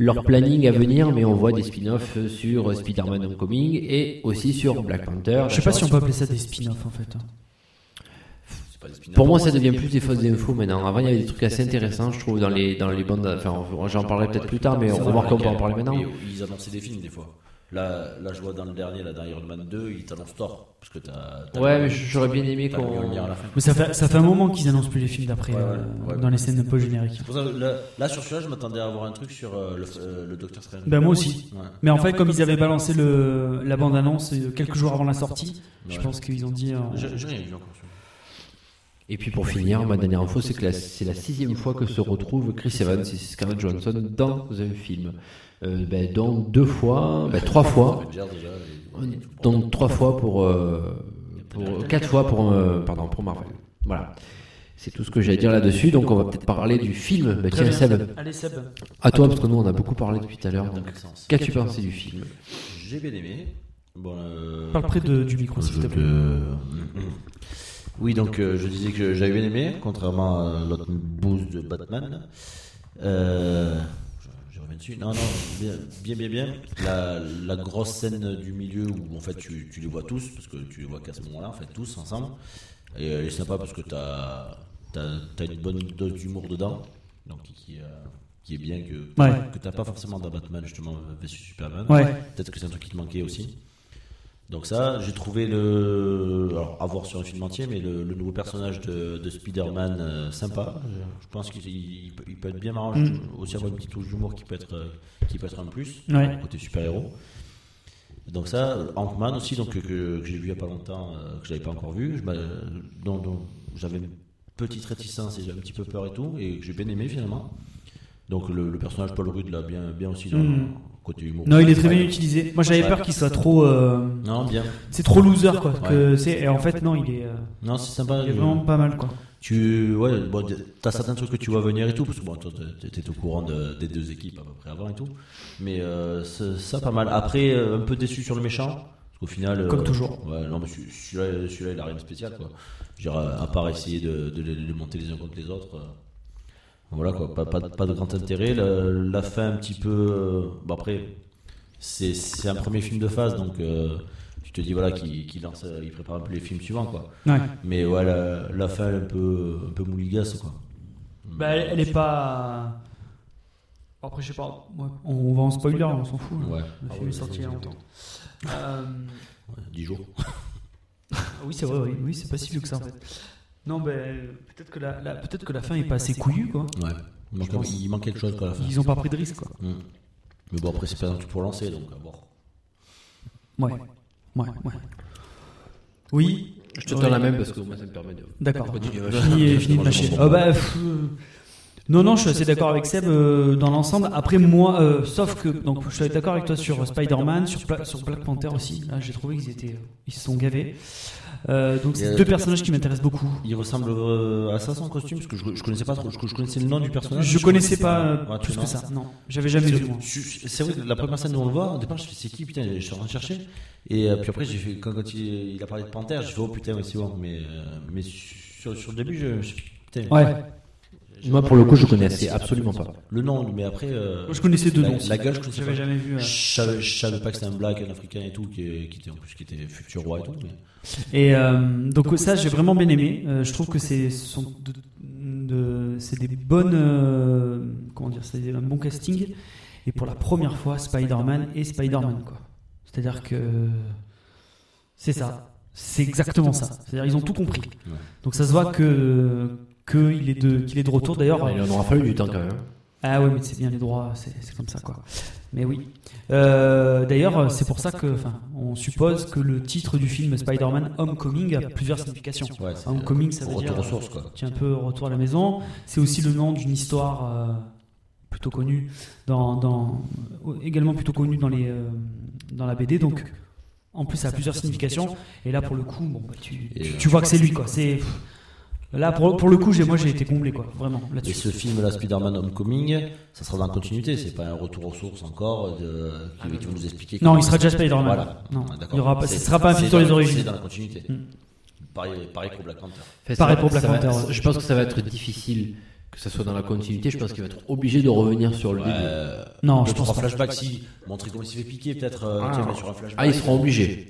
S9: leur planning à venir, mais on voit des spin-offs sur euh, Spider-Man Homecoming et aussi sur Black Panther.
S3: Je sais pas si on peut appeler ça des spin-offs en fait. hein.
S4: C'est pas des spin-offs.
S9: Pour moi, ça devient plus des fausses infos maintenant. Avant, il y avait des trucs assez intéressants, je trouve, dans les dans les bandes. Enfin, on- j'en parlerai peut-être plus tard, mais on va voir qu'on peut en parler maintenant.
S4: Et euh, ils annonçaient des films des fois. Là, là, je vois dans le dernier, là, dans Iron Man 2, ils t'annoncent Thor. Parce que t'as. t'as
S9: Ouais,
S4: le-
S9: mais j'aurais bien aimé
S4: t'as le
S9: qu'on-
S4: Mjolnir à la fin.
S3: Mais ça fait, ça fait un moment qu'ils annoncent plus les films d'après
S4: Ouais, ouais,
S3: euh,
S4: ouais.
S3: dans les scènes de post-générique.
S4: C'est pour ça que là, là, sur celui-là, je m'attendais à avoir un truc sur euh, le, euh, le Docteur Strange.
S3: Ben, moi aussi.
S4: Ouais.
S3: Mais en fait, comme ils avaient balancé le, la bande-annonce euh, quelques jours avant la sortie, je
S4: Ouais.
S3: pense qu'ils ont dit. euh,
S4: J'ai j'ai rien vu encore. sur-
S9: Et puis pour finir, ma dernière info, c'est que la- c'est la sixième fois que se retrouvent Chris Evans et Scarlett Johansson dans un film. Euh, ben, donc deux fois, ben, trois fois, Euh,
S4: Avengers, déjà. et-
S9: donc trois fois pour, euh, pour quatre fois pour, euh, pardon, pour Marvel. Voilà. C'est tout ce que j'ai à dire là-dessus. Donc on va peut-être parler du film. Ben,
S3: Très
S9: tiens,
S3: bien.
S9: Seb,
S3: Allez, Seb.
S9: à toi parce que nous on a beaucoup parlé depuis tout à l'heure.
S4: Dans
S9: Donc
S4: quel sens
S9: qu'as-tu pensé du film
S4: J'ai bien aimé. Bon, euh,
S3: Parle près de- du micro, s'il te plaît.
S4: Euh, Oui, donc euh, je disais que j'avais bien aimé, contrairement à l'autre bouse de Batman. Euh, je, je reviens dessus. Non, non, bien, bien, bien. bien. La, la grosse scène du milieu où en fait tu, tu les vois tous, parce que tu les vois qu'à ce moment-là, en fait, tous ensemble. Et elle est sympa parce que t'as as, une bonne dose d'humour dedans, donc qui, qui, euh, qui est bien que,
S3: Ouais.
S4: que t'as pas forcément d'un Batman justement euh, versus Superman.
S3: Ouais.
S4: Peut-être que c'est un truc qui te manquait aussi. Donc ça, j'ai trouvé le... Alors, à voir sur un film entier, mais le, le nouveau personnage de, de Spider-Man euh, sympa. Je pense qu'il il peut, il peut être bien marrant,
S3: Mm.
S4: aussi avoir une petite touche d'humour qui peut être euh, qui peut être un plus,
S3: Ouais.
S4: côté super-héros. Donc ça, euh, Ant-Man aussi, donc, que, que j'ai vu il n'y a pas longtemps, euh, que j'avais pas encore vu, je m'a- dont, dont j'avais une petite réticence et j'avais un petit peu peur et tout, et que j'ai bien aimé finalement. Donc le, le personnage Paul Rudd là, bien, bien aussi dans
S3: Mm.
S4: le côté humour.
S3: Non, il est très bien utilisé. Moi, j'avais peur qu'il soit trop. euh,
S4: Non, bien.
S3: C'est trop loser, quoi. que c'est- Et en fait, non, il est, euh,
S4: Non, c'est sympa.
S3: il est
S4: je-
S3: vraiment pas mal, quoi.
S4: Tu ouais, bon, t- t'as certains trucs que tu vois venir et tout, parce que bon, toi, t'es- t'es au courant de- des deux équipes à peu près avant et tout. Mais euh, ça, ça, pas mal. Après, euh, un peu déçu sur le méchant, parce qu'au final. euh,
S3: Comme toujours.
S4: Ouais, non, mais celui- celui-là, celui-là, il a rien de spécial, quoi. Je veux dire, euh, à part essayer de, de les, les monter les uns contre les autres. euh, voilà, quoi. Pas, pas, pas de grand intérêt. La, la fin, un petit peu. euh, bon, après, c'est c'est un premier film de phase, donc. euh, tu te dis voilà qu'il qu'il lance, euh, il prépare un peu les films suivants quoi.
S3: Ouais.
S4: Mais ouais, la, euh, la fin elle est un peu, euh, un peu mouligasse quoi.
S3: Bah, elle, elle est pas. Bon, Après, je sais pas. ouais, On va en spoiler, on s'en fout.
S4: Ouais.
S3: Le film est sorti il y a longtemps. Euh,
S4: 10 jours.
S3: Ah Oui, c'est vrai, oui, oui, c'est pas si vieux que ça en fait. Non, ben, peut-être que la, la- peut-être que la fin est pas assez couillue, quoi.
S4: Ouais. Il manque,
S3: pense.
S4: il manque quelque chose quoi à la fin.
S3: Ils ont pas pris de risque, quoi.
S4: Mm. Mais bon, après, c'est pas un truc pour lancer donc à voir.
S3: Ouais, ouais, ouais. Oui,
S9: Je te tends la même parce que moi ça me permet de.
S3: d'accord.
S9: Continue, ouais.
S3: Fini, fini de
S4: Moi, je
S3: mâcher.
S4: comprends
S3: Ah bah, pff, euh, non, non, je suis assez d'accord avec Seb euh, dans l'ensemble. Après, moi, euh, sauf que, donc, je suis d'accord avec toi sur euh, Spider-Man, sur, Pla- sur Black Panther aussi. Là, j'ai trouvé qu'ils étaient, ils se sont gavés. Euh, donc,
S4: Il y
S3: c'est
S4: a-
S3: deux personnages qui m'intéressent beaucoup.
S4: Il ressemble euh, à ça son costume parce que je, je connaissais pas trop, je, je connaissais le nom du personnage.
S3: Je connaissais pas euh,
S4: Ouais, tu
S3: plus que
S4: non.
S3: ça. Non, j'avais jamais vu. moi.
S4: Je- C'est vrai que la première scène où on le voit, au départ, je fais c'est qui putain, je suis en train de chercher. Et euh, puis après, j'ai fait, quand, quand il, il a parlé de panthère, je fais oh putain, ouais, c'est bon. Mais, euh, mais sur, sur le début, je, je putain,
S3: Ouais.
S9: Moi pour le coup je connaissais absolument pas.
S4: le nom, mais après. euh,
S3: Moi, je connaissais deux
S4: la-
S3: noms.
S4: La gueule, je connaissais
S3: J'avais
S4: pas.
S3: jamais vu. euh.
S4: Je savais, je savais pas que c'était un black, un africain et tout, qui, est- qui était en plus qui était futur roi et tout. Mais...
S3: Et euh, donc ça, j'ai vraiment bien aimé. Euh, je trouve que c'est ce sont de- de- c'est des bonnes, euh, comment dire, c'est un bon casting. Et pour la première fois, Spider-Man et Spider-Man quoi. C'est-à-dire que c'est ça, c'est exactement ça. C'est-à-dire ils ont tout compris.
S4: Ouais.
S3: Donc ça se voit que que il est de qu'il est de retour. D'ailleurs,
S9: Il en aura fallu du temps quand même.
S3: ah ouais, mais c'est bien les droits, c'est c'est comme ça quoi. Mais oui. Euh, D'ailleurs, c'est pour ça que, enfin, on suppose que le titre du film Spider-Man Homecoming a plusieurs significations.
S4: Ouais, c'est-
S3: Homecoming, ça veut
S4: retour
S3: dire
S4: aux sources, quoi.
S3: tiens un peu retour à la maison. C'est aussi le nom d'une histoire euh, plutôt connue dans, dans euh, également plutôt connue dans les euh, dans la BD. Donc, en plus, ça a plusieurs significations. Et là, pour le coup, bon, bah, tu,
S4: Et,
S3: tu,
S4: euh,
S3: tu vois que c'est lui quoi. C'est là pour, pour le coup, j'ai moi j'ai été comblé quoi, vraiment
S4: Et
S3: là-dessus.
S4: ce film-là, Spider-Man Homecoming, ça sera dans la continuité, c'est pas un retour aux sources encore, de, qui, qui va nous expliquer.
S3: Ah, Non,
S4: comment-
S3: il sera déjà Spider-Man.
S4: Voilà.
S3: Non,
S4: Ah, d'accord.
S3: il y aura pas, ce
S4: C'est-
S3: sera pas un film
S4: c'est
S3: sur les
S4: dans-
S3: origines. Mm.
S4: C'est dans la continuité. Pareil, pareil pour Black Panther.
S9: Enfin,
S3: Pareil
S9: ça va-
S3: pour Black
S9: ça va-
S3: Panther, ouais.
S9: Je pense que ça va être difficile que ça soit dans la continuité. Je pense qu'il va être obligé de revenir sur le début.
S4: Euh,
S3: Non,
S4: deux,
S3: je pense
S4: trois
S3: pas.
S4: flashbacks, si. Montrer comment il s'est fait piquer, peut-être. euh, tiens, mais sur un flashback.
S9: Ah, ils seront obligés.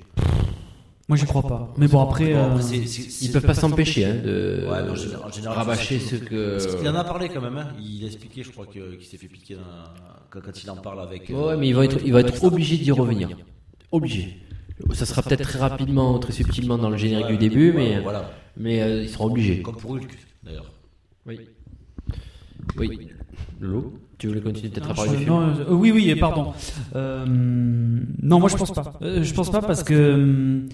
S3: Moi, j'y crois pas. Mais bon, après,
S4: Bon,
S3: euh,
S4: après, c'est- c'est- c'est-
S9: Ils peuvent pas s'empêcher hein, de
S4: Ouais, mais en général- en général,
S9: rabâcher
S4: c'est-
S9: ce que.
S4: Parce qu'il en a parlé quand même, hein. il a expliqué, je crois, que- qu'il s'est fait piquer dans- quand, quand il en parle avec. euh,
S9: Ouais, mais il va être, il va être obligé d'y revenir. Obligé. Ça sera peut-être très rapidement, très subtilement dans le générique
S4: Ouais,
S9: du début,
S4: ouais,
S9: mais,
S4: Voilà,
S9: mais euh, ils seront obligés.
S4: comme pour Hulk, d'ailleurs.
S9: Oui. Oui. Lolo, tu voulais continuer peut-être à
S3: non,
S9: parler
S3: je-
S9: du film
S3: non, euh, oui, oui, euh, pardon. Euh, non, moi, je pense pas. Euh, je pense pas parce que. euh,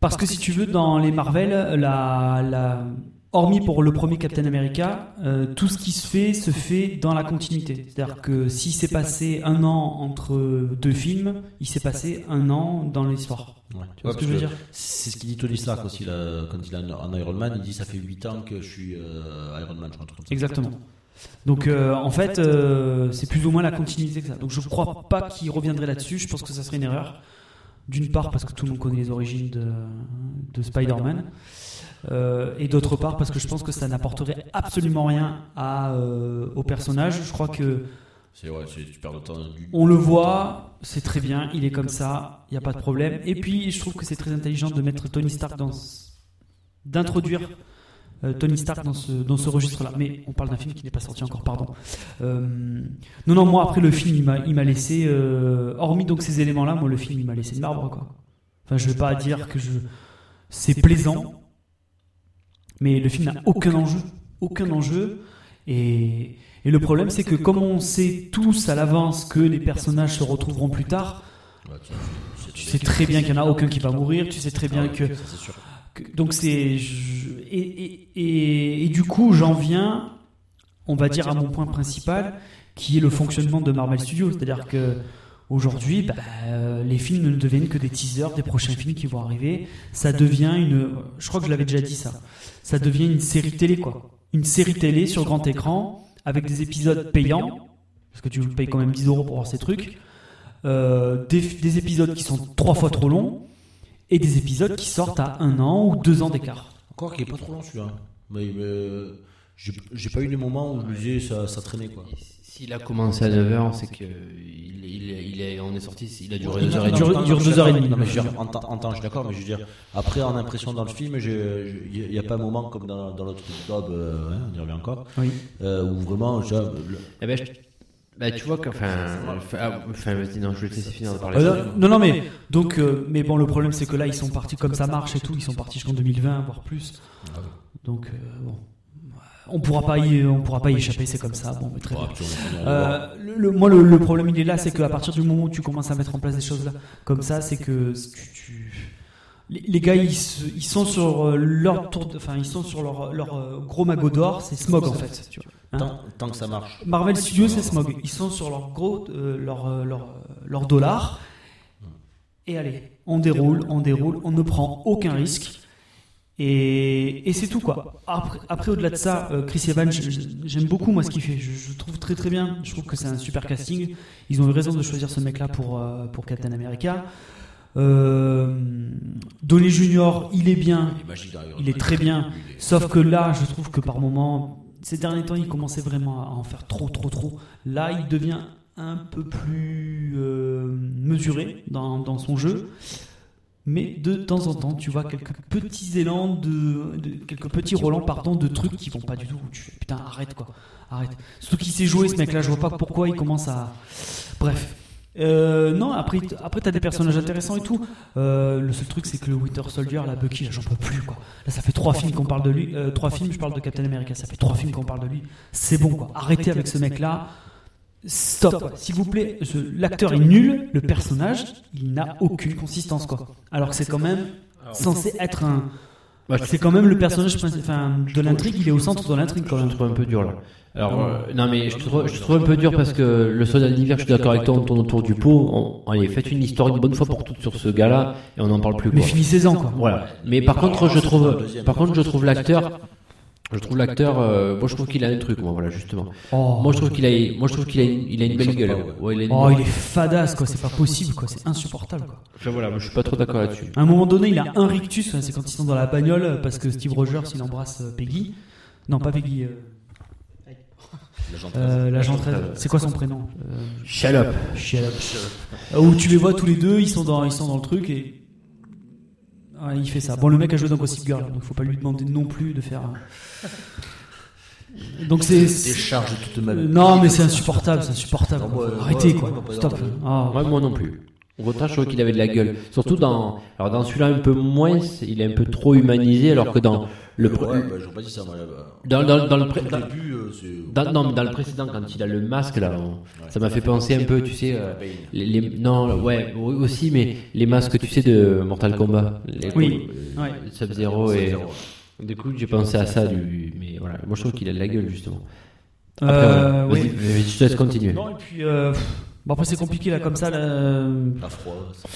S3: Parce que si tu veux, dans les Marvel, la. la- Hormis pour le premier Captain America, euh, tout ce qui se fait se fait dans la continuité. C'est-à-dire que s'il s'est passé un an entre deux films, il s'est passé un an dans l'histoire.
S4: Ouais.
S3: Tu vois ce que je veux dire
S4: C'est ce qu'il dit Tony Stark quand il, a, quand il est en Iron Man, il dit ça fait 8 ans que je suis euh, Iron Man, je crois. un truc comme ça.
S3: Exactement. Donc euh, en fait, euh, c'est plus ou moins la continuité que ça. Donc je crois pas qu'il reviendrait là-dessus. Je pense que ça serait une erreur. D'une part parce que tout le monde connaît les origines de, de Spider-Man. Euh, et d'autre part parce que je pense que ça n'apporterait absolument rien à, euh, au personnage. Je crois que
S4: C'est ouais, c'est- tu perds le temps. Du...
S3: on le voit, c'est très bien, il est comme ça, il n'y a pas de problème. Et puis je trouve que c'est très intelligent de mettre Tony Stark dans... d'introduire euh, Tony Stark dans ce, dans ce registre-là. Mais on parle d'un film qui n'est pas sorti encore, pardon. Euh, non, non, moi, après, le film, il m'a- il m'a laissé... euh, hormis donc ces éléments-là, moi, le film, il m'a laissé de marbre, quoi. Enfin, je vais pas dire que je... C'est plaisant, mais le film n'a aucun enjeu. Aucun enjeu. Et, et le problème, c'est que comme on sait tous à l'avance que les personnages se retrouveront plus tard, tu sais très bien qu'il n'y en a aucun qui va mourir, tu sais très bien que...
S4: C'est sûr.
S3: que- donc c'est... je- et, et- et- et du coup, j'en viens, on va dire, à mon point principal, qui est le fonctionnement de Marvel Studios. C'est-à-dire que... Aujourd'hui, bah, euh, les films ne deviennent que des teasers des prochains films qui vont arriver. Ça devient une, je crois que je l'avais déjà dit ça, ça devient une série télé quoi. Une série télé sur grand écran avec des épisodes payants, parce que tu payes quand même 10 euros pour voir ces trucs, euh, des, des épisodes qui sont trois fois trop longs et des épisodes qui sortent à un an ou deux ans d'écart.
S4: Encore qu'il est pas trop long celui-là. Mais, mais, j'ai j'ai pas eu des moments où je me disais ça, ça traînait quoi.
S9: S'il a commencé à 9h, c'est que il, il- il est, on est sorti, il a duré
S4: Non,
S9: 2 heures et
S4: non,
S9: demie.
S4: non,
S3: Il dure
S4: non,
S3: deux heures et demie.
S4: Non, mais je veux dire, en, temps- en temps, je suis d'accord, mais je veux dire, après, en impression dans le film, il n'y a pas un moment comme dans, dans l'autre club, euh, hein, on y revient encore,
S3: Oui.
S4: euh, où vraiment, je, le-
S9: Eh ben, je- bah, tu vois qu'enfin. Enfin, enfin, vas-y, non, je vais te laisser finir de parler.
S3: Euh, non, non, mais donc, euh, mais bon, le problème c'est que là, ils sont partis comme ça marche et tout. Ils sont partis jusqu'en 2020, voire plus. Donc, euh, bon, on pourra pas y, on pourra pas y échapper. C'est comme ça. Bon,
S4: oh,
S3: mais très bien. Euh, le, le- moi, le, le problème, il est là, c'est qu'à partir du moment où tu commences à mettre en place des choses là, comme ça, c'est que tu, tu- les, les gars, ils, se- ils sont sur euh, leur tour, de- enfin, ils sont sur leur, leur euh, gros magot d'or, c'est Smog en fait. tu vois. Hein
S4: tant, tant que ça marche.
S3: Marvel Studios, c'est Smog. Ils sont sur leur gros, euh, leur, euh, leur, euh, leur dollar. Et allez, on déroule, on déroule, on ne prend aucun risque. Et, et c'est tout quoi. Après, après, au-delà de ça, euh, Chris Evans, je- je- j'aime beaucoup moi ce qu'il fait. Je, je trouve très très bien. Je trouve que c'est un super casting. Ils ont eu raison de choisir ce mec-là pour euh, pour Captain America. Euh, Donny Junior, il est bien.
S4: Il est magique dans Iron
S3: Il est
S4: Man.
S3: très bien.
S4: Il est-
S3: Sauf que là, je trouve que par moment, ces derniers temps, il commençait vraiment à en faire trop, trop, trop. Là, il devient un peu plus euh, mesuré dans, dans son jeu. Mais de temps en temps, tu vois quelques petits élans de, de- quelques petits relents pardon de trucs qui vont pas du tout. Tu fais, putain, arrête quoi, arrête. Surtout qu'il sait jouer ce mec-là, je vois pas pourquoi il commence à. Bref. Euh, non, après, t- après t'as des personnages intéressants et tout. Euh, le seul truc, c'est que le Winter Soldier, la Bucky, là, j'en peux plus quoi. Là, ça fait trois films qu'on parle de lui. Euh, trois films, je parle de Captain America. Ça fait trois films qu'on parle de lui. C'est bon, quoi. Arrêtez avec ce mec-là. Stop, quoi. s'il vous plaît. Ce- L'acteur est nul. Le personnage, il n'a aucune consistance, quoi. Alors que c'est quand même censé être un. C'est quand même le personnage princi- enfin, de l'intrigue. Il est au centre de l'intrigue, quand
S9: Je te
S3: même.
S9: trouve un peu dur là. Alors, euh, non, mais je te, trouve, je te trouve un peu dur parce que le soldat d'hiver, je suis d'accord avec toi, on tourne autour du pot. On, allez, faites une histoire une bonne fois pour toutes sur ce gars-là et on n'en parle plus.
S3: Mais
S9: quoi.
S3: finissez-en, quoi.
S9: Voilà. Mais par contre, je trouve, par contre, je trouve l'acteur, je trouve l'acteur, euh, moi je trouve qu'il a un truc, moi voilà justement.
S3: Oh.
S9: Moi je trouve qu'il a, moi je trouve qu'il a, une- il a une belle gueule. hein. Ouais, il a une-
S3: Oh, il est fadasse, quoi. C'est pas possible, quoi. C'est insupportable, quoi.
S9: Enfin, voilà, moi, je suis pas trop d'accord là-dessus.
S3: À un moment donné, il a un rictus, enfin, c'est quand ils sont dans la bagnole, parce que Steve Rogers, il embrasse euh, Peggy. Non, pas Peggy, euh,
S4: L'agent
S3: euh, l'agent 13. C'est quoi son prénom Euh,
S9: Shut up.
S3: euh, Où tu les vois tous les deux, ils sont dans, ils sont dans le truc et. Ouais, il fait ça. Bon, le mec a joué dans Gossip Girl, donc faut pas lui demander non plus de faire. un- Donc c'est.
S4: Décharge de toute ma
S3: Euh, Non, mais c'est insupportable, c'est insupportable.
S4: Non, moi, euh,
S3: Arrêtez
S4: moi,
S3: quoi,
S4: moi, pas
S3: stop.
S4: d'accord.
S3: Ah,
S9: Ouais, moi non plus. Au contraire, je trouvais qu'il avait de la gueule. Surtout dans, alors dans celui-là un peu moins, il est un peu trop humanisé, alors que dans le,
S4: Ouais,
S9: pr-
S4: bah, j'aurais pas dit ça, moi. là, bah.
S9: dans, dans, dans le,
S4: Au
S9: pré- dans-
S4: début, euh, c'est.
S9: Dans, non, mais dans le précédent, quand il a le masque, là, on- ça m'a fait penser un peu, tu sais. euh, les, les- non, ouais, oui, aussi, mais les masques, tu sais, de Mortal Kombat. Les,
S3: Oui,
S9: euh,
S3: ouais.
S9: Sub-Zero et. Du coup, j'ai pensé à ça, du, mais voilà. Moi, je trouve qu'il a de la gueule, justement. Après,
S3: Euh,
S9: voilà. Vas-y,
S3: oui.
S9: vas-y, je te laisse continuer.
S3: Non, et puis. euh, pff, Bon, après, c'est compliqué là, comme ça. Là... euh,
S4: À froid. ça.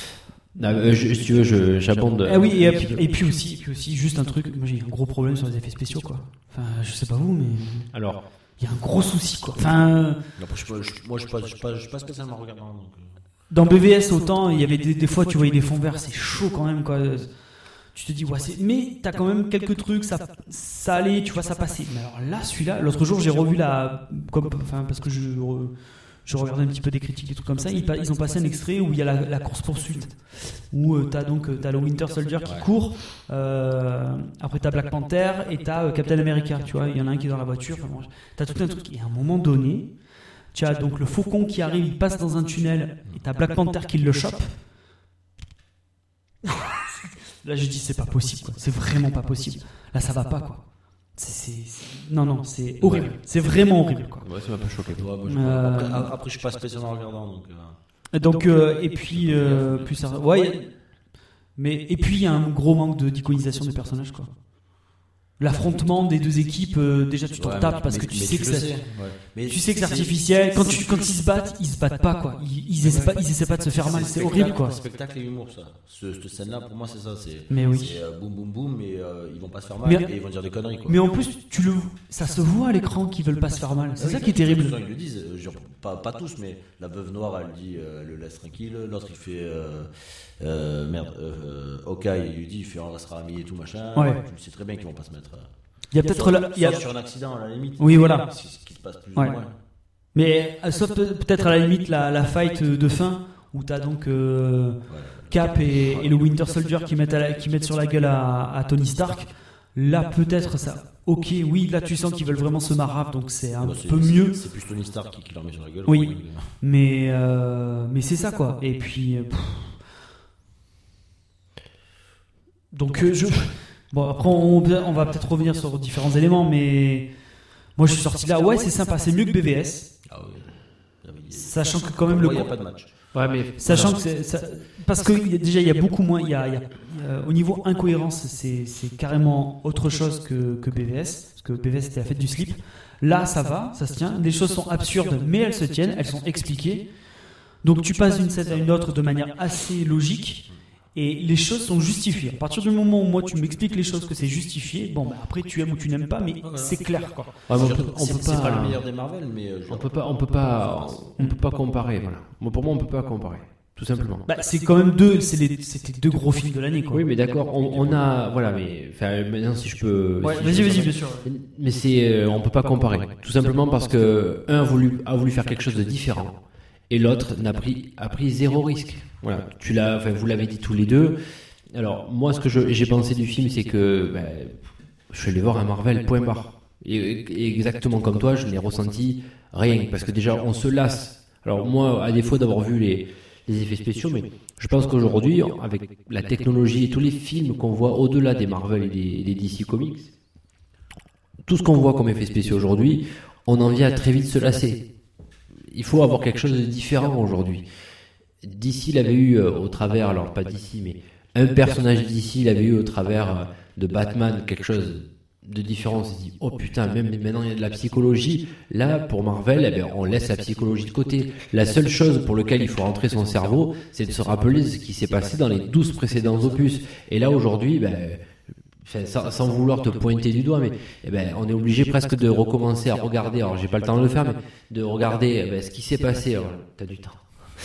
S9: Non, euh, je- si tu veux, je- j'abonde.
S3: Ah oui, et, puis- et puis aussi, et puis aussi, juste un truc, moi j'ai un gros problème sur les effets spéciaux quoi. Enfin, je sais pas vous, mais
S9: Alors,
S3: il y a un gros souci quoi. Enfin,
S4: Non, je suis pas- je- Moi, je suis pas- je suis pas- je suis pas spécialement regardant. donc, euh.
S3: dans BVS autant, il y avait des, des fois tu voyais des fonds verts, c'est chaud quand même quoi. Tu te dis ouais, c'est... mais t'as quand même quelques trucs, ça, ça allait, tu vois, ça passait. Mais alors là, celui-là, l'autre jour j'ai revu la, comme, enfin parce que je je regardais un petit peu des critiques et tout comme ça. Ils, pa- ils ont passé un extrait où il y a la, la course-poursuite. Où euh, t'as donc euh, t'as le Winter Soldier qui court, euh, après t'as Black Panther et t'as euh, Captain America. Tu vois, il y en a un qui est dans la voiture. Enfin, bon, t'as tout un truc. Et à un moment donné, tu as donc le faucon qui arrive, il passe dans un tunnel et t'as Black Panther qui le chope. [LAUGHS] Là, je dis, c'est pas possible, quoi. C'est vraiment pas possible. Là, ça va pas, quoi. C'est- c'est- c'est- Non, non, c'est horrible. C'est vraiment horrible, quoi.
S1: Ouais, ça m'a pas choqué.
S4: Ouais, moi, je-
S3: Euh,
S4: après, a- après, je suis pas spécialement regardant, donc. euh,
S3: Donc, euh, et puis, euh, puis ça, ouais, y a- mais et puis il y a un gros manque de d'iconisation des personnages, quoi. L'affrontement des deux équipes, euh, déjà tu t'en
S4: ouais,
S3: tapes
S4: mais-
S3: parce que
S4: mais-
S3: tu
S4: mais
S3: sais que
S4: le
S3: ça-
S4: sais, ouais. Mais
S3: tu sais que c'est
S4: c'est-
S3: artificiel. Quand tu- quand ils se battent, ils se battent pas, quoi. Ils ils essaient pas, ils essaient pas de se faire mal. C'est horrible, quoi.
S4: Spectacle et humour, ça. Ce- cette scène-là, pour moi, c'est ça. C'est,
S3: Mais oui.
S4: C'est euh, boum, boum, boum, mais euh, ils vont pas se faire mal
S3: Mais-
S4: et ils vont dire des conneries, quoi.
S3: Mais en plus, tu le, ça se voit à l'écran qu'ils veulent pas se faire mal. C'est
S4: Ah
S3: ça qui est terrible.
S4: Ils le disent, euh, genre, pas, pas tous, mais la veuve noire, elle dit euh, le laisse tranquille. L'autre, il fait euh, euh, merde, euh, euh, ok, il lui dit, il fait on restera amis et tout machin.
S3: Ouais.
S4: Tu sais très bien qu'ils vont pas se mettre. euh,
S3: Il y a peut-être la- il y a-
S4: sauf sur un accident à la limite.
S3: Oui, voilà.
S4: C'est ce qui se passe plus
S3: Ouais.
S4: ou moins.
S3: Mais euh, sauf peut- peut-être à la limite la, la fight de fin où t'as donc euh, Cap et, et le Winter Soldier qui mettent, à la- qui mettent sur la gueule à, à Tony Stark. Là peut-être ça. Ok, oui, là tu sens qu'ils veulent vraiment se marave, donc c'est un
S4: Bah, c'est-
S3: peu
S4: c'est-
S3: mieux.
S4: C'est plus Tony Stark qui, qui leur met sur la gueule.
S3: Oui.
S4: au moins,
S3: Mais euh, mais c'est ça quoi. Et puis euh, pff. donc euh, je bon après on, on va peut-être revenir sur différents éléments, mais moi je suis sorti de là. Ouais, c'est sympa, c'est mieux que BVS,
S4: Ah ouais. Ah oui, il y a-
S3: sachant que quand même le
S4: Moi, il n'y a pas de match.
S9: Ouais, mais
S3: Sachant que c'est- ça- parce que il y a- déjà il y a beaucoup moins, il y a, il y a- euh, au niveau incohérence, c'est c'est carrément autre chose que, que BVS, parce que BVS c'était la fête du slip. Là ça va, ça se tient. Les choses sont absurdes, mais elles se tiennent, elles sont expliquées. Donc tu passes d'une scène à une autre de manière assez logique. Et les choses sont justifiées. À partir du moment où moi tu m'expliques les choses que c'est justifié, bon bah, après tu aimes ou tu n'aimes pas, mais c'est clair quoi.
S9: Ouais, mais on
S4: C'est-
S9: peut, on
S4: c'est-
S9: peut
S4: C'est pas le
S9: pas.
S4: meilleur des Marvel, mais euh, je-
S9: On peut pas, on peut pas, on peut pas comparer. Voilà. Moi, pour moi, on peut pas comparer, tout simplement.
S3: Bah, c'est quand même deux, c'est les- c'était deux gros films de l'année quoi.
S9: Oui, mais d'accord. On, on a, voilà, mais enfin, maintenant, si je peux.
S3: Ouais,
S9: si je
S3: vas-y
S9: peux-
S3: vas-y bien sûr.
S9: Mais c'est, euh, on peut pas comparer, tout simplement parce que un a voulu, a voulu faire quelque chose de différent et l'autre n'a pris, a pris zéro risque. Voilà, tu l'as, enfin, vous l'avez dit tous les deux. Alors moi, ce que je- j'ai pensé du film, c'est que ben, je suis allé voir un Marvel point barre. Et, et exactement comme toi, je n'ai ressenti rien parce que déjà on se lasse. Alors moi, à défaut d'avoir vu les les effets spéciaux, mais je pense qu'aujourd'hui, avec la technologie et tous les films qu'on voit au-delà des Marvel et des- des DC Comics, tout ce qu'on voit comme effets spéciaux aujourd'hui, on en vient à très vite se lasser. Il faut avoir quelque chose de différent aujourd'hui. D'ici, il avait eu euh, au travers, alors pas d'ici, mais un personnage d'ici, il avait eu au travers euh, de Batman quelque chose de différent. On s'est dit, oh putain, même maintenant il y a de la psychologie. Là, pour Marvel, eh ben, on laisse la psychologie de côté. La seule chose pour laquelle il faut rentrer son cerveau, c'est de se rappeler ce qui s'est passé dans les 12 précédents opus. Et là, aujourd'hui, ben, Enfin, sans, sans vouloir te pointer du doigt, mais eh ben, on est obligé presque de recommencer à regarder. Alors, j'ai pas le temps de le faire, mais de regarder eh ben, ce qui s'est passé. Alors, T'as du temps. [LAUGHS]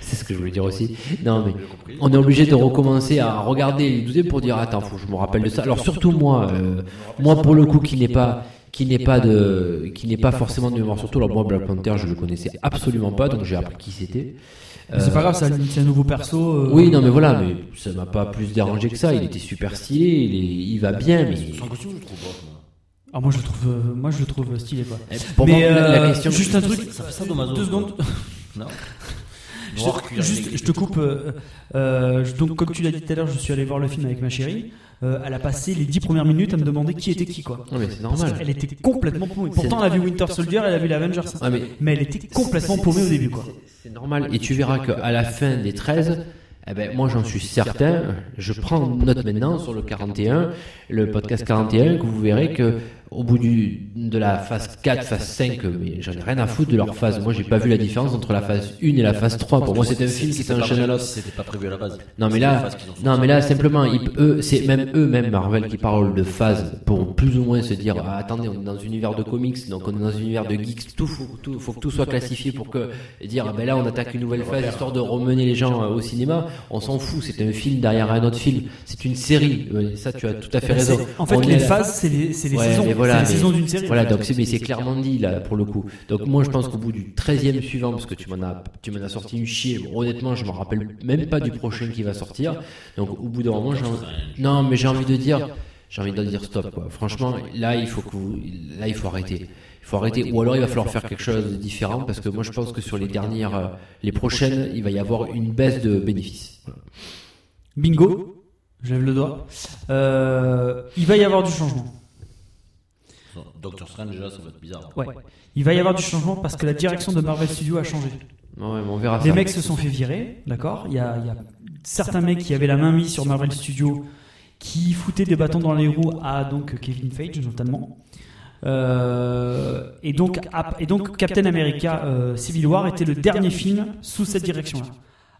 S9: c'est ce que je voulais dire aussi. Non, mais on est obligé de recommencer à regarder les 12 pour dire attends, faut que je me rappelle de ça. Alors surtout moi, euh, moi pour le coup qui n'est pas qui n'est pas de qui n'est pas forcément de mémoire surtout. Alors moi Black Panther, je le connaissais absolument pas, donc j'ai appris qui c'était. Euh,
S3: Mais C'est pas grave, ça, c'est un nouveau perso. euh,
S9: Oui, non, mais voilà, mais ça m'a pas plus dérangé que ça. Il était super stylé, il, est- il va bien, mais
S4: Son costume, je le trouve bof, moi.
S3: Ah, moi je le trouve, euh, moi je le trouve stylé quoi.
S9: Eh, pour moi,
S3: mais
S9: la- la
S3: euh,
S9: question-
S3: juste un truc,
S4: Ça fait ça, Domazo.
S3: deux secondes.
S4: Non.
S3: Je
S4: Noir,
S3: te,
S4: cuir,
S3: juste,
S4: avec-
S3: je te coupe. euh, euh, je- donc comme tu l'as dit tout à l'heure, je suis allé voir le film avec ma chérie. Euh, elle a passé les dix premières minutes à me demander qui était qui quoi.
S9: non, mais c'est
S3: Parce
S9: normal.
S3: qu'elle était complètement paumée. Pourtant, elle a vu Winter Soldier, elle a vu les Avengers.
S9: Ah, mais
S3: Mais elle était complètement paumée au début quoi.
S9: c'est normal. Et tu verras qu'à la fin des 13, eh ben, moi j'en suis certain, je prends note maintenant sur le 41, le podcast 41, que vous verrez que au bout du, de la phase 4, phase 5, euh, mais j'en ai rien à foutre de leur phase. Moi j'ai pas vu la différence entre la phase 1 et la phase 3. Pour moi c'est un film qui
S4: pas
S9: s'enchaîne à
S4: prévu-
S9: l'autre.
S4: C'était pas prévu à la base.
S9: Non mais
S4: C'est la
S9: là,
S4: phase qu'ils ont
S9: non
S4: sortie.
S9: mais là simplement, ils- eux, c'est même eux, même Marvel qui parlent de phase pour plus ou moins se dire, ah, attendez, on est dans un univers de comics, donc on est dans un univers de geeks, tout faut, tout- faut que tout soit classifié pour que dire, ah, ben là on attaque une nouvelle phase histoire de remener les gens euh, au cinéma. On s'en fout, c'est un film derrière un autre film, c'est une série. Euh, Ça tu as tout à fait raison.
S3: En fait,
S9: On est
S3: les
S9: à la-
S3: phases, c'est les, c'est les
S9: Ouais,
S3: saisons.
S9: mais voilà,
S3: c'est la
S9: mais-
S3: saison d'une série.
S9: Voilà, donc c'est- mais c'est clairement dit là pour le coup. Donc moi je pense qu'au bout du 13e suivant, parce que tu m'en as, tu m'en as sorti une chier, bon, honnêtement je me rappelle même pas du prochain qui va sortir. Donc au bout d'un moment, j'ai envie- non mais j'ai envie de dire, j'ai envie de dire stop quoi. Franchement là il faut que vous- là il faut arrêter. Il faut arrêter ou alors il va falloir faire quelque chose de différent parce que moi je pense que sur les dernières, euh, les prochaines, il va y avoir une baisse de bénéfices. Voilà.
S3: Bingo, je lève le doigt. Euh, il va y avoir du changement.
S4: Doctor Strange, déjà, ça va être bizarre.
S3: Ouais. Il va y avoir du changement parce que la direction de Marvel Studios a changé.
S9: Ouais, mais on verra
S3: Les
S9: ça.
S3: mecs se sont fait virer, d'accord Il y, a il y a certains mecs qui avaient la main mise sur Marvel Studios qui foutaient des bâtons dans les roues à donc Kevin Feige notamment. Euh, et, donc, ap- et donc Captain America euh, Civil War était le dernier film sous cette direction-là.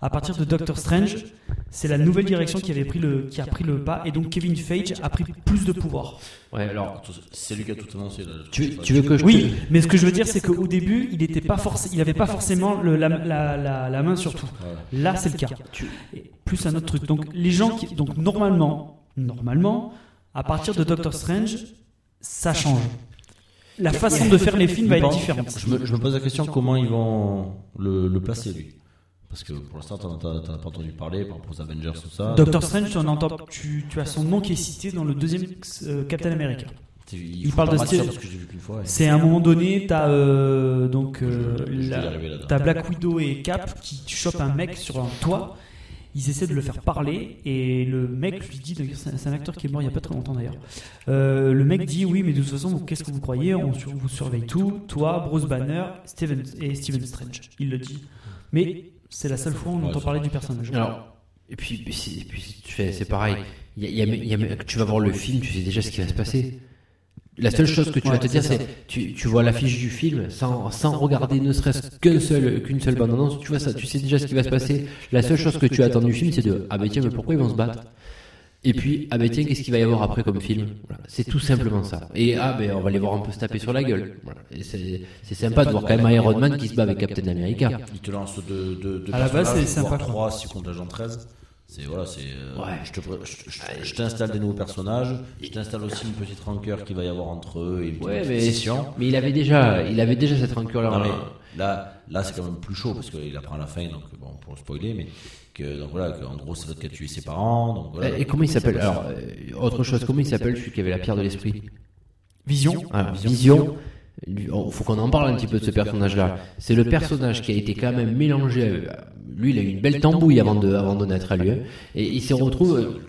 S3: À partir de Doctor Strange, c'est la nouvelle direction qui, avait pris le, qui a pris le pas et donc Kevin Feige a pris plus de pouvoir.
S9: Ouais, alors
S4: C'est lui qui a tout annoncé. Là,
S9: tu, veux- tu veux que je
S3: Oui, mais ce que je veux dire, c'est qu'au début, il n'était pas forcé, il n'avait pas forcément le- la, la- la- la main sur tout. Là, c'est le cas. Et plus un autre truc. Donc, les gens qui, donc normalement, normalement, à partir de Doctor Strange, ça change. La façon de faire les films va être différente.
S4: Je me, je me pose la question comment ils vont le, le placer, lui. Parce que pour l'instant, t'en t'en- t'en as pas entendu parler par rapport aux Avengers, tout ça.
S3: Doctor Strange, tu, en entends, tu, tu as son nom qui est cité dans le deuxième euh, Captain America.
S4: il
S3: il
S4: faut
S3: parle
S4: pas
S3: de
S4: me rassurer
S3: Steve-
S4: parce que j'ai vu qu'une fois. et-
S3: C'est à un moment donné, t'as euh, donc euh,
S4: Je- je vais
S3: la-
S4: y arriver là-dedans.
S3: t'as Black Widow et Cap qui chopent un mec sur un toit. Ils essaient de le faire parler et le mec lui dit, d'ailleurs, c'est c'est un acteur qui est mort il n'y a pas très longtemps d'ailleurs. Euh, le mec dit oui mais de toute façon vous- qu'est-ce que vous croyez On sur- vous surveille tout, toi, Bruce Banner, Steven et Steven Strange. Il le dit. Mais c'est la seule fois où on entend parler du personnage.
S9: Alors, et puis, et puis- et puis tu fais, c'est pareil. Il y a- il y a- il y a- tu vas voir le film, tu sais déjà ce qui va se passer. La seule chose que tu vas te dire, c'est tu, tu vois l'affiche du film sans, sans regarder ne serait-ce qu'une seule, qu'une seule bande-annonce. Tu vois ça, tu sais déjà ce qui va se passer. La seule chose que tu attends du film, c'est de ah ben tiens, mais pourquoi ils vont se battre Et puis ah ben tiens, qu'est-ce qu'il va y avoir après comme film Voilà, C'est tout simplement ça. Et ah ben on va les voir un peu se taper sur la gueule. Voilà. Et C'est c'est sympa de voir quand même Iron Man qui se bat avec Captain America.
S4: Il te lance deux, deux, deux
S3: À la base,
S4: personnages,
S3: c'est
S4: voire
S3: sympa,
S4: trois si compte l'agent 13. C'est voilà, c'est. euh,
S9: Ouais.
S4: Je te pré- je- je- je t'installe des nouveaux personnages. Je t'installe aussi une petite rancœur qu'il va y avoir entre eux et une
S9: Ouais,
S4: petite
S9: mais,
S4: scission.
S9: mais il avait déjà, il avait déjà cette hein. rancœur là.
S4: Non, mais là, là c'est quand même plus chaud parce qu'il apprend à la fin, donc bon, pour le spoiler, mais que donc voilà, qu'en gros, c'est l'autre qui a tué ses parents, donc voilà.
S9: Et comment il s'appelle Alors, euh, autre chose, comment il s'appelle celui qui avait la pierre de l'esprit
S3: Vision.
S9: Voilà, Vision. Lui- oh, faut qu'on en parle un petit peu de ce personnage-là. C'est le personnage qui a été quand même mélangé. à- Lui, il a eu une belle tambouille avant de, avant de naître à lui. hein. Et il se retrouve. euh,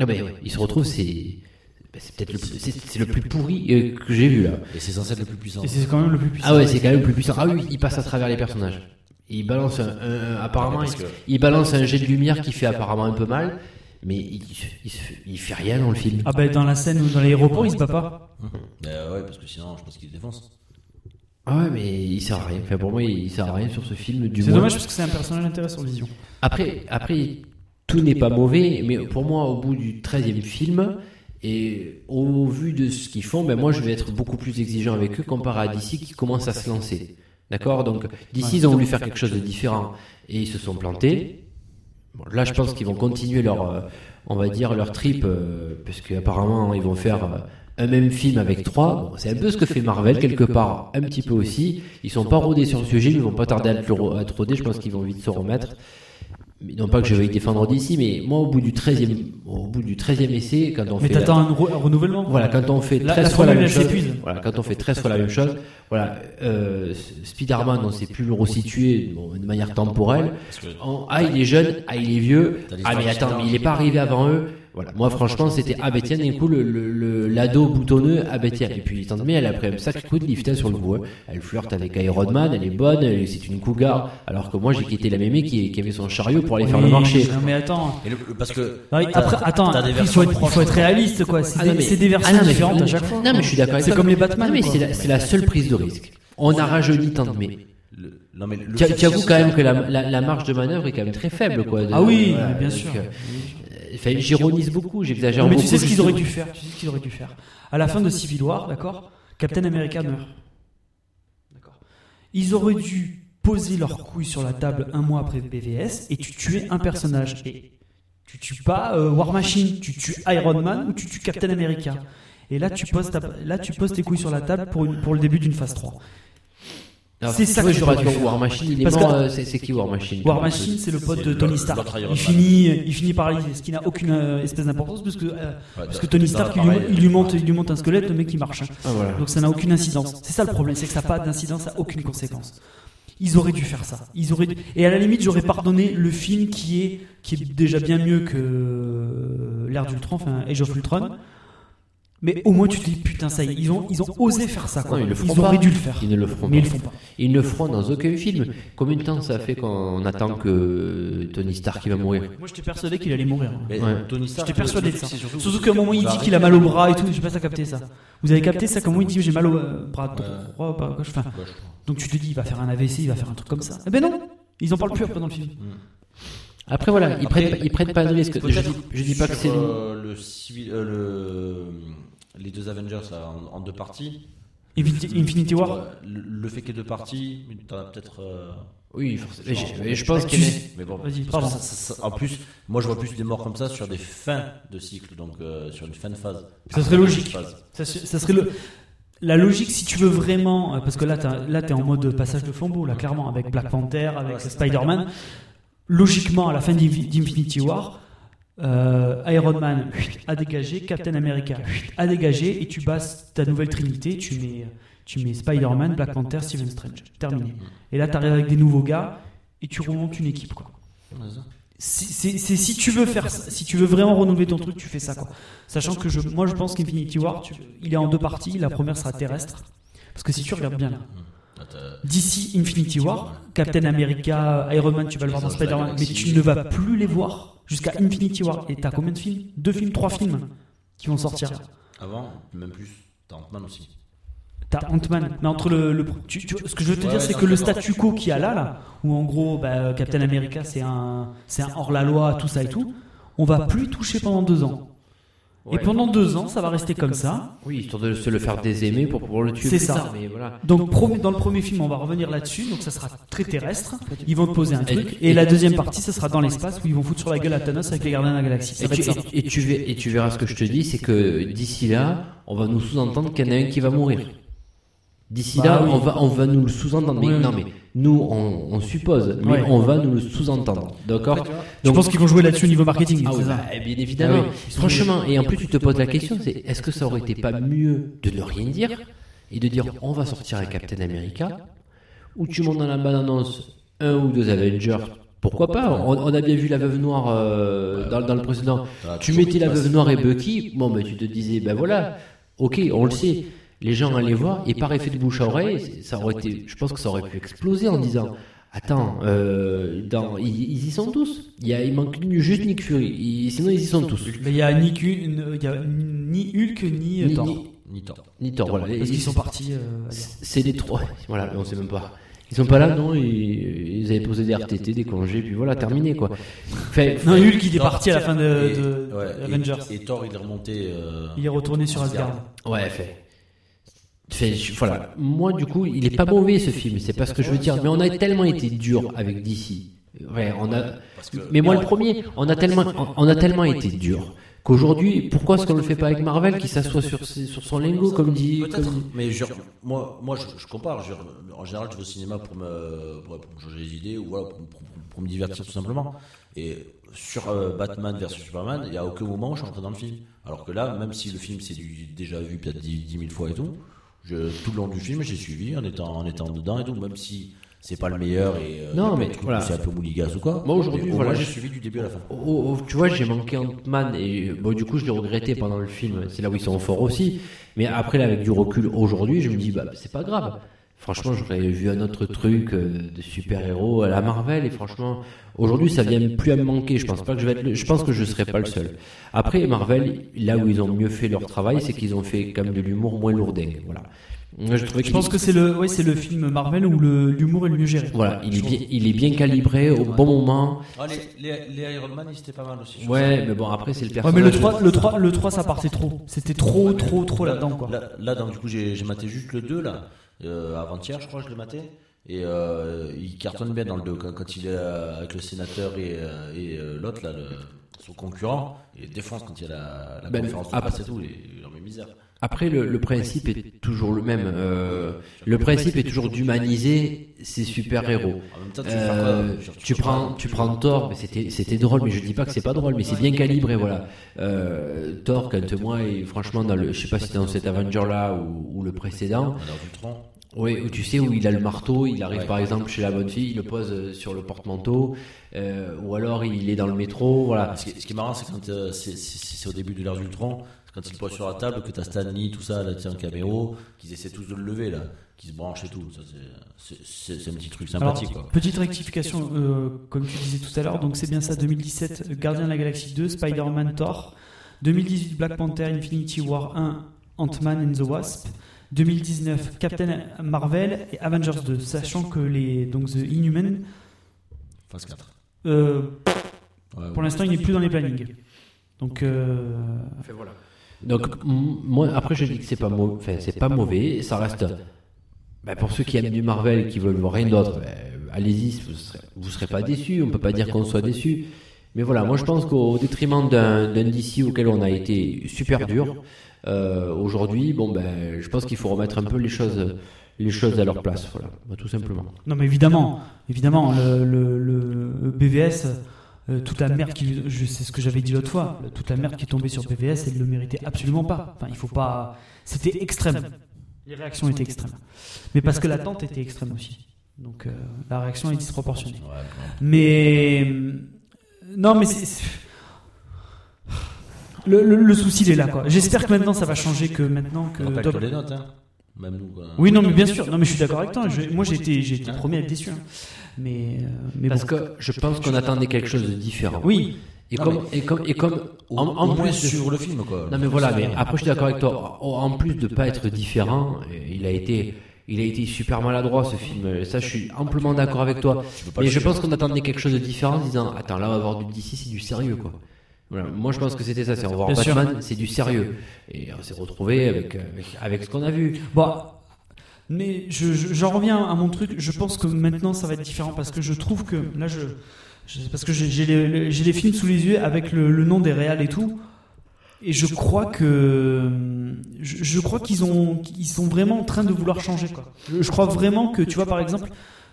S9: Ah ben, ouais, il se retrouve, c'est. ben, C'est peut-être le, plus- c'est- c'est le plus pourri euh, que j'ai vu là.
S4: Et c'est censé être le plus puissant.
S3: Et c'est quand même le plus puissant.
S9: Ah ouais, c'est quand même plus puissant. Ah oui, il passe à travers les personnages. Il balance un, un- un- apparemment, il, il balance un jet de lumière qui fait apparemment un peu mal, mais il, il se- il fait rien dans le film.
S3: Ah bah dans la scène ou dans l'aéroport il se bat pas.
S4: Euh, ouais, parce que sinon, je pense qu'il défonce.
S9: Ah ouais, mais il sert à rien. Enfin, pour moi, il sert à rien sur ce film. Du
S3: C'est
S9: moins.
S3: dommage parce que c'est un personnage intéressant Vision.
S9: Après, après, tout n'est pas mauvais, mais pour moi, au bout du 13e film, et au vu de ce qu'ils font, ben moi, je vais être beaucoup plus exigeant avec eux comparé à DC qui commence à se lancer. D'accord Donc, DC, ils ont voulu faire quelque chose de différent et ils se sont plantés. Bon, là, je pense qu'ils vont continuer leur, euh, on va dire, leur trip, euh, parce qu'apparemment, ils vont faire euh, un même film avec trois. Bon, c'est un peu ce que fait Marvel, quelque part, un petit peu aussi. Ils sont pas rodés sur le sujet, mais ils vont pas tarder à être le- à être rodés. Je pense qu'ils vont vite se remettre. Mais non pas que je vais défendre d'ici, mais moi au bout du 13e, au bout du 13e essai, quand on
S3: Mais
S9: fait
S3: t'attends un, re- un renouvellement.
S9: voilà, quand on fait
S3: La-
S9: 13
S3: la
S9: fois la
S3: formule,
S9: même
S3: elle
S9: chose,
S3: s'épuise.
S9: voilà, quand on fait 13 fois la même chose, voilà, euh, Spider-Man, on sait plus le resituer bon, de manière temporelle. En- ah, il est jeune, ah, il est vieux, ah, mais attends, mais il est pas arrivé avant eux. Voilà, moi, franchement, c'était, ah, ben tiens, d'un coup, le- le- le- l'ado boutonneux, ah, ben tiens. Et puis, tant de mieux, elle a pris un sacré coup de lift hein, sur le bois. Elle flirte avec Iron Man, elle est bonne, elle- c'est une cougar. Alors que moi, j'ai quitté la mémé qui, qui avait son chariot pour aller faire le
S3: Oui,
S9: marché.
S3: Non mais attends.
S4: Et le- le- parce que.
S3: Non, mais après, attends,
S4: t'as des
S3: après, il
S4: versions
S3: faut être, il
S4: proches.
S3: faut être réaliste, quoi. C'est
S9: Ah
S3: des,
S9: non, mais-
S3: c'est des versions
S9: ah non, mais-
S3: différentes à chaque fois.
S9: Non, mais je suis d'accord avec
S3: C'est
S9: toi.
S3: comme les Batman.
S9: Non, mais
S3: quoi.
S9: c'est la, c'est la seule prise de risque. On a rajeuni tant de mais.
S4: le- non, mais le-
S9: Tu tu avoues quand même que la, la- la marge de manœuvre est quand même très faible, quoi. de-
S3: Ah oui,
S9: voilà,
S3: mais bien
S9: donc,
S3: sûr.
S9: euh, enfin, J'ironise beaucoup, j'exagère
S3: Non, mais
S9: beaucoup.
S3: tu sais ce qu'ils auraient
S9: justement.
S3: dû faire. Tu sais ce qu'ils auraient dû faire. À la fin de Civil War, d'accord, Captain America meurt. D'accord. Ils auraient dû poser leur couille sur la table un mois après BVS et tu tuais un euh, personnage. Et tu tues pas euh, War Machine, tu tues Iron Man ou tu tues Captain America. Et là, tu poses, ta- là, tu poses tes couilles sur la table pour, une- pour le début d'une phase 3.
S9: Alors,
S3: C'est
S9: si
S3: ça
S9: tu veux,
S3: que
S9: j'aurais
S3: je
S9: dû
S3: préfère.
S9: War Machine, il est
S3: Parce
S9: mort,
S3: que-
S9: euh, c'est c'est qui War Machine
S3: War Machine, c'est le pote de
S4: le-
S3: Tony
S4: le
S3: Stark.
S4: Iron
S3: Il
S4: Man.
S3: finit, euh, il finit par aller, ce qui n'a aucune euh, espèce d'importance, parce que, euh, parce que Tony Stark, il lui, il lui monte, il lui monte un squelette, le mec il marche. hein.
S9: Ah, voilà.
S3: Donc ça n'a aucune incidence. C'est ça le problème, c'est que ça n'a pas d'incidence, ça n'a aucune conséquence. Ils auraient dû faire ça. Ils auraient dû- Et à la limite, j'aurais pardonné le film qui est, qui est déjà bien mieux que euh, l'ère d'Ultron, enfin Age of Ultron. Mais au moins, tu te dis, putain, ça y est, ils ont, ils ont osé faire ça. Quoi.
S9: Non, ils le feront pas.
S3: auraient dû le faire.
S9: Ils ne le feront
S3: Mais ils
S9: pas.
S3: le font pas.
S9: Ils ne le feront dans aucun film. Combien de temps ça fait qu'on attend que euh, Tony Stark il va mourir
S3: Moi, j'étais persuadé qu'il allait mourir.
S4: Mais euh,
S9: Ouais.
S4: Tony Stark,
S3: J'étais persuadé de ça.
S4: c'est surtout-
S3: Surtout qu'à un moment, il dit qu'il a mal au bras et tout. Je sais pas si capté ça. Vous avez capté ça Qu'à un moment, il dit j'ai mal au euh, bras droit, bras gauche. Enfin,
S4: Bah,
S3: donc tu te dis, il va faire un AVC, il va faire un truc comme ça. Eh ben non Ils en parlent plus après dans le film.
S9: Après, voilà, ils
S4: Après,
S9: prennent, ils prennent pas de risque. Je dis, je dis pas que
S4: Sur,
S9: c'est.
S4: euh, le civil- euh, le- les deux Avengers là, en, en deux parties.
S3: Infinity, Infinity War
S4: Le, le fait qu'il y ait deux parties, mais t'en as peut-être. euh,
S9: Oui, forcément. Je, je pense qu'il
S3: Tu-
S9: est.
S4: Mais bon,
S3: Vas-y,
S4: parce que
S3: pardon.
S4: ça- ça- ça- en plus, moi je vois plus des morts comme ça sur des fins de cycle, donc euh, sur une fin de phase.
S3: Ça serait logique.
S4: Phase.
S3: ça, se- ça serait le. La logique, si tu veux vraiment, euh, parce que là, t'as- là, t'es en mode passage de flambeau, là, clairement, avec Black Panther, avec Spider-Man. Logiquement, à la fin d'Infi- d'Infinity War, euh, Iron Man à dégager, Captain America à dégager, et tu bases ta nouvelle trinité, tu mets, tu mets Spider-Man, Black Panther, Steven Strange. Terminé. Et là, t'arrives avec des nouveaux gars, et tu remontes une équipe, quoi. C'est c'est- c'est- si tu veux faire ça, si tu veux vraiment renouveler ton truc, tu fais ça quoi. Sachant que je, moi je pense qu'Infinity War, tu- il est en deux parties. La première sera terrestre, parce que si tu regardes bien là,
S4: Bah,
S3: d'ici Infinity War, Captain America, Iron Man, tu vas le voir dans Spider-Man, mais tu ne vas plus les voir jusqu'à Infinity War. Et t'as combien de films Deux films, trois films qui vont sortir.
S4: Avant, même plus, t'as Ant-Man aussi.
S3: T'as Ant-Man, mais entre le, le- tu- tu- ce que je veux te
S4: Ouais,
S3: dire,
S4: ouais,
S3: c'est
S4: non,
S3: que le
S4: je suis
S3: statu quo qu'il y a là, là, où en gros, bah, Captain America, c'est un, c'est un hors-la-loi, tout ça et tout, on va plus y toucher pendant deux ans. Et
S9: Ouais.
S3: pendant deux ans, ça va rester comme ça.
S9: Oui, histoire de se le faire désaimer pour pouvoir le tuer.
S3: C'est
S9: plus
S3: ça.
S9: tard, Mais voilà.
S3: Donc, pro- dans le premier film, on va revenir là-dessus, donc ça sera très terrestre. Ils vont te poser un
S9: Et-
S3: truc,
S9: et-
S3: et la deuxième partie, ça sera dans l'espace où ils vont foutre sur la gueule à Thanos avec les gardiens de la galaxie. Ça
S9: Et
S3: va
S9: tu,
S3: être ça.
S9: et, et tu ver- et tu verras ce que je te dis, c'est que d'ici là, on va nous sous-entendre qu'il y en a un qui va mourir. D'ici là,
S3: Bah oui.
S9: on, va, on va nous le sous-entendre. Mais
S3: Oui, oui.
S9: non, mais nous, on, on suppose, mais
S3: Ouais.
S9: on va nous le sous-entendre. D'accord
S3: Je pense qu'ils vont jouer là-dessus au niveau marketing.
S9: Ah oui,
S3: c'est ça.
S9: bah, eh bien évidemment.
S3: Ah oui. Ils sont
S9: Franchement, et en plus tu te poses la question, c'est est-ce que ça aurait été pas mieux de ne rien dire et de dire on va sortir un Captain America ou tu montes dans la bande-annonce un ou deux Avengers pourquoi pas on, on a bien vu la veuve noire euh, dans, dans le précédent.
S3: Ah,
S4: T'as
S9: Tu
S4: toujours
S9: mettais la
S4: une
S9: veuve
S4: place.
S9: noire et Bucky, bon ben tu te disais ben voilà, ok on le sait, les gens allaient voir et par effet de bouche à oreille, c'est- ça aurait été, je pense que ça aurait pu exploser en disant attends, euh, dans, ils, ils y sont tous, il, y a, il manque juste Nick Fury, Il- sinon ils y sont tous.
S3: Mais il n'y a, ni Q- il y a ni Hulk, ni,
S9: Ni-
S3: Thor.
S9: ni-
S4: Ni Thor.
S9: ni Thor, voilà.
S3: Parce
S9: Ils-
S3: qu'ils sont partis. euh, ailleurs.
S9: C'est les trois, voilà, on sait même pas. Ils sont pas là, non, ils, ils avaient posé des RTT, des congés, puis voilà, terminé quoi. Fait,
S3: Non, Hulk, il est parti à la fin de,
S4: Et-
S3: de-
S4: ouais, et-
S3: Avengers.
S4: Et, Thor, il est remonté. euh,
S3: Il est retourné sur Asgard.
S9: Ouais, fait. Fait, je- voilà. Moi, du coup, il est pas mauvais ce film, c'est pas ce que je veux dire. Mais on a tellement été dur avec DC. Ouais, on a. Mais moi, le premier, on a tellement, on- on a tellement été dur qu'aujourd'hui, pourquoi est-ce qu'on le fait pas avec Marvel qui s'assoit sur, ses- sur son lingot comme dit. comme-
S4: Mais je- moi, moi je, je compare. je- en général, je vais au cinéma pour me, pour, pour me changer les idées ou voilà, pour, pour- pour me divertir tout simplement. Et sur euh, Batman versus Superman, il n'y a aucun moment où je suis rentré dans le film. Alors que là, même si le film c'est du- déjà vu peut-être 10, 10 000 fois et tout, je, tout le long du film, j'ai suivi en étant, en étant dedans et tout, même si c'est pas le meilleur et euh,
S9: Non,
S4: il y
S9: mais
S4: a plein de trucs
S9: voilà.
S4: où c'est un peu mouligasse ou quoi.
S9: Moi, aujourd'hui,
S4: mais au
S9: voilà,
S4: moins,
S9: je-
S4: j'ai suivi du début à la fin.
S9: Oh, oh, tu vois, j'ai manqué Ant-Man et bon, du coup, je l'ai regretté pendant le film. C'est là où ils sont forts aussi. Mais après, là, avec du recul aujourd'hui, je me dis, bah, c'est pas grave. Franchement, j'aurais vu un autre truc euh, de super-héros à la Marvel. Et franchement, aujourd'hui, ça vient plus à me manquer. Je pense pas que je vais être le- Je pense que je serai pas le seul. Après, Marvel, là où ils ont mieux fait leur travail, c'est qu'ils ont fait quand même de l'humour moins lourdingue. Voilà. Moi, je trouvais
S3: Je pense que c'est le, ouais, c'est le film Marvel où le- l'humour est le mieux géré.
S9: voilà, il est bien, il est bien calibré au bon moment.
S4: Ah, les, les- les Iron Man, ils étaient pas mal aussi. je
S9: Ouais, mais bon, après, c'est le
S3: Ouais,
S9: personnage.
S3: mais le 3, le 3, le 3 ça partait trop. C'était trop, trop, trop là-dedans, quoi.
S4: Là, là, donc, du coup, j'ai j'ai maté juste le 2, là. Euh, Avant-hier, je crois, je l'ai maté. Et euh, il cartonne bien dans le 2. Quand, quand il est euh, avec le sénateur et, euh, et, euh, l'autre, là, le- son concurrent, il défonce quand il y a la, la
S9: Ben,
S4: conférence de
S9: après-
S4: presse et tout. Il il en met misère.
S9: Après, le, le principe est toujours le même. euh, le principe est toujours d'humaniser ces super-héros.
S4: En même temps, tu, vas faire quoi
S9: Euh,
S4: Genre,
S9: tu prends, tu prends Thor, mais c'était, c'était drôle, mais je dis pas que c'est pas drôle, mais c'est bien calibré, voilà. Euh, Thor, quand moi, et franchement, dans le, je sais pas si c'est dans cet Avenger là ou, ou le précédent,
S4: Alors, hein, du tronc.
S9: oui, où tu sais où il a le marteau, il arrive par exemple chez la bonne fille, il le pose euh, sur le porte-manteau, euh, ou alors il est dans le métro, voilà.
S4: Ah, Ce qui, ce qui est marrant, c'est quand euh, c'est- c'est c'est- c'est au début de l'ère d'Ultron, quand ils posent sur la table, que t'as Stanley, tout ça, là, tiens, caméo, qu'ils essaient tous de le lever, là, qu'ils se branchent et tout. Ça, c'est- c'est- C'est c'est un petit truc
S3: Alors,
S4: sympathique, quoi.
S3: petite rectification, euh, comme tu disais tout à l'heure, donc c'est bien ça 2017, Gardien de la Galaxie 2, Spider-Man Thor, 2018 Black Panther, Infinity War 1, Ant-Man and the Wasp, 2019 Captain Marvel et Avengers 2, sachant que les donc The Inhuman,
S4: Phase 4.
S3: euh,
S4: Ouais,
S3: pour
S4: ouais.
S3: l'instant il n'est plus dans les plannings. Donc euh,
S9: Donc, m- moi, après, je dis que c'est pas, mau- enfin, c'est pas mauvais, ça reste. bah, pour ceux qui aiment du Marvel et qui veulent voir rien d'autre, bah, allez-y, vous serez, vous serez pas déçus, on peut pas dire qu'on soit déçus. Mais voilà, moi je pense qu'au détriment d'un d'un DC auquel on a été super dur, euh, aujourd'hui, bon ben, je pense qu'il faut remettre un peu les choses, les choses à leur place, voilà, bah, tout simplement.
S3: non mais évidemment, évidemment le, le- le E BVS. euh, toute la merde qui, je sais ce que j'avais dit l'autre fois, toute la merde qui est tombée sur BVS, elle ne le méritait absolument pas. Enfin, il faut pas, c'était extrême. Les réactions étaient extrêmes. Mais parce que l'attente était extrême aussi. Donc euh, la réaction est disproportionnée.
S4: Ouais, ouais.
S3: Mais euh, non, mais c'est- c'est- le, le- le souci il est là quoi. J'espère que maintenant ça va changer, que maintenant que
S4: Rappelle-toi
S3: Doc-
S4: les notes, hein. Même nous, quoi.
S3: Oui non mais bien sûr, non mais je suis d'accord avec toi. Je- moi j'ai été, j'ai été
S4: Ouais.
S3: premier à être déçu. hein. Mais euh, mais
S9: Parce
S3: bon.
S9: que je pense qu'on attendait quelque chose de différent.
S3: oui.
S9: Et
S4: Non,
S9: comme, et comme, et comme,
S4: Au,
S9: en, en
S4: au moins
S9: plus de-
S4: suivre le film, quoi.
S9: Non mais voilà, mais après je suis d'accord avec toi. En- En plus de pas être différent, euh, il a été, il a été super maladroit ce film. Euh, Ça, je suis amplement d'accord avec toi. Mais je pense qu'on attendait quelque chose de différent, en disant attends là on va voir du DC, c'est du sérieux quoi. Voilà, moi je pense que c'était ça, c'est on va voir
S3: Bien sûr.
S9: Batman, c'est du sérieux. Et on s'est retrouvé avec, avec, avec ce qu'on a vu.
S3: Bon, Bah, mais je- je- j'en reviens à mon truc. Je pense que maintenant ça va être différent parce que je trouve que là, je, je- parce que j'ai- j'ai les, les- j'ai les films sous les yeux avec le, le nom des réals et tout, et je crois que je, je crois qu'ils ont, ils sont vraiment en train de vouloir changer quoi. Je, je crois vraiment que tu vois par exemple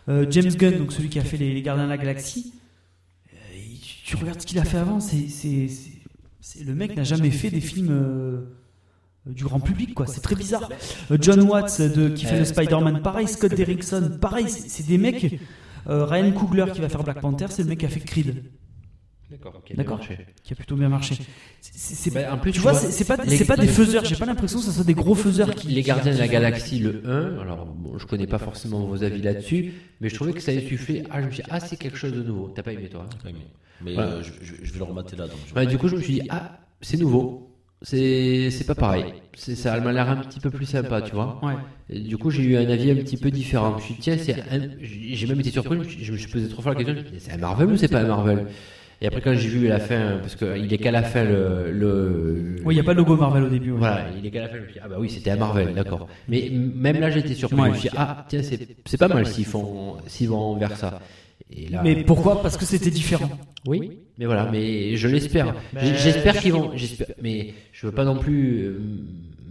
S3: euh, James Gunn, donc celui qui a fait les, les Gardiens de la Galaxie, euh, il- tu regardes ce qu'il a fait avant, c'est, c'est, c'est- c'est- le mec n'a jamais fait des films. euh, du grand public quoi, c'est très bizarre. Euh, John Watts de, qui fait le Spider-Man, pareil, Scott Derrickson, pareil, c'est c'est des mecs. euh, Ryan Coogler qui va faire Black Panther, c'est le mec qui a fait Creed,
S9: D'accord.
S3: D'accord. qui a plutôt bien marché. C'est- c'est- c'est-
S9: Bah, en plus,
S3: tu vois,
S9: tu
S3: c'est
S9: vois,
S3: c'est pas,
S9: les-
S3: c'est pas des
S9: les-
S3: faiseurs, j'ai pas l'impression que ce soit des gros faiseurs qui.
S9: Les Gardiens de la Galaxie, le 1, alors bon, je connais pas forcément vos avis là-dessus, mais je trouvais que ça insufflait. Ah, je me suis dit, ah, c'est quelque chose de nouveau. T'as pas aimé toi hein
S4: Ouais, mais- Mais
S9: Voilà.
S4: euh, je, je- je vais le remater là, donc. je-
S9: Ouais, du coup, je me suis dit, ah, c'est nouveau. C'est c'est pas pareil. C'est- Ça m'a l'air un petit peu plus sympa, tu vois.
S3: Ouais.
S9: Et du coup, j'ai eu un avis un petit peu différent. Je me suis dit, tiens, c'est un- j'ai même été surpris. je me suis- Je me suis posé trois fois la question je me suis dit, c'est un Marvel ou c'est pas un Marvel Et après, quand j'ai vu la fin, parce qu'il est qu'à la fin le. le...
S3: Oui, il y a pas le logo Marvel au début. ouais.
S9: Voilà, il est qu'à la fin, je me suis dit, ah bah oui, c'était à Marvel, d'accord. Mais m- même là, j'étais surpris.
S3: Ouais.
S9: Je me suis dit, ah, tiens, c'est c'est pas mal s'ils font- s'ils vont vers ça. Et là,
S3: Mais pourquoi Parce que c'était différent.
S9: oui, mais voilà, mais Euh, je l'espère. J'ai- J'espère qu'ils vont. J'espère, mais je veux pas non plus euh,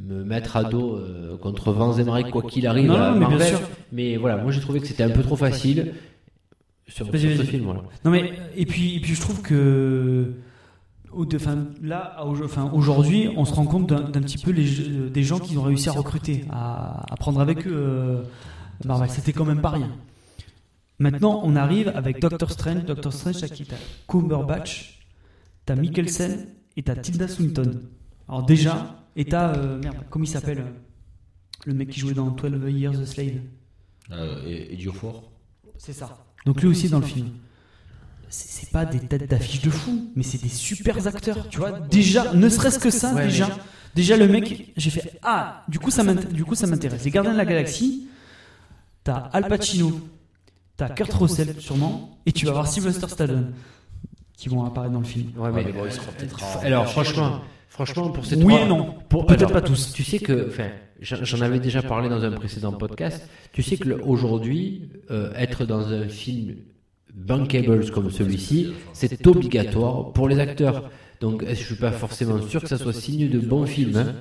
S9: me mettre à dos euh, contre Vans et Marek, quoi qu'il arrive.
S3: Non, non,
S9: à
S3: mais bien
S9: Marvel.
S3: sûr.
S9: Mais voilà, moi j'ai trouvé que c'était un peu trop facile sur,
S3: Vas-y,
S9: sur ce
S3: vas-y.
S9: film. Voilà.
S3: Non mais et puis et puis je trouve que au- de- enfin, là à au- enfin, aujourd'hui on se rend compte d'un d'un petit peu les jeux- des gens qui ont réussi à recruter à, à prendre avec eux euh, Marvel c'était quand même pas rien maintenant on arrive avec Doctor Strange Doctor Strange à qui t'as Cumberbatch t'as Mikkelsen et t'as Tilda Swinton alors déjà et t'as euh, merde comment il s'appelle euh, le mec qui jouait dans 12 Years a Slave
S4: Euh, et, et Durfour.
S3: c'est ça. Donc lui aussi dans le film. C'est c'est pas des têtes d'affiche de fou, mais c'est des super acteurs, tu vois. Déjà, ne serait-ce que ça,
S9: Ouais,
S3: déjà.
S9: mais-
S3: Déjà, le mec, j'ai fait Ah, du coup, ça m'int- du coup, ça m'intéresse. Les Gardiens de la Galaxie, t'as Al Pacino, t'as Kurt Russell, sûrement, et tu vas voir Sylvester Stallone qui vont apparaître dans le film.
S9: Ouais, mais-
S4: Ah, mais bon, il sera peut-être en-
S9: alors franchement, franchement pour ces
S3: Oui
S9: trois-
S3: et non.
S9: pour-
S3: Peut-être
S9: alors,
S3: pas tous.
S9: Tu sais que, enfin, j'en j'en avais déjà parlé dans un précédent podcast. Tu sais que le- aujourd'hui, euh, être dans un film bankable comme celui-ci, c'est obligatoire pour les acteurs. Donc, je suis pas forcément sûr que ça soit signe de bon film. hein.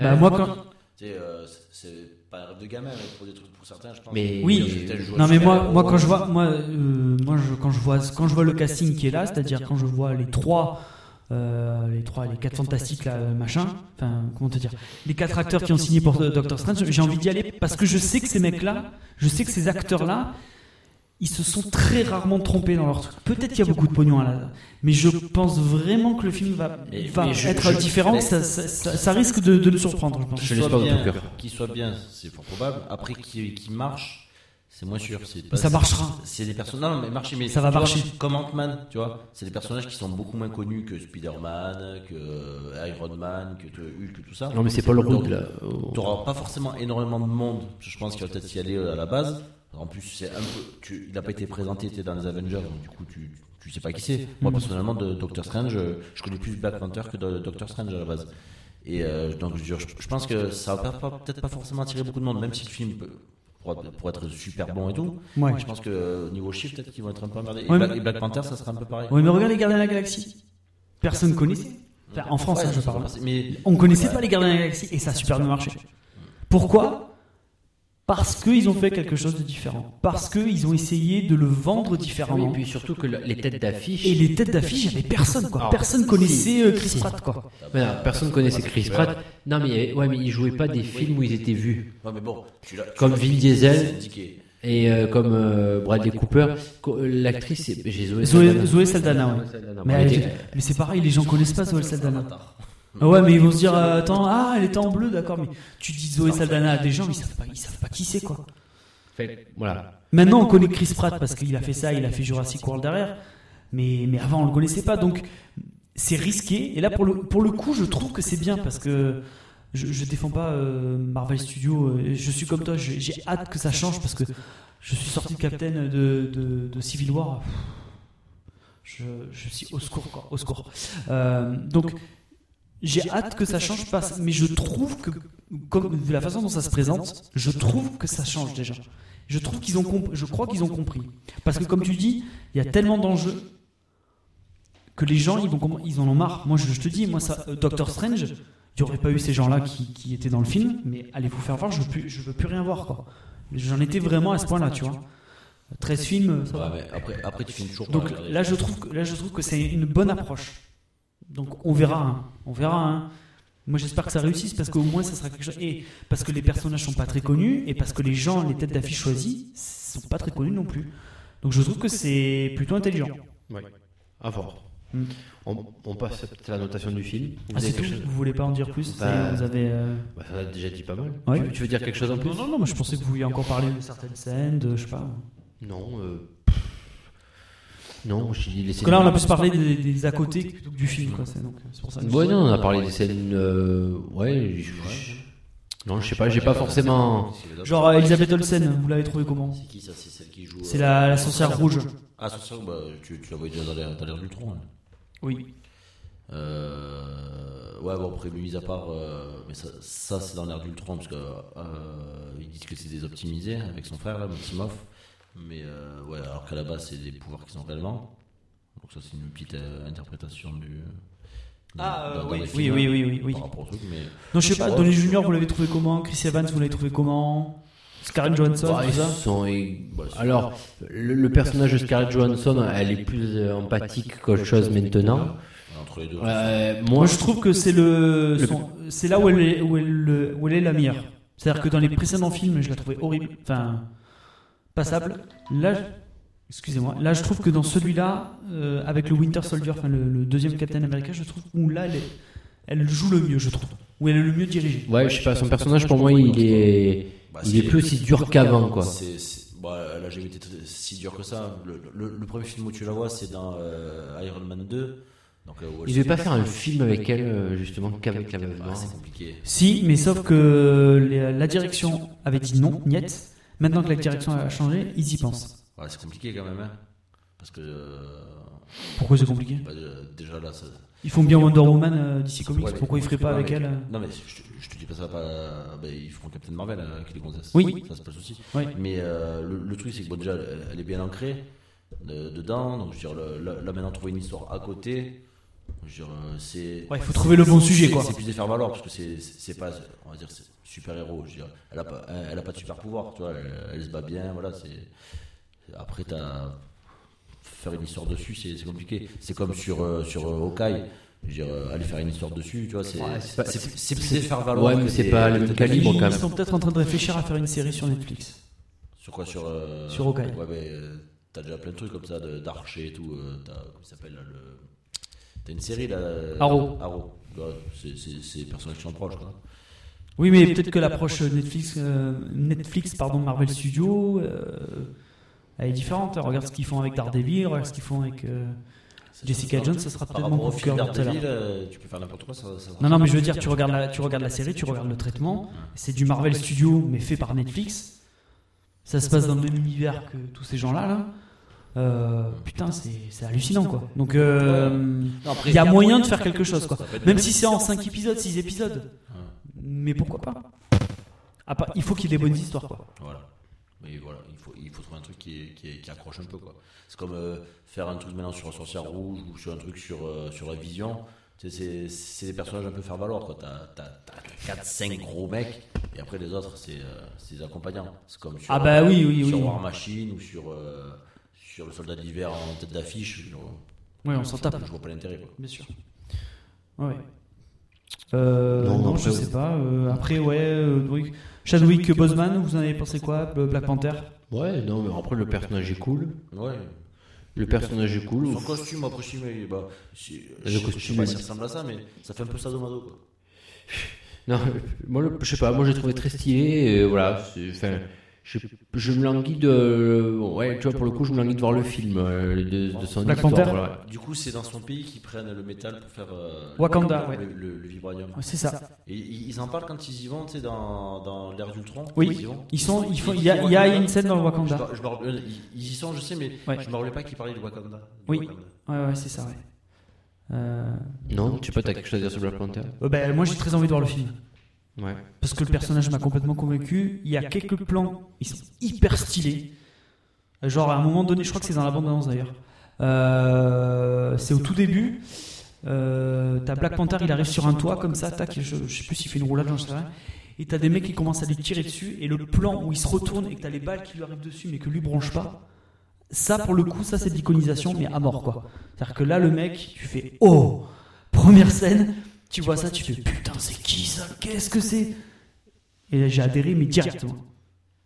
S3: Bah, moi, quand.
S4: Tu sais, euh, c'est- c'est pas un rêve de gamin mais pour des trucs pour certains, je pense.
S9: Mais-
S3: Oui.
S4: Je vais peut-être jouer
S3: Non
S4: au
S3: mais
S4: Super
S3: moi,
S4: Bowl.
S3: moi quand je vois, moi, euh, moi je, quand je vois, quand je vois le casting qui est là, c'est-à-dire quand je vois les trois, euh, les trois, les quatre fantastiques là, euh, machin, enfin comment te dire, les quatre acteurs qui ont signé pour euh, Doctor Strange, j'ai envie d'y aller parce que je sais que ces mecs-là, je sais que ces acteurs-là, ils se sont très rarement trompés dans leur truc. Peut-être qu'il y a beaucoup de pognon à la, mais je pense vraiment que le film va,
S4: Mais-
S3: va
S4: mais je-
S3: être
S4: je-
S3: différent, ça, ça- ça- ça risque de, de le surprendre, je pense.
S4: Qu'il
S9: l'ai
S4: soit
S9: pas dans
S4: bien-
S9: mon cœur.
S4: Qu'il soit bien, c'est fort probable. Après, qu'il qu'il marche, c'est moins sûr. c'est pas-
S3: Bah, ça marchera.
S4: C'est des personnages. Non, mais marcher, mais
S3: Ça va
S4: tu vois,
S3: marcher.
S4: Comme Ant-Man, tu vois. C'est des personnages qui sont beaucoup moins connus que Spider-Man, que Iron Man, que euh, Hulk, tout ça.
S9: Non, mais c'est Paul Rudd
S4: Donc,
S9: là. Oh.
S4: T'auras pas forcément énormément de monde. Je pense qu'il va peut-être y aller euh, à la base. En plus, c'est un peu. tu- il n'a pas été présenté. T'es dans les Avengers, donc du coup, tu, tu sais pas qui c'est. Moi, personnellement, de Doctor Strange, euh, je connais plus Black Panther que de Doctor Strange à la base. Et euh, donc, je, je- je pense que ça va pas- pas- peut-être pas forcément attirer beaucoup de monde, même si le film peut- pourra- pourrait être super bon et tout.
S3: Ouais.
S4: Je pense que euh, niveau chiffre, peut-être qu'ils vont être un peu emmerdés. Et,
S3: Ouais,
S4: Black,
S3: mais-
S4: et Black Panther, ça sera un peu pareil.
S3: Ouais, mais regarde les Gardiens de la Galaxie, personne connaissait. Enfin, en France,
S4: Ouais,
S3: hein, je
S4: ça sera
S3: parle.
S4: passé. Mais
S3: On connaissait pas les Gardiens de la Galaxie et ça a super bien marché. Pourquoi Parce qu'ils ont fait quelque chose de différent. Parce qu'ils ont essayé de le vendre
S9: Oui,
S3: différemment.
S9: et puis surtout que le- les têtes d'affiche.
S3: Et les têtes d'affiche, il n'y avait personne quoi.
S9: Alors,
S3: Personne connaissait euh, Chris
S9: si.
S3: Pratt quoi.
S9: Ouais, alors, personne connaissait Chris Pratt. Non, mais, il y avait- ouais, mais ils jouaient pas des films où ils étaient vus.
S4: Ouais, mais bon, tu l'as- tu
S9: Comme
S4: l'as-
S9: Vin Diesel.
S4: indiqué.
S9: Et euh, comme euh, Bradley Cooper, co- euh, l'actrice, c'est- j'ai Zoé
S3: Zoé-
S9: Saldana.
S3: Zoé Saldana, ouais.
S9: Zoé Saldana.
S3: Mais,
S9: Bon, elle
S3: elle-
S9: était-
S3: mais c'est pareil, les gens connaissent pas Zoé Saldana. Ah ouais, mais ils vont se dire euh, attends, ah elle était en bleu, d'accord, mais tu dis Zoé Saldana à des gens, ils savent pas, ils savent pas qui c'est quoi.
S9: fait- Voilà.
S3: Maintenant, on connaît Chris Pratt parce qu'il a fait ça, il a fait Jurassic World derrière. Mais, mais avant, on le connaissait pas. Donc, c'est risqué. Et là, pour le, pour le coup, je trouve que c'est bien parce que je, je défends pas euh, Marvel Studios. euh, Je suis comme toi, j'ai j'ai hâte que ça change parce que je suis sorti de Captain euh, de, de, de Civil War. Je, je suis au secours, quoi, au secours. Euh, donc, j'ai hâte que ça change, pas, mais je trouve que, comme de la façon dont ça se présente, je trouve que ça change déjà. Je trouve qu'ils ont comp- je crois qu'ils ont compris. Parce que comme tu dis, il y a tellement d'enjeux que les gens ils vont com- ils en ont marre. Moi je, je te dis, moi ça, euh, Doctor Strange, il n'y aurait pas eu ces gens-là qui, qui étaient dans le film, mais allez vous faire voir, je veux plus, je veux plus rien voir quoi. J'en étais vraiment à ce point-là, tu vois. 13 films, euh, ça
S4: Ouais,
S3: va.
S4: mais après, après, tu finis toujours par
S3: Donc
S4: regarder.
S3: là, je trouve que, là, je trouve que c'est une bonne approche. Donc on verra, hein. on verra. hein. Moi, j'espère que ça réussisse parce qu'au moins, ça sera quelque chose. Et parce que les personnages sont pas très connus et parce que les gens, les têtes d'affiche choisies, sont pas très connus non plus. Donc je trouve que c'est plutôt intelligent.
S9: Ouais. À voir.
S3: Hmm.
S9: On, on passe à la notation du film. Vous
S3: Ah,
S9: avez
S3: c'est tout.
S9: quelque chose-
S3: Vous voulez pas en dire plus Ça y est,
S9: Bah,
S3: Vous avez. euh,
S9: Bah, ça a déjà dit pas mal.
S3: Ouais.
S9: Tu, veux- tu veux dire quelque chose en plus
S3: Non, non, non. Moi, je pensais que vous vouliez encore parler de certaines scènes, de je sais pas.
S9: Non. euh, pff. Non, je dis laissez.
S3: Parce que là, on a plus parlé des, des à côté plutôt que du film, quoi. C'est donc euh, c'est pour ça.
S9: Ouais, non, on a parlé des scènes. euh, Ouais. je- Non, je sais pas, j'ai pas forcément.
S3: Genre euh, Elisabeth Olsen, vous l'avez trouvé comment
S4: C'est qui ça C'est celle qui joue.
S3: C'est
S4: euh,
S3: la, la sorcière rouge.
S4: Ah, c'est ça, bah, tu, tu la voyais déjà dans l'air, dans l'air du tronc. hein.
S3: Oui.
S4: Euh, ouais, bon, après, mis à part. euh, mais ça, ça, c'est dans l'air du tronc, parce que euh, ils disent que c'est désoptimisé hein, avec son frère, là, Maximoff. Mais euh, ouais, alors qu'à la base, c'est des pouvoirs qui sont réellement. Donc, ça, c'est une petite euh, interprétation du.
S3: Ah, euh,
S4: dans- dans
S3: oui,
S4: les
S3: oui,
S4: films,
S3: oui,
S4: hein,
S3: oui, oui, oui.
S4: Par rapport au truc, mais.
S3: Non, je sais pas,
S4: Ouais.
S3: Donny Junior, vous l'avez trouvé comment Chris Evans, vous l'avez trouvé comment Scarlett Johansson,
S9: Ouais,
S3: tout
S9: ils
S3: ça
S9: sont- ils-
S4: Bah,
S9: Alors, le, le personnage de Scarlett Johansson, elle est plus euh, empathique qu'autre chose maintenant.
S4: Entre les deux.
S9: Euh,
S3: Moi,
S9: moi,
S3: je trouve que c'est le, son- c'est là où elle est, où elle, où elle est la meilleure. C'est-à-dire que dans les précédents films, je la trouvais horrible, enfin passable. Là, je- excusez-moi, là, je trouve que dans celui-là, euh, avec le Winter Soldier, enfin le, le deuxième Captain America, je trouve où là, elle, est- elle joue le mieux, je trouve, où elle est le mieux dirigée.
S9: ouais, je sais pas, son personnage pour moi, euh, il est,
S4: Bah,
S9: il est
S4: c'est-
S9: plus aussi dur qu'avant, quoi.
S4: C'est- c'est- bon, elle a jamais été très- si dure que ça. Le, le- le premier film où tu la vois, c'est dans euh, Iron Man 2. Donc, euh, où elle
S9: Ils
S4: se-
S9: devaient pas faire un film avec elle, euh, justement, qu'avec la veuve
S4: Ah,
S9: noire.
S4: c'est compliqué.
S3: Si, mais sauf que les- la direction avait dit non, niet. Maintenant que la direction a changé, ils y pensent.
S4: Ouais, c'est compliqué quand même. hein. Parce que. euh,
S3: Pourquoi c'est compliqué
S4: bah, euh, déjà là, ça.
S3: Ils font bien Wonder Woman euh, DC Comics,
S4: Ouais, mais-
S3: pourquoi ils feraient pas
S4: Non,
S3: avec
S4: mais-
S3: elle euh
S4: Non, mais je, te- je te dis pas ça, pas, ben, ils feront Captain Marvel euh, avec les gonzesses.
S3: Oui.
S4: Ça, c'est pas le souci.
S3: Oui.
S4: Mais euh, le, le truc, c'est que bon, déjà, elle, elle est bien ancrée euh, dedans. Donc, je veux dire, le- là, là, maintenant, trouver une histoire à côté. Je veux dire, euh, c'est.
S3: Ouais, il faut trouver le bon sujet,
S4: c'est-
S3: quoi.
S4: C'est plus des faire valoir parce que c'est c'est- c'est pas, on va dire, super héros. Je veux dire, elle a pas, elle elle a pas de super pouvoir, tu vois. Elle, elle se bat bien, voilà. C'est après t'as faire une histoire dessus, c'est c'est compliqué. C'est comme sur euh, sur euh, Hawkeye. Je veux dire, euh, aller faire une histoire dessus, tu vois, c'est
S9: c'est pas-
S4: c'est- c'est plus des faire valoir.
S9: Ouais,
S4: que
S9: mais c'est
S4: des-
S9: pas
S4: que
S9: le
S4: des-
S9: même calibre quand
S3: Ils
S9: même.
S3: sont peut-être en train de réfléchir à faire une série sur Netflix.
S4: Sur quoi Sur, euh,
S3: Sur Hawkeye.
S4: Ouais, mais euh, t'as déjà plein de trucs comme ça, de- d'archer et tout. euh, t'as, comment il s'appelle là, le... T'as une série là. euh,
S3: Arrow.
S4: Arrow. Ouais, c'est, c'est, c'est les personnages qui sont proches, quoi.
S3: Oui, mais peut-être que l'approche Netflix, euh, Netflix, pardon, Marvel Studios, euh, elle est différente. Regarde ce qu'ils font avec Daredevil, regarde ce qu'ils font avec. euh,
S4: Ça-
S3: Jessica
S4: ça-
S3: Jones, ça sera
S4: par
S3: peut-être
S4: rapport
S3: mon
S4: au
S3: coup de
S4: film
S3: cœur tout à l'heure.
S4: Daredevil, euh, tu peux faire n'importe quoi, ça, ça sera-
S3: Non, non, mais je veux dire, tu regardes la, tu regardes la série, tu regardes le traitement. C'est du Marvel Studio, mais fait par Netflix. Ça se passe dans le même univers que tous ces gens-là. Là. Euh, putain, c'est c'est hallucinant, quoi. Donc, euh, il y a moyen de faire quelque chose, quoi. Même si c'est en 5 épisodes, 6 épisodes.
S4: Ouais,
S3: Mais pourquoi pas Ah, pas- Il faut qu'il y ait des bonnes histoires, quoi.
S4: Voilà. Mais voilà, il faut, il faut trouver un truc qui, est- qui, est- qui accroche un peu, quoi. C'est comme euh, faire un truc maintenant sur la sorcière rouge ou sur un truc sur, euh, sur la vision. Tu sais, C'est, c'est des personnages un peu faire valoir, quoi. T'as, t'as, 4-5 gros mecs, et après les autres, c'est, euh, c'est des accompagnants. C'est comme sur,
S3: Ah bah oui, oui,
S4: sur
S3: oui.
S4: War Machine ou sur, euh, sur le soldat d'hiver en tête d'affiche. Je,
S3: Ouais, on s'en tape,
S4: je vois pas l'intérêt, quoi.
S3: bien sûr. Ouais. Euh, non,
S9: Non, non,
S3: je
S9: après,
S3: sais
S9: oui.
S3: pas. euh, après, ouais, euh, oui. Chadwick Boseman, vous en avez pensé quoi Black Panther
S9: Ouais, non, mais après le personnage est cool.
S4: Ouais.
S9: Le personnage est cool.
S4: Son costume, après, je sais- bah, c'est-
S9: Le
S4: je, je sais
S9: costume,
S4: pas
S9: il-
S4: si ça ressemble à ça, mais ça fait un peu sadomado, quoi.
S9: Non, moi, le- je sais pas, moi j'ai trouvé très stylé, et voilà, c'est- enfin, je, je me languis de, euh, ouais, tu vois, pour le coup, je me languis de voir le film, euh, de, de son
S3: Black
S9: histoire,
S3: Panther
S9: voilà, ouais.
S4: Du coup, c'est dans son pays qu'ils prennent le métal pour faire euh,
S3: Wakanda,
S4: le,
S3: ouais.
S4: le, le- le vibranium.
S3: Ouais, C'est ça.
S4: Et ils ils en parlent quand ils y vont, tu sais, dans, dans l'ère d'Ultron.
S3: Oui,
S4: ils y vont.
S3: ils sont, ils font,
S4: Ils
S3: il y, a-
S4: disent
S3: il y a
S4: Wakanda.
S3: une scène dans le
S4: Je
S3: Wakanda.
S4: me- je me rappelle- euh, ils- ils y sont, je sais, mais
S3: Ouais.
S4: je me rappelais pas qu'ils parlaient de Wakanda. Du
S3: Oui.
S4: Wakanda.
S3: Ouais, ouais, c'est ça, ouais. Euh,
S9: Non, tu sais pas, t'as quelque chose à dire sur Black Panther
S3: euh, ben, moi, j'ai très envie de voir le film.
S9: Ouais.
S3: Parce que le personnage m'a complètement convaincu. Il y a quelques plans, ils sont hyper stylés. Genre, à un moment donné, je crois que c'est dans la bande-annonce d'ailleurs. Euh, c'est au tout début. Euh, t'as Black Panther, il arrive sur un toit comme ça, tac, je, je sais plus s'il fait une roulade, j'en sais rien. Et t'as des mecs qui commencent à les tirer dessus, et le plan où il se retourne et que t'as les balles qui lui arrivent dessus mais que lui bronche pas, ça pour le coup, ça c'est de l'iconisation, mais à mort quoi. C'est-à-dire que là, le mec, tu fais oh, première scène, tu vois ça, tu fais putain, c'est qui ça Qu'est-ce que c'est et là, j'ai adhéré, mais directement.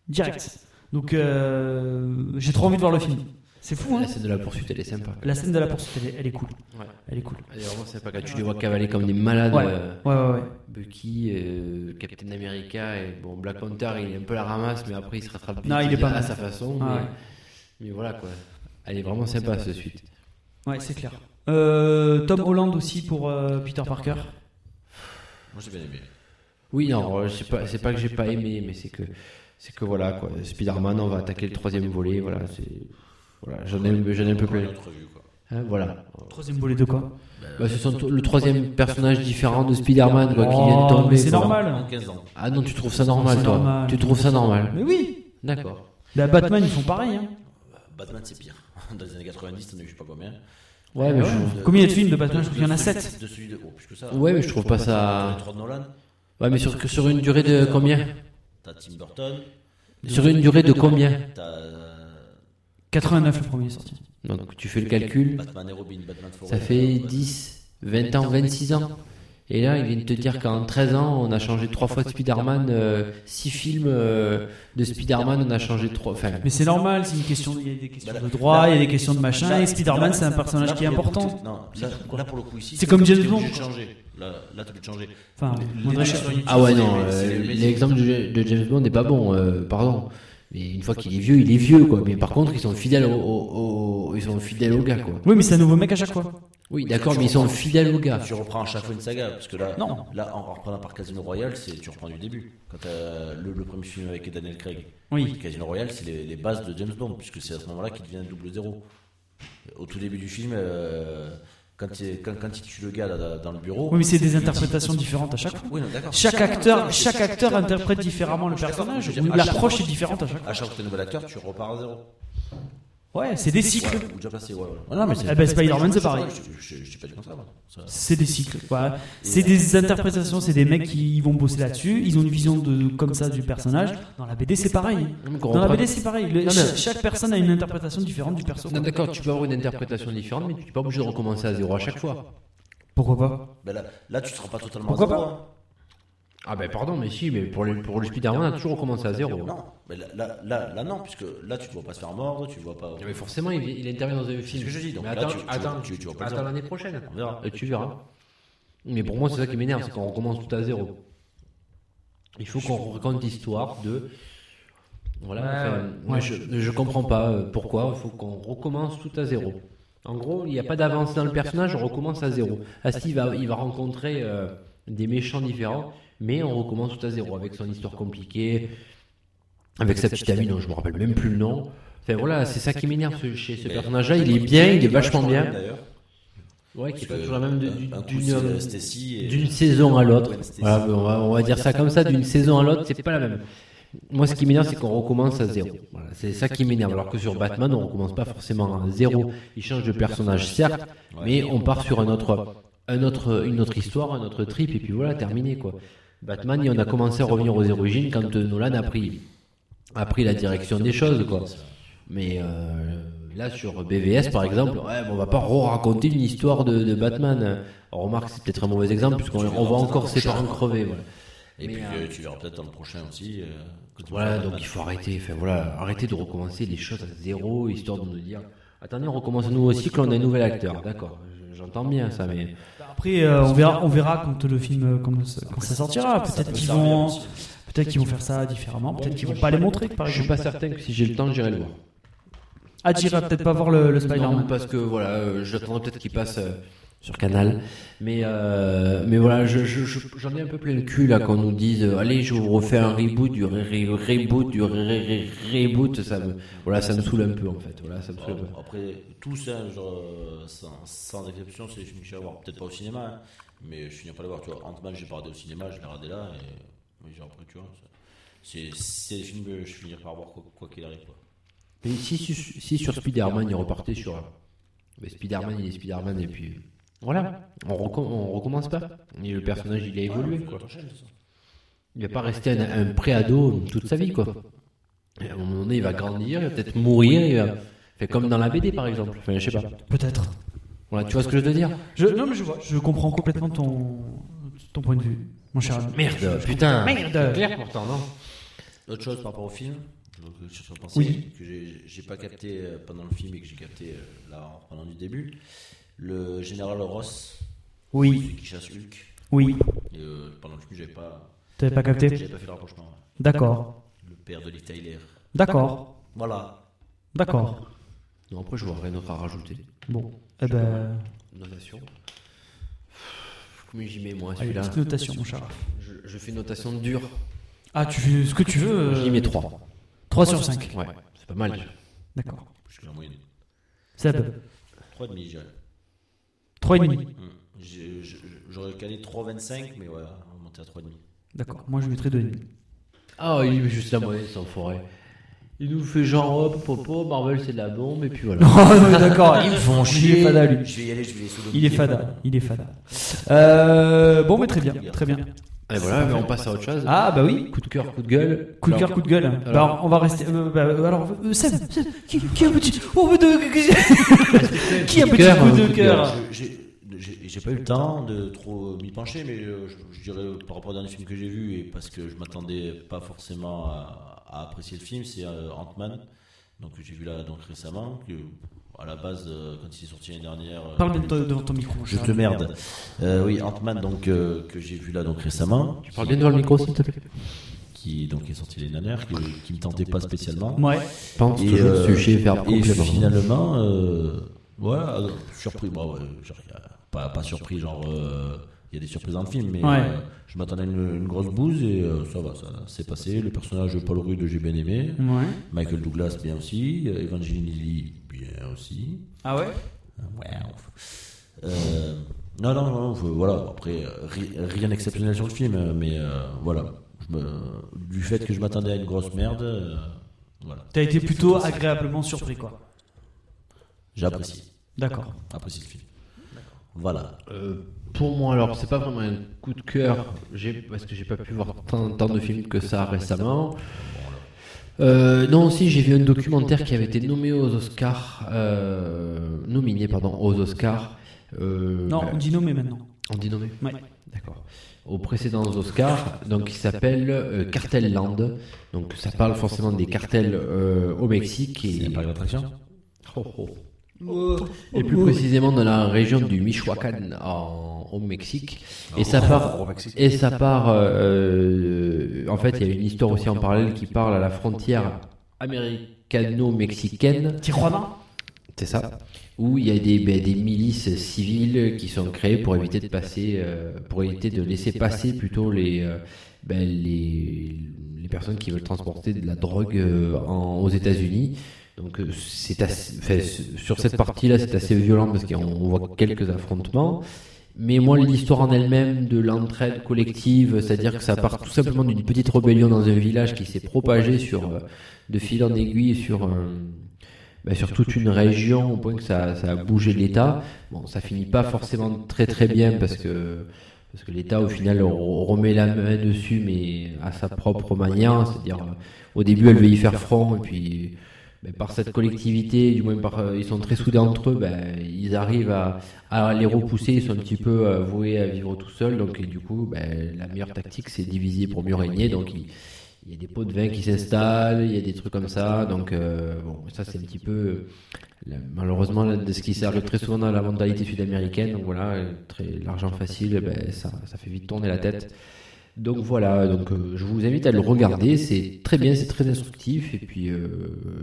S3: Direct. Donc, euh, j'ai trop envie de voir le film. C'est fou, hein
S9: La scène Ah, de la poursuite, elle est sympa.
S3: La scène de la poursuite, elle est, elle est cool.
S9: Ouais.
S3: Elle est cool.
S9: Elle est vraiment sympa quand tu les vois cavaler comme des malades.
S3: Ouais,
S9: euh,
S3: ouais, ouais. ouais.
S9: Bucky, euh, Captain America et bon Black Panther, il est un peu la ramasse, mais après il se rattrape. vite,
S3: Non, il est pas
S9: à
S3: mal.
S9: sa façon.
S3: Ah
S9: mais,
S3: ouais.
S9: mais voilà quoi. Elle est vraiment sympa ce suite.
S3: Ouais, c'est clair. Euh, Tom Holland aussi pour euh, Peter Parker.
S4: Moi, j'ai bien aimé.
S9: Oui, non, euh, c'est pas, c'est pas que j'ai pas aimé, mais c'est que, c'est que voilà quoi. Spider-Man, on va attaquer le troisième volet, voilà. c'est- Voilà, j'en ai, j'en ai un peu
S4: Encore une
S9: plein.
S4: autre vue, quoi.
S9: Hein, voilà.
S3: Troisième volet de quoi
S9: Bah, ce sont t- le troisième personnage différent de Spider-Man quoi, qui vient de
S3: Oh,
S9: tomber.
S3: mais C'est
S9: quoi.
S4: En
S3: normal.
S4: 15 ans.
S9: Ah non, tu trouves ça normal,
S3: C'est
S9: toi
S3: normal.
S9: Tu trouves ça normal
S3: Mais oui.
S9: D'accord.
S3: La Batman, ils font pareil. Hein.
S4: Batman, c'est pire. [LAUGHS] Dans les années 90, on a eu je sais pas combien.
S9: Ouais, mais je trouve-
S3: Combien il y a de films de Batman Je crois qu'il y en a
S4: De celui-
S3: 7.
S4: De celui de. Oh, plus que ça.
S9: Ouais, mais je trouve pas ça-
S4: T'as les trois de Nolan,
S9: Ouais, mais sur, que sur une durée de combien
S4: t'as Tim Burton,
S9: Sur une durée de combien
S4: t'as euh,
S3: 89, le premier est sorti.
S9: Donc tu fais le calcul,
S4: Batman et Robin, Batman
S9: ça
S4: Forever.
S9: fait
S4: Batman-
S9: 10, 20 ans, 26 ans. Et là, il vient de te dire qu'en 13 ans, on a changé trois fois de Spider-Man, 6 films euh, de Spider-Man, on a changé trois. Enfin,
S3: Mais c'est normal, c'est une question. Il y a des questions
S4: Bah,
S3: de
S4: là-
S3: droit,
S4: là-
S3: il y a des questions de machin.
S4: là-
S3: Et Spider-Man, c'est un personnage
S4: Là,
S3: qui est
S4: pour le coup,
S3: important.
S4: t'es- Non, là, là, pour le coup ici,
S3: C'est comme
S4: t'es
S3: James
S4: obligé
S3: Bond,
S4: de changer. Là, là t'es obligé de changer.
S3: Enfin,
S4: Les
S3: André-
S4: mecs sont inutiles,
S9: ah ouais,
S4: c'est les
S9: non,
S4: mecs- c'est
S9: euh,
S4: les mecs-
S9: l'exemple de, de James Bond n'est pas bon, euh, pardon. Mais une fois qu'il est vieux, il est vieux, quoi. Mais par contre, ils sont fidèles au, au- au- ils sont fidèles au gars, quoi.
S3: Oui, mais c'est un nouveau mec à chaque fois.
S9: Oui, d'accord, mais ils sont fidèles au gars.
S4: Tu reprends à chaque fois une saga, parce que là,
S3: Non.
S4: là en reprenant par Casino Royale, c'est tu reprends du début. Quand t'as le, le premier film avec Daniel Craig,
S3: Oui.
S4: Casino Royale, c'est les, les bases de James Bond, puisque c'est à ce moment-là qu'il devient double zéro. Au tout début du film, euh, quand, il, quand, quand il tue le gars là, dans le bureau.
S3: Oui, mais c'est des interprétations différentes à chaque fois.
S4: Oui, non, d'accord.
S3: Chaque acteur, chaque acteur interprète différemment le personnage.
S4: Je veux dire, à chaque
S3: L'approche
S4: fois-
S3: est différente à chaque fois.
S4: À chaque fois que t'es nouvel acteur, tu repars à zéro.
S3: Ouais, c'est des cycles.
S4: Ouais, ou déjà passé, ouais, ouais. Ouais, non, mais c'est-
S3: Ah bah, Spider-Man, c'est pareil.
S4: Je- Je je dis pas du contraire. moi. Ça-
S3: C'est des cycles, quoi. C'est des interprétations, c'est des mecs qui vont bosser là-dessus. Ils ont une vision de comme ça du personnage. Dans la BD, c'est pareil. Dans la BD, c'est pareil. Le-
S9: Non, mais-
S3: cha- chaque personne a une interprétation différente du perso.
S9: Non, d'accord, tu peux avoir une interprétation différente, mais tu n'es pas obligé de recommencer à zéro à chaque fois.
S3: Pourquoi pas
S4: Ben là, là, tu seras pas totalement.
S3: Pourquoi
S4: à zéro,
S3: pas
S4: hein.
S9: Ah ben pardon, mais si, mais pour, les, pour le Spider-Man, on a toujours recommencé à zéro. hein.
S4: Non, mais là, là, là, là, non, puisque là, tu ne vas pas se faire mordre, tu ne vas pas.
S9: Non, mais forcément, il, il intervient dans un film.
S4: ce que je dis, donc
S9: mais
S4: là,
S9: attends,
S4: tu- tu-
S9: attends,
S4: tu- tu vas pas
S9: attends
S4: dire.
S9: l'année prochaine.
S4: On verra.
S9: Et tu verras. Mais pour moi, c'est ça qui m'énerve, c'est qu'on recommence tout à zéro. Il faut qu'on raconte l'histoire de. Voilà. enfin, Moi, je, je comprends pas euh, pourquoi. Il faut qu'on recommence tout à zéro. En gros, il n'y a pas d'avance dans le personnage, on recommence à zéro. Asti va, il va rencontrer euh, des méchants différents, mais on recommence tout à zéro avec son histoire compliquée, avec sa petite amie dont je me rappelle même plus le nom. Enfin voilà, c'est ça qui m'énerve ce- chez ce personnage-là. Il est bien, il est vachement bien.
S4: D'ailleurs,
S9: Ouais, qui est pas
S4: Parce que
S9: toujours la même de-
S4: un-
S9: du-
S4: un coup,
S9: d'une,
S4: c'est
S9: euh,
S4: Stacy et-
S9: d'une saison à l'autre.
S4: Ouais, Stacy.
S9: Voilà, on va, on va dire ça comme ça, d'une saison à l'autre, c'est pas la même. Moi, ce qui m'énerve, c'est qu'on recommence à zéro. Voilà, c'est ça qui m'énerve. Alors que sur Batman, on recommence pas forcément à zéro. Il change de personnage, certes, mais on part sur un autre, un autre, une autre histoire, un autre trip, et puis voilà, terminé quoi. Batman, on a commencé à revenir aux origines quand euh, Nolan a pris, a pris la direction des choses quoi. Mais euh, là, sur BVS par exemple, ouais, mais on va pas raconter une histoire de, de Batman. On remarque, c'est peut-être un mauvais exemple, puisqu'on on va encore ses parents crever. Voilà.
S4: Et puis, euh, tu verras peut-être dans le prochain aussi. euh, que tu
S9: Voilà,
S4: verras
S9: donc
S4: Batman.
S9: il faut arrêter. Enfin, voilà, arrêter de recommencer les choses à zéro, histoire de nous dire Attendez, on recommence un nouveau cycle, on a un nouvel acteur. D'accord, je- j'entends bien ça, mais.
S3: Après, euh, on verra, on verra quand le film euh, quand, ça- quand ça sortira. Peut-être
S4: peut
S3: qu'ils
S4: servir
S3: vont,
S4: aussi.
S3: peut-être qu'ils vont faire ça différemment. Peut-être qu'ils vont pas les montrer, par
S9: Je suis
S3: exemple.
S9: pas certain que si j'ai le temps, j'irai le voir.
S3: Ah, j'irai peut-être pas voir le, le
S9: Non,
S3: Spider-Man.
S9: parce que voilà, euh, j'attends peut-être qu'il passe euh, sur Canal. Mais, euh, mais voilà, je- je- je- j'en ai un peu plein le cul là qu'on nous dise euh, Allez, je vous refais un reboot, du ré- ré- reboot, du ré- ré- ré- reboot. Ça me, voilà, ça me saoule un peu en fait. Voilà, ça me saoule un peu.
S4: Ah, Bon, Après, tous, hein, genre, euh, sans, sans exception, c'est des films que je suis à voir. Peut-être pas au cinéma, hein, mais je finis pas les voir. Tu vois, Ant-Man, j'ai pas regardé au cinéma, je l'ai regardé là. Et, mais genre, après, tu vois, ça- c'est c'est des films que je finirai par voir quoi quoi qu'il arrive. Quoi.
S9: Mais si, si, si sur Spider-Man, il repartait sur. euh, mais Spider-Man, il est Spider-Man, et puis. Voilà, on, recom- on recommence pas. Et le personnage, il a évolué, quoi. Il va pas rester un, un pré-ado toute sa vie, quoi. Et à un moment donné, il va grandir, il va peut-être mourir, il va. Fait comme dans la BD, par exemple. Enfin, je sais pas.
S3: Peut-être.
S9: Voilà, tu vois ce que je veux dire
S3: Je, non, mais je vois. Je comprends complètement ton, ton point de vue, mon cher ami.
S9: Merde, putain
S3: Merde.
S9: Claire, pourtant, non
S4: Autre chose par rapport au film donc, euh, je suis pensé, que j'ai- j'ai pas capté euh, pendant le film et que j'ai capté euh, là en reprenant du début. Le général Ross,
S3: Oui,
S4: celui qui chasse Hulk.
S3: oui.
S4: Et, euh, pendant le film, j'avais pas,
S3: T'avais pas capté
S4: j'avais pas fait le rapprochement. ouais.
S3: D'accord.
S4: Le père de Lee Tyler.
S3: D'accord.
S4: Voilà.
S3: D'accord.
S9: Non, après, je vois rien d'autre à rajouter.
S3: Bon. Eh ben,
S9: Notation. Pff, Comment j'y mets, moi,
S3: allez,
S9: celui-là
S3: petite notation, mon cher.
S9: je, je fais une notation dure.
S3: Ah, tu fais ce que tu veux.
S9: J'y mets 3.
S3: 3 sur 5.
S9: Ouais, c'est pas mal.
S3: D'accord.
S4: Je suis en moyenne.
S3: Seb,
S4: 3,5, je dirais.
S3: 3,5.
S4: Hmm. J'ai- j'ai- J'aurais calé 3,25, mais ouais, on va monter à 3,5.
S3: D'accord. Moi, je mettrais 2,5. [LAUGHS]
S9: Ah, il est juste la moyenne, sans forêt. Il nous fait genre, oh, popo, Marvel c'est de la bombe, et puis voilà.
S3: Oh, oui, d'accord. Ils me font Il est fada, lui.
S4: Je vais y aller, je vais les sodominer.
S3: Il est fada. Il est fada. Euh, bon, mais très bien. Très bien.
S9: Et voilà, mais on passe à autre chose.
S3: Ah, bah oui.
S9: coup de cœur, coup de gueule.
S3: Coup de cœur, coup de gueule. Alors, on va rester. euh, bah, euh, alors, euh, Seb, Seb, qui, qui a un petit. Oh, mais de... [LAUGHS] qui a un
S9: Coup de
S3: petit
S9: cœur,
S3: coup
S9: hein,
S3: de cœur
S4: Je- j'ai- J'ai j'ai pas eu le temps de trop m'y pencher, mais euh, je, je dirais euh, par rapport au dernier film que j'ai vu, et parce que je m'attendais pas forcément à, à apprécier le film, c'est euh, Ant-Man, donc que j'ai vu là donc récemment, que à la base, euh, quand il est sorti l'année dernière. euh,
S3: Parle bien de toi- devant ton micro. mon
S4: Je
S3: cher
S4: te
S3: ami.
S4: merde. Euh, oui, Ant-Man, donc, euh, que j'ai vu là donc récemment,
S9: Tu parles bien devant le micro, s'il te plaît.
S4: qui donc est sorti l'année dernière, que- qui me tentait pas spécialement.
S3: Ouais.
S9: Pense
S4: Et,
S9: toujours
S4: euh,
S9: sujet vers
S4: et
S9: complément.
S4: finalement, euh, voilà, alors, surpris, bah ouais, genre, y a- pas, pas surpris, genre, euh, il y a des surprises dans le film, mais
S3: Ouais.
S4: euh, je m'attendais à une, une grosse bouse et euh, ça va, ça s'est passé. Le personnage de Paul Rudd, j'ai bien aimé.
S9: Mm.
S3: Ah Ouais.
S4: Michael Douglas, bien aussi. Euh, Evangeline Lilly, bien aussi.
S3: Ah ouais
S4: Ouais, on- euh, non, non, non, faut- voilà. Après, euh, ri- rien d'exceptionnel sur le film, euh, mais euh, voilà. Je me- du fait que je m'attendais à une grosse merde, euh, voilà.
S3: T'as été plutôt agréablement surpris, quoi.
S4: J'ai apprécié.
S3: D'accord.
S4: Apprécié le film. Voilà.
S9: Euh, pour moi, alors, c'est pas vraiment un coup de cœur, j'ai- parce que j'ai pas pu voir tant, tant de films que ça récemment. Euh, non, si, j'ai vu un documentaire qui avait été nommé aux Oscars, euh, nominé, pardon, aux Oscars. euh,
S3: Non, on dit nommé maintenant.
S9: on dit nommé
S3: Ouais.
S9: D'accord. Aux précédents Oscars, donc qui s'appelle euh, Cartel Land. Donc ça parle forcément des cartels euh, au Mexique
S4: Il n'y
S9: et,
S4: a pas d'attraction
S9: Oh, oh. et plus précisément dans la région du Michoacán Ah, en- au Mexique. Et ça part, et ça part. euh, en fait, il y a une histoire aussi en parallèle qui parle à la frontière américano-mexicaine.
S3: Tijuana
S9: C'est ça. Où il y a des, ben, des milices civiles qui sont créées pour éviter de passer, euh, pour éviter de laisser passer plutôt les, euh, ben, les, les personnes qui veulent transporter de la drogue euh, en- aux États-Unis. Donc euh, c'est assez- enfin, c- sur cette partie-là, c'est assez violent parce qu'on on voit quelques affrontements. Mais moi, l'histoire en elle-même de l'entraide collective, c'est-à-dire que ça part tout simplement d'une petite rébellion dans un village qui s'est propagée sur, euh, de fil en aiguille sur, un- bah, sur toute une région au point que ça, ça a bougé l'État. Bon, ça finit pas forcément très très bien parce que, parce que l'État au final re- remet la main dessus mais à sa propre manière. C'est-à-dire euh, au début elle veut y faire front et puis bah, par cette collectivité, du moins par, euh, ils sont très soudés entre eux, bah, ils arrivent à, à les repousser, ils sont un petit peu euh, voués à vivre tout seuls. Donc et du coup bah, la meilleure tactique c'est diviser pour mieux régner. Donc ils- il y a des pots de vin qui s'installent, il y a des trucs comme ça. Donc, euh, bon, ça, c'est un petit peu, euh, la- malheureusement, là, de ce qui s'arrive très souvent dans la mentalité sud-américaine. Donc, voilà, euh, très, l'argent facile, eh ben, ça, ça fait vite tourner la tête. Donc, voilà, donc, euh, je vous invite à le regarder. C'est très bien, c'est très instructif. Et puis, euh,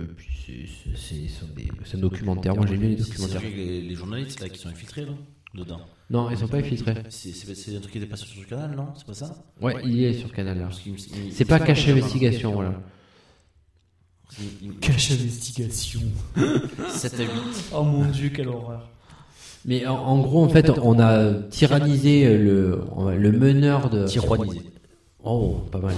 S9: et puis c'est- c'est- c'est ce sont des- c'est un documentaire. Moi, j'aime bien les
S4: C'est c'est
S9: documentaires.
S4: avec les, les journalistes là, qui sont infiltrés non dedans.
S9: Non, ils sont pas infiltrés.
S4: C'est- C'est c'est un truc qui était passé sur le canal, non C'est pas ça
S9: Ouais, il est sur Canal. là.
S4: Parce qu'il me- il-
S9: C'est pas cache investigation, voilà.
S4: il- il-
S3: Cache investigation.
S4: 7 à 8.
S3: Oh mon dieu, quelle horreur.
S9: Mais en, en gros, en fait, on a tyrannisé le, le meneur de.
S4: Tiroanisé.
S9: Oh, pas mal.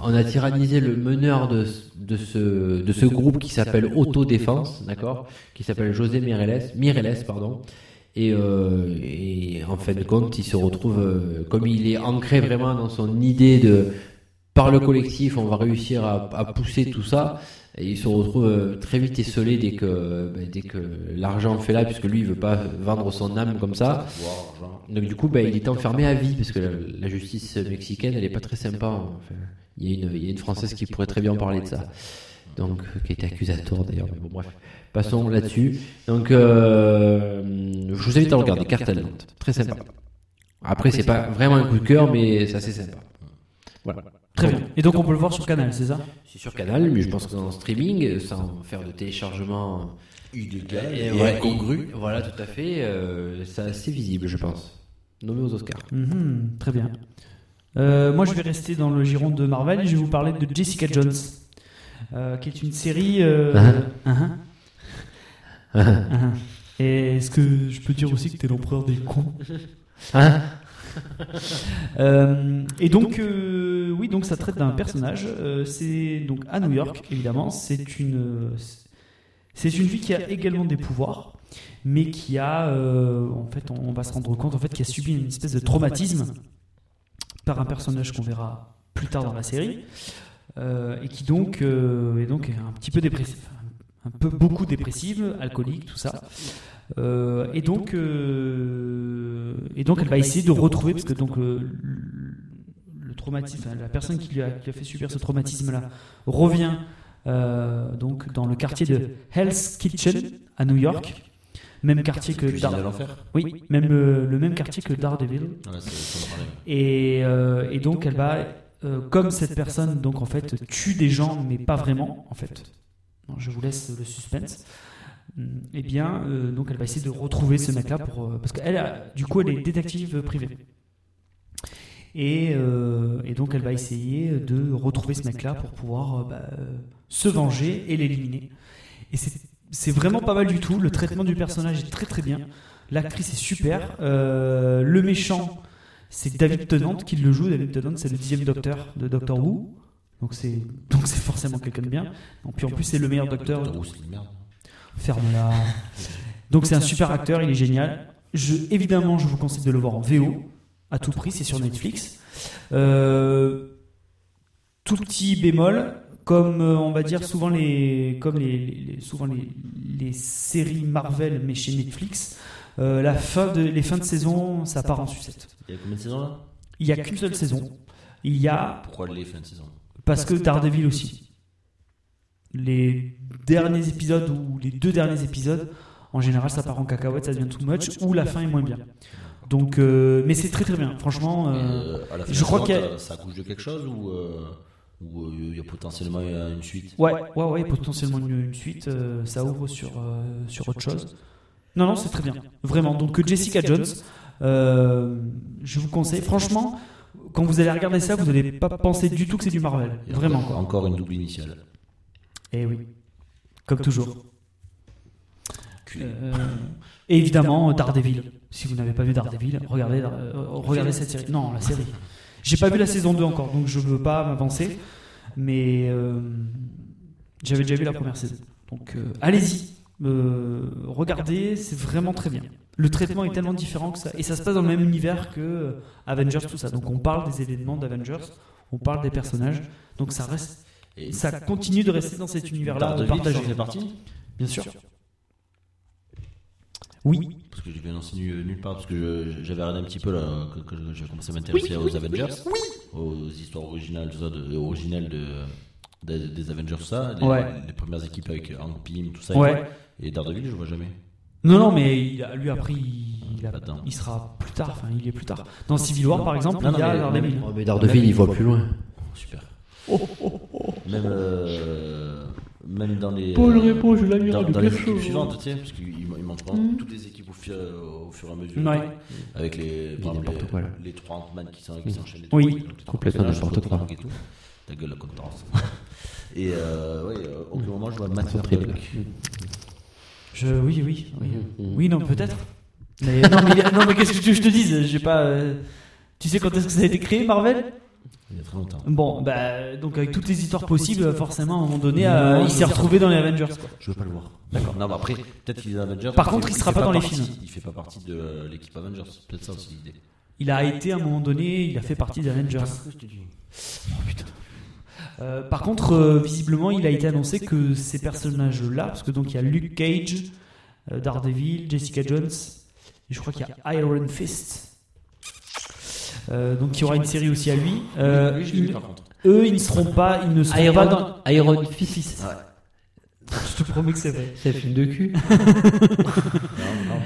S9: On a tyrannisé le meneur de, de, ce, de ce groupe qui s'appelle Autodéfense, d'accord Qui s'appelle José Mireles, Mireles pardon. Et, euh, et en fin de compte, il se retrouve, euh, comme il est ancré vraiment dans son idée de par le collectif, on va réussir à, à pousser tout ça. Et il se retrouve euh, très vite esselé dès que, ben, dès que l'argent fait là, puisque lui, il veut pas vendre son âme comme ça. Donc du coup, bah, il est enfermé à vie, parce que la, la justice mexicaine, elle est pas très sympa. hein. Enfin, il, y a une, il y a une Française qui pourrait très bien parler de ça. Donc, euh, qui était accusateur d'ailleurs, mais bon, bref. Passons là-dessus. Donc, euh, je vous invite à regarder Cartel Land. Très sympa. Après, c'est pas vraiment un coup de cœur, mais c'est assez sympa. Voilà.
S3: Très bien. Et donc on peut le voir sur Canal, c'est ça
S9: C'est sur Canal, mais je pense qu'en streaming, sans faire de téléchargement
S4: Illégal
S9: et
S4: Euh, et
S9: ouais,
S4: incongru.
S9: Voilà, tout à fait. euh, c'est assez visible, je pense. Nommé aux Oscars.
S3: Mhm, Très bien. Euh, moi je vais rester dans le giron de Marvel et je vais vous parler de Jessica Jones, euh, qui est une série... euh, hein, hein. Hein. Et est-ce que je peux dire aussi que t'es l'empereur des cons Ah, Euh, et donc, euh, oui, donc ça traite d'un personnage. euh, c'est donc à New York, évidemment. C'est une, euh, c'est une fille qui a également des pouvoirs, mais qui a, euh, en fait, on, on va se rendre compte, en fait, qui a subi une espèce de traumatisme par un personnage qu'on verra plus tard dans la série, euh, et qui donc, euh, est donc un petit peu dépressif, un peu beaucoup dépressive, alcoolique, tout ça. Euh, et donc, euh, et donc, elle va essayer de retrouver parce que donc euh, le, le traumatisme, la personne qui lui a, qui lui a fait subir ce traumatisme-là revient euh, donc dans le quartier de Hell's Kitchen à New York, même quartier que
S4: Cuisine à
S3: Dar-
S4: l'enfer.
S3: oui, même euh, le même quartier que Daredevil.
S4: Ouais, c'est- c'est en parlait.
S3: Et, euh, et donc elle va, euh, comme cette personne, donc en fait, tue des gens, mais pas vraiment, en fait. Non, je vous laisse le suspense. Hum, Eh bien, euh, donc elle va essayer de retrouver ce mec-là pour euh, parce qu'elle, a- du coup, elle est détective privée. Et, euh, et donc elle va essayer de retrouver ce mec-là pour pouvoir euh, bah, euh, se venger et l'éliminer. Et c'est- c'est vraiment pas mal du tout. Le traitement du personnage est très très bien. L'actrice est super. Euh, le méchant, c'est David Tennant qui le joue. David Tennant, c'est le dixième docteur de Doctor Who. [LAUGHS] Donc c'est donc c'est forcément quelqu'un de bien. Et puis en plus, c'est le meilleur docteur.
S4: Doctor Who, c'est une merde.
S3: [LAUGHS] ferme-la. Donc c'est un super acteur, il est génial. Je, évidemment, je vous conseille de le voir en VO, à tout prix, c'est sur Netflix. Euh, tout petit bémol, comme euh, on va dire souvent les, comme les, les- les- souvent les, les séries Marvel, mais chez Netflix, euh, la fin de, les fins de saison, ça part en sucette.
S4: Il y a combien de saisons là
S3: Il n'y a qu'une seule saison. Il y a
S4: Pourquoi les fins de saison
S3: parce que Daredevil aussi. Les derniers épisodes ou les deux derniers épisodes, en général, ça part en cacahuète, ça devient too much, ou la fin est moins bien. Donc, euh, mais c'est très très bien. Franchement, euh,
S4: Euh, à la fin
S3: je
S4: de saison,
S3: crois qu'il y a-
S4: t'as- ça accouche de quelque chose ou euh, ou, euh, il y a potentiellement euh, une suite
S3: ouais, ouais, ouais, potentiellement une, une suite, euh, ça ouvre sur euh, sur autre chose. Non, non, c'est très bien, vraiment. Donc euh, Jessica Jones, euh, je vous conseille. Franchement, quand vous allez regarder ça, vous n'allez pas penser du tout que c'est du Marvel,
S4: Il y a
S3: vraiment
S4: encore-
S3: quoi.
S4: Encore une double initiale.
S3: Eh oui, comme toujours. Euh, et évidemment, euh, Daredevil. Si vous n'avez pas vu Daredevil, regardez, euh, regardez cette série. Non, la [LAUGHS] série. J'ai pas vu la saison 2 encore, donc je veux pas m'avancer. Mais euh, j'avais déjà vu la première saison. Donc euh, allez-y, Euh, regardez, c'est vraiment très bien. Le traitement est tellement différent que ça. Et ça se passe dans le même univers que euh, Avengers, tout ça. Donc on parle des événements d'Avengers, on parle des personnages. Donc ça reste,
S4: Et
S3: ça continue de rester dans cet univers-là.
S4: Daredevil,
S3: partagé.
S4: ça en fait partie
S3: Bien sûr. Oui.
S4: Parce que j'ai bien enseigné euh, nulle part, parce que je- j'avais regardé un petit peu là, que, que je- j'ai commencé à m'intéresser aux Avengers, aux histoires originales, tout ça, de- originales de, des- des Avengers, tout ça, les,
S3: Ouais.
S4: les premières équipes avec Hank Pym, tout ça, et
S3: Ouais.
S4: tout. et Daredevil, je vois jamais.
S3: Non, non, mais il a- lui après, il, il a-
S4: Attends.
S3: il sera plus tard. Enfin, il est plus tard. Dans Civil War, par exemple, il y a Daredevil.
S9: Oh, mais Daredevil, il voit plus loin.
S4: Oh, super.
S3: oh,
S4: Même, euh, même dans les.
S9: Paul
S4: euh,
S9: répond, je l'admire
S4: Dans,
S9: du
S4: dans les
S9: cachot.
S4: équipes suivantes, tu sais, parce qu'ils m'ont- ils montrent vraiment toutes les équipes au fur, au fur et à mesure.
S3: Mm. Ouais.
S4: Avec les, par exemple,
S9: n'importe
S4: les,
S9: quoi, là.
S4: les trois Ant-Man qui sont- qui s'enchaînent. et
S3: Oui.
S4: tout. Donc, t'es
S9: Complètement
S4: dans le personnage,
S9: n'importe quoi.
S4: Stark et tout. Ta gueule, la compétence. [LAUGHS] et euh, ouais, euh,
S9: Mm.
S4: aucun moment je vois Matt
S9: Horrible.
S4: Murdock.
S3: Je, oui, oui, oui, oui, non, peut-être. Mais, non, mais, non, mais qu'est-ce que tu veux que je te dise J'ai pas. euh, tu sais quand est-ce que ça a été créé, Marvel
S4: Il y a très longtemps.
S3: Bon, bah, donc avec toutes les histoires possibles, forcément, à un moment donné, euh, il s'est retrouvé dans les Avengers. quoi.
S4: Je veux pas le voir. D'accord. Non, mais après, peut-être qu'il est dans Avengers.
S3: Par contre, il
S4: fait-
S3: sera
S4: fait
S3: pas dans les
S4: partie-
S3: films.
S4: Il fait pas partie de euh, l'équipe Avengers. C'est peut-être ça aussi l'idée.
S3: Il a été à un moment donné, il a fait partie des Avengers. Oh, putain. Euh, par contre, euh, visiblement, il a été annoncé que ces personnages-là, parce que donc il y a Luke Cage, euh, Daredevil, Jessica Jones, et je crois qu'il y a Iron Fist. Euh, donc il y aura une série aussi à lui. Euh,
S4: Lui, je l'ai vu,
S3: ils-
S4: par contre.
S3: eux, ils ne seront pas, ils ne seront pas dans.
S9: Iron, Iron Fist,
S3: Je te promets que c'est vrai.
S9: c'est un film de cul.
S4: Non, non,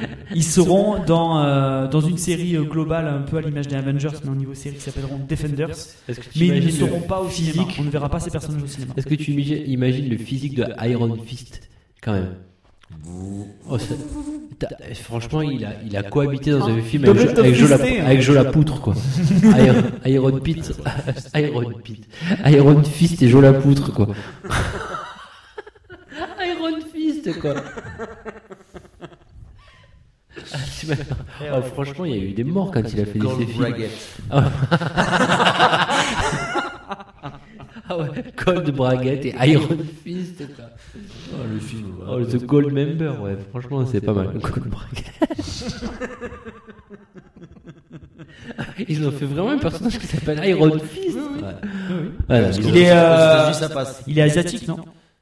S4: mais-
S3: Ils seront dans euh, dans une série euh, globale un peu à l'image des Avengers, mais au niveau série qui s'appelleront Defenders.
S9: Est-ce que tu
S3: Mais ils ne
S9: imagines le-
S3: seront pas au cinéma. On ne verra pas ces personnages au cinéma.
S9: Est-ce que tu imagi- imagines le physique de Iron Fist quand même Oh, ça- t'as- Franchement, il a, il a cohabité dans un film avec,
S3: Double
S9: Jo- avec, Jo la,
S3: fisté, hein.
S9: avec Jo la Poutre, quoi. Iron, Iron Pit, [LAUGHS] Iron Pit, Iron Fist et Jo la Poutre, quoi. [LAUGHS] Iron Fist, quoi. Ah, c'est mal- oh, franchement, il y a eu des morts quand il a fait des
S4: Gold
S9: ces films.
S4: Braggett.
S9: Ah ouais, Cold Braguette et [LAUGHS] Iron Fist, quoi.
S4: Oh, le film. voilà.
S9: Oh, The Gold Member, ouais, franchement, c'est pas mal. Gold Braguette. Ils ont fait vraiment un personnage qui s'appelle Iron Fist. Ouais. Ouais,
S4: Parce que
S3: Il est,
S4: aux
S3: euh,
S4: États-Unis, ça passe.
S3: Il est asiatique, non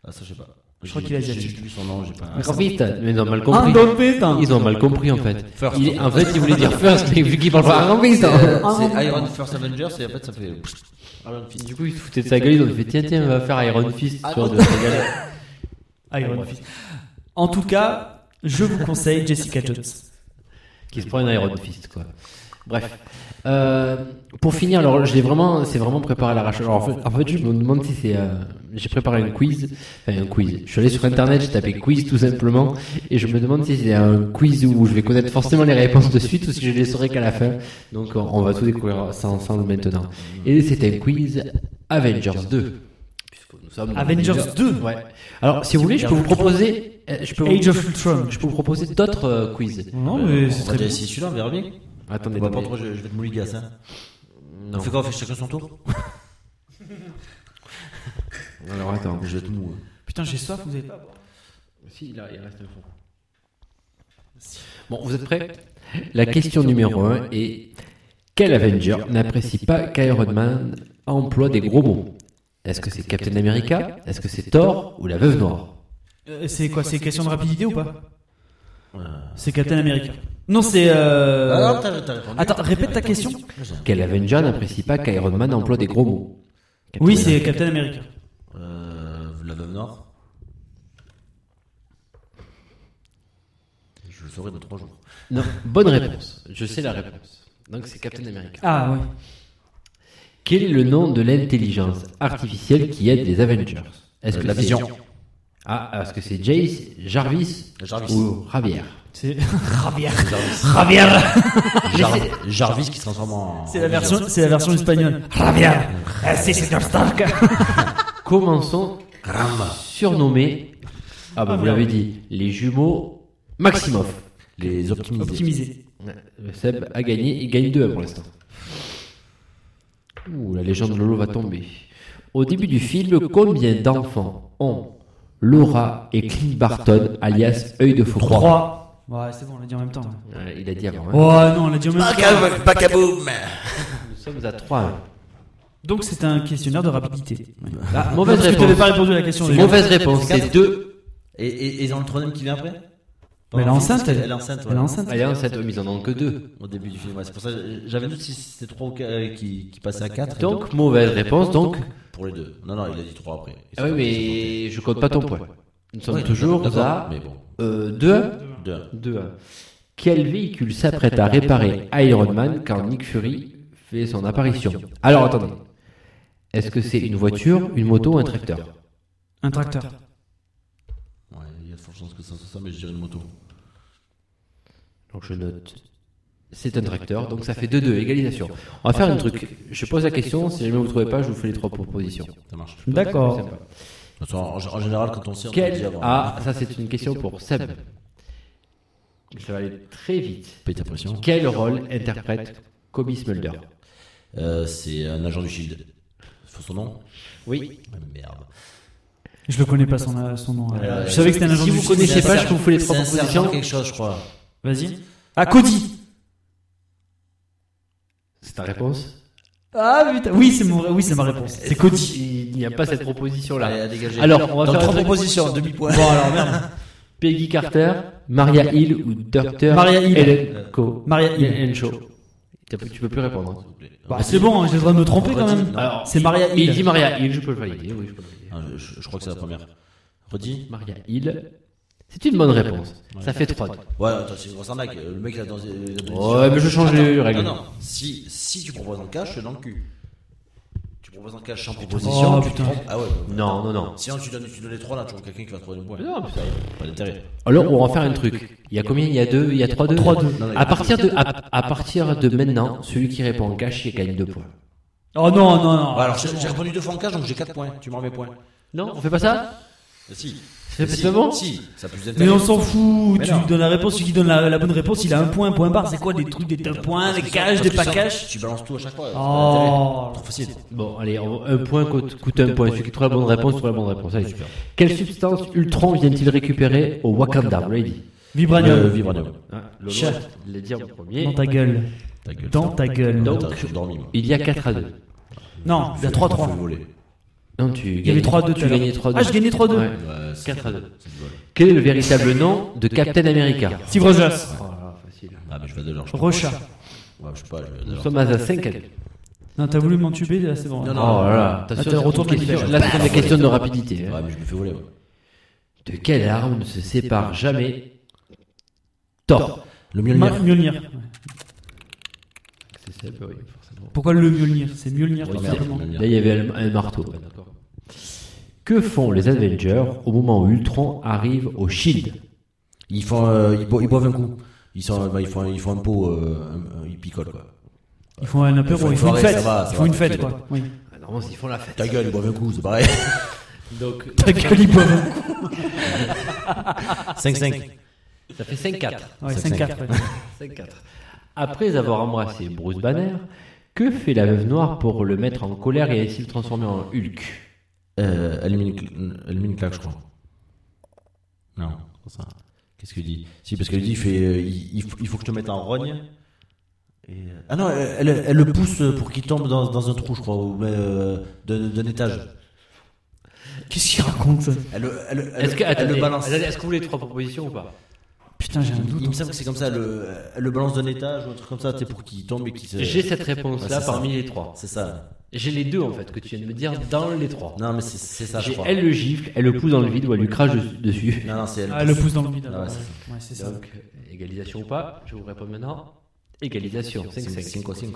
S4: Ah, ça, je sais pas.
S3: Je crois qu'il est asiatique.
S4: J'ai vu son nom, j'ai pas. Ah,
S9: Iron Fist, mais ils ont mal compris. Ils ont mal compris en fait.
S4: First.
S9: Il- en fait, ils voulaient [LAUGHS]
S4: [LAUGHS]
S9: dire first, mais vu qu'ils parlent pas Iron Fist. hein.
S4: C'est Iron First Avengers et après ça fait. Iron Fist.
S9: Du coup, ils se foutaient de sa gueule, ils ont fait tiens, tiens, va faire Iron Fist. tu vois, de sa gueule. [LAUGHS]
S3: Ah, Iron Fist. En tout cas, je vous conseille Jessica Jones.
S9: qui se prend une Iron Fist quoi. Bref. Euh, pour finir, alors j'ai vraiment, c'est vraiment préparé à l'arrache. Alors, en, fait, en fait, je me demande si c'est, euh, j'ai préparé un quiz, enfin un quiz. Je suis allé sur internet, j'ai tapé quiz tout simplement, et je me demande si c'est un quiz où je vais connaître forcément les réponses de suite ou si je les saurai qu'à la fin. Donc on, on va tout découvrir ça ensemble maintenant. Et c'est un quiz Avengers 2. puisque nous sommes dans
S3: Avengers 2
S9: Ouais. Alors si vous voulez, je peux vous proposer, euh, je peux vous-
S3: Age of Ultron.
S9: je peux vous proposer d'autres euh, quiz.
S3: Non, mais
S4: On
S3: c'est
S4: va
S3: très bien.
S4: dire si celui-là, on verra bien.
S9: Attendez,
S4: On va pas
S9: attendez.
S4: trop, je je vais te mouligas. hein.
S9: Non.
S4: On fait quoi On fait chacun son tour
S9: Alors attends.
S4: Je vais hein. te mou.
S3: Putain, j'ai soif, vous avez pas.
S9: Si, là, il reste un fond. Bon, vous êtes prêts La question numéro 1 est Quel Avenger n'apprécie pas qu'Iron Man emploie des gros mots Est-ce que c'est Captain America Est-ce que c'est Thor ou la Veuve Noire
S3: Euh, c'est quoi C'est question de rapidité ou pas C'est Captain America. Non, c'est. euh,
S4: Ah non, t'as- t'as répondu.
S3: Attends, répète ta question.
S9: Quel Avenger n'apprécie pas qu'Iron Man emploie des gros mots
S3: Oui, c'est Captain America.
S4: Euh, la veuve noire. Je le saurai dans trois
S3: [LAUGHS]
S4: jours.
S9: Non, bonne réponse. Je sais la réponse. Donc c'est Captain America.
S3: Ah ouais.
S9: Quel est le nom de l'intelligence artificielle qui aide les Avengers Est-ce
S4: Euh, la
S9: c'est-
S4: Vision.
S9: Ah, est-ce que c'est Jace, Jarvis,
S4: Jarvis.
S9: ou Javier
S3: C'est
S9: Javier
S4: Jar-
S3: [LAUGHS]
S4: Jarvis qui se transforme en.
S3: c'est la version, c'est la version espagnole. Javier, eh, si, c'est un Stark.
S9: Commençons surnommés, ah bah vous l'avez dit, les jumeaux Maximoff.
S4: Les optimisés.
S3: Optimisé.
S9: Le Euh, Seb a gagné, il gagne 2 pour l'instant. Ouh, la légende de Lolo va tomber. Au début du film, combien d'enfants ont Laura et Clint Barton, alias œil de faucon
S3: 3. Ouais, c'est bon, on l'a dit en même temps.
S9: Ouais, Il a dit avant. hein.
S3: Oh non, on l'a dit en même temps.
S9: Nous sommes à hein. 3.
S3: Donc c'est un questionnaire de rapidité. Ouais.
S9: Bah, mauvaise
S3: Parce que t'avais
S9: réponse.
S3: pas répondu à la question. déjà.
S9: Mauvaise réponse, c'est 2.
S4: Et, et, et dans le troisième qui vient après
S3: Mais elle est enceinte, elle.
S4: Elle est enceinte, ouais.
S3: Elle est enceinte.
S9: Allez, on cette mise en ont que 2.
S4: Au début du film, ouais. C'est pour ça que j'avais doute si c'était trois ou quatre euh, qui, qui passaient à quatre. et
S9: Donc, mauvaise réponse, donc.
S4: Pour les deux. Non, non, il a dit trois après. Et
S9: Ah oui,
S4: c'est-
S9: mais je compte pas ton point. Nous sommes
S4: Ouais,
S9: toujours
S4: d'accord,
S9: à euh,
S4: Mais bon,
S9: 2.
S4: deux.
S9: 2. Quel véhicule s'apprête à réparer Iron Man quand Nick Fury fait son apparition Alors attendez. Est-ce que c'est une voiture, une moto ou un tracteur
S3: Un tracteur.
S4: Ouais, il y a de fortes chances que ça soit ça, mais je dirais une moto.
S9: Donc je note. C'est un tracteur, donc ça fait 2-2, égalisation. On va faire un truc. Je pose la question, si jamais vous ne trouvez pas, je vous fais les trois propositions.
S4: Ça marche.
S3: D'accord.
S4: Parce qu'en- en, en général, quand on euh, sait, on le dit
S9: Bah. Quel...
S4: avant.
S9: Ah, ça c'est une question pour Seb. Ça va aller très vite.
S4: Paye ta pression.
S9: Quel rôle interprète Kobe Smulder
S4: Euh, c'est un agent du Shield. Faut son nom
S9: Oui.
S4: Ah, Merde.
S3: Je le connais pas son, son nom. euh. je savais que c'était un agent
S9: si
S3: du
S9: vous
S3: fisc.
S9: connaissez pas, je vous fais les trois
S4: C'est un sergent
S9: propositions.
S4: quelque chose, je crois.
S3: Vas-y. Ah, Cody.
S9: C'est ta réponse
S3: Ah putain. Oui, c'est mon, oui, c'est ma réponse. C'est Cody.
S9: Il n'y a pas cette proposition
S4: Allez, à
S9: là.
S4: dégager.
S9: Alors, on va
S4: Dans
S9: faire
S4: trois
S9: un truc.
S4: propositions, demi-point.
S9: Bon, alors merde. Peggy Carter, Maria Hill ou Dr.
S3: Maria Hill.
S9: Helen Co.
S3: Maria Hill.
S9: Helen Shaw. Tu peux- Tu peux plus répondre.
S3: Bah, c'est bon, hein, j'ai le droit de me tromper quand même.
S9: Alors,
S3: C'est Maria
S9: Il dit
S3: Hill.
S9: Maria Hill, je peux le valider. Oui, je peux le valider.
S4: Ah, je- je, je crois que c'est la première. Redis
S9: Maria Hill. C'est une bonne réponse. Ça fait 3.
S4: Ouais, attends, c'est une grosse arnaque. Le mec, il a dans.
S9: Ouais, mais je change les règles.
S4: Non, non. Si, si tu proposes en cash, je dans le cul. Tu proposes en cash sans
S3: Oh,
S4: proposition, tu te
S3: putain.
S4: trompes. Ah ouais. ouais.
S9: Non, non, non.
S4: Sinon, tu donnes, tu donnes les trois là, tu vois quelqu'un qui va trouver le point.
S9: Non, mais ça-
S4: Pas d'intérêt.
S9: Alors, on va en faire un truc. Il y a combien Il y a 2 Il y a 3 2
S3: Trois, deux.
S9: À partir de, à, à partir de maintenant, celui qui répond en cash, il gagne 2 points.
S3: Oh non, non, non.
S9: Ah,
S4: Ouais, alors, j'ai j'ai répondu deux fois en cash, donc j'ai quatre points. Tu m'en remets point.
S9: Non, on fait pas ça
S4: Si.
S9: C'est
S4: Si,
S9: bon
S4: Si, ça a plus d'intérêt.
S3: Mais on s'en fout,
S4: Mais
S3: tu
S4: non.
S3: donnes la réponse, celui qui donne la, la bonne réponse, il a un point, point barre. C'est quoi des trucs, des top points,
S4: Parce
S3: des
S4: que-
S3: cash,
S4: parce
S3: des
S4: que
S3: pas
S4: ça,
S3: cash
S4: Tu balances tout à chaque fois. c'est pas
S3: Oh.
S4: d'intérêt. Trop facile.
S9: Bon, allez, on- un point coûte, coûte un point. Celui qui trouve la bonne réponse trouve la bonne réponse. Allez, super. Quelle substance Ultron vient-il récupérer au Wakanda Brady
S4: Euh,
S3: Vibranium.
S4: Vibranium.
S9: Hein, Lolo,
S3: Chat.
S9: je l'ai dit en premier.
S3: Dans ta gueule.
S4: Ta gueule.
S3: Dans ta gueule.
S4: Attends,
S9: Donc-
S4: j'ai dormi, moi.
S9: Il y a 4 à 2.
S3: Non, il y a
S4: Je vais
S3: 3-3.
S4: voler.
S9: Non, tu
S3: Il y avait 3-2
S9: tu gagnais 3-2.
S3: Ah, je gagnais 3-2.
S9: Ouais.
S4: Ouais, c'est-
S9: 4 à 2.
S4: c'est du vol.
S9: Quel est le véritable nom de Captain America
S3: Steve Rogers.
S9: Oh là, facile.
S4: Ah, mais je vais de l'heure. je crois.
S3: Rocha.
S4: Ouais, je sais pas. je vais à
S9: Nous
S4: l'heure.
S9: sommes à 5 à 2.
S3: Non, t'as voulu m'entuber, là, c'est bon.
S4: Non,
S9: Oh
S4: non.
S9: là là, attention,
S3: Attends,
S9: c'est
S3: retourne
S9: une
S3: la
S9: question-
S3: question.
S9: Là, c'est une question de rapidité. hein.
S4: Ouais, mais je me fais voler. ouais.
S9: De quelle arme ne se sépare jamais Thor
S4: Le mieux
S3: Ma- Mjolnir. Ouais.
S9: C'est Seb, oui, forcément.
S3: Pourquoi le Mjolnir C'est Mjolnir, tout simplement.
S9: Là, il y avait un, un marteau. ouais, d'accord. Que font les Avengers au moment où Ultron arrive au Shield
S4: Ils font, euh, ils, bo- ils boivent un coup. Ils sont, bah, ils font, ils font un pot, euh, un- un- ils picolent quoi.
S3: Ils font un apéro, ils font une
S4: soirée, ça
S3: fête.
S4: va, ça
S3: Ils
S4: va,
S3: font une
S4: ça
S3: fête,
S4: fait.
S3: quoi. Oui.
S9: Ah, Normalement, ils font la fête.
S4: Ta gueule, ils boivent un coup, c'est pareil.
S9: Donc,
S4: [LAUGHS]
S3: Ta gueule, ils peuvent.
S4: 5-5.
S9: ça fait 5-4.
S3: Ouais, 5-4.
S4: 5-4,
S3: ouais.
S9: 5-4. Après avoir embrassé Bruce Banner, que fait la veuve noire pour le mettre en colère et ainsi le transformer en Hulk
S4: Euh, elle met une cl- elle met une claque, je crois. Non. ça. Qu'est-ce qu'il dit Si, parce qu'il dit il, fait, euh, il, il faut, il faut que je te mette un rogne. Et, euh, Ah non, elle, elle- elle le pousse pour qu'il tombe dans, dans un trou, je crois, ou euh, d'un d'un étage.
S3: Qu'est-ce qu'il raconte ça
S4: Elle, le- elle le- elle
S9: Est-ce que,
S4: le- elle
S9: attendez,
S4: le balance.
S9: attendez, est-ce que vous voulez trois propositions ou pas
S3: Putain, j'ai un
S4: Il
S3: doute.
S4: me semble que c'est comme ça, elle le, elle le balance d'un étage ou un truc comme ça, tu sais, pour qu'il tombe et qu'il se.
S9: J'ai cette réponse-là
S4: Ouais, c'est ça.
S9: parmi les trois.
S4: C'est ça.
S9: J'ai les deux en fait que tu viens de me dire dans les trois.
S4: Non, mais c'est- c'est ça, je
S9: J'ai
S4: crois.
S9: elle le gifle, elle le pousse dans le vide ou elle lui crache de- dessus.
S4: Non, non, c'est elle.
S3: Ah, le pouce dans le vide.
S4: Ah ouais,
S3: ouais,
S4: c'est
S3: ouais, c'est ça.
S9: Donc, égalisation ou pas, je vous réponds maintenant. Égalisation, 5-5.
S4: 5-5.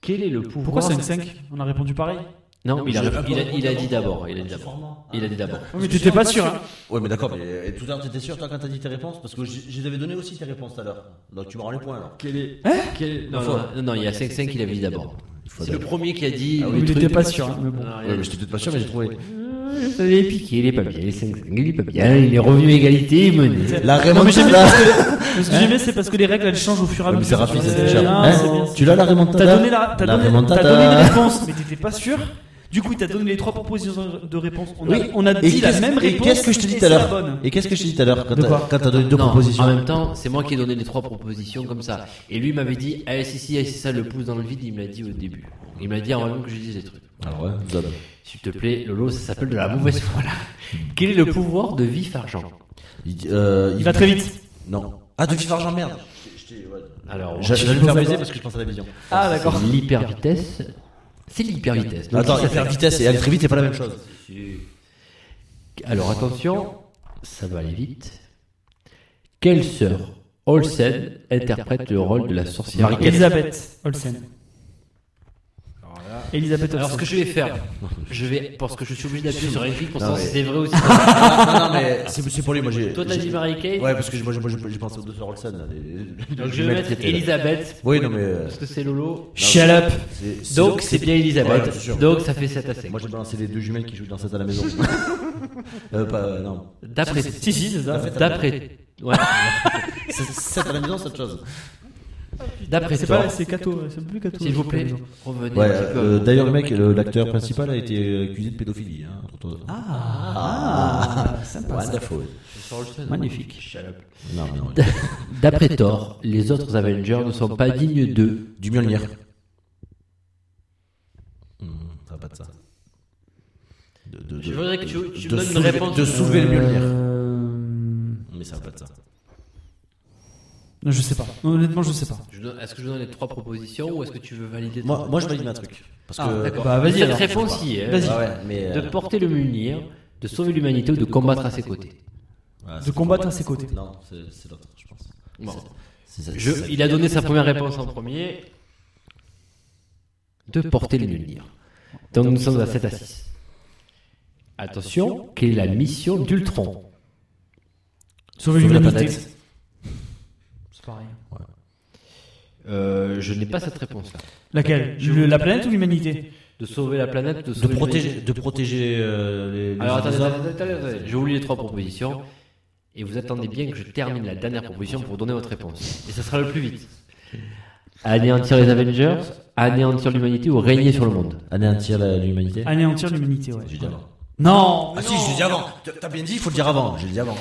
S9: Quel est le pouvoir
S3: Pourquoi 5-5 On a répondu pareil
S9: Non, mais il a, il a- il a dit d'abord. Il a dit
S4: Ah,
S9: d'abord. Il a dit d'abord.
S3: Oui, mais t'étais pas sûr. hein.
S4: Ouais, mais d'accord, mais euh, tout à l'heure, t'étais sûr, toi, quand t'as dit tes réponses Parce que je je les avais donné aussi tes réponses tout à l'heure. Donc tu me rends les points alors.
S9: Quel est. quel- non, Hein non, non, non, il y a 5-5 qu'il avait dit d'abord. Ah C'est le
S4: d'accord.
S9: premier qui a dit.
S3: Oui,
S9: le
S3: il
S9: truc.
S3: était pas sûr. hein, Mais bon.
S9: Non, il
S4: Ouais, mais j'étais peut-être pas sûr, mais j'ai trouvé.
S9: Ça avait piqué, il est pas bien, il est 5-5, il est pas bien, Ah, il est revenu égalité, il menait.
S4: La
S3: Non, mais j'aime
S4: remontada
S3: bien parce que, les- ce que j'aimais, c'est parce que les règles elles changent au fur et à
S4: Ah, mais c'est
S3: mesure.
S4: rapide,
S3: Euh,
S4: c'est déjà.
S3: non,
S4: Hein
S3: c'est bien, c'est
S4: Tu l'as la
S3: T'as
S4: remontada
S3: donné la, t'as
S4: La
S3: donné, t'as donné
S4: remontada
S3: les réponses, mais t'étais pas sûr. Du coup, t'as donné les trois propositions de réponse. On a, on a
S4: Et
S3: dit la
S4: qu'est-ce-
S3: même
S4: Et
S3: réponse.
S4: qu'est-ce que je te dis
S3: et
S4: tout à
S3: c'est la
S4: l'heure
S3: bonne.
S4: Et qu'est-ce que je te dis tout à l'heure quand
S3: De
S4: t'as-
S3: quoi
S4: quand t'as donné deux
S9: Non,
S4: propositions
S9: En même temps, c'est moi qui ai donné les trois propositions comme ça. Et lui m'avait dit, ah si, si, ah, si, ça le pousse dans le vide, il me l'a dit au début. Il m'a dit avant même que je dise les trucs.
S4: Alors ouais, Zab.
S9: S'il te plaît, Lolo, ça s'appelle de la mauvaise foi [LAUGHS] là. Quel est le pouvoir de vif argent
S4: Il, dit, euh,
S3: Il va très vite.
S4: Non. Ah, de vivre argent, merde
S9: Alors,
S4: Je vais le faire baiser parce que je pense à la vision.
S3: Ah, d'accord.
S9: l'hyper vitesse. C'est l'hyper vitesse.
S4: Attends, faire vitesse et aller très vite, c'est pas la même chose.
S9: Alors attention, ça va aller vite. Quelle sœur Olsen interprète le rôle de la sorcière
S3: Elisabeth Olsen. Elisabeth
S9: Alors ce que
S3: Olsen.
S9: je vais faire, je vais parce que je suis obligé d'appuyer sur un clic pour
S4: Non,
S9: savoir si
S4: mais-
S9: c'est vrai aussi.
S4: Ah, Non, non, mais c'est c'est pour lui, moi j'ai.
S9: Toi t'as
S4: j'ai-
S9: dit Mary Kate,
S4: Ouais, parce que moi j'ai- moi, j'ai j'ai pensé aux deux sœurs Olsen. là, les- les-
S9: donc
S4: les
S9: je vais
S4: mecs
S9: mettre
S4: qui étaient là.
S9: Elisabeth
S4: Oui, non, mais. euh,
S9: parce que c'est Lolo.
S3: Shut up.
S4: c'est- c'est-
S9: Donc c'est bien
S4: Ouais, c'est
S9: Elisabeth.
S4: sûr.
S9: Donc ça fait 7 à 5.
S4: Moi j'ai balancé les deux jumelles qui jouent dans cette à
S9: [LAUGHS]
S4: la maison. euh, pas. euh, non.
S9: D'après
S3: Si, si, c'est ça.
S9: d'après ouais.
S4: C'est- Cette à la maison, c'est autre chose.
S9: d'après
S3: C'est
S9: toi,
S3: pas, c'est Kato, c'est plus Kato.
S9: s'il vous plaît, revenez
S4: Ouais,
S9: un petit peu.
S4: euh, d'ailleurs, le mec, le- l'acteur principal a été accusé de pédophilie. Hein, ah,
S3: Ah, sympa. ça.
S4: wonderful.
S9: hein,
S3: Magnifique.
S4: Non, mais non.
S9: D'après Thor, les autres Avengers ne sont pas dignes d'eux.
S4: Du Mjolnir. Hmm, ça va pas de ça. De, de- de-
S9: Je voudrais que tu- tu
S4: de
S9: me donnes une
S4: soulever-
S9: réponse.
S4: De soulever le Mjolnir.
S3: Euh,
S4: Mais ça va pas de ça.
S3: Je sais pas. Honnêtement, je sais pas.
S9: Je donne- Est-ce que je donne les trois propositions ou est-ce que tu veux valider
S4: Moi, moi je valide un truc. Parce
S9: Ah,
S4: que.
S9: d'accord.
S3: Bah, vas-y,
S9: Cette
S3: alors.
S9: réponse y est.
S3: Vas-y.
S4: Ah ouais, mais.
S9: De
S4: euh,
S9: porter le munir, de sauver l'humanité ou de combattre à ses côtés.
S4: ah,
S3: De
S4: c'est-
S3: combattre à ses côtés.
S4: Non, c'est c'est l'autre, je pense.
S9: Bon.
S4: C'est ça,
S9: Je-
S4: c'est ça.
S9: il a donné sa première réponse en premier. De porter le munir. Donc nous sommes à 7 à 6. Attention, quelle est la mission d'Ultron
S4: Sauver
S3: Sauver
S4: la
S3: l'humanité.
S4: planète.
S3: C'est pareil.
S9: Euh, Je n'ai pas cette réponse-là.
S3: Laquelle Euh, Le- La planète ou l'humanité
S9: De sauver la planète, de
S4: De
S9: sauver
S4: protéger, de protéger euh, les. les
S9: Alors attendez,
S4: hommes.
S9: attendez, attendez, attendez. j'ai oublié les trois propositions. Et vous attendez bien que je termine la dernière proposition pour donner votre réponse. Et ça sera le plus vite. Anéantir les Avengers, anéantir l'humanité ou régner sur le monde.
S4: Anéantir la- l'humanité.
S3: Anéantir l'humanité, ouais.
S4: J'ai dit avant.
S3: Non
S4: Ah si, je l'ai dit avant. T'as- T'as bien dit, il faut le dire avant. J'ai dit avant.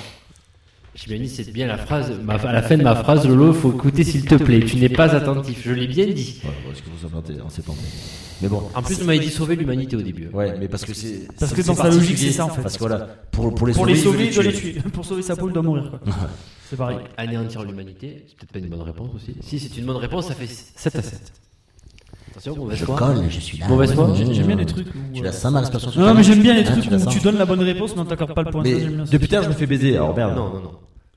S9: J'ai bien dit, c'est bien la phrase. ma- à la fin de ma phrase, Lolo, faut écouter s'il te plaît. Tu n'es pas attentif. Je l'ai bien dit.
S4: Ouais, bon, est-ce que vous en plantez On sait pas. Mais bon.
S9: En plus, vous m'avez dit sauver l'humanité au début.
S4: Ouais, mais parce que c'est.
S3: Parce
S4: c'est-
S3: que dans
S4: c'est
S3: sa logique,
S4: particulier.
S3: c'est ça, en fait.
S4: Parce que voilà, pour, pour les
S3: Pour les sauver,
S4: sauver,
S3: il doit les tuer. Pour sauver sa peau, il doit mourir, quoi. C'est pareil.
S9: Anéantir l'humanité, c'est peut-être pas une bonne réponse aussi. Si c'est une bonne réponse, ça fait 7 à 7. Attention, mauvaise
S4: Je
S9: foi.
S4: colle, je suis là.
S9: Mauvaise foi.
S4: Mmh.
S3: J'aime bien les trucs où,
S4: Tu
S3: euh,
S4: la sens mal, l'expression sur
S3: Non, non,
S4: ta
S3: mais
S4: bouche.
S3: j'aime bien les
S4: Hein,
S3: trucs
S4: tu la
S3: où
S4: sens.
S3: Ah, tu donnes la bonne réponse, mais on t'accorde pas le point. Ça,
S4: Mais
S3: j'aime bien ça.
S4: depuis tard, je me fais baiser. Alors merde.
S9: Non, non, non.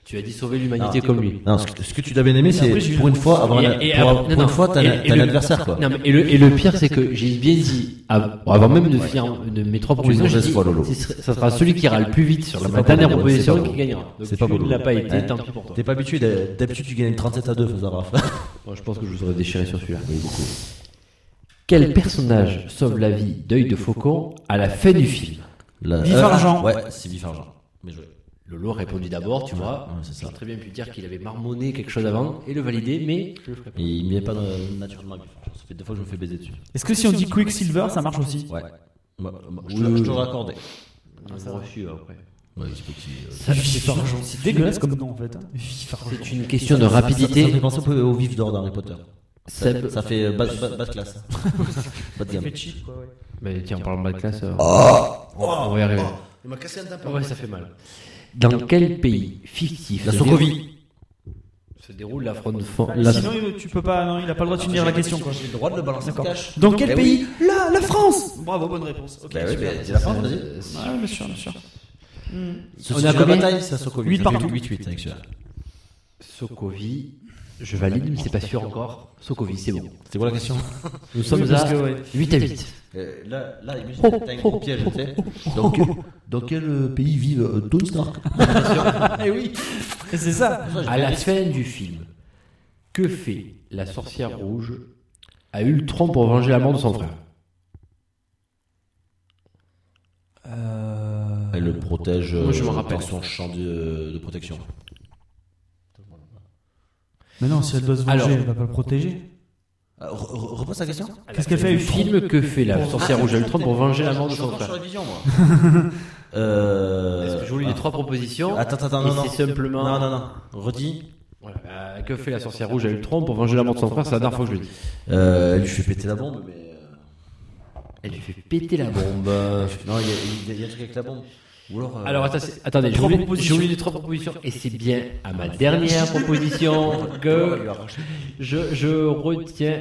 S9: Tu as dit sauver l'humanité comme lui.
S4: Non, ce que, ce que tu dois bien aimer, c'est
S3: après, j'ai eu
S4: pour
S3: la
S4: une fois, avoir
S9: Et-
S4: un-
S9: et
S4: pour,
S9: après-
S4: pour
S9: non, non.
S4: une fois, t'as
S9: Et-
S4: un
S9: et
S4: t'as un
S9: le-
S4: adversaire quoi.
S9: Non, mais- et, le, et le pire, c'est que j'ai bien dit, av- avant même de finir euh, de mes trois propositions, j'ai
S4: mauvaise
S9: dit,
S4: foi, Lolo.
S9: ce sera- ça sera celui qui ira le plus vite sur la
S4: C'est
S9: ma
S4: pas
S9: dernière
S4: Bobo, c'est
S9: proposition
S4: pas
S9: qui
S4: Bobo.
S9: gagnera.
S4: C'est pas
S9: Tu
S4: Bobo.
S9: ne l'as pas été,
S4: Ouais.
S9: tant pis pour toi.
S4: T'es pas habitué. d'hab- D'habitude, tu gagnes 37 à 2, faisant Raph.
S9: Moi, je pense que je vous aurais déchiré sur celui-là. Quel personnage sauve la vie d'œil de faucon à la fin du film
S4: La-
S3: Vif
S4: euh,
S3: argent.
S4: Ouais, c'est vif argent. Bien joué.
S9: Lolo a répondu d'abord, tu vois.
S4: Ouais, c'est ça.
S9: J'aurais très bien pu dire qu'il avait marmonné quelque chose avant et le valider, mais je le ferai pas.
S4: Et il m'y est pas euh, naturellement. Vif Argent. Ça fait deux fois que je me fais baiser dessus.
S3: Est-ce que si on dit Quicksilver, ça marche aussi
S9: Ah,
S4: Ouais. Moi- moi, Je te- je te le raccordais.
S9: On s'est reçu hein, après.
S1: Ouais, il se peut qu'il y ait, euh,
S3: Ça, c'est Fargeon, c'est dégueulasse comme nom en fait. hein. Fargeon.
S9: C'est une question de
S4: Ça- ça- Ça, me
S9: rapidité.
S4: fait penser un peu au vif d'or d'Harry Potter.
S9: Ça
S4: Ça,
S9: peut-
S4: fait euh, bas, bas, bas de classe. bas de gamme.
S3: Fait cheap, quoi, ouais.
S9: Mais tiens, en parlant de la classe, euh, on
S4: Oh,
S9: va y arriver.
S1: Il m'a cassé un tapin.
S9: Ouais, ça fait mal. Dans quel pays fictif
S4: La
S9: se
S4: Sokovie.
S1: Se déroule la
S9: déroule-
S1: fronde.
S9: fond-
S3: Sinon,
S9: la-
S3: il- tu peux pas, non, il a pas le droit de finir la question. Quoi.
S4: Ah, J'ai le droit de le balancer en cash.
S3: Dans quel
S4: Eh
S3: pays Là, la France Bravo, bonne réponse. Ok,
S4: Bah oui,
S3: super.
S4: bah, dis la France, vas-y.
S3: Ah, bien sûr, bien sûr.
S4: Ce
S9: On
S4: sujet
S9: a
S4: de la
S9: combien
S4: bataille, c'est à Sokovie.
S3: Huit
S4: Je
S3: partout.
S4: fais 8-8 avec celui-là.
S9: Sokovie, je valide, mais c'est pas sûr encore. Sokovie, c'est bon.
S4: C'est quoi la question
S9: Nous sommes
S3: parce
S9: à
S3: que, ouais.
S9: 8 à 8.
S4: Euh, Là, là, imagine que t'as un gros piège, tu sais. Dans quel- Dans quel euh, pays vivent euh, Tony Stark
S3: Eh oui, Et c'est
S4: Ah,
S3: ça.
S9: À la fin du film, que fait la sorcière rouge à Ultron pour venger la mort de son frère
S4: Elle le protège euh,
S9: Moi, je me rappelle.
S4: par son champ de, de protection.
S3: Mais non, si elle doit se venger,
S9: Alors.
S3: elle va pas le protéger.
S4: Ah, re- re- Repose la question Ah,
S3: Qu'est-ce qu'elle fait
S9: Le
S3: avec Ultron
S9: film que fait la sorcière rouge Oh, à Ultron pour venger la mort de
S4: Je suis
S9: son
S4: encore sur
S9: frère
S4: la
S9: [LAUGHS]
S4: vision, moi. euh...
S9: Je vous lis les trois propositions.
S4: Attends, attends,
S9: Et
S4: non, non.
S9: c'est simplement-
S4: Non, non, non. Redis.
S9: Voilà, bah, que fait la sorcière rouge à Ultron pour venger la mort de son frère C'est la dernière fois que je le dis.
S4: Euh, elle lui fait péter la bombe, mais. euh,
S9: Elle lui fait péter la bombe.
S4: Bombe. euh, Non, il y, a- il y a- il y a un truc avec la bombe. Ou alors. euh,
S9: Alors attends, c'est- attendez, je
S3: Trois
S9: vous, lis, je
S3: propositions.
S9: vous lis les trois propositions et c'est bien à ma dernière proposition que [LAUGHS] je, je retiens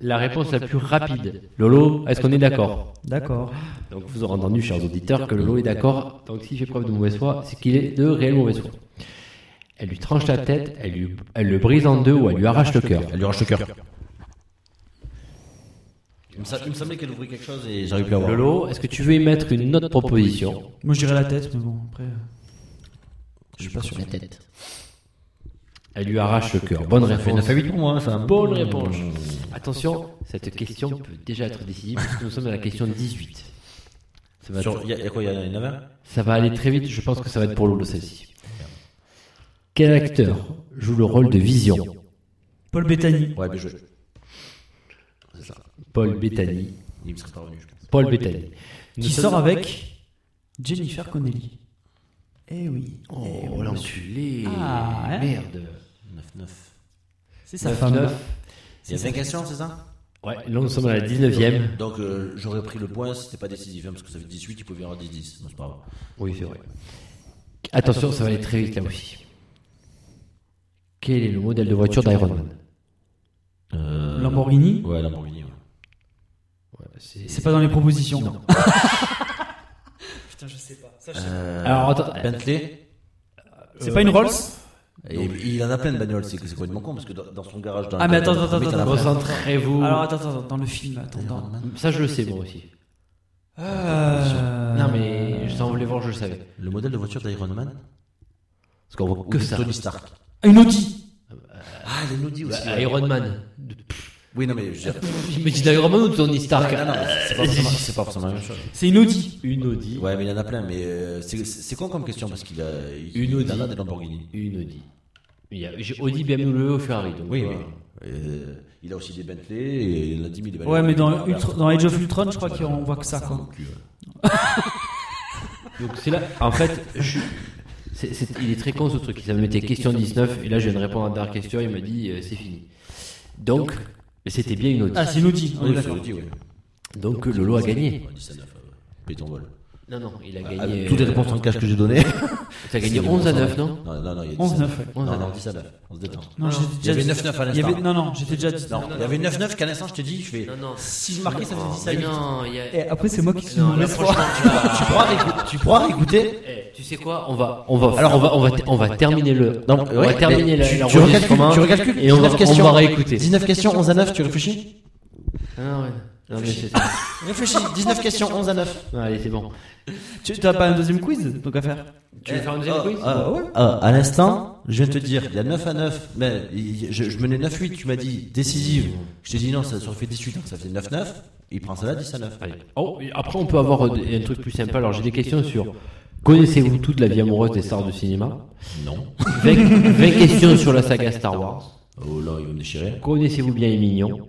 S9: la réponse la plus rapide. Lolo, est-ce qu'on est d'accord
S3: D'accord.
S9: Donc vous aurez entendu, chers auditeurs, que Lolo est d'accord. Donc s'il fait preuve de mauvaise foi, c'est qu'il est de réelle mauvaise foi. Elle lui tranche la tête, elle, lui- elle le brise en deux ou elle lui arrache le cœur.
S4: Elle lui arrache le cœur. Il me, sa- il me semblait qu'elle ouvrit quelque chose et j'arrive plus à voir.
S9: Lolo, est-ce que tu veux émettre une autre proposition
S3: Moi, je dirais la tête, mais bon, après. euh, Je suis pas sûr.
S9: La tête. Elle lui arrache le cœur. Bonne
S4: Ça fait Mmh. 9
S9: réponse.
S4: à 8 pour moi, ça.
S9: hein. Bonne réponse. Attention, cette question peut déjà être décisive puisque nous sommes à la question 18. Ça va,
S4: Sur- Il y, a- il y a quoi Il y en a une avant
S9: ça va aller très vite, je pense que ça va être pour Lolo celle-ci. Quel acteur joue le rôle de Vision
S3: Paul Bettany.
S4: Ouais, bien joué. C'est ça.
S9: Paul Bettany.
S4: Il me serait pas revenu, je pense.
S9: Paul Bettany. Nous
S3: Qui
S9: sommes
S3: sort avec Jennifer Connelly. Eh oui. Eh oui.
S9: Oh l'enculé
S3: Ah, hein.
S9: Merde
S4: 9-9.
S3: C'est sa femme.
S9: 9.
S4: Il y a 5 questions, c'est ça
S9: Ouais, là nous sommes à la 19ème.
S4: Donc euh, j'aurais pris le point si c'était pas décisif, hein, parce que ça fait 18, il pouvait y avoir 10-10. Non, c'est pas grave.
S9: Oui, c'est vrai. Attention, ça va aller très vite là aussi. Quel est le modèle de voiture d'Iron Man
S4: Euh...
S3: Lamborghini.
S4: Ouais, Lamborghini. Ouais.
S3: C'est pas dans les propositions. [LAUGHS]
S4: Euh,
S9: Alors, attends.
S4: Bentley.
S3: C'est pas une
S9: euh,
S3: Rolls
S4: Et il en a plein de bagnoles, c'est c'est complètement con, parce que dans, dans son garage. Dans
S3: Ah, mais attends,
S4: dans-
S3: attends,
S4: mais
S3: attends,
S4: t'en as
S3: attends,
S4: plein.
S3: attends.
S9: Concentrez-vous.
S3: Alors attends, attends, attends, dans le film, attends. dans-
S9: Ça, je le sais, moi aussi.
S3: Euh,
S9: Non, mais je voulais voir, je le savais.
S4: Le modèle de voiture d'Iron Man
S9: Parce qu'on voit
S4: Ou
S9: que
S4: de
S9: ça.
S4: Tony Stark.
S3: Une Audi.
S4: Ah, les Audi aussi.
S9: Euh, Iron Man. [LAUGHS]
S4: Oui, non, mais je veux dire.
S9: Il me dit d'Iron Man ou de Tony Stark
S4: Ah, non, mais c'est pas forcément- c'est pas forcément la même chose.
S3: C'est une Audi.
S9: Une Audi.
S4: Ouais, mais il y en a plein, mais euh, c'est- c'est con comme question, parce qu'il a. il-
S9: Une
S4: Il en a
S9: Audi.
S4: des Lamborghini.
S9: Une Audi. Il y a- J'ai Audi, BMW, Ferrari. Donc,
S4: Oui,
S9: euh,
S4: oui. Euh, il a aussi des Bentley, et il a 10 000 des bagnoles.
S3: Ouais, mais dans,
S4: Ah,
S3: Ultra- dans Age of Ultron, je crois qu'on voit que ça. Quoi.
S9: Donc c'est là. En fait, je- c'est- c'est- il est très con ce truc. Ça me mettait question 19 et là je viens de répondre à la dernière question. Il m'a dit euh, c'est fini. Donc, mais c'était bien une Audi.
S3: Ah, c'est une Audi. on est
S4: Oui, c'est
S3: d'accord.
S4: Audi, ouais.
S9: Donc Lolo a gagné.
S4: Ouais, 10 à 9, euh, paye ton vol.
S9: Non non, il a
S4: Ah,
S9: gagné.
S4: toutes les
S9: euh,
S4: réponses en cash que j'ai [LAUGHS] données.
S9: T'as gagné 11 à 9 non
S4: Non, non, non, il y a
S3: 11
S4: 10 à
S3: 9, ouais.
S4: Non, non, 10 à 9. On se détend.
S3: Non, j'étais
S4: Il y
S3: déjà
S4: avait 9-9
S3: dit-
S4: à
S3: il y
S4: l'instant.
S3: avait- Non, non, j'étais déjà dit.
S4: Non, il y avait 9-9 qu'à l'instant, je t'ai dit, je fais.
S9: Non non.
S4: Si je marquais, ça faisait 10 à
S9: Mais
S4: 8.
S9: non, il y a-
S3: Et après, c'est moi qui suis
S9: Non, là,
S3: mauvaise foi.
S9: franchement, tu vas-
S4: [LAUGHS] Tu pourras réécou- Tu pourras réécouter.
S9: Eh, Tu sais quoi On va, on va, alors on va, on va, on va terminer le,
S4: Non,
S9: on va
S4: ouais,
S9: terminer
S4: mais
S9: la-
S4: tu- tu
S9: l'enregistrement
S4: recalcules, tu recalcules,
S9: et on va,
S4: 19
S9: on
S4: questions.
S9: va réécouter.
S4: 19 questions, 11 à 9, tu réfléchis
S9: Ah, non, ouais. Non, mais c'est ça.
S4: Réfléchis, 19 questions, 11 à 9.
S9: Non, allez, c'est bon.
S3: Tu t'as pas un deuxième quiz donc à faire
S9: Tu veux faire un deuxième quiz
S4: Euh, à l'instant, je viens de te dire, il y a 9 à 9, mais il- il- je, je menais 9-8, tu m'as dit décisive. Je t'ai dit non, ça ça aurait fait 18, donc ça fait 9-9. Il prend ça là, 10 à 9.
S9: Allez. Oh, et après, on peut avoir euh, des- un truc plus sympa. Alors, j'ai des questions sur connaissez-vous toute la vie amoureuse des stars de cinéma
S4: Non.
S9: 20, [LAUGHS] 20 questions sur la saga Star Wars.
S4: Oh là, il va me déchirer.
S9: Connaissez-vous bien les mignons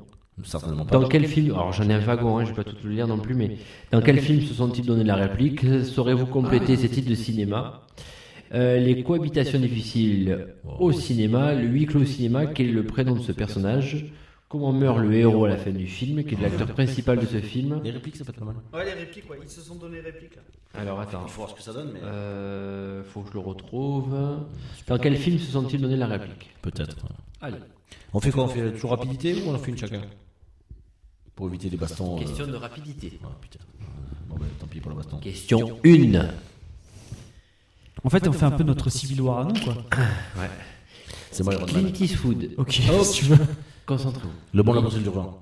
S4: Certainement pas.
S9: Dans quel film Alors j'en ai un wagon, hein, je ne vais pas tout le lire non plus, mais dans quel film Ah, se sont-ils donné la réplique Saurez-vous compléter ces titres de cinéma Euh, Les cohabitations difficiles au cinéma, le huis clos au cinéma, quel est le prénom de ce personnage Comment meurt le héros à la fin du film Quel est l'acteur principal de ce film
S4: Les répliques, ça peut être pas mal.
S10: Ouais, les répliques, ouais. Ils se sont donné répliques. là.
S9: Alors attends,
S4: Il faut voir ce que ça donne, mais.
S9: euh, faut que je le retrouve. Dans quel film se sont-ils donné la réplique
S4: Peut-être.
S9: Allez,
S4: On fait quoi On fait toujours rapidité ou on en fait une chacun Pour éviter les bastons. euh,
S9: de rapidité.
S4: ouais, putain. Bon, bah, tant pis pour le baston.
S9: Question 1.
S3: En fait, on fait un peu notre Civil War à nous, quoi.
S4: C'est moi le Rodman.
S9: Clint Eastwood.
S3: Ok, si tu veux.
S9: Concentrez-vous.
S4: Le bon, la bonne, c'est le dur.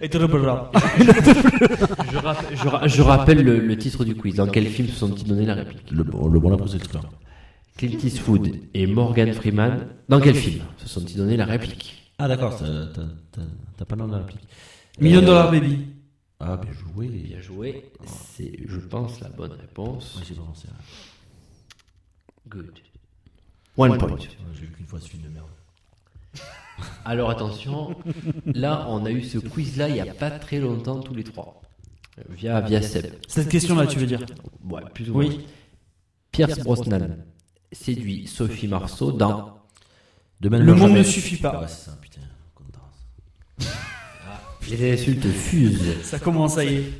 S3: Et te le voilà.
S9: Je, rapp- je ra- je rappelle le, le titre du quiz. Dans quel film se sont-ils donné la réplique
S4: Le bon, le bon, la bonne, c'est le dur.
S9: Clint Eastwood et Morgan Freeman. Dans quel film se sont-ils donné la réplique
S4: Ah, d'accord, t'as- t'as t'as- t'as pas le nom de la réplique.
S3: Million
S4: Euh,
S3: Dollar Baby.
S4: Ah, bien joué. Bien
S9: joué. C'est, je pense, la bonne réponse.
S4: j'ai pas pensé. à-
S9: Good. One point.
S4: Ouais, J'ai vu qu'une fois ce film de merde.
S9: Alors attention, là, on a eu ce quiz-là il n'y a pas très longtemps, tous les trois. Euh, Via, via Seb.
S3: Cette question-là, tu veux dire
S9: Ouais, plus ou moins.
S3: Oui.
S9: Pierce Brosnan séduit Sophie Marceau dans
S4: Demain,
S3: Le
S4: meurt
S3: monde
S4: jamais.
S3: ne suffit pas.
S4: Ouais, c'est ça, putain. Content.
S9: Les insultes fusent.
S3: Ça commence à y est.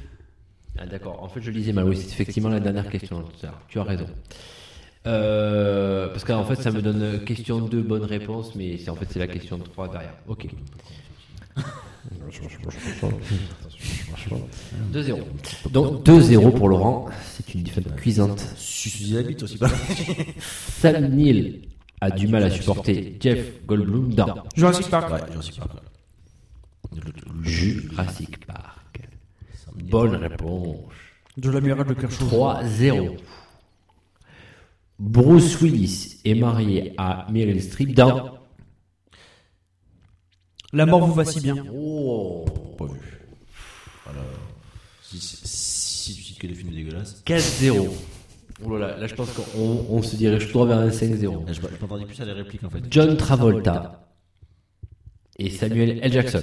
S9: Ah d'accord, en fait je lisais mal, oui, c'est effectivement la dernière question tout à l'heure. Tu as raison. Euh, parce qu'en fait ça me donne question 2 bonnes réponses, mais c'est en fait c'est la question 3 derrière. Ok. 2-0. Donc 2-0 pour Laurent, c'est une défaite cuisante.
S4: Suce la bite aussi, pas.
S9: Sam Neill a du mal à supporter Jeff Goldblum dans
S3: Jurassic Park.
S4: Ouais, j'en sais pas. Le- le- le-
S9: Jurassic Park.
S4: ça me dit-
S9: Bonne réponse.
S3: De la murade de Kershaw.
S9: 3-0. Bruce Willis est marié à Meryl Streep dans.
S3: La mort vous va si bien.
S9: Oh
S4: Pas vu. Voilà. Si, si, si tu cites que des films dégueulasses.
S9: 4-0. Oh là là, là je pense qu'on on se dirige droit vers un 5-0.
S4: Là, Ah, Je je m'entendais plus à les répliques en fait.
S9: John Travolta et Samuel L. Jackson.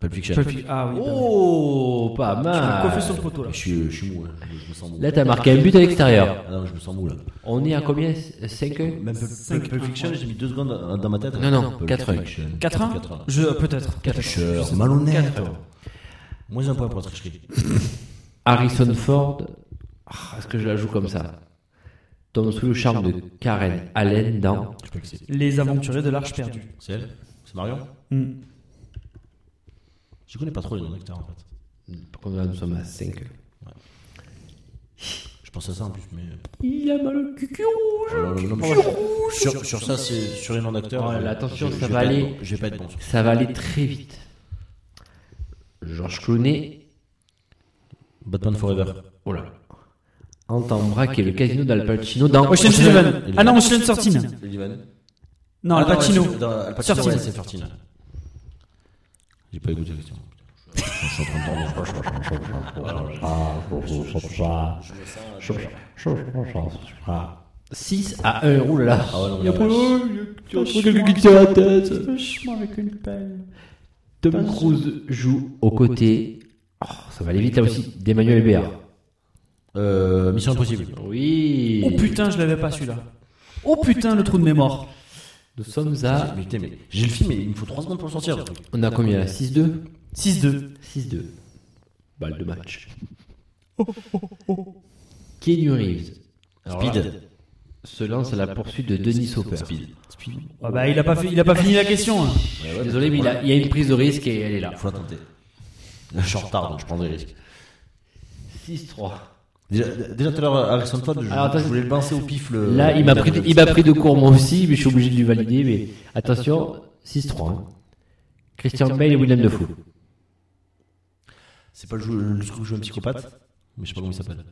S4: Pulp Fiction.
S3: Pulp Fiction. Ah oui.
S9: Oh, pas
S3: Coiffé sur
S9: mal.
S3: le poteau là.
S4: Ah, Je suis, je suis mou, hein. je, je me sens mou.
S9: Là, t'as marqué un but à l'extérieur.
S4: Ah non, je me sens mou là.
S9: On est à combien 5
S4: Même Pulp- Pulp Pulp Fiction, j'ai mis deux secondes dans dans ma tête.
S9: Non, non,
S4: Pulp
S9: quatre heures.
S4: Fiction.
S3: 4 1
S4: Quatre heures.
S3: Je peut-être.
S4: Tricheur, malhonnête. Moins un point pour la tricherie.
S9: Harrison Ford. Ah, Est-ce que je la joue comme ça Tombe sous le charme de Karen Allen dans.
S4: Je peux que c'est.
S3: Les aventuriers de l'Arche perdue.
S4: C'est elle C'est Marion
S3: Hmm.
S4: Je connais pas trop les noms d'acteurs en fait.
S9: Par contre, là, nous sommes à 5.
S4: Je pense à ça en plus, mais. euh,
S9: Il a mal au cul rouge.
S4: Alors, non, mais sur, sur, sur ça, c'est sur les noms d'acteurs.
S9: Ouais,
S4: euh,
S9: là, attention,
S4: je-
S9: ça va
S4: je vais pas
S9: aller.
S4: être bon. Je vais pas être bon. sur-
S9: Ça va aller très vite. Georges Clooney,
S4: Batman Forever.
S9: oh là, entend braquer le casino d'Al Pacino dans.
S3: Oh, Ocean's Eleven.
S4: Eleven.
S3: Ah non, Ocean's 13.
S4: Sullivan.
S3: Non,
S4: Ah
S3: Al Pacino.
S4: ouais, c'est- dans- Al Pacino,
S3: Sortine.
S4: ouais, c'est Sortine. J'ai pas écouté la question.
S9: Ah. 6 à 1, oh là là.
S4: Ah ouais, non, mais
S9: Tom Cruise joue aux côtés, oh, ça va aller vite là aussi, d'Emmanuel Hébert.
S4: Euh, Mission Impossible.
S9: Oui.
S3: Oh putain, je l'avais pas celui-là. Oh putain, le trou de mémoire.
S9: Nous sommes à.
S4: Ah, Mais putain, mais j'ai le film et il me faut 3 secondes pour le sortir. le truc.
S9: On a combien là 6-2
S3: 6-2.
S9: 6-2. Balle de match. Keanu Reeves
S4: Speed.
S9: se lance à la poursuite de Denis Hopper.
S4: Speed.
S3: Ah bah, il a pas, fait- il a pas fini la question. hein.
S9: Je suis Désolé, mais il a- il y a une prise de risque et elle est là.
S4: Faut la tenter. Je suis en retard, donc je prends des risques.
S9: 6-3.
S4: Déjà déjà tout à l'heure, Harrison Ford, je,
S9: Alors, attends,
S4: je voulais le lancer au pif. Le,
S9: Là, il m'a
S4: le-
S9: pris, il m'a pris de court moi aussi, mais je suis obligé de lui valider. Mais attention, 6-3. hein. Christian Bale et William Defoe.
S4: C'est pas le, jeu, le truc où joue un psychopathe Mais je sais pas comment il s'appelle.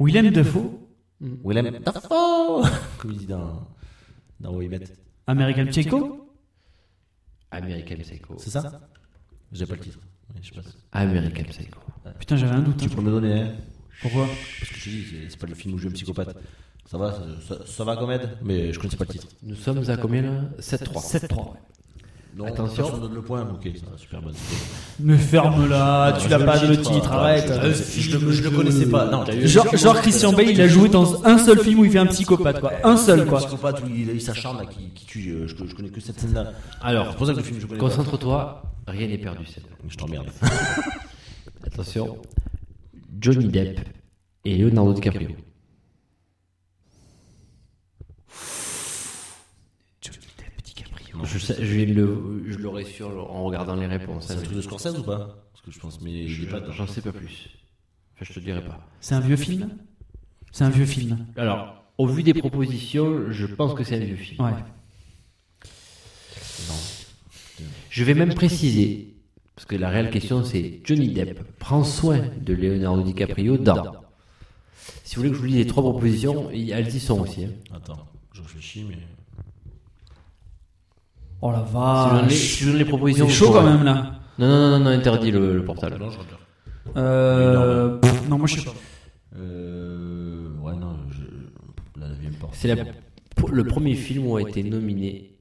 S3: Willem Dafoe,
S4: Hmm Willem Dafoe [LAUGHS] Comme il dit dans, dans Waybet.
S3: American Psycho.
S9: American Psycho.
S4: C'est ça J'ai pas le titre. Ouais, Je sais pas.
S9: American Psycho.
S3: Putain, j'avais un doute. hein.
S4: Tu peux me donner, hein
S3: Pourquoi
S4: Parce que je te dis, c'est- c'est pas le film où je joue un psychopathe. Ça va, ça, ça- ça va comme aide, mais je connaissais pas le titre.
S9: Nous sommes à combien là 7-3.
S3: 7-3.
S4: Non,
S9: Attention.
S4: personne donne le point à Bouquet. ça, Super bonne.
S3: Mais ferme-la, tu l'as
S4: le
S3: pas le
S4: titre,
S3: titre,
S4: euh,
S3: arrête.
S4: je- je le- je le connaissais pas. Non, t'as eu-
S3: Genre, genre Christian Bale, il a joué dans un seul film où il fait un psychopathe, quoi. Un seul,
S4: Le
S3: quoi.
S4: psychopathe où il, il s'acharne là, qui, qui tue. euh, Je, je connais que cette scène-là.
S9: Alors,
S4: c'est pour ça que le film je connais. pas.
S9: Concentre-toi, rien n'est perdu cette fois.
S4: Je t'emmerde.
S9: Attention, Johnny Depp et Leonardo DiCaprio. Je, sais- je, vais le- je l'aurai sur en regardant les réponses. hein,
S4: C'est un truc de Scorsese ou pas Parce que je pense, mais il est pas.
S9: J'en sais pas plus. Enfin, je te dirai pas.
S3: C'est un vieux film C'est un vieux film.
S9: Alors, au vu des propositions, je pense que c'est un vieux film.
S3: Ouais.
S9: Je vais même préciser, parce que la réelle question c'est Johnny Depp prend soin de Leonardo DiCaprio dans. Si vous voulez que je vous lise les trois propositions, y- elles y sont aussi. hein.
S4: Attends, je réfléchis, mais.
S3: Oh
S9: Si
S3: la
S9: je donne les-
S3: vache.
S9: si je donne les propositions.
S3: C'est chaud
S9: je
S3: quand
S9: pourrais-
S3: même là.
S9: Non, non, non, non, interdit le, le portable.
S4: Non, je regarde.
S3: Euh, pff, non, moi je sais pas.
S4: Euh. Ouais, non, je. La neuvième porte.
S9: C'est la- pour- le premier film où a été nominé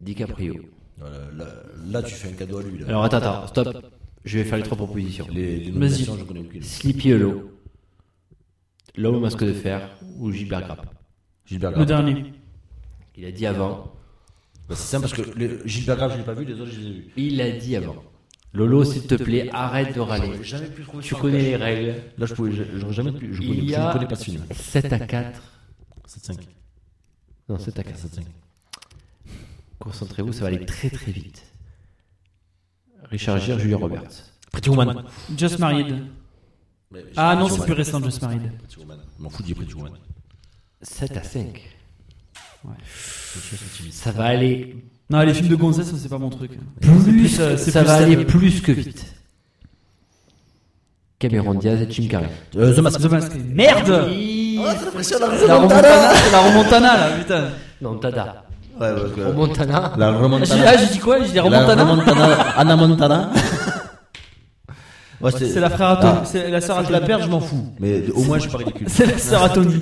S9: DiCaprio.
S4: Voilà, là, là, tu fais un cadeau à lui. Là.
S9: Alors attends, attends, stop. Je vais faire les trois propositions.
S4: les, les nominations, je connais aucune.
S9: Sleepy Hollow, L'homme au masque de fer ou Gilbert Grape.
S4: Gilbert
S3: Le
S4: Grape.
S3: dernier.
S9: Il a dit avant.
S4: Bah, c'est simple parce que le- Gilbert Grape, je l'ai pas vu, les autres, je les ai vus.
S9: Il a dit avant. Lolo, s'il te plaît, arrête de râler.
S4: J'aurais jamais pu trouver
S9: Tu
S4: sur le
S9: connais
S4: cache.
S9: les règles.
S4: Là, je pouvais, je- j'aurais jamais pu. Je connais,
S9: Il y
S4: je
S9: a
S4: ne connais pas ce film.
S9: 7 à 4.
S4: 7-5.
S9: Non, 7 à 4.
S4: 7-5.
S9: Concentrez-vous, ça va aller très très vite. Richard Gere, Julien Roberts.
S4: Pretty Woman.
S3: Just Married.
S4: Mais-
S3: Ah
S4: Pretty
S3: non, c'est
S4: Woman.
S3: plus récent, Just Married.
S4: Pretty Woman. Je m'en fous, dis Pretty Woman.
S9: 7 à 5. Ça va aller
S3: Non, les films de Gonzès, c'est pas mon truc.
S9: plus,
S3: euh, c'est
S9: ça
S3: plus
S9: va
S3: ça,
S9: aller
S3: le-
S9: plus que vite. Cameron Diaz et Jim Carrey.
S4: Euh, The Mask.
S3: The Mask. Merde La
S4: La
S3: remontana, la remontana là, putain.
S9: Non, Tada.
S4: Ouais, ouais, ouais.
S9: Au Euh, Montana.
S4: La
S3: Ah, J'ai-
S4: remontana.
S3: Ah, j'ai dit quoi J'ai dit
S4: La
S3: remontana
S4: remontana. Anna Montana. Ouais,
S3: C'est la frère à Tony. C'est la sœur à
S4: Si je la
S3: Tony.
S4: perds, je m'en fous. Mais au moins, je suis pas ridicule.
S3: C'est la [LAUGHS] sœur à Tony.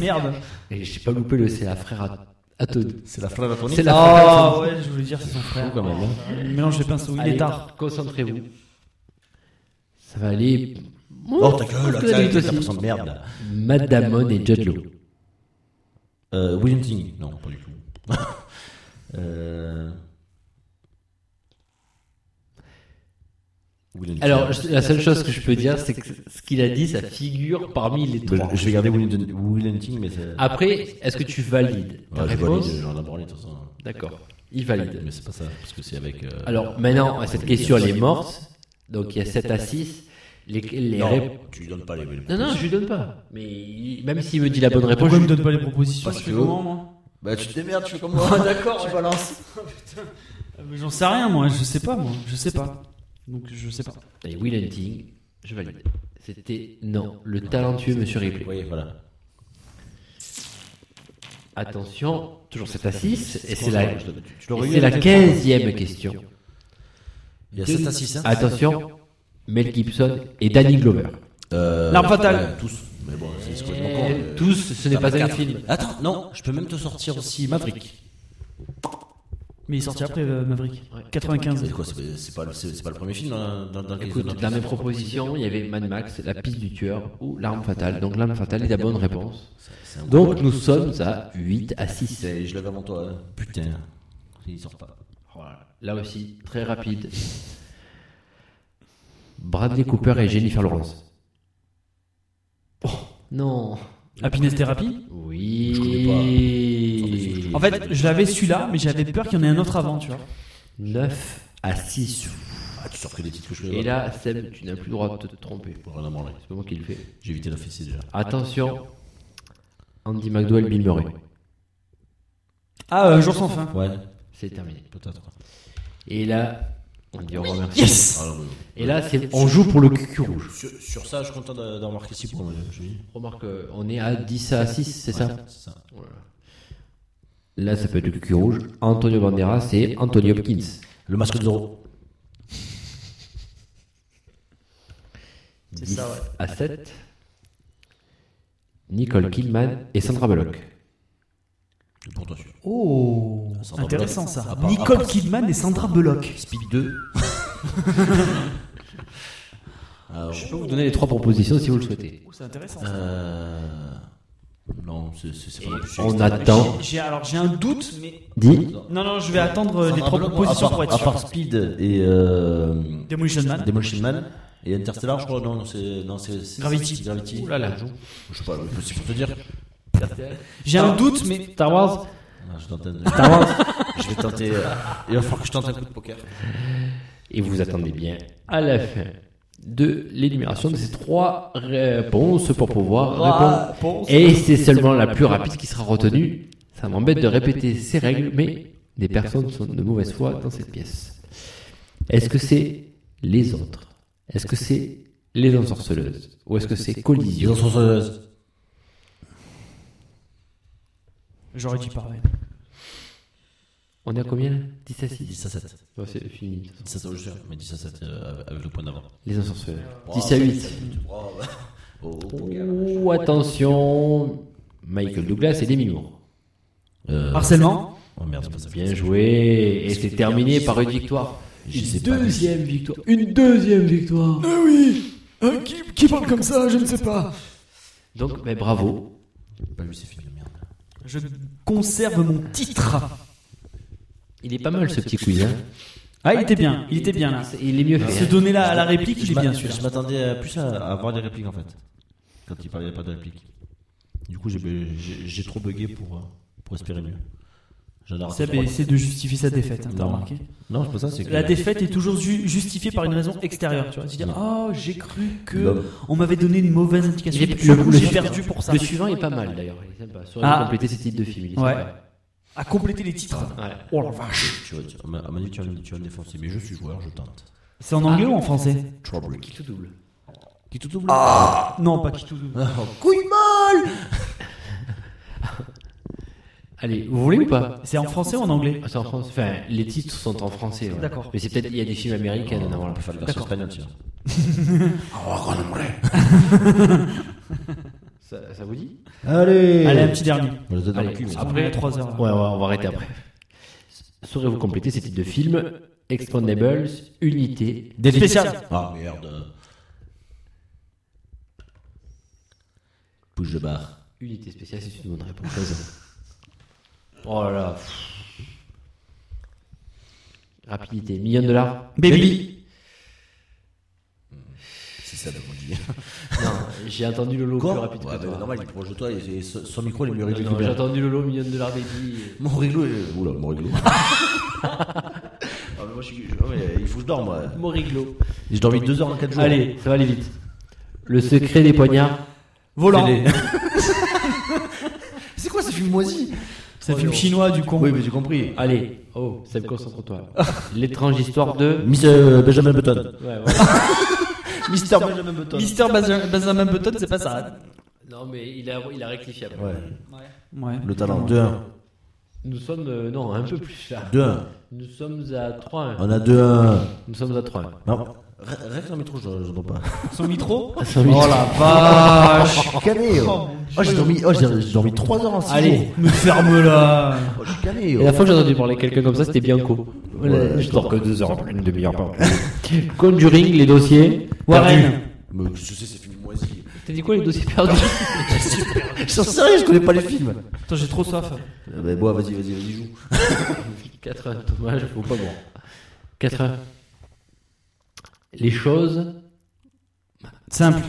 S3: Merde.
S9: Et j'ai pas loupé le c'est la frère à, à Todd.
S4: C'est la frère à Tony.
S9: C'est la frère à
S3: Oh ouais, je voulais dire c'est son frère.
S4: quand même. hein.
S3: Mélange des pinceaux, il
S9: Allez,
S3: est tard.
S9: Concentrez-vous. Ça va aller.
S4: Oh, ta gueule,
S9: Parce
S4: là,
S9: que
S4: t'as
S9: d'habitude
S4: t'as
S9: aussi.
S4: l'impression de merde. là.
S9: Matt Damon et Judd Law.
S4: Euh, William Ting. Non, pas du tout. [LAUGHS] euh... William
S9: Alors,
S4: Ting.
S9: je- la seule chose que je peux dire, c'est que ce qu'il a dit, ça figure parmi les trois.
S4: je, je vais garder William, William Ting, mais c'est.
S9: Après, est-ce que tu valides ta
S4: Ouais, je
S9: réponse
S4: valide, j'en ai parlé de toute façon.
S9: D'accord. Il
S4: Mais
S9: valide.
S4: c'est pas ça, parce que c'est avec. euh,
S9: Alors, maintenant, cette question, elle est morte. Donc, il y a 7 à 6. Les, les rép-
S4: non, tu lui donnes pas les. les
S9: Non, non, je lui donne pas. Mais il- même s'il me dit la bonne réponse,
S3: Pourquoi
S9: je
S3: il me
S9: lui
S3: donne pas les propositions
S4: Parce
S3: Je fais
S4: que-
S3: comment moi
S4: Bah, tu te démerdes, tu fais comme
S9: Ah,
S4: moi. D'accord, tu balances.
S3: Ah, mais J'en sais rien moi, je sais pas moi, je sais pas. Donc je sais pas.
S9: Et Will Hunting, je valide. C'était non, le talentueux Monsieur Ripley.
S4: Oui, voilà.
S9: Attention, toujours 7 à 6, et c'est la,
S4: Je te- tu- tu
S9: et
S4: l'aurais eu
S9: c'est la
S4: avec-
S9: 15e question.
S4: Il y a 7 à 6, hein
S9: Attention, Mel Gibson et Danny Glover.
S4: Euh,
S3: L'arme fatale.
S4: ouais, Tous. Mais bon, c'est c'est complètement con. euh,
S9: Tous, ce n'est
S4: ça va
S9: pas un
S4: quatre.
S9: film.
S4: Attends, non, je peux même te sortir aussi Maverick.
S3: Mais il est sorti après euh, Maverick.
S9: Ouais.
S3: 95.
S4: C'est quoi C'est c'est pas, le- c'est- c'est pas le premier film dans, dans, dans lequel-
S9: Écoute,
S4: dans-
S9: dans mes propositions, il y avait Mad Max, La piste du tueur ou L'arme fatale. Donc l'arme fatale est la bonne réponse.
S4: c'est un gros-
S9: Donc nous sommes à 8 à 6.
S4: C'est- Je l'avais avant toi. hein. Putain. Il sort pas.
S9: Là aussi, très rapide. Bradley Cooper et Jennifer Lawrence. Oh, non.
S3: Happiness Therapy
S9: Oui.
S4: Je connais pas. Sans défi, je connais
S3: En fait, je l'avais celui-là, mais j'avais peur qu'il y en ait un autre avant, tu vois.
S9: 9 à 6.
S4: Ah, tu sors que des titres que je
S9: Et là, Seb, tu n'as plus le droit de te tromper.
S4: Bon, rien à branler.
S9: C'est pas moi qui le fais.
S4: J'ai évité la fessée déjà.
S9: Attention. Andy McDowell, Bill Murray.
S3: Ah, euh, Jour sans fin.
S4: Ouais,
S9: C'est terminé.
S4: peut-être.
S9: Et là, on dit au revoir. merci.
S4: Ah, non, mais-
S9: Et là, c'est- on joue pour le cul rouge.
S4: sur, sur ça, je suis content d'a- d'avoir marqué 6 points. moi, je- je dis.
S9: Remarque, euh, on est à 10 à 6, c'est ça
S4: C'est ça.
S9: Là, ça peut être le cul rouge. Antonio Banderas et Anthony Hopkins.
S4: Le masque de Zorro.
S9: 10 à 7. Nicole Kidman et Sandra Bullock.
S4: Pour toi, celui-là.
S3: Oh,
S4: Sandra
S3: intéressant
S4: Bullock.
S3: ça.
S4: À part- à
S3: Nicole
S4: part-
S3: Kidman et Sandra Bullock.
S4: Speed
S3: [LAUGHS]
S4: 2. Ah,
S9: Je peux vous donner les trois propositions si vous le souhaitez.
S3: Oh, c'est intéressant. ça.
S4: euh, Non, c'est- c'est c'est pas non plus-
S9: On attend.
S3: J'ai alors j'ai un doute, mais
S9: Dis.
S3: non non, je vais attendre euh, les
S4: Sandra
S3: trois
S4: Bullock,
S3: propositions
S4: à part-
S3: pour être
S4: À part
S3: sûr.
S4: Speed et euh,
S3: Demolition Man.
S4: Demolition Man et Interstellar, je crois. Non, non, c'est non, c'est- c'est-
S3: Gravity.
S4: Gravity.
S9: Ouh là là.
S4: Je sais pas, c'est pour te dire.
S3: J'ai un doute, mais
S9: Star Wars
S4: Ah, je, tente un- [LAUGHS] je vais tenter. euh, Il va falloir que je tente un coup de poker.
S9: Et vous attendez bien à la fin de l'énumération de ces trois réponses pour pouvoir répondre. Et c'est seulement la plus rapide qui sera retenue. Ça m'embête de répéter ces règles, mais des personnes sont de mauvaise foi dans cette pièce. Est-ce que c'est les autres Est-ce que c'est les ensorceleuses Ou est-ce que c'est
S4: Ils euh,
S9: collision
S4: en sont sérieuses.
S3: j'aurais dit pareil.
S9: On est à combien là 10 à 6
S4: 10 à 7.
S9: Bon, C'est fini.
S4: 10 à 7, je suis sûr. Mais 10 à 7 euh, avec le point d'avant.
S9: Les ensorceleuses. 10 à 8.
S4: Oh, oh, poker.
S9: Oh, attention Michael Douglas et Demi Moore.
S4: Euh,
S3: Harcèlement.
S4: Oh merde, c'est pas ça.
S9: Bien joué. Et c'est terminé par une victoire.
S4: Je
S9: Une
S4: sais pas.
S9: deuxième victoire. Une deuxième victoire.
S3: qui, parle comme ça, je ne sais pas.
S9: Donc, ben, bravo.
S4: Bah oui, c'est fini, merde.
S3: Je conserve mon titre.
S9: Il est pas mal ce petit quiz. hein.
S3: Ah, il était bien, il était bien là.
S9: Il est mieux
S3: Se
S9: fait. hein.
S3: donner la, la réplique, il
S4: Je
S3: est
S4: m'a-
S3: bien
S4: Je
S3: celui-là.
S4: m'attendais euh, plus à, à avoir des répliques en fait. Quand il parlait, il n'y avait pas de répliques. Du coup, j'ai bu- j'ai j'ai trop bugué pour, euh, pour espérer mieux. J'en ai raté
S3: Seb
S4: trois.
S3: essaie de justifier sa défaite, hein, t'as
S4: Non.
S3: remarqué
S4: Non, c'est pas ça, c'est que.
S3: La défaite est toujours ju- justifiée par une raison extérieure, tu vois. C'est-à-dire, oh, j'ai cru
S4: Non.
S3: que on m'avait donné une mauvaise indication.
S9: Il est-
S3: Du
S9: le-
S3: coup,
S9: le-
S3: j'ai perdu pour ça.
S9: Le suivant est pas mal d'ailleurs. Il est sympa. Ça aurait
S3: Ah.
S9: complété ses titres de film. il est
S3: Ouais.
S9: sympa.
S3: À compléter les titres.
S9: Ouais.
S3: Oh la vache.
S4: Tu vois, tu- on m'a on m'a dit tu vas, me- tu vas me défoncer, mais je suis joueur, je tente.
S3: C'est en anglais ou en français
S4: Trouble.
S9: Qui tout double.
S4: Qui tout double
S3: Non, pas qui tout.
S9: Allez, vous voulez ou pas
S3: C'est en français ou en anglais
S9: Ah, C'est en français. Enfin, les titres sont en français. ouais.
S3: D'accord.
S9: Mais c'est peut-être il y a des films américains.
S4: Non,
S9: non,
S4: on
S9: voilà.
S4: peut faire le version espagnole, tiens.
S9: Ça, ça vous dit
S4: Allez
S3: Allez, un petit dernier.
S4: On les a dans le
S9: Allez,
S4: cul, mais
S9: après-
S3: On est à 3 heures. là.
S9: Ouais, ouais, on va arrêter après. Saurez-vous compléter ces titres de films Expandables, Unité,
S3: Des spéciales.
S4: Ah merde Bouge de barre.
S9: Unité spéciale, c'est une bonne réponse. [LAUGHS] oh là là. Rapidité, million de dollars.
S3: Baby.
S4: C'est ça la magie.
S9: Non, j'ai entendu Lolo plus rapide
S4: Ouais,
S9: que
S4: mais
S9: toi.
S4: normal, il est proche de toi, et et son son micro, il est mieux
S9: Non,
S4: réglé
S9: non,
S4: que le
S9: j'ai
S4: mien.
S9: entendu Lolo, million de dollars, Baby.
S4: Mon réglo est... Oula, mon réglo. ah, mais moi, je suis... je- ouais, il faut que je dorme, moi.
S9: Mon rigolo.
S4: J'ai dormi 2 heures en 4 jours.
S9: Allez, ça va aller vite. Le secret des poignards.
S3: Volant.
S4: Télé.
S3: [LAUGHS] C'est quoi ce film moisi C'est un film chinois du con.
S4: Oui, mais j'ai compris.
S9: Allez, oh, Seb, concentre-toi. L'étrange histoire de.
S4: Miss euh, Benjamin Button.
S9: Ouais, ouais.
S4: Mister Benjamin Button.
S3: Mister Benjamin Benjamin Button, c'est pas ça.
S9: Non, mais il a, il a rectifié après.
S4: Ouais.
S3: Ouais.
S4: Le talent. 2-1.
S9: Nous sommes. euh, non, un peu plus là.
S4: 2-1.
S9: Nous sommes à 3.
S4: On a 2-1.
S9: Nous sommes à 3.
S4: Non. Reste dans le métro, je je dors pas.
S3: Son micro
S9: Oh là
S4: je suis calé. Oh, Oh, j'ai dormi, oh, j'ai j'ai dormi 3 heures en 6
S9: Allez.
S3: Me ferme là.
S4: Oh, je suis calé.
S9: Et
S4: oh.
S9: la fois que j'ai entendu parler quelqu'un comme ça, c'était Bianco. Voilà, je dors que 2 heures, une demi-heure par [LAUGHS] Conjuring, les dossiers.
S3: Warren.
S4: Mais je sais, c'est fini moisi.
S9: T'as dit quoi, les dossiers [LAUGHS] perdus
S4: J'en sais rien, je connais pas les films.
S3: Attends, j'ai trop soif.
S4: Euh, Bah, bon, vas-y, vas-y, vas-y, joue.
S9: 4 heures, dommage, faut pas boire. 4 heures. Les choses.
S3: Simple.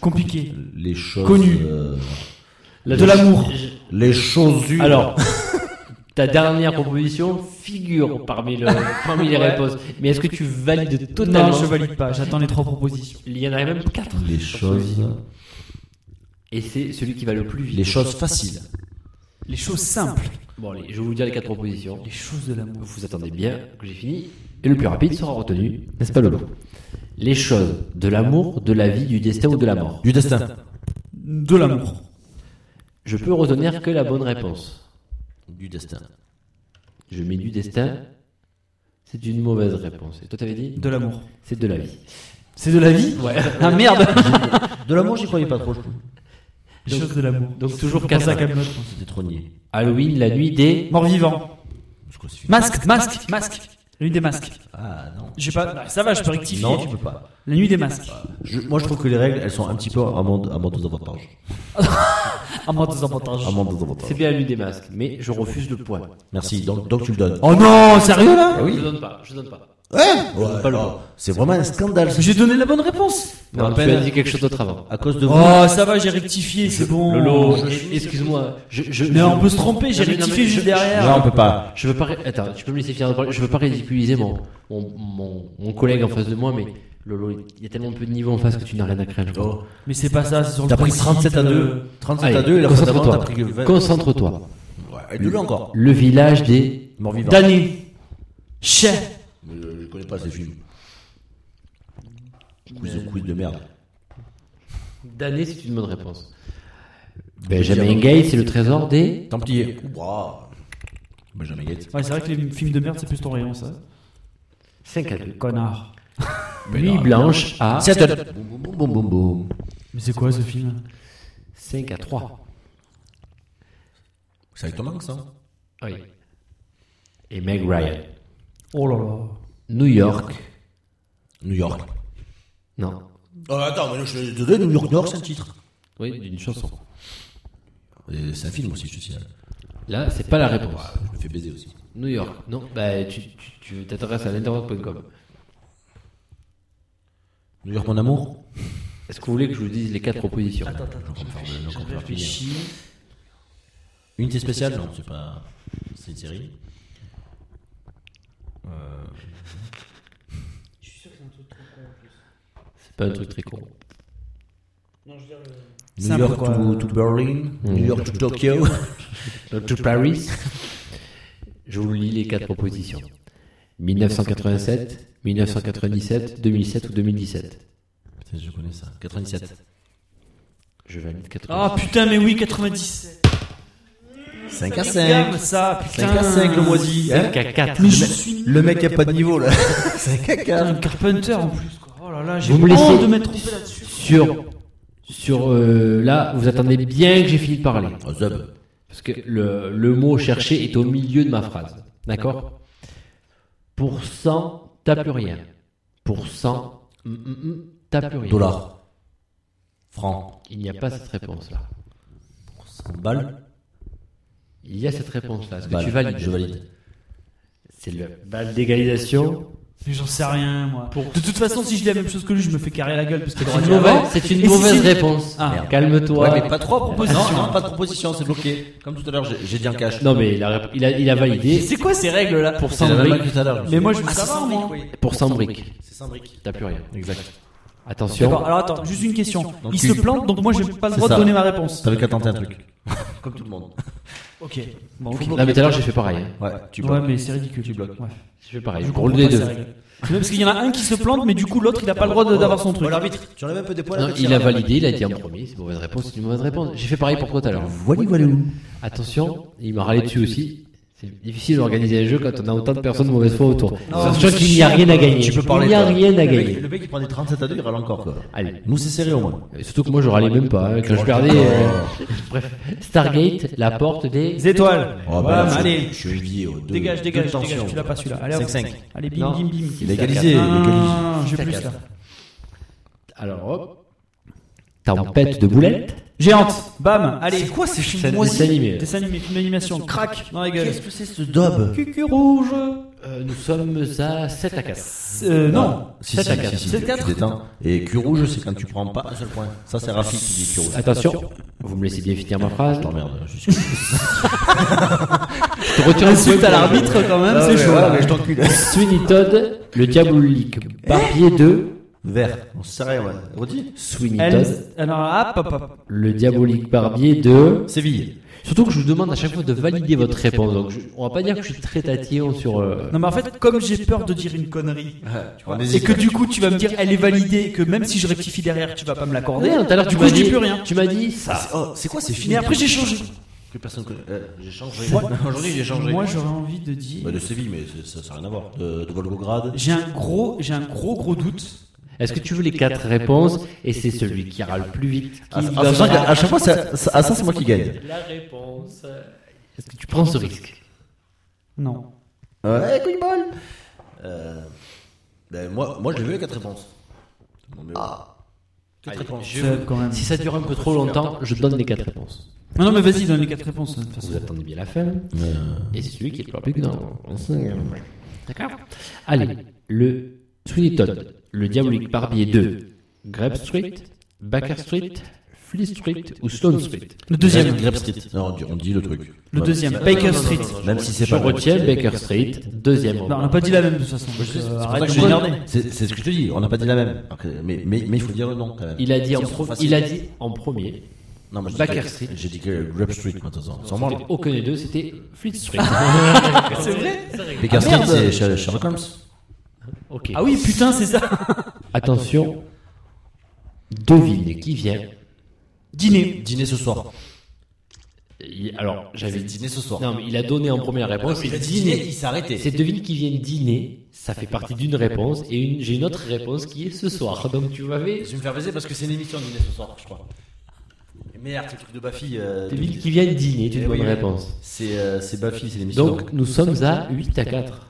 S3: Compliqué.
S4: Les choses.
S3: Connu.
S4: euh,
S3: De l'amour.
S4: les choses unes.
S9: Alors. Ta dernière proposition figure parmi, le, parmi les réponses. Mais est-ce que tu valides totalement
S3: Non, je valide pas. J'attends les trois propositions.
S9: Il y en a même 4.
S4: Les choses.
S9: Et c'est celui qui va le plus vite.
S4: Les choses faciles.
S3: Les choses simples.
S9: Bon, allez, je vais vous dire les quatre propositions.
S3: Les choses de l'amour.
S9: Vous attendez bien que j'ai fini. Et le plus rapide sera retenu, n'est-ce pas Lolo Les choses de l'amour, de la vie, du destin ou de la mort.
S4: Du destin.
S3: De l'amour.
S9: Je peux retenir que la bonne réponse.
S4: Du destin.
S9: Je mets du destin. C'est une mauvaise réponse. Et toi, t'avais dit
S3: De l'amour.
S9: C'est de la vie.
S3: C'est de la vie
S9: Ouais.
S3: Ah merde
S4: De l'amour, j'y croyais pas trop. je trouve.
S3: Les choses de l'amour.
S9: Donc toujours
S3: Pense à
S9: 4.
S3: Kaamelott.
S4: C'était trop niais.
S9: Halloween, la nuit des.
S3: Mort-vivant.
S4: Je crois que c'est-
S3: Masque, masque, masque. La nuit des masques.
S4: Ah non.
S3: J'ai pas. Ça va, je peux rectifier.
S4: Non, tu peux pas.
S3: La nuit des masques.
S4: Je- moi, je trouve que les règles, elles sont un petit peu à mon, à mon désavantage.
S3: Ah, moi, des avantages.
S4: À mon
S9: C'est
S4: désavantage.
S9: bien la nuit des masques, mais je refuse le poil.
S4: Merci. Donc, donc tu le donnes.
S3: Oh non, sérieux là
S9: Je donne pas, je donne pas.
S4: Ouais, alors, c'est vraiment un scandale. ce-
S3: J'ai donné la bonne réponse.
S9: Non,
S4: Non,
S9: tu
S4: ben-
S9: as dit quelque chose d'autre avant.
S4: À cause de vous.
S3: Oh, ça va, j'ai rectifié, c'est bon.
S9: Lolo, excuse-moi. Je, je-
S3: Oh, Mais
S9: je-
S3: on peut se tromper, j'ai
S9: Non, mais- non,
S3: rectifié
S9: mais
S3: juste
S9: je-
S3: derrière.
S4: Non, on peut pas.
S9: Je veux pas. ré- Attends, tu peux me laisser finir de parler. Je veux pas ridiculiser mon, mon, mon, mon collègue en face de moi, mais Lolo, il y a tellement peu de niveau en face que tu n'as rien à craindre.
S3: Mais c'est pas ça, c'est sur le
S4: T'as pris
S3: principe,
S4: 37 à
S3: euh,
S4: 2. 37 à
S9: Allez,
S4: 2 et la fois d'avant, Oh. t'as
S9: concentre-toi.
S4: pris que 20.
S9: Concentre-toi.
S4: Ouais, et de là encore.
S9: Le village des.
S4: Mort vivant.
S3: D'année. Chien.
S4: Mais Euh, Je je connais pas ces films. Quiz de quiz de merde.
S9: D'année, c'est une bonne réponse. Benjamin Gates, c'est le trésor des.
S4: Templier. Ouah. Benjamin Gates.
S3: Ouais, c'est vrai que les films de merde, c'est plus ton rayon, ça.
S9: 5 à 2.
S3: Connard.
S9: Nuit blanche à.
S4: Seattle. Boum, boum, boum, boum, boum.
S3: Mais c'est quoi ce film
S9: 5 à 3.
S4: C'est avec ton langue, ça
S9: Oui. Et Meg Ryan.
S3: Oh là là.
S9: New York.
S4: New York.
S9: Non.
S4: Oh, attends, mais je te donne New York Nord, c'est un titre.
S9: Oui, d'une chanson.
S4: Et C'est un film aussi, je te signale.
S9: Là, c'est pas la réponse.
S4: Je me fais baiser aussi.
S9: New York. Non, bah, tu, tu, tu t'intéresses à l'internet.com.
S4: New York, mon amour
S9: Est-ce que vous voulez que je vous dise les quatre propositions
S4: Unité spéciale Non, c'est pas. C'est une série.
S9: C'est pas un truc très con.
S3: C'est
S4: New
S3: un peu
S4: York
S3: quoi,
S4: to,
S3: euh,
S4: to Berlin, New York to Tokyo.
S9: Dr. Paris. [LAUGHS] Je vous lis les quatre propositions. 1987, 1997, 2007 ou 2017.
S4: Putain, je connais ça. 97.
S9: Je valide 80.
S3: Ah putain, mais oui, 97.
S4: 5 à
S3: Gamme,
S4: 5.
S3: ça,
S4: 5
S3: putain.
S4: à 5, le moisi. hein.
S9: à 4.
S3: Mais je suis
S4: Le mec a pas de niveau [LAUGHS] là. 5 à 4.
S3: un Carpenter en plus. quoi. Oh là là, j'ai
S9: Vous me
S3: honte
S9: laissez-
S3: de m'être trompé là-dessus.
S9: Sur, sur euh, là, vous attendez bien que j'ai fini de parler.
S4: Zub.
S9: Parce que le, le mot cherché est au milieu de ma phrase. D'accord Pour 100, t'as plus rien. Pour 100, mm, mm, mm, t'as plus rien.
S4: Dollar. Franc.
S9: Il n'y a pas cette réponse-là.
S4: 100 balles.
S9: Il y a cette réponse-là. Est-ce que
S4: Balle.
S9: tu valides
S4: Je valide.
S9: C'est le bal d'égalisation.
S3: Mais j'en sais rien, moi. De toute façon, si je dis la même chose que lui, je me fais carrer la gueule parce que
S9: C'est une mauvaise, c'est une
S3: Et si
S9: mauvaise
S3: c'est-
S9: réponse.
S3: Ah.
S9: Merde. Calme-toi.
S4: Ouais, mais pas trois propositions. Non, pas de proposition, c'est bloqué. Comme tout à l'heure, j'ai j'ai dit un cash.
S9: Non, mais il a, rép- il a, il a validé
S3: C'est quoi ces règles là
S9: pour
S4: c'est
S9: 100
S4: la même que
S9: briques.
S4: tout à l'heure. Ah,
S3: Mais moi, je veux
S4: c'est
S3: savoir,
S4: sans
S3: moi.
S4: briques, oui.
S9: Pour 100 briques.
S4: C'est 100 briques.
S9: T'as plus rien.
S4: Exact.
S3: D'accord,
S9: Attention.
S3: alors attends, juste une question.
S4: Donc
S3: Il
S4: tu-
S3: se plante, donc moi j'ai pas le
S4: C'est
S3: droit de
S4: ça.
S3: donner ma réponse.
S4: T'avais qu'à tenter un truc. [LAUGHS] Comme tout le monde.
S3: Ok. Bon, ok.
S9: Là, mais tout à l'heure, j'ai fait pareil. hein.
S4: Ouais, tu
S3: Ouais,
S4: bloques.
S3: mais c'est ridicule. Tu bloques. Ouais.
S9: J'ai fait pareil.
S3: Je
S9: Pour
S3: comprends
S9: le
S3: pas ces
S9: D2.
S3: règles. C'est vrai, Parce qu'il y en a un qui se plante, mais du coup l'autre il a pas le droit de- d'avoir son truc.
S4: Tu enlèves un peu des poils.
S9: Non, il a validé, il a dit en premier, c'est une mauvaise réponse, c'est une mauvaise réponse. J'ai fait pareil pour toi tout à l'heure.
S4: Voilà, voilà.
S9: Attention, il m'a râlé dessus aussi. C'est difficile d'organiser un jeu quand on a autant de personnes de mauvaise foi autour. Sachant qu'il n'y a rien à gagner.
S4: Tu peux parler.
S9: Il n'y a
S4: toi.
S9: rien à
S4: Le mec-
S9: gagner.
S4: Le mec, il prend des 37 à 2, il râle encore, quoi.
S9: Allez.
S4: Nous, c'est serré au moins.
S9: Et Surtout que moi je râlais même pas. hein. Quand je perdais. euh, Bref. Stargate, la porte
S3: Les
S9: des.
S3: étoiles.
S4: Oh, bah, là,
S3: Ouais, mais
S4: je-
S3: allez.
S4: Je suis lié aux deux.
S3: Dégage,
S4: deux
S3: dégage,
S4: tensions.
S3: dégage, tu l'as pas celui-là. Allez, hop.
S4: 5-5.
S3: Allez, bim,
S9: Non.
S3: bim, bim.
S4: Il a égalisé.
S3: Non,
S4: il a égalisé.
S3: j'ai plus là.
S9: Alors hop. Tempête de boulettes.
S3: Géante, bam, allez. C'est quoi ces films
S9: de dessin animé.
S3: Dessin animé, film d'animation, crac, dans la gueule.
S4: Qu'est-ce que c'est ce dob
S3: Cucu rouge.
S9: Euh, nous sommes à 7 à 4.
S3: Euh,
S9: Ah.
S3: non.
S4: Si,
S9: Sept
S4: si,
S9: à
S4: si,
S9: quatre.
S4: si,
S3: Sept
S4: tu
S3: quatre.
S4: te détends. Et cul rouge, c'est quand tu prends pas un seul point. Ça, c'est Rafi qui dit cul rouge. Ah,
S9: Attention, vous me laissez bien finir ma phrase.
S3: Ah,
S4: Attends, merde. je suis-
S9: Je te retire le
S3: Insulte
S9: point pour-
S3: à l'arbitre quand
S9: Ah
S3: même, c'est chaud.
S4: Ouais, mais je t'encule.
S9: Sweeney Todd, le diabolique barbier de
S4: Vert. On se serrait, ouais. Redis.
S9: Sweeney Todd,
S3: Elle, alors, hop, hop, hop.
S9: le diabolique barbier de.
S4: Séville.
S9: Surtout que je vous demande à chaque fois de valider votre réponse. Donc je- on va pas dire que je suis très tatillon sur. euh,
S3: Non mais en fait, comme j'ai peur de dire une connerie,
S9: Ah,
S4: On
S3: et
S4: hésite.
S3: que du coup tu vas me dire elle est validée, et que même si je rectifie derrière, tu vas pas me l'accorder.
S9: Non, tout à l'heure,
S3: du
S9: tu
S3: coup
S9: m'as
S3: je dis
S9: dit-
S3: plus rien.
S9: Tu m'as dit ça.
S4: Oh, c'est quoi ces
S3: Mais
S4: films
S3: après j'ai changé.
S4: que personne connaît Euh, J'ai changé. [LAUGHS] Aujourd'hui, j'ai changé.
S3: Moi j'aurais envie de dire,
S4: Bah, de Séville, mais c'est- ça n'a rien à voir. De, de Volgograd.
S3: j'ai un gros, j'ai un gros gros doute.
S9: Est-ce que tu veux les quatre réponses Et c'est celui qui râle plus vite.
S4: Ah, ah, sachant qu'à- à chaque fois, c'est- c'est- à ça, c'est moi qui gagne.
S9: La réponse. Est-ce que tu prends ce risque
S3: Non.
S4: Ouais, couille bol euh, ben, Moi, moi j'ai vu les 4 réponses. Non, mais... Ah 4 réponses.
S3: C'est quand même.
S9: Si ça dure un peu trop longtemps, je donne les quatre réponses.
S3: Non, non, mais vas-y, donne les quatre réponses. hein, de toute façon.
S9: Vous attendez bien la fin. Et c'est celui qui est le plus que dans. D'accord Allez, le Sweeney Todd, le diabolique barbier 2, Grape Street, Baker Street, Fleet Street ou Stone Street
S3: Le deuxième.
S4: Grape Street. Non, on dit, on dit le truc.
S3: Le deuxième. Baker Street.
S4: Même si c'est
S9: Je
S4: pas vrai.
S9: retiens Baker Street, deuxième.
S3: Non, on n'a pas dit la même de toute façon. donc, euh,
S4: C'est pour
S3: arrête
S4: ça que
S3: de
S4: je
S3: me
S4: dis-
S3: regarder.
S4: C'est c'est ce que je te dis, on n'a pas dit la même. Après, mais, mais, mais il faut dire le nom quand même.
S9: Il a dit en,
S4: Si on
S9: pro-
S4: fait facile.
S9: il a dit en premier.
S4: Non, moi, je dis
S9: Baker
S4: que-
S9: Street.
S4: J'ai dit que Grape Street, moi, de toute façon. Sans moi,
S9: C'était Aucun des deux, c'était Fleet Street. Ah,
S4: Baker Street, c'est Sher- Sherlock Holmes.
S9: Ok.
S3: Ah oui, putain, c'est ça.
S9: Attention, devine qui vient.
S3: Dîner.
S4: Dîner ce soir.
S9: Il- Alors, j'avais
S4: J'avais
S9: dit.
S4: dîner ce soir.
S9: Non, mais il a donné en première réponse.
S4: il a dit
S9: dîner.
S4: dîner, il s'est arrêté.
S9: C'est devine qui vient dîner. Ça fait partie d'une réponse et une- j'ai une autre réponse qui est ce soir. Donc tu m'avais.
S4: Je vais me faire baiser parce que c'est une émission dîner ce soir, je crois. Merde, c'est le truc de Bafi. Euh,
S9: Devine qui vient dîner. Tu
S4: Eh
S9: une
S4: oui,
S9: bonne
S4: oui.
S9: réponse.
S4: C'est euh, c'est Bafi, c'est l'émission.
S9: Donc nous sommes à 8 à 4.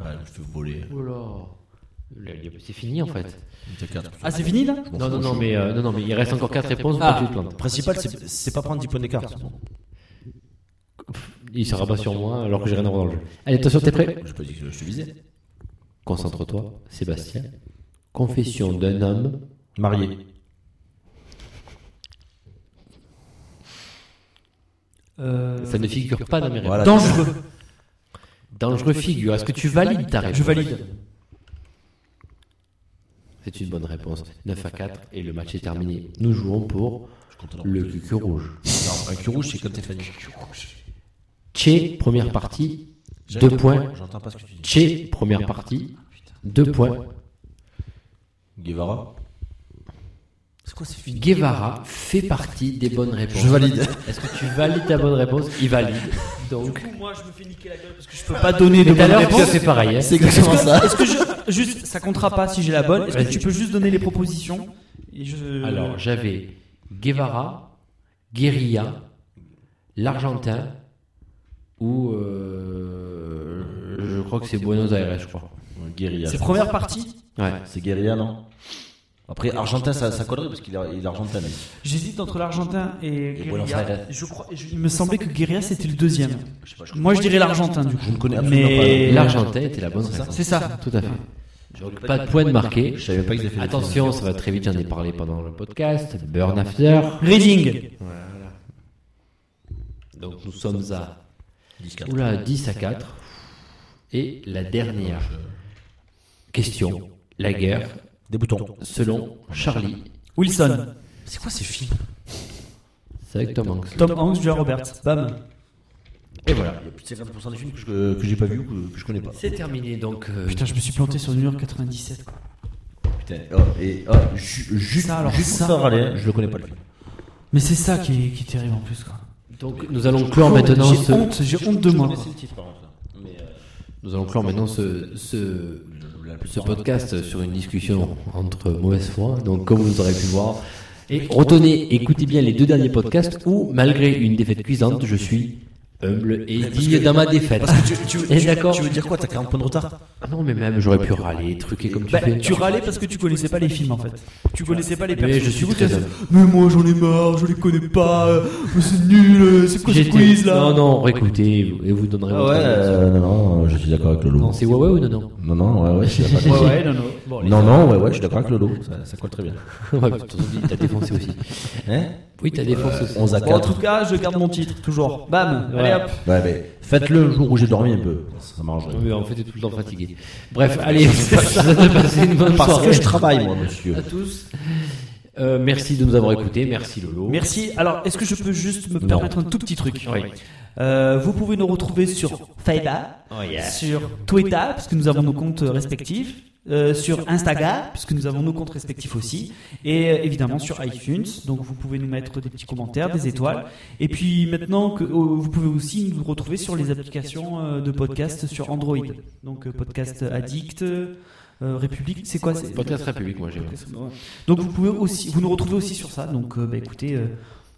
S4: Ouais, je fais voler.
S9: Oh là. Là, il y a- C'est fini en fait.
S4: T'as quatre.
S3: Ah, c'est fini là
S9: Non, non, non, mais, euh, non, non, mais il reste encore 4 réponses pour
S3: Ah.
S9: que tu te plantes.
S4: Le principal, c'est c'est pas prendre 10 points d'écart.
S9: Il se rabat sur moi alors que j'ai rien à voir dans le jeu. Allez, attention, t'es prêt
S4: J'ai pas dit que bah, je te visais.
S9: Concentre-toi, Sébastien. Confession d'un homme.
S4: Marié.
S3: Euh,
S9: Ça ne figure pas dans mes réponses.
S4: Voilà.
S3: Dangereux.
S9: Dangereux figure. Est-ce que tu valides ta réponse
S3: Je valide.
S9: C'est une bonne réponse. 9 à 4 et le match est terminé. Nous jouons pour le cul rouge.
S4: Non, un cul rouge, c'est comme Stéphanie.
S9: Tché, première partie,
S4: J'ai
S9: 2 points.
S4: J'entends pas ce que tu dis.
S9: Tché, première partie, 2 points.
S4: Guevara.
S9: Guevara fait partie des bonnes réponses.
S4: Je valide.
S9: Est-ce que tu valides ta bonne réponse Il valide. [LAUGHS] Donc,
S10: Moi, je me fais niquer la gueule parce que je
S3: Je peux pas donner de
S9: tout à
S3: bonne
S9: l'heure, tu as
S3: réponse.
S9: fait pareil. hein.
S4: [LAUGHS] exactement ça.
S3: Est-ce que je. Juste, ça comptera pas si j'ai la bonne. Est-ce que tu peux juste donner les propositions et je...
S9: Alors, j'avais Guevara, Guérilla, l'Argentin ou euh, je crois que c'est Buenos Aires, je crois.
S4: Guérilla.
S3: C'est première partie
S9: Ouais.
S4: C'est Guérilla, non Après, Argentin, ça, ça collerait parce qu'il est, il est argentin. lui.
S3: J'hésite entre l'Argentin et
S4: Buenos Aires.
S3: Guerilla. Je crois, je- il me semblait que Guerilla c'était le deuxième. Moi je
S10: Moi, je
S3: dirais l'Argentin du
S4: Je
S3: coup.
S4: ne connais absolument
S9: Et
S3: Mais
S9: l'Argentin était la bonne réponse.
S3: c'est ça.
S9: Tout à fait. Donc, pas de point de marqué.
S4: Je savais pas qu'ils avaient fait
S9: Attention, ça va très vite, j'en ai parlé pendant le podcast. Burn After.
S3: Reading.
S9: Donc nous sommes à
S4: pas. Disque. hein.
S9: Oula, 10 à 4. Et la dernière question, la guerre,
S4: Des boutons.
S9: selon Charlie.
S3: Wilson.
S4: C'est quoi ces films
S9: C'est avec Tom Hanks.
S3: Tom Hanks, Julia Roberts. Bam.
S9: Et voilà.
S4: Il y a plus de 50% des films que je que j'ai pas vu ou que, que je connais pas.
S9: C'est terminé donc. euh,
S3: Putain, je me suis planté sur le 97 quoi.
S4: Putain. Oh, et oh, ju- juste
S3: Ça, alors,
S4: juste
S3: ça.
S4: pour faire râler, hein, je le connais pas le film.
S3: Mais c'est ça qui est, qui est terrible en plus quoi.
S9: donc nous allons clore maintenant
S3: J'ai
S9: ce.
S3: honte, j'ai honte de moi.
S4: C'est le titre par contre. Mais euh,
S9: Nous allons clore maintenant ce. ce... Ce podcast sur une discussion entre mauvaise foi, donc comme vous aurez pu voir. Et retenez, écoutez bien les deux derniers podcasts où, malgré une défaite cuisante, je suis humble et digne dans ma défaite.
S4: Parce que tu,
S9: [LAUGHS]
S4: tu,
S9: Et
S4: tu-
S9: d'accord.
S4: tu veux dire quoi T'as 40 points de retard
S9: Ah non, mais même j'aurais pu râler, truquer comme tu
S3: Bah,
S9: fais.
S3: tu râlais parce que tu connaissais pas les films en fait. Tu connaissais pas les
S9: Mais
S3: personnages.
S9: je suis très humble.
S3: Mais moi j'en ai marre, je les connais pas, euh, c'est nul, euh, c'est quoi ce
S9: J'ai
S3: quiz
S9: dit-
S3: là
S9: Non, non, réécoutez et vous- et vous donnerez
S4: Ah
S9: votre avis.
S4: non, non, je suis d'accord avec Lolo.
S9: Non, c'est ouais, ouais ou non, non
S4: Non, non, ouais, ouais, je suis d'accord avec
S3: Ouais, ouais, non, non.
S4: Non, non, ouais, ouais, je suis d'accord avec Lolo. Ça, ça colle très bien.
S9: [LAUGHS] Ouais, putain, t'as défoncé aussi. Euh,
S4: Hein
S9: Oui, t'as défoncé aussi.
S4: 11 à
S3: Bon, en
S4: 4.
S3: tout cas, je garde mon titre, toujours. Bam, allez hop.
S4: Ouais, mais faites-le le jour où j'ai dormi un peu. Ça, ça m'arrangerait.
S9: Oui, en fait, t'es tout le temps fatigué. Bref, allez, [LAUGHS] passez une bonne
S4: Parce
S9: soirée
S4: que je travaille, moi, monsieur.
S9: à tous. Euh, merci de nous avoir écoutés, merci Lolo.
S3: Merci. Alors, est-ce que je peux juste me permettre un tout petit truc Euh, vous pouvez nous retrouver sur Faida, sur Twitter, puisque nous avons nos comptes respectifs, euh, sur Instagram, puisque nous avons nos comptes respectifs aussi, et euh, évidemment sur iTunes. Donc, vous pouvez nous mettre des petits commentaires, des étoiles. Et puis, maintenant, que, euh, vous pouvez aussi nous retrouver sur les applications euh, de podcast sur Android. Donc, euh, Podcast Addict, euh, République, c'est quoi c'est-
S9: Podcast République, moi j'ai.
S3: donc vous pouvez aussi, vous nous retrouvez aussi sur ça. Donc euh, bah, écoutez, euh,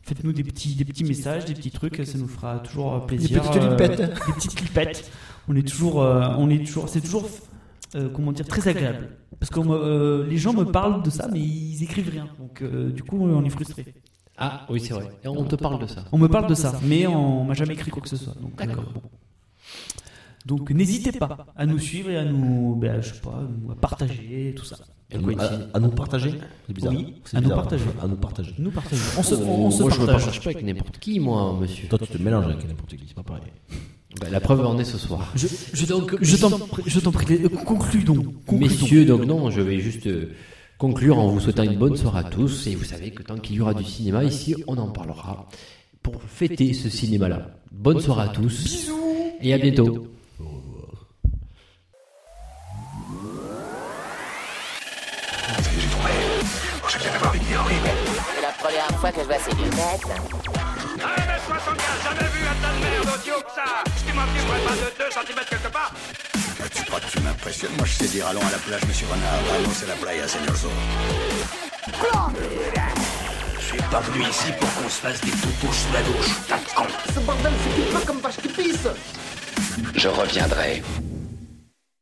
S3: Faites-nous des petits, des petits messages, des petits trucs, ça nous fera toujours euh,
S11: Des
S3: plaisir.
S11: petites
S3: euh,
S11: lipettes.
S3: des petites
S11: [LAUGHS]
S3: clipettes. On est toujours, euh, on est toujours, c'est toujours, euh, comment dire, très agréable. Parce que euh, les gens me parlent de ça, mais ils écrivent rien. Donc euh, du coup, on est frustré.
S9: Ah oui, c'est vrai. Et on te parle de ça.
S3: On me parle de ça, mais on m'a jamais écrit quoi que ce soit. Donc, euh, bon. Donc n'hésitez pas à nous suivre et à nous, ben, je sais pas, nous- à partager tout ça.
S4: À, à- à nous partager C'est bizarre.
S3: Oui,
S4: C'est
S3: à nous
S4: bizarre.
S3: partager.
S4: À nous partager.
S3: Nous partageons. On se,
S9: Oh,
S3: on, on se
S9: moi, je me
S3: partage.
S9: partage pas avec n'importe qui, moi, monsieur.
S4: Toi, tu te mélanges avec n'importe qui, c'est pas pareil.
S9: Bah, la preuve en est ce soir.
S3: Je, je, je t'en prie- je t'en prie, euh, conclus donc. conclus donc.
S9: Messieurs, donc non, je vais juste euh, conclure en vous souhaitant une bonne soirée à tous. Et vous savez que tant qu'il y aura du cinéma ici, on en parlera pour fêter ce cinéma-là. Bonne soirée à tous. Bisous Et à bientôt.
S6: C'est la première fois que je vois ces lunettes.
S7: m 75 jamais vu un tas de merde aussi haut que ça Excuse-moi, tu pourrais pas de 2 cm quelque part
S8: Tu crois que tu m'impressionnes Moi, je sais dire allons à la plage, monsieur Renard. Allons, c'est la playa, señor Zorro.
S5: Je suis pas venu ici pour qu'on se fasse des toutous sous la douche, tas de cons.
S12: Ce bordel, c'est pas comme vache qui pisse
S5: Je reviendrai.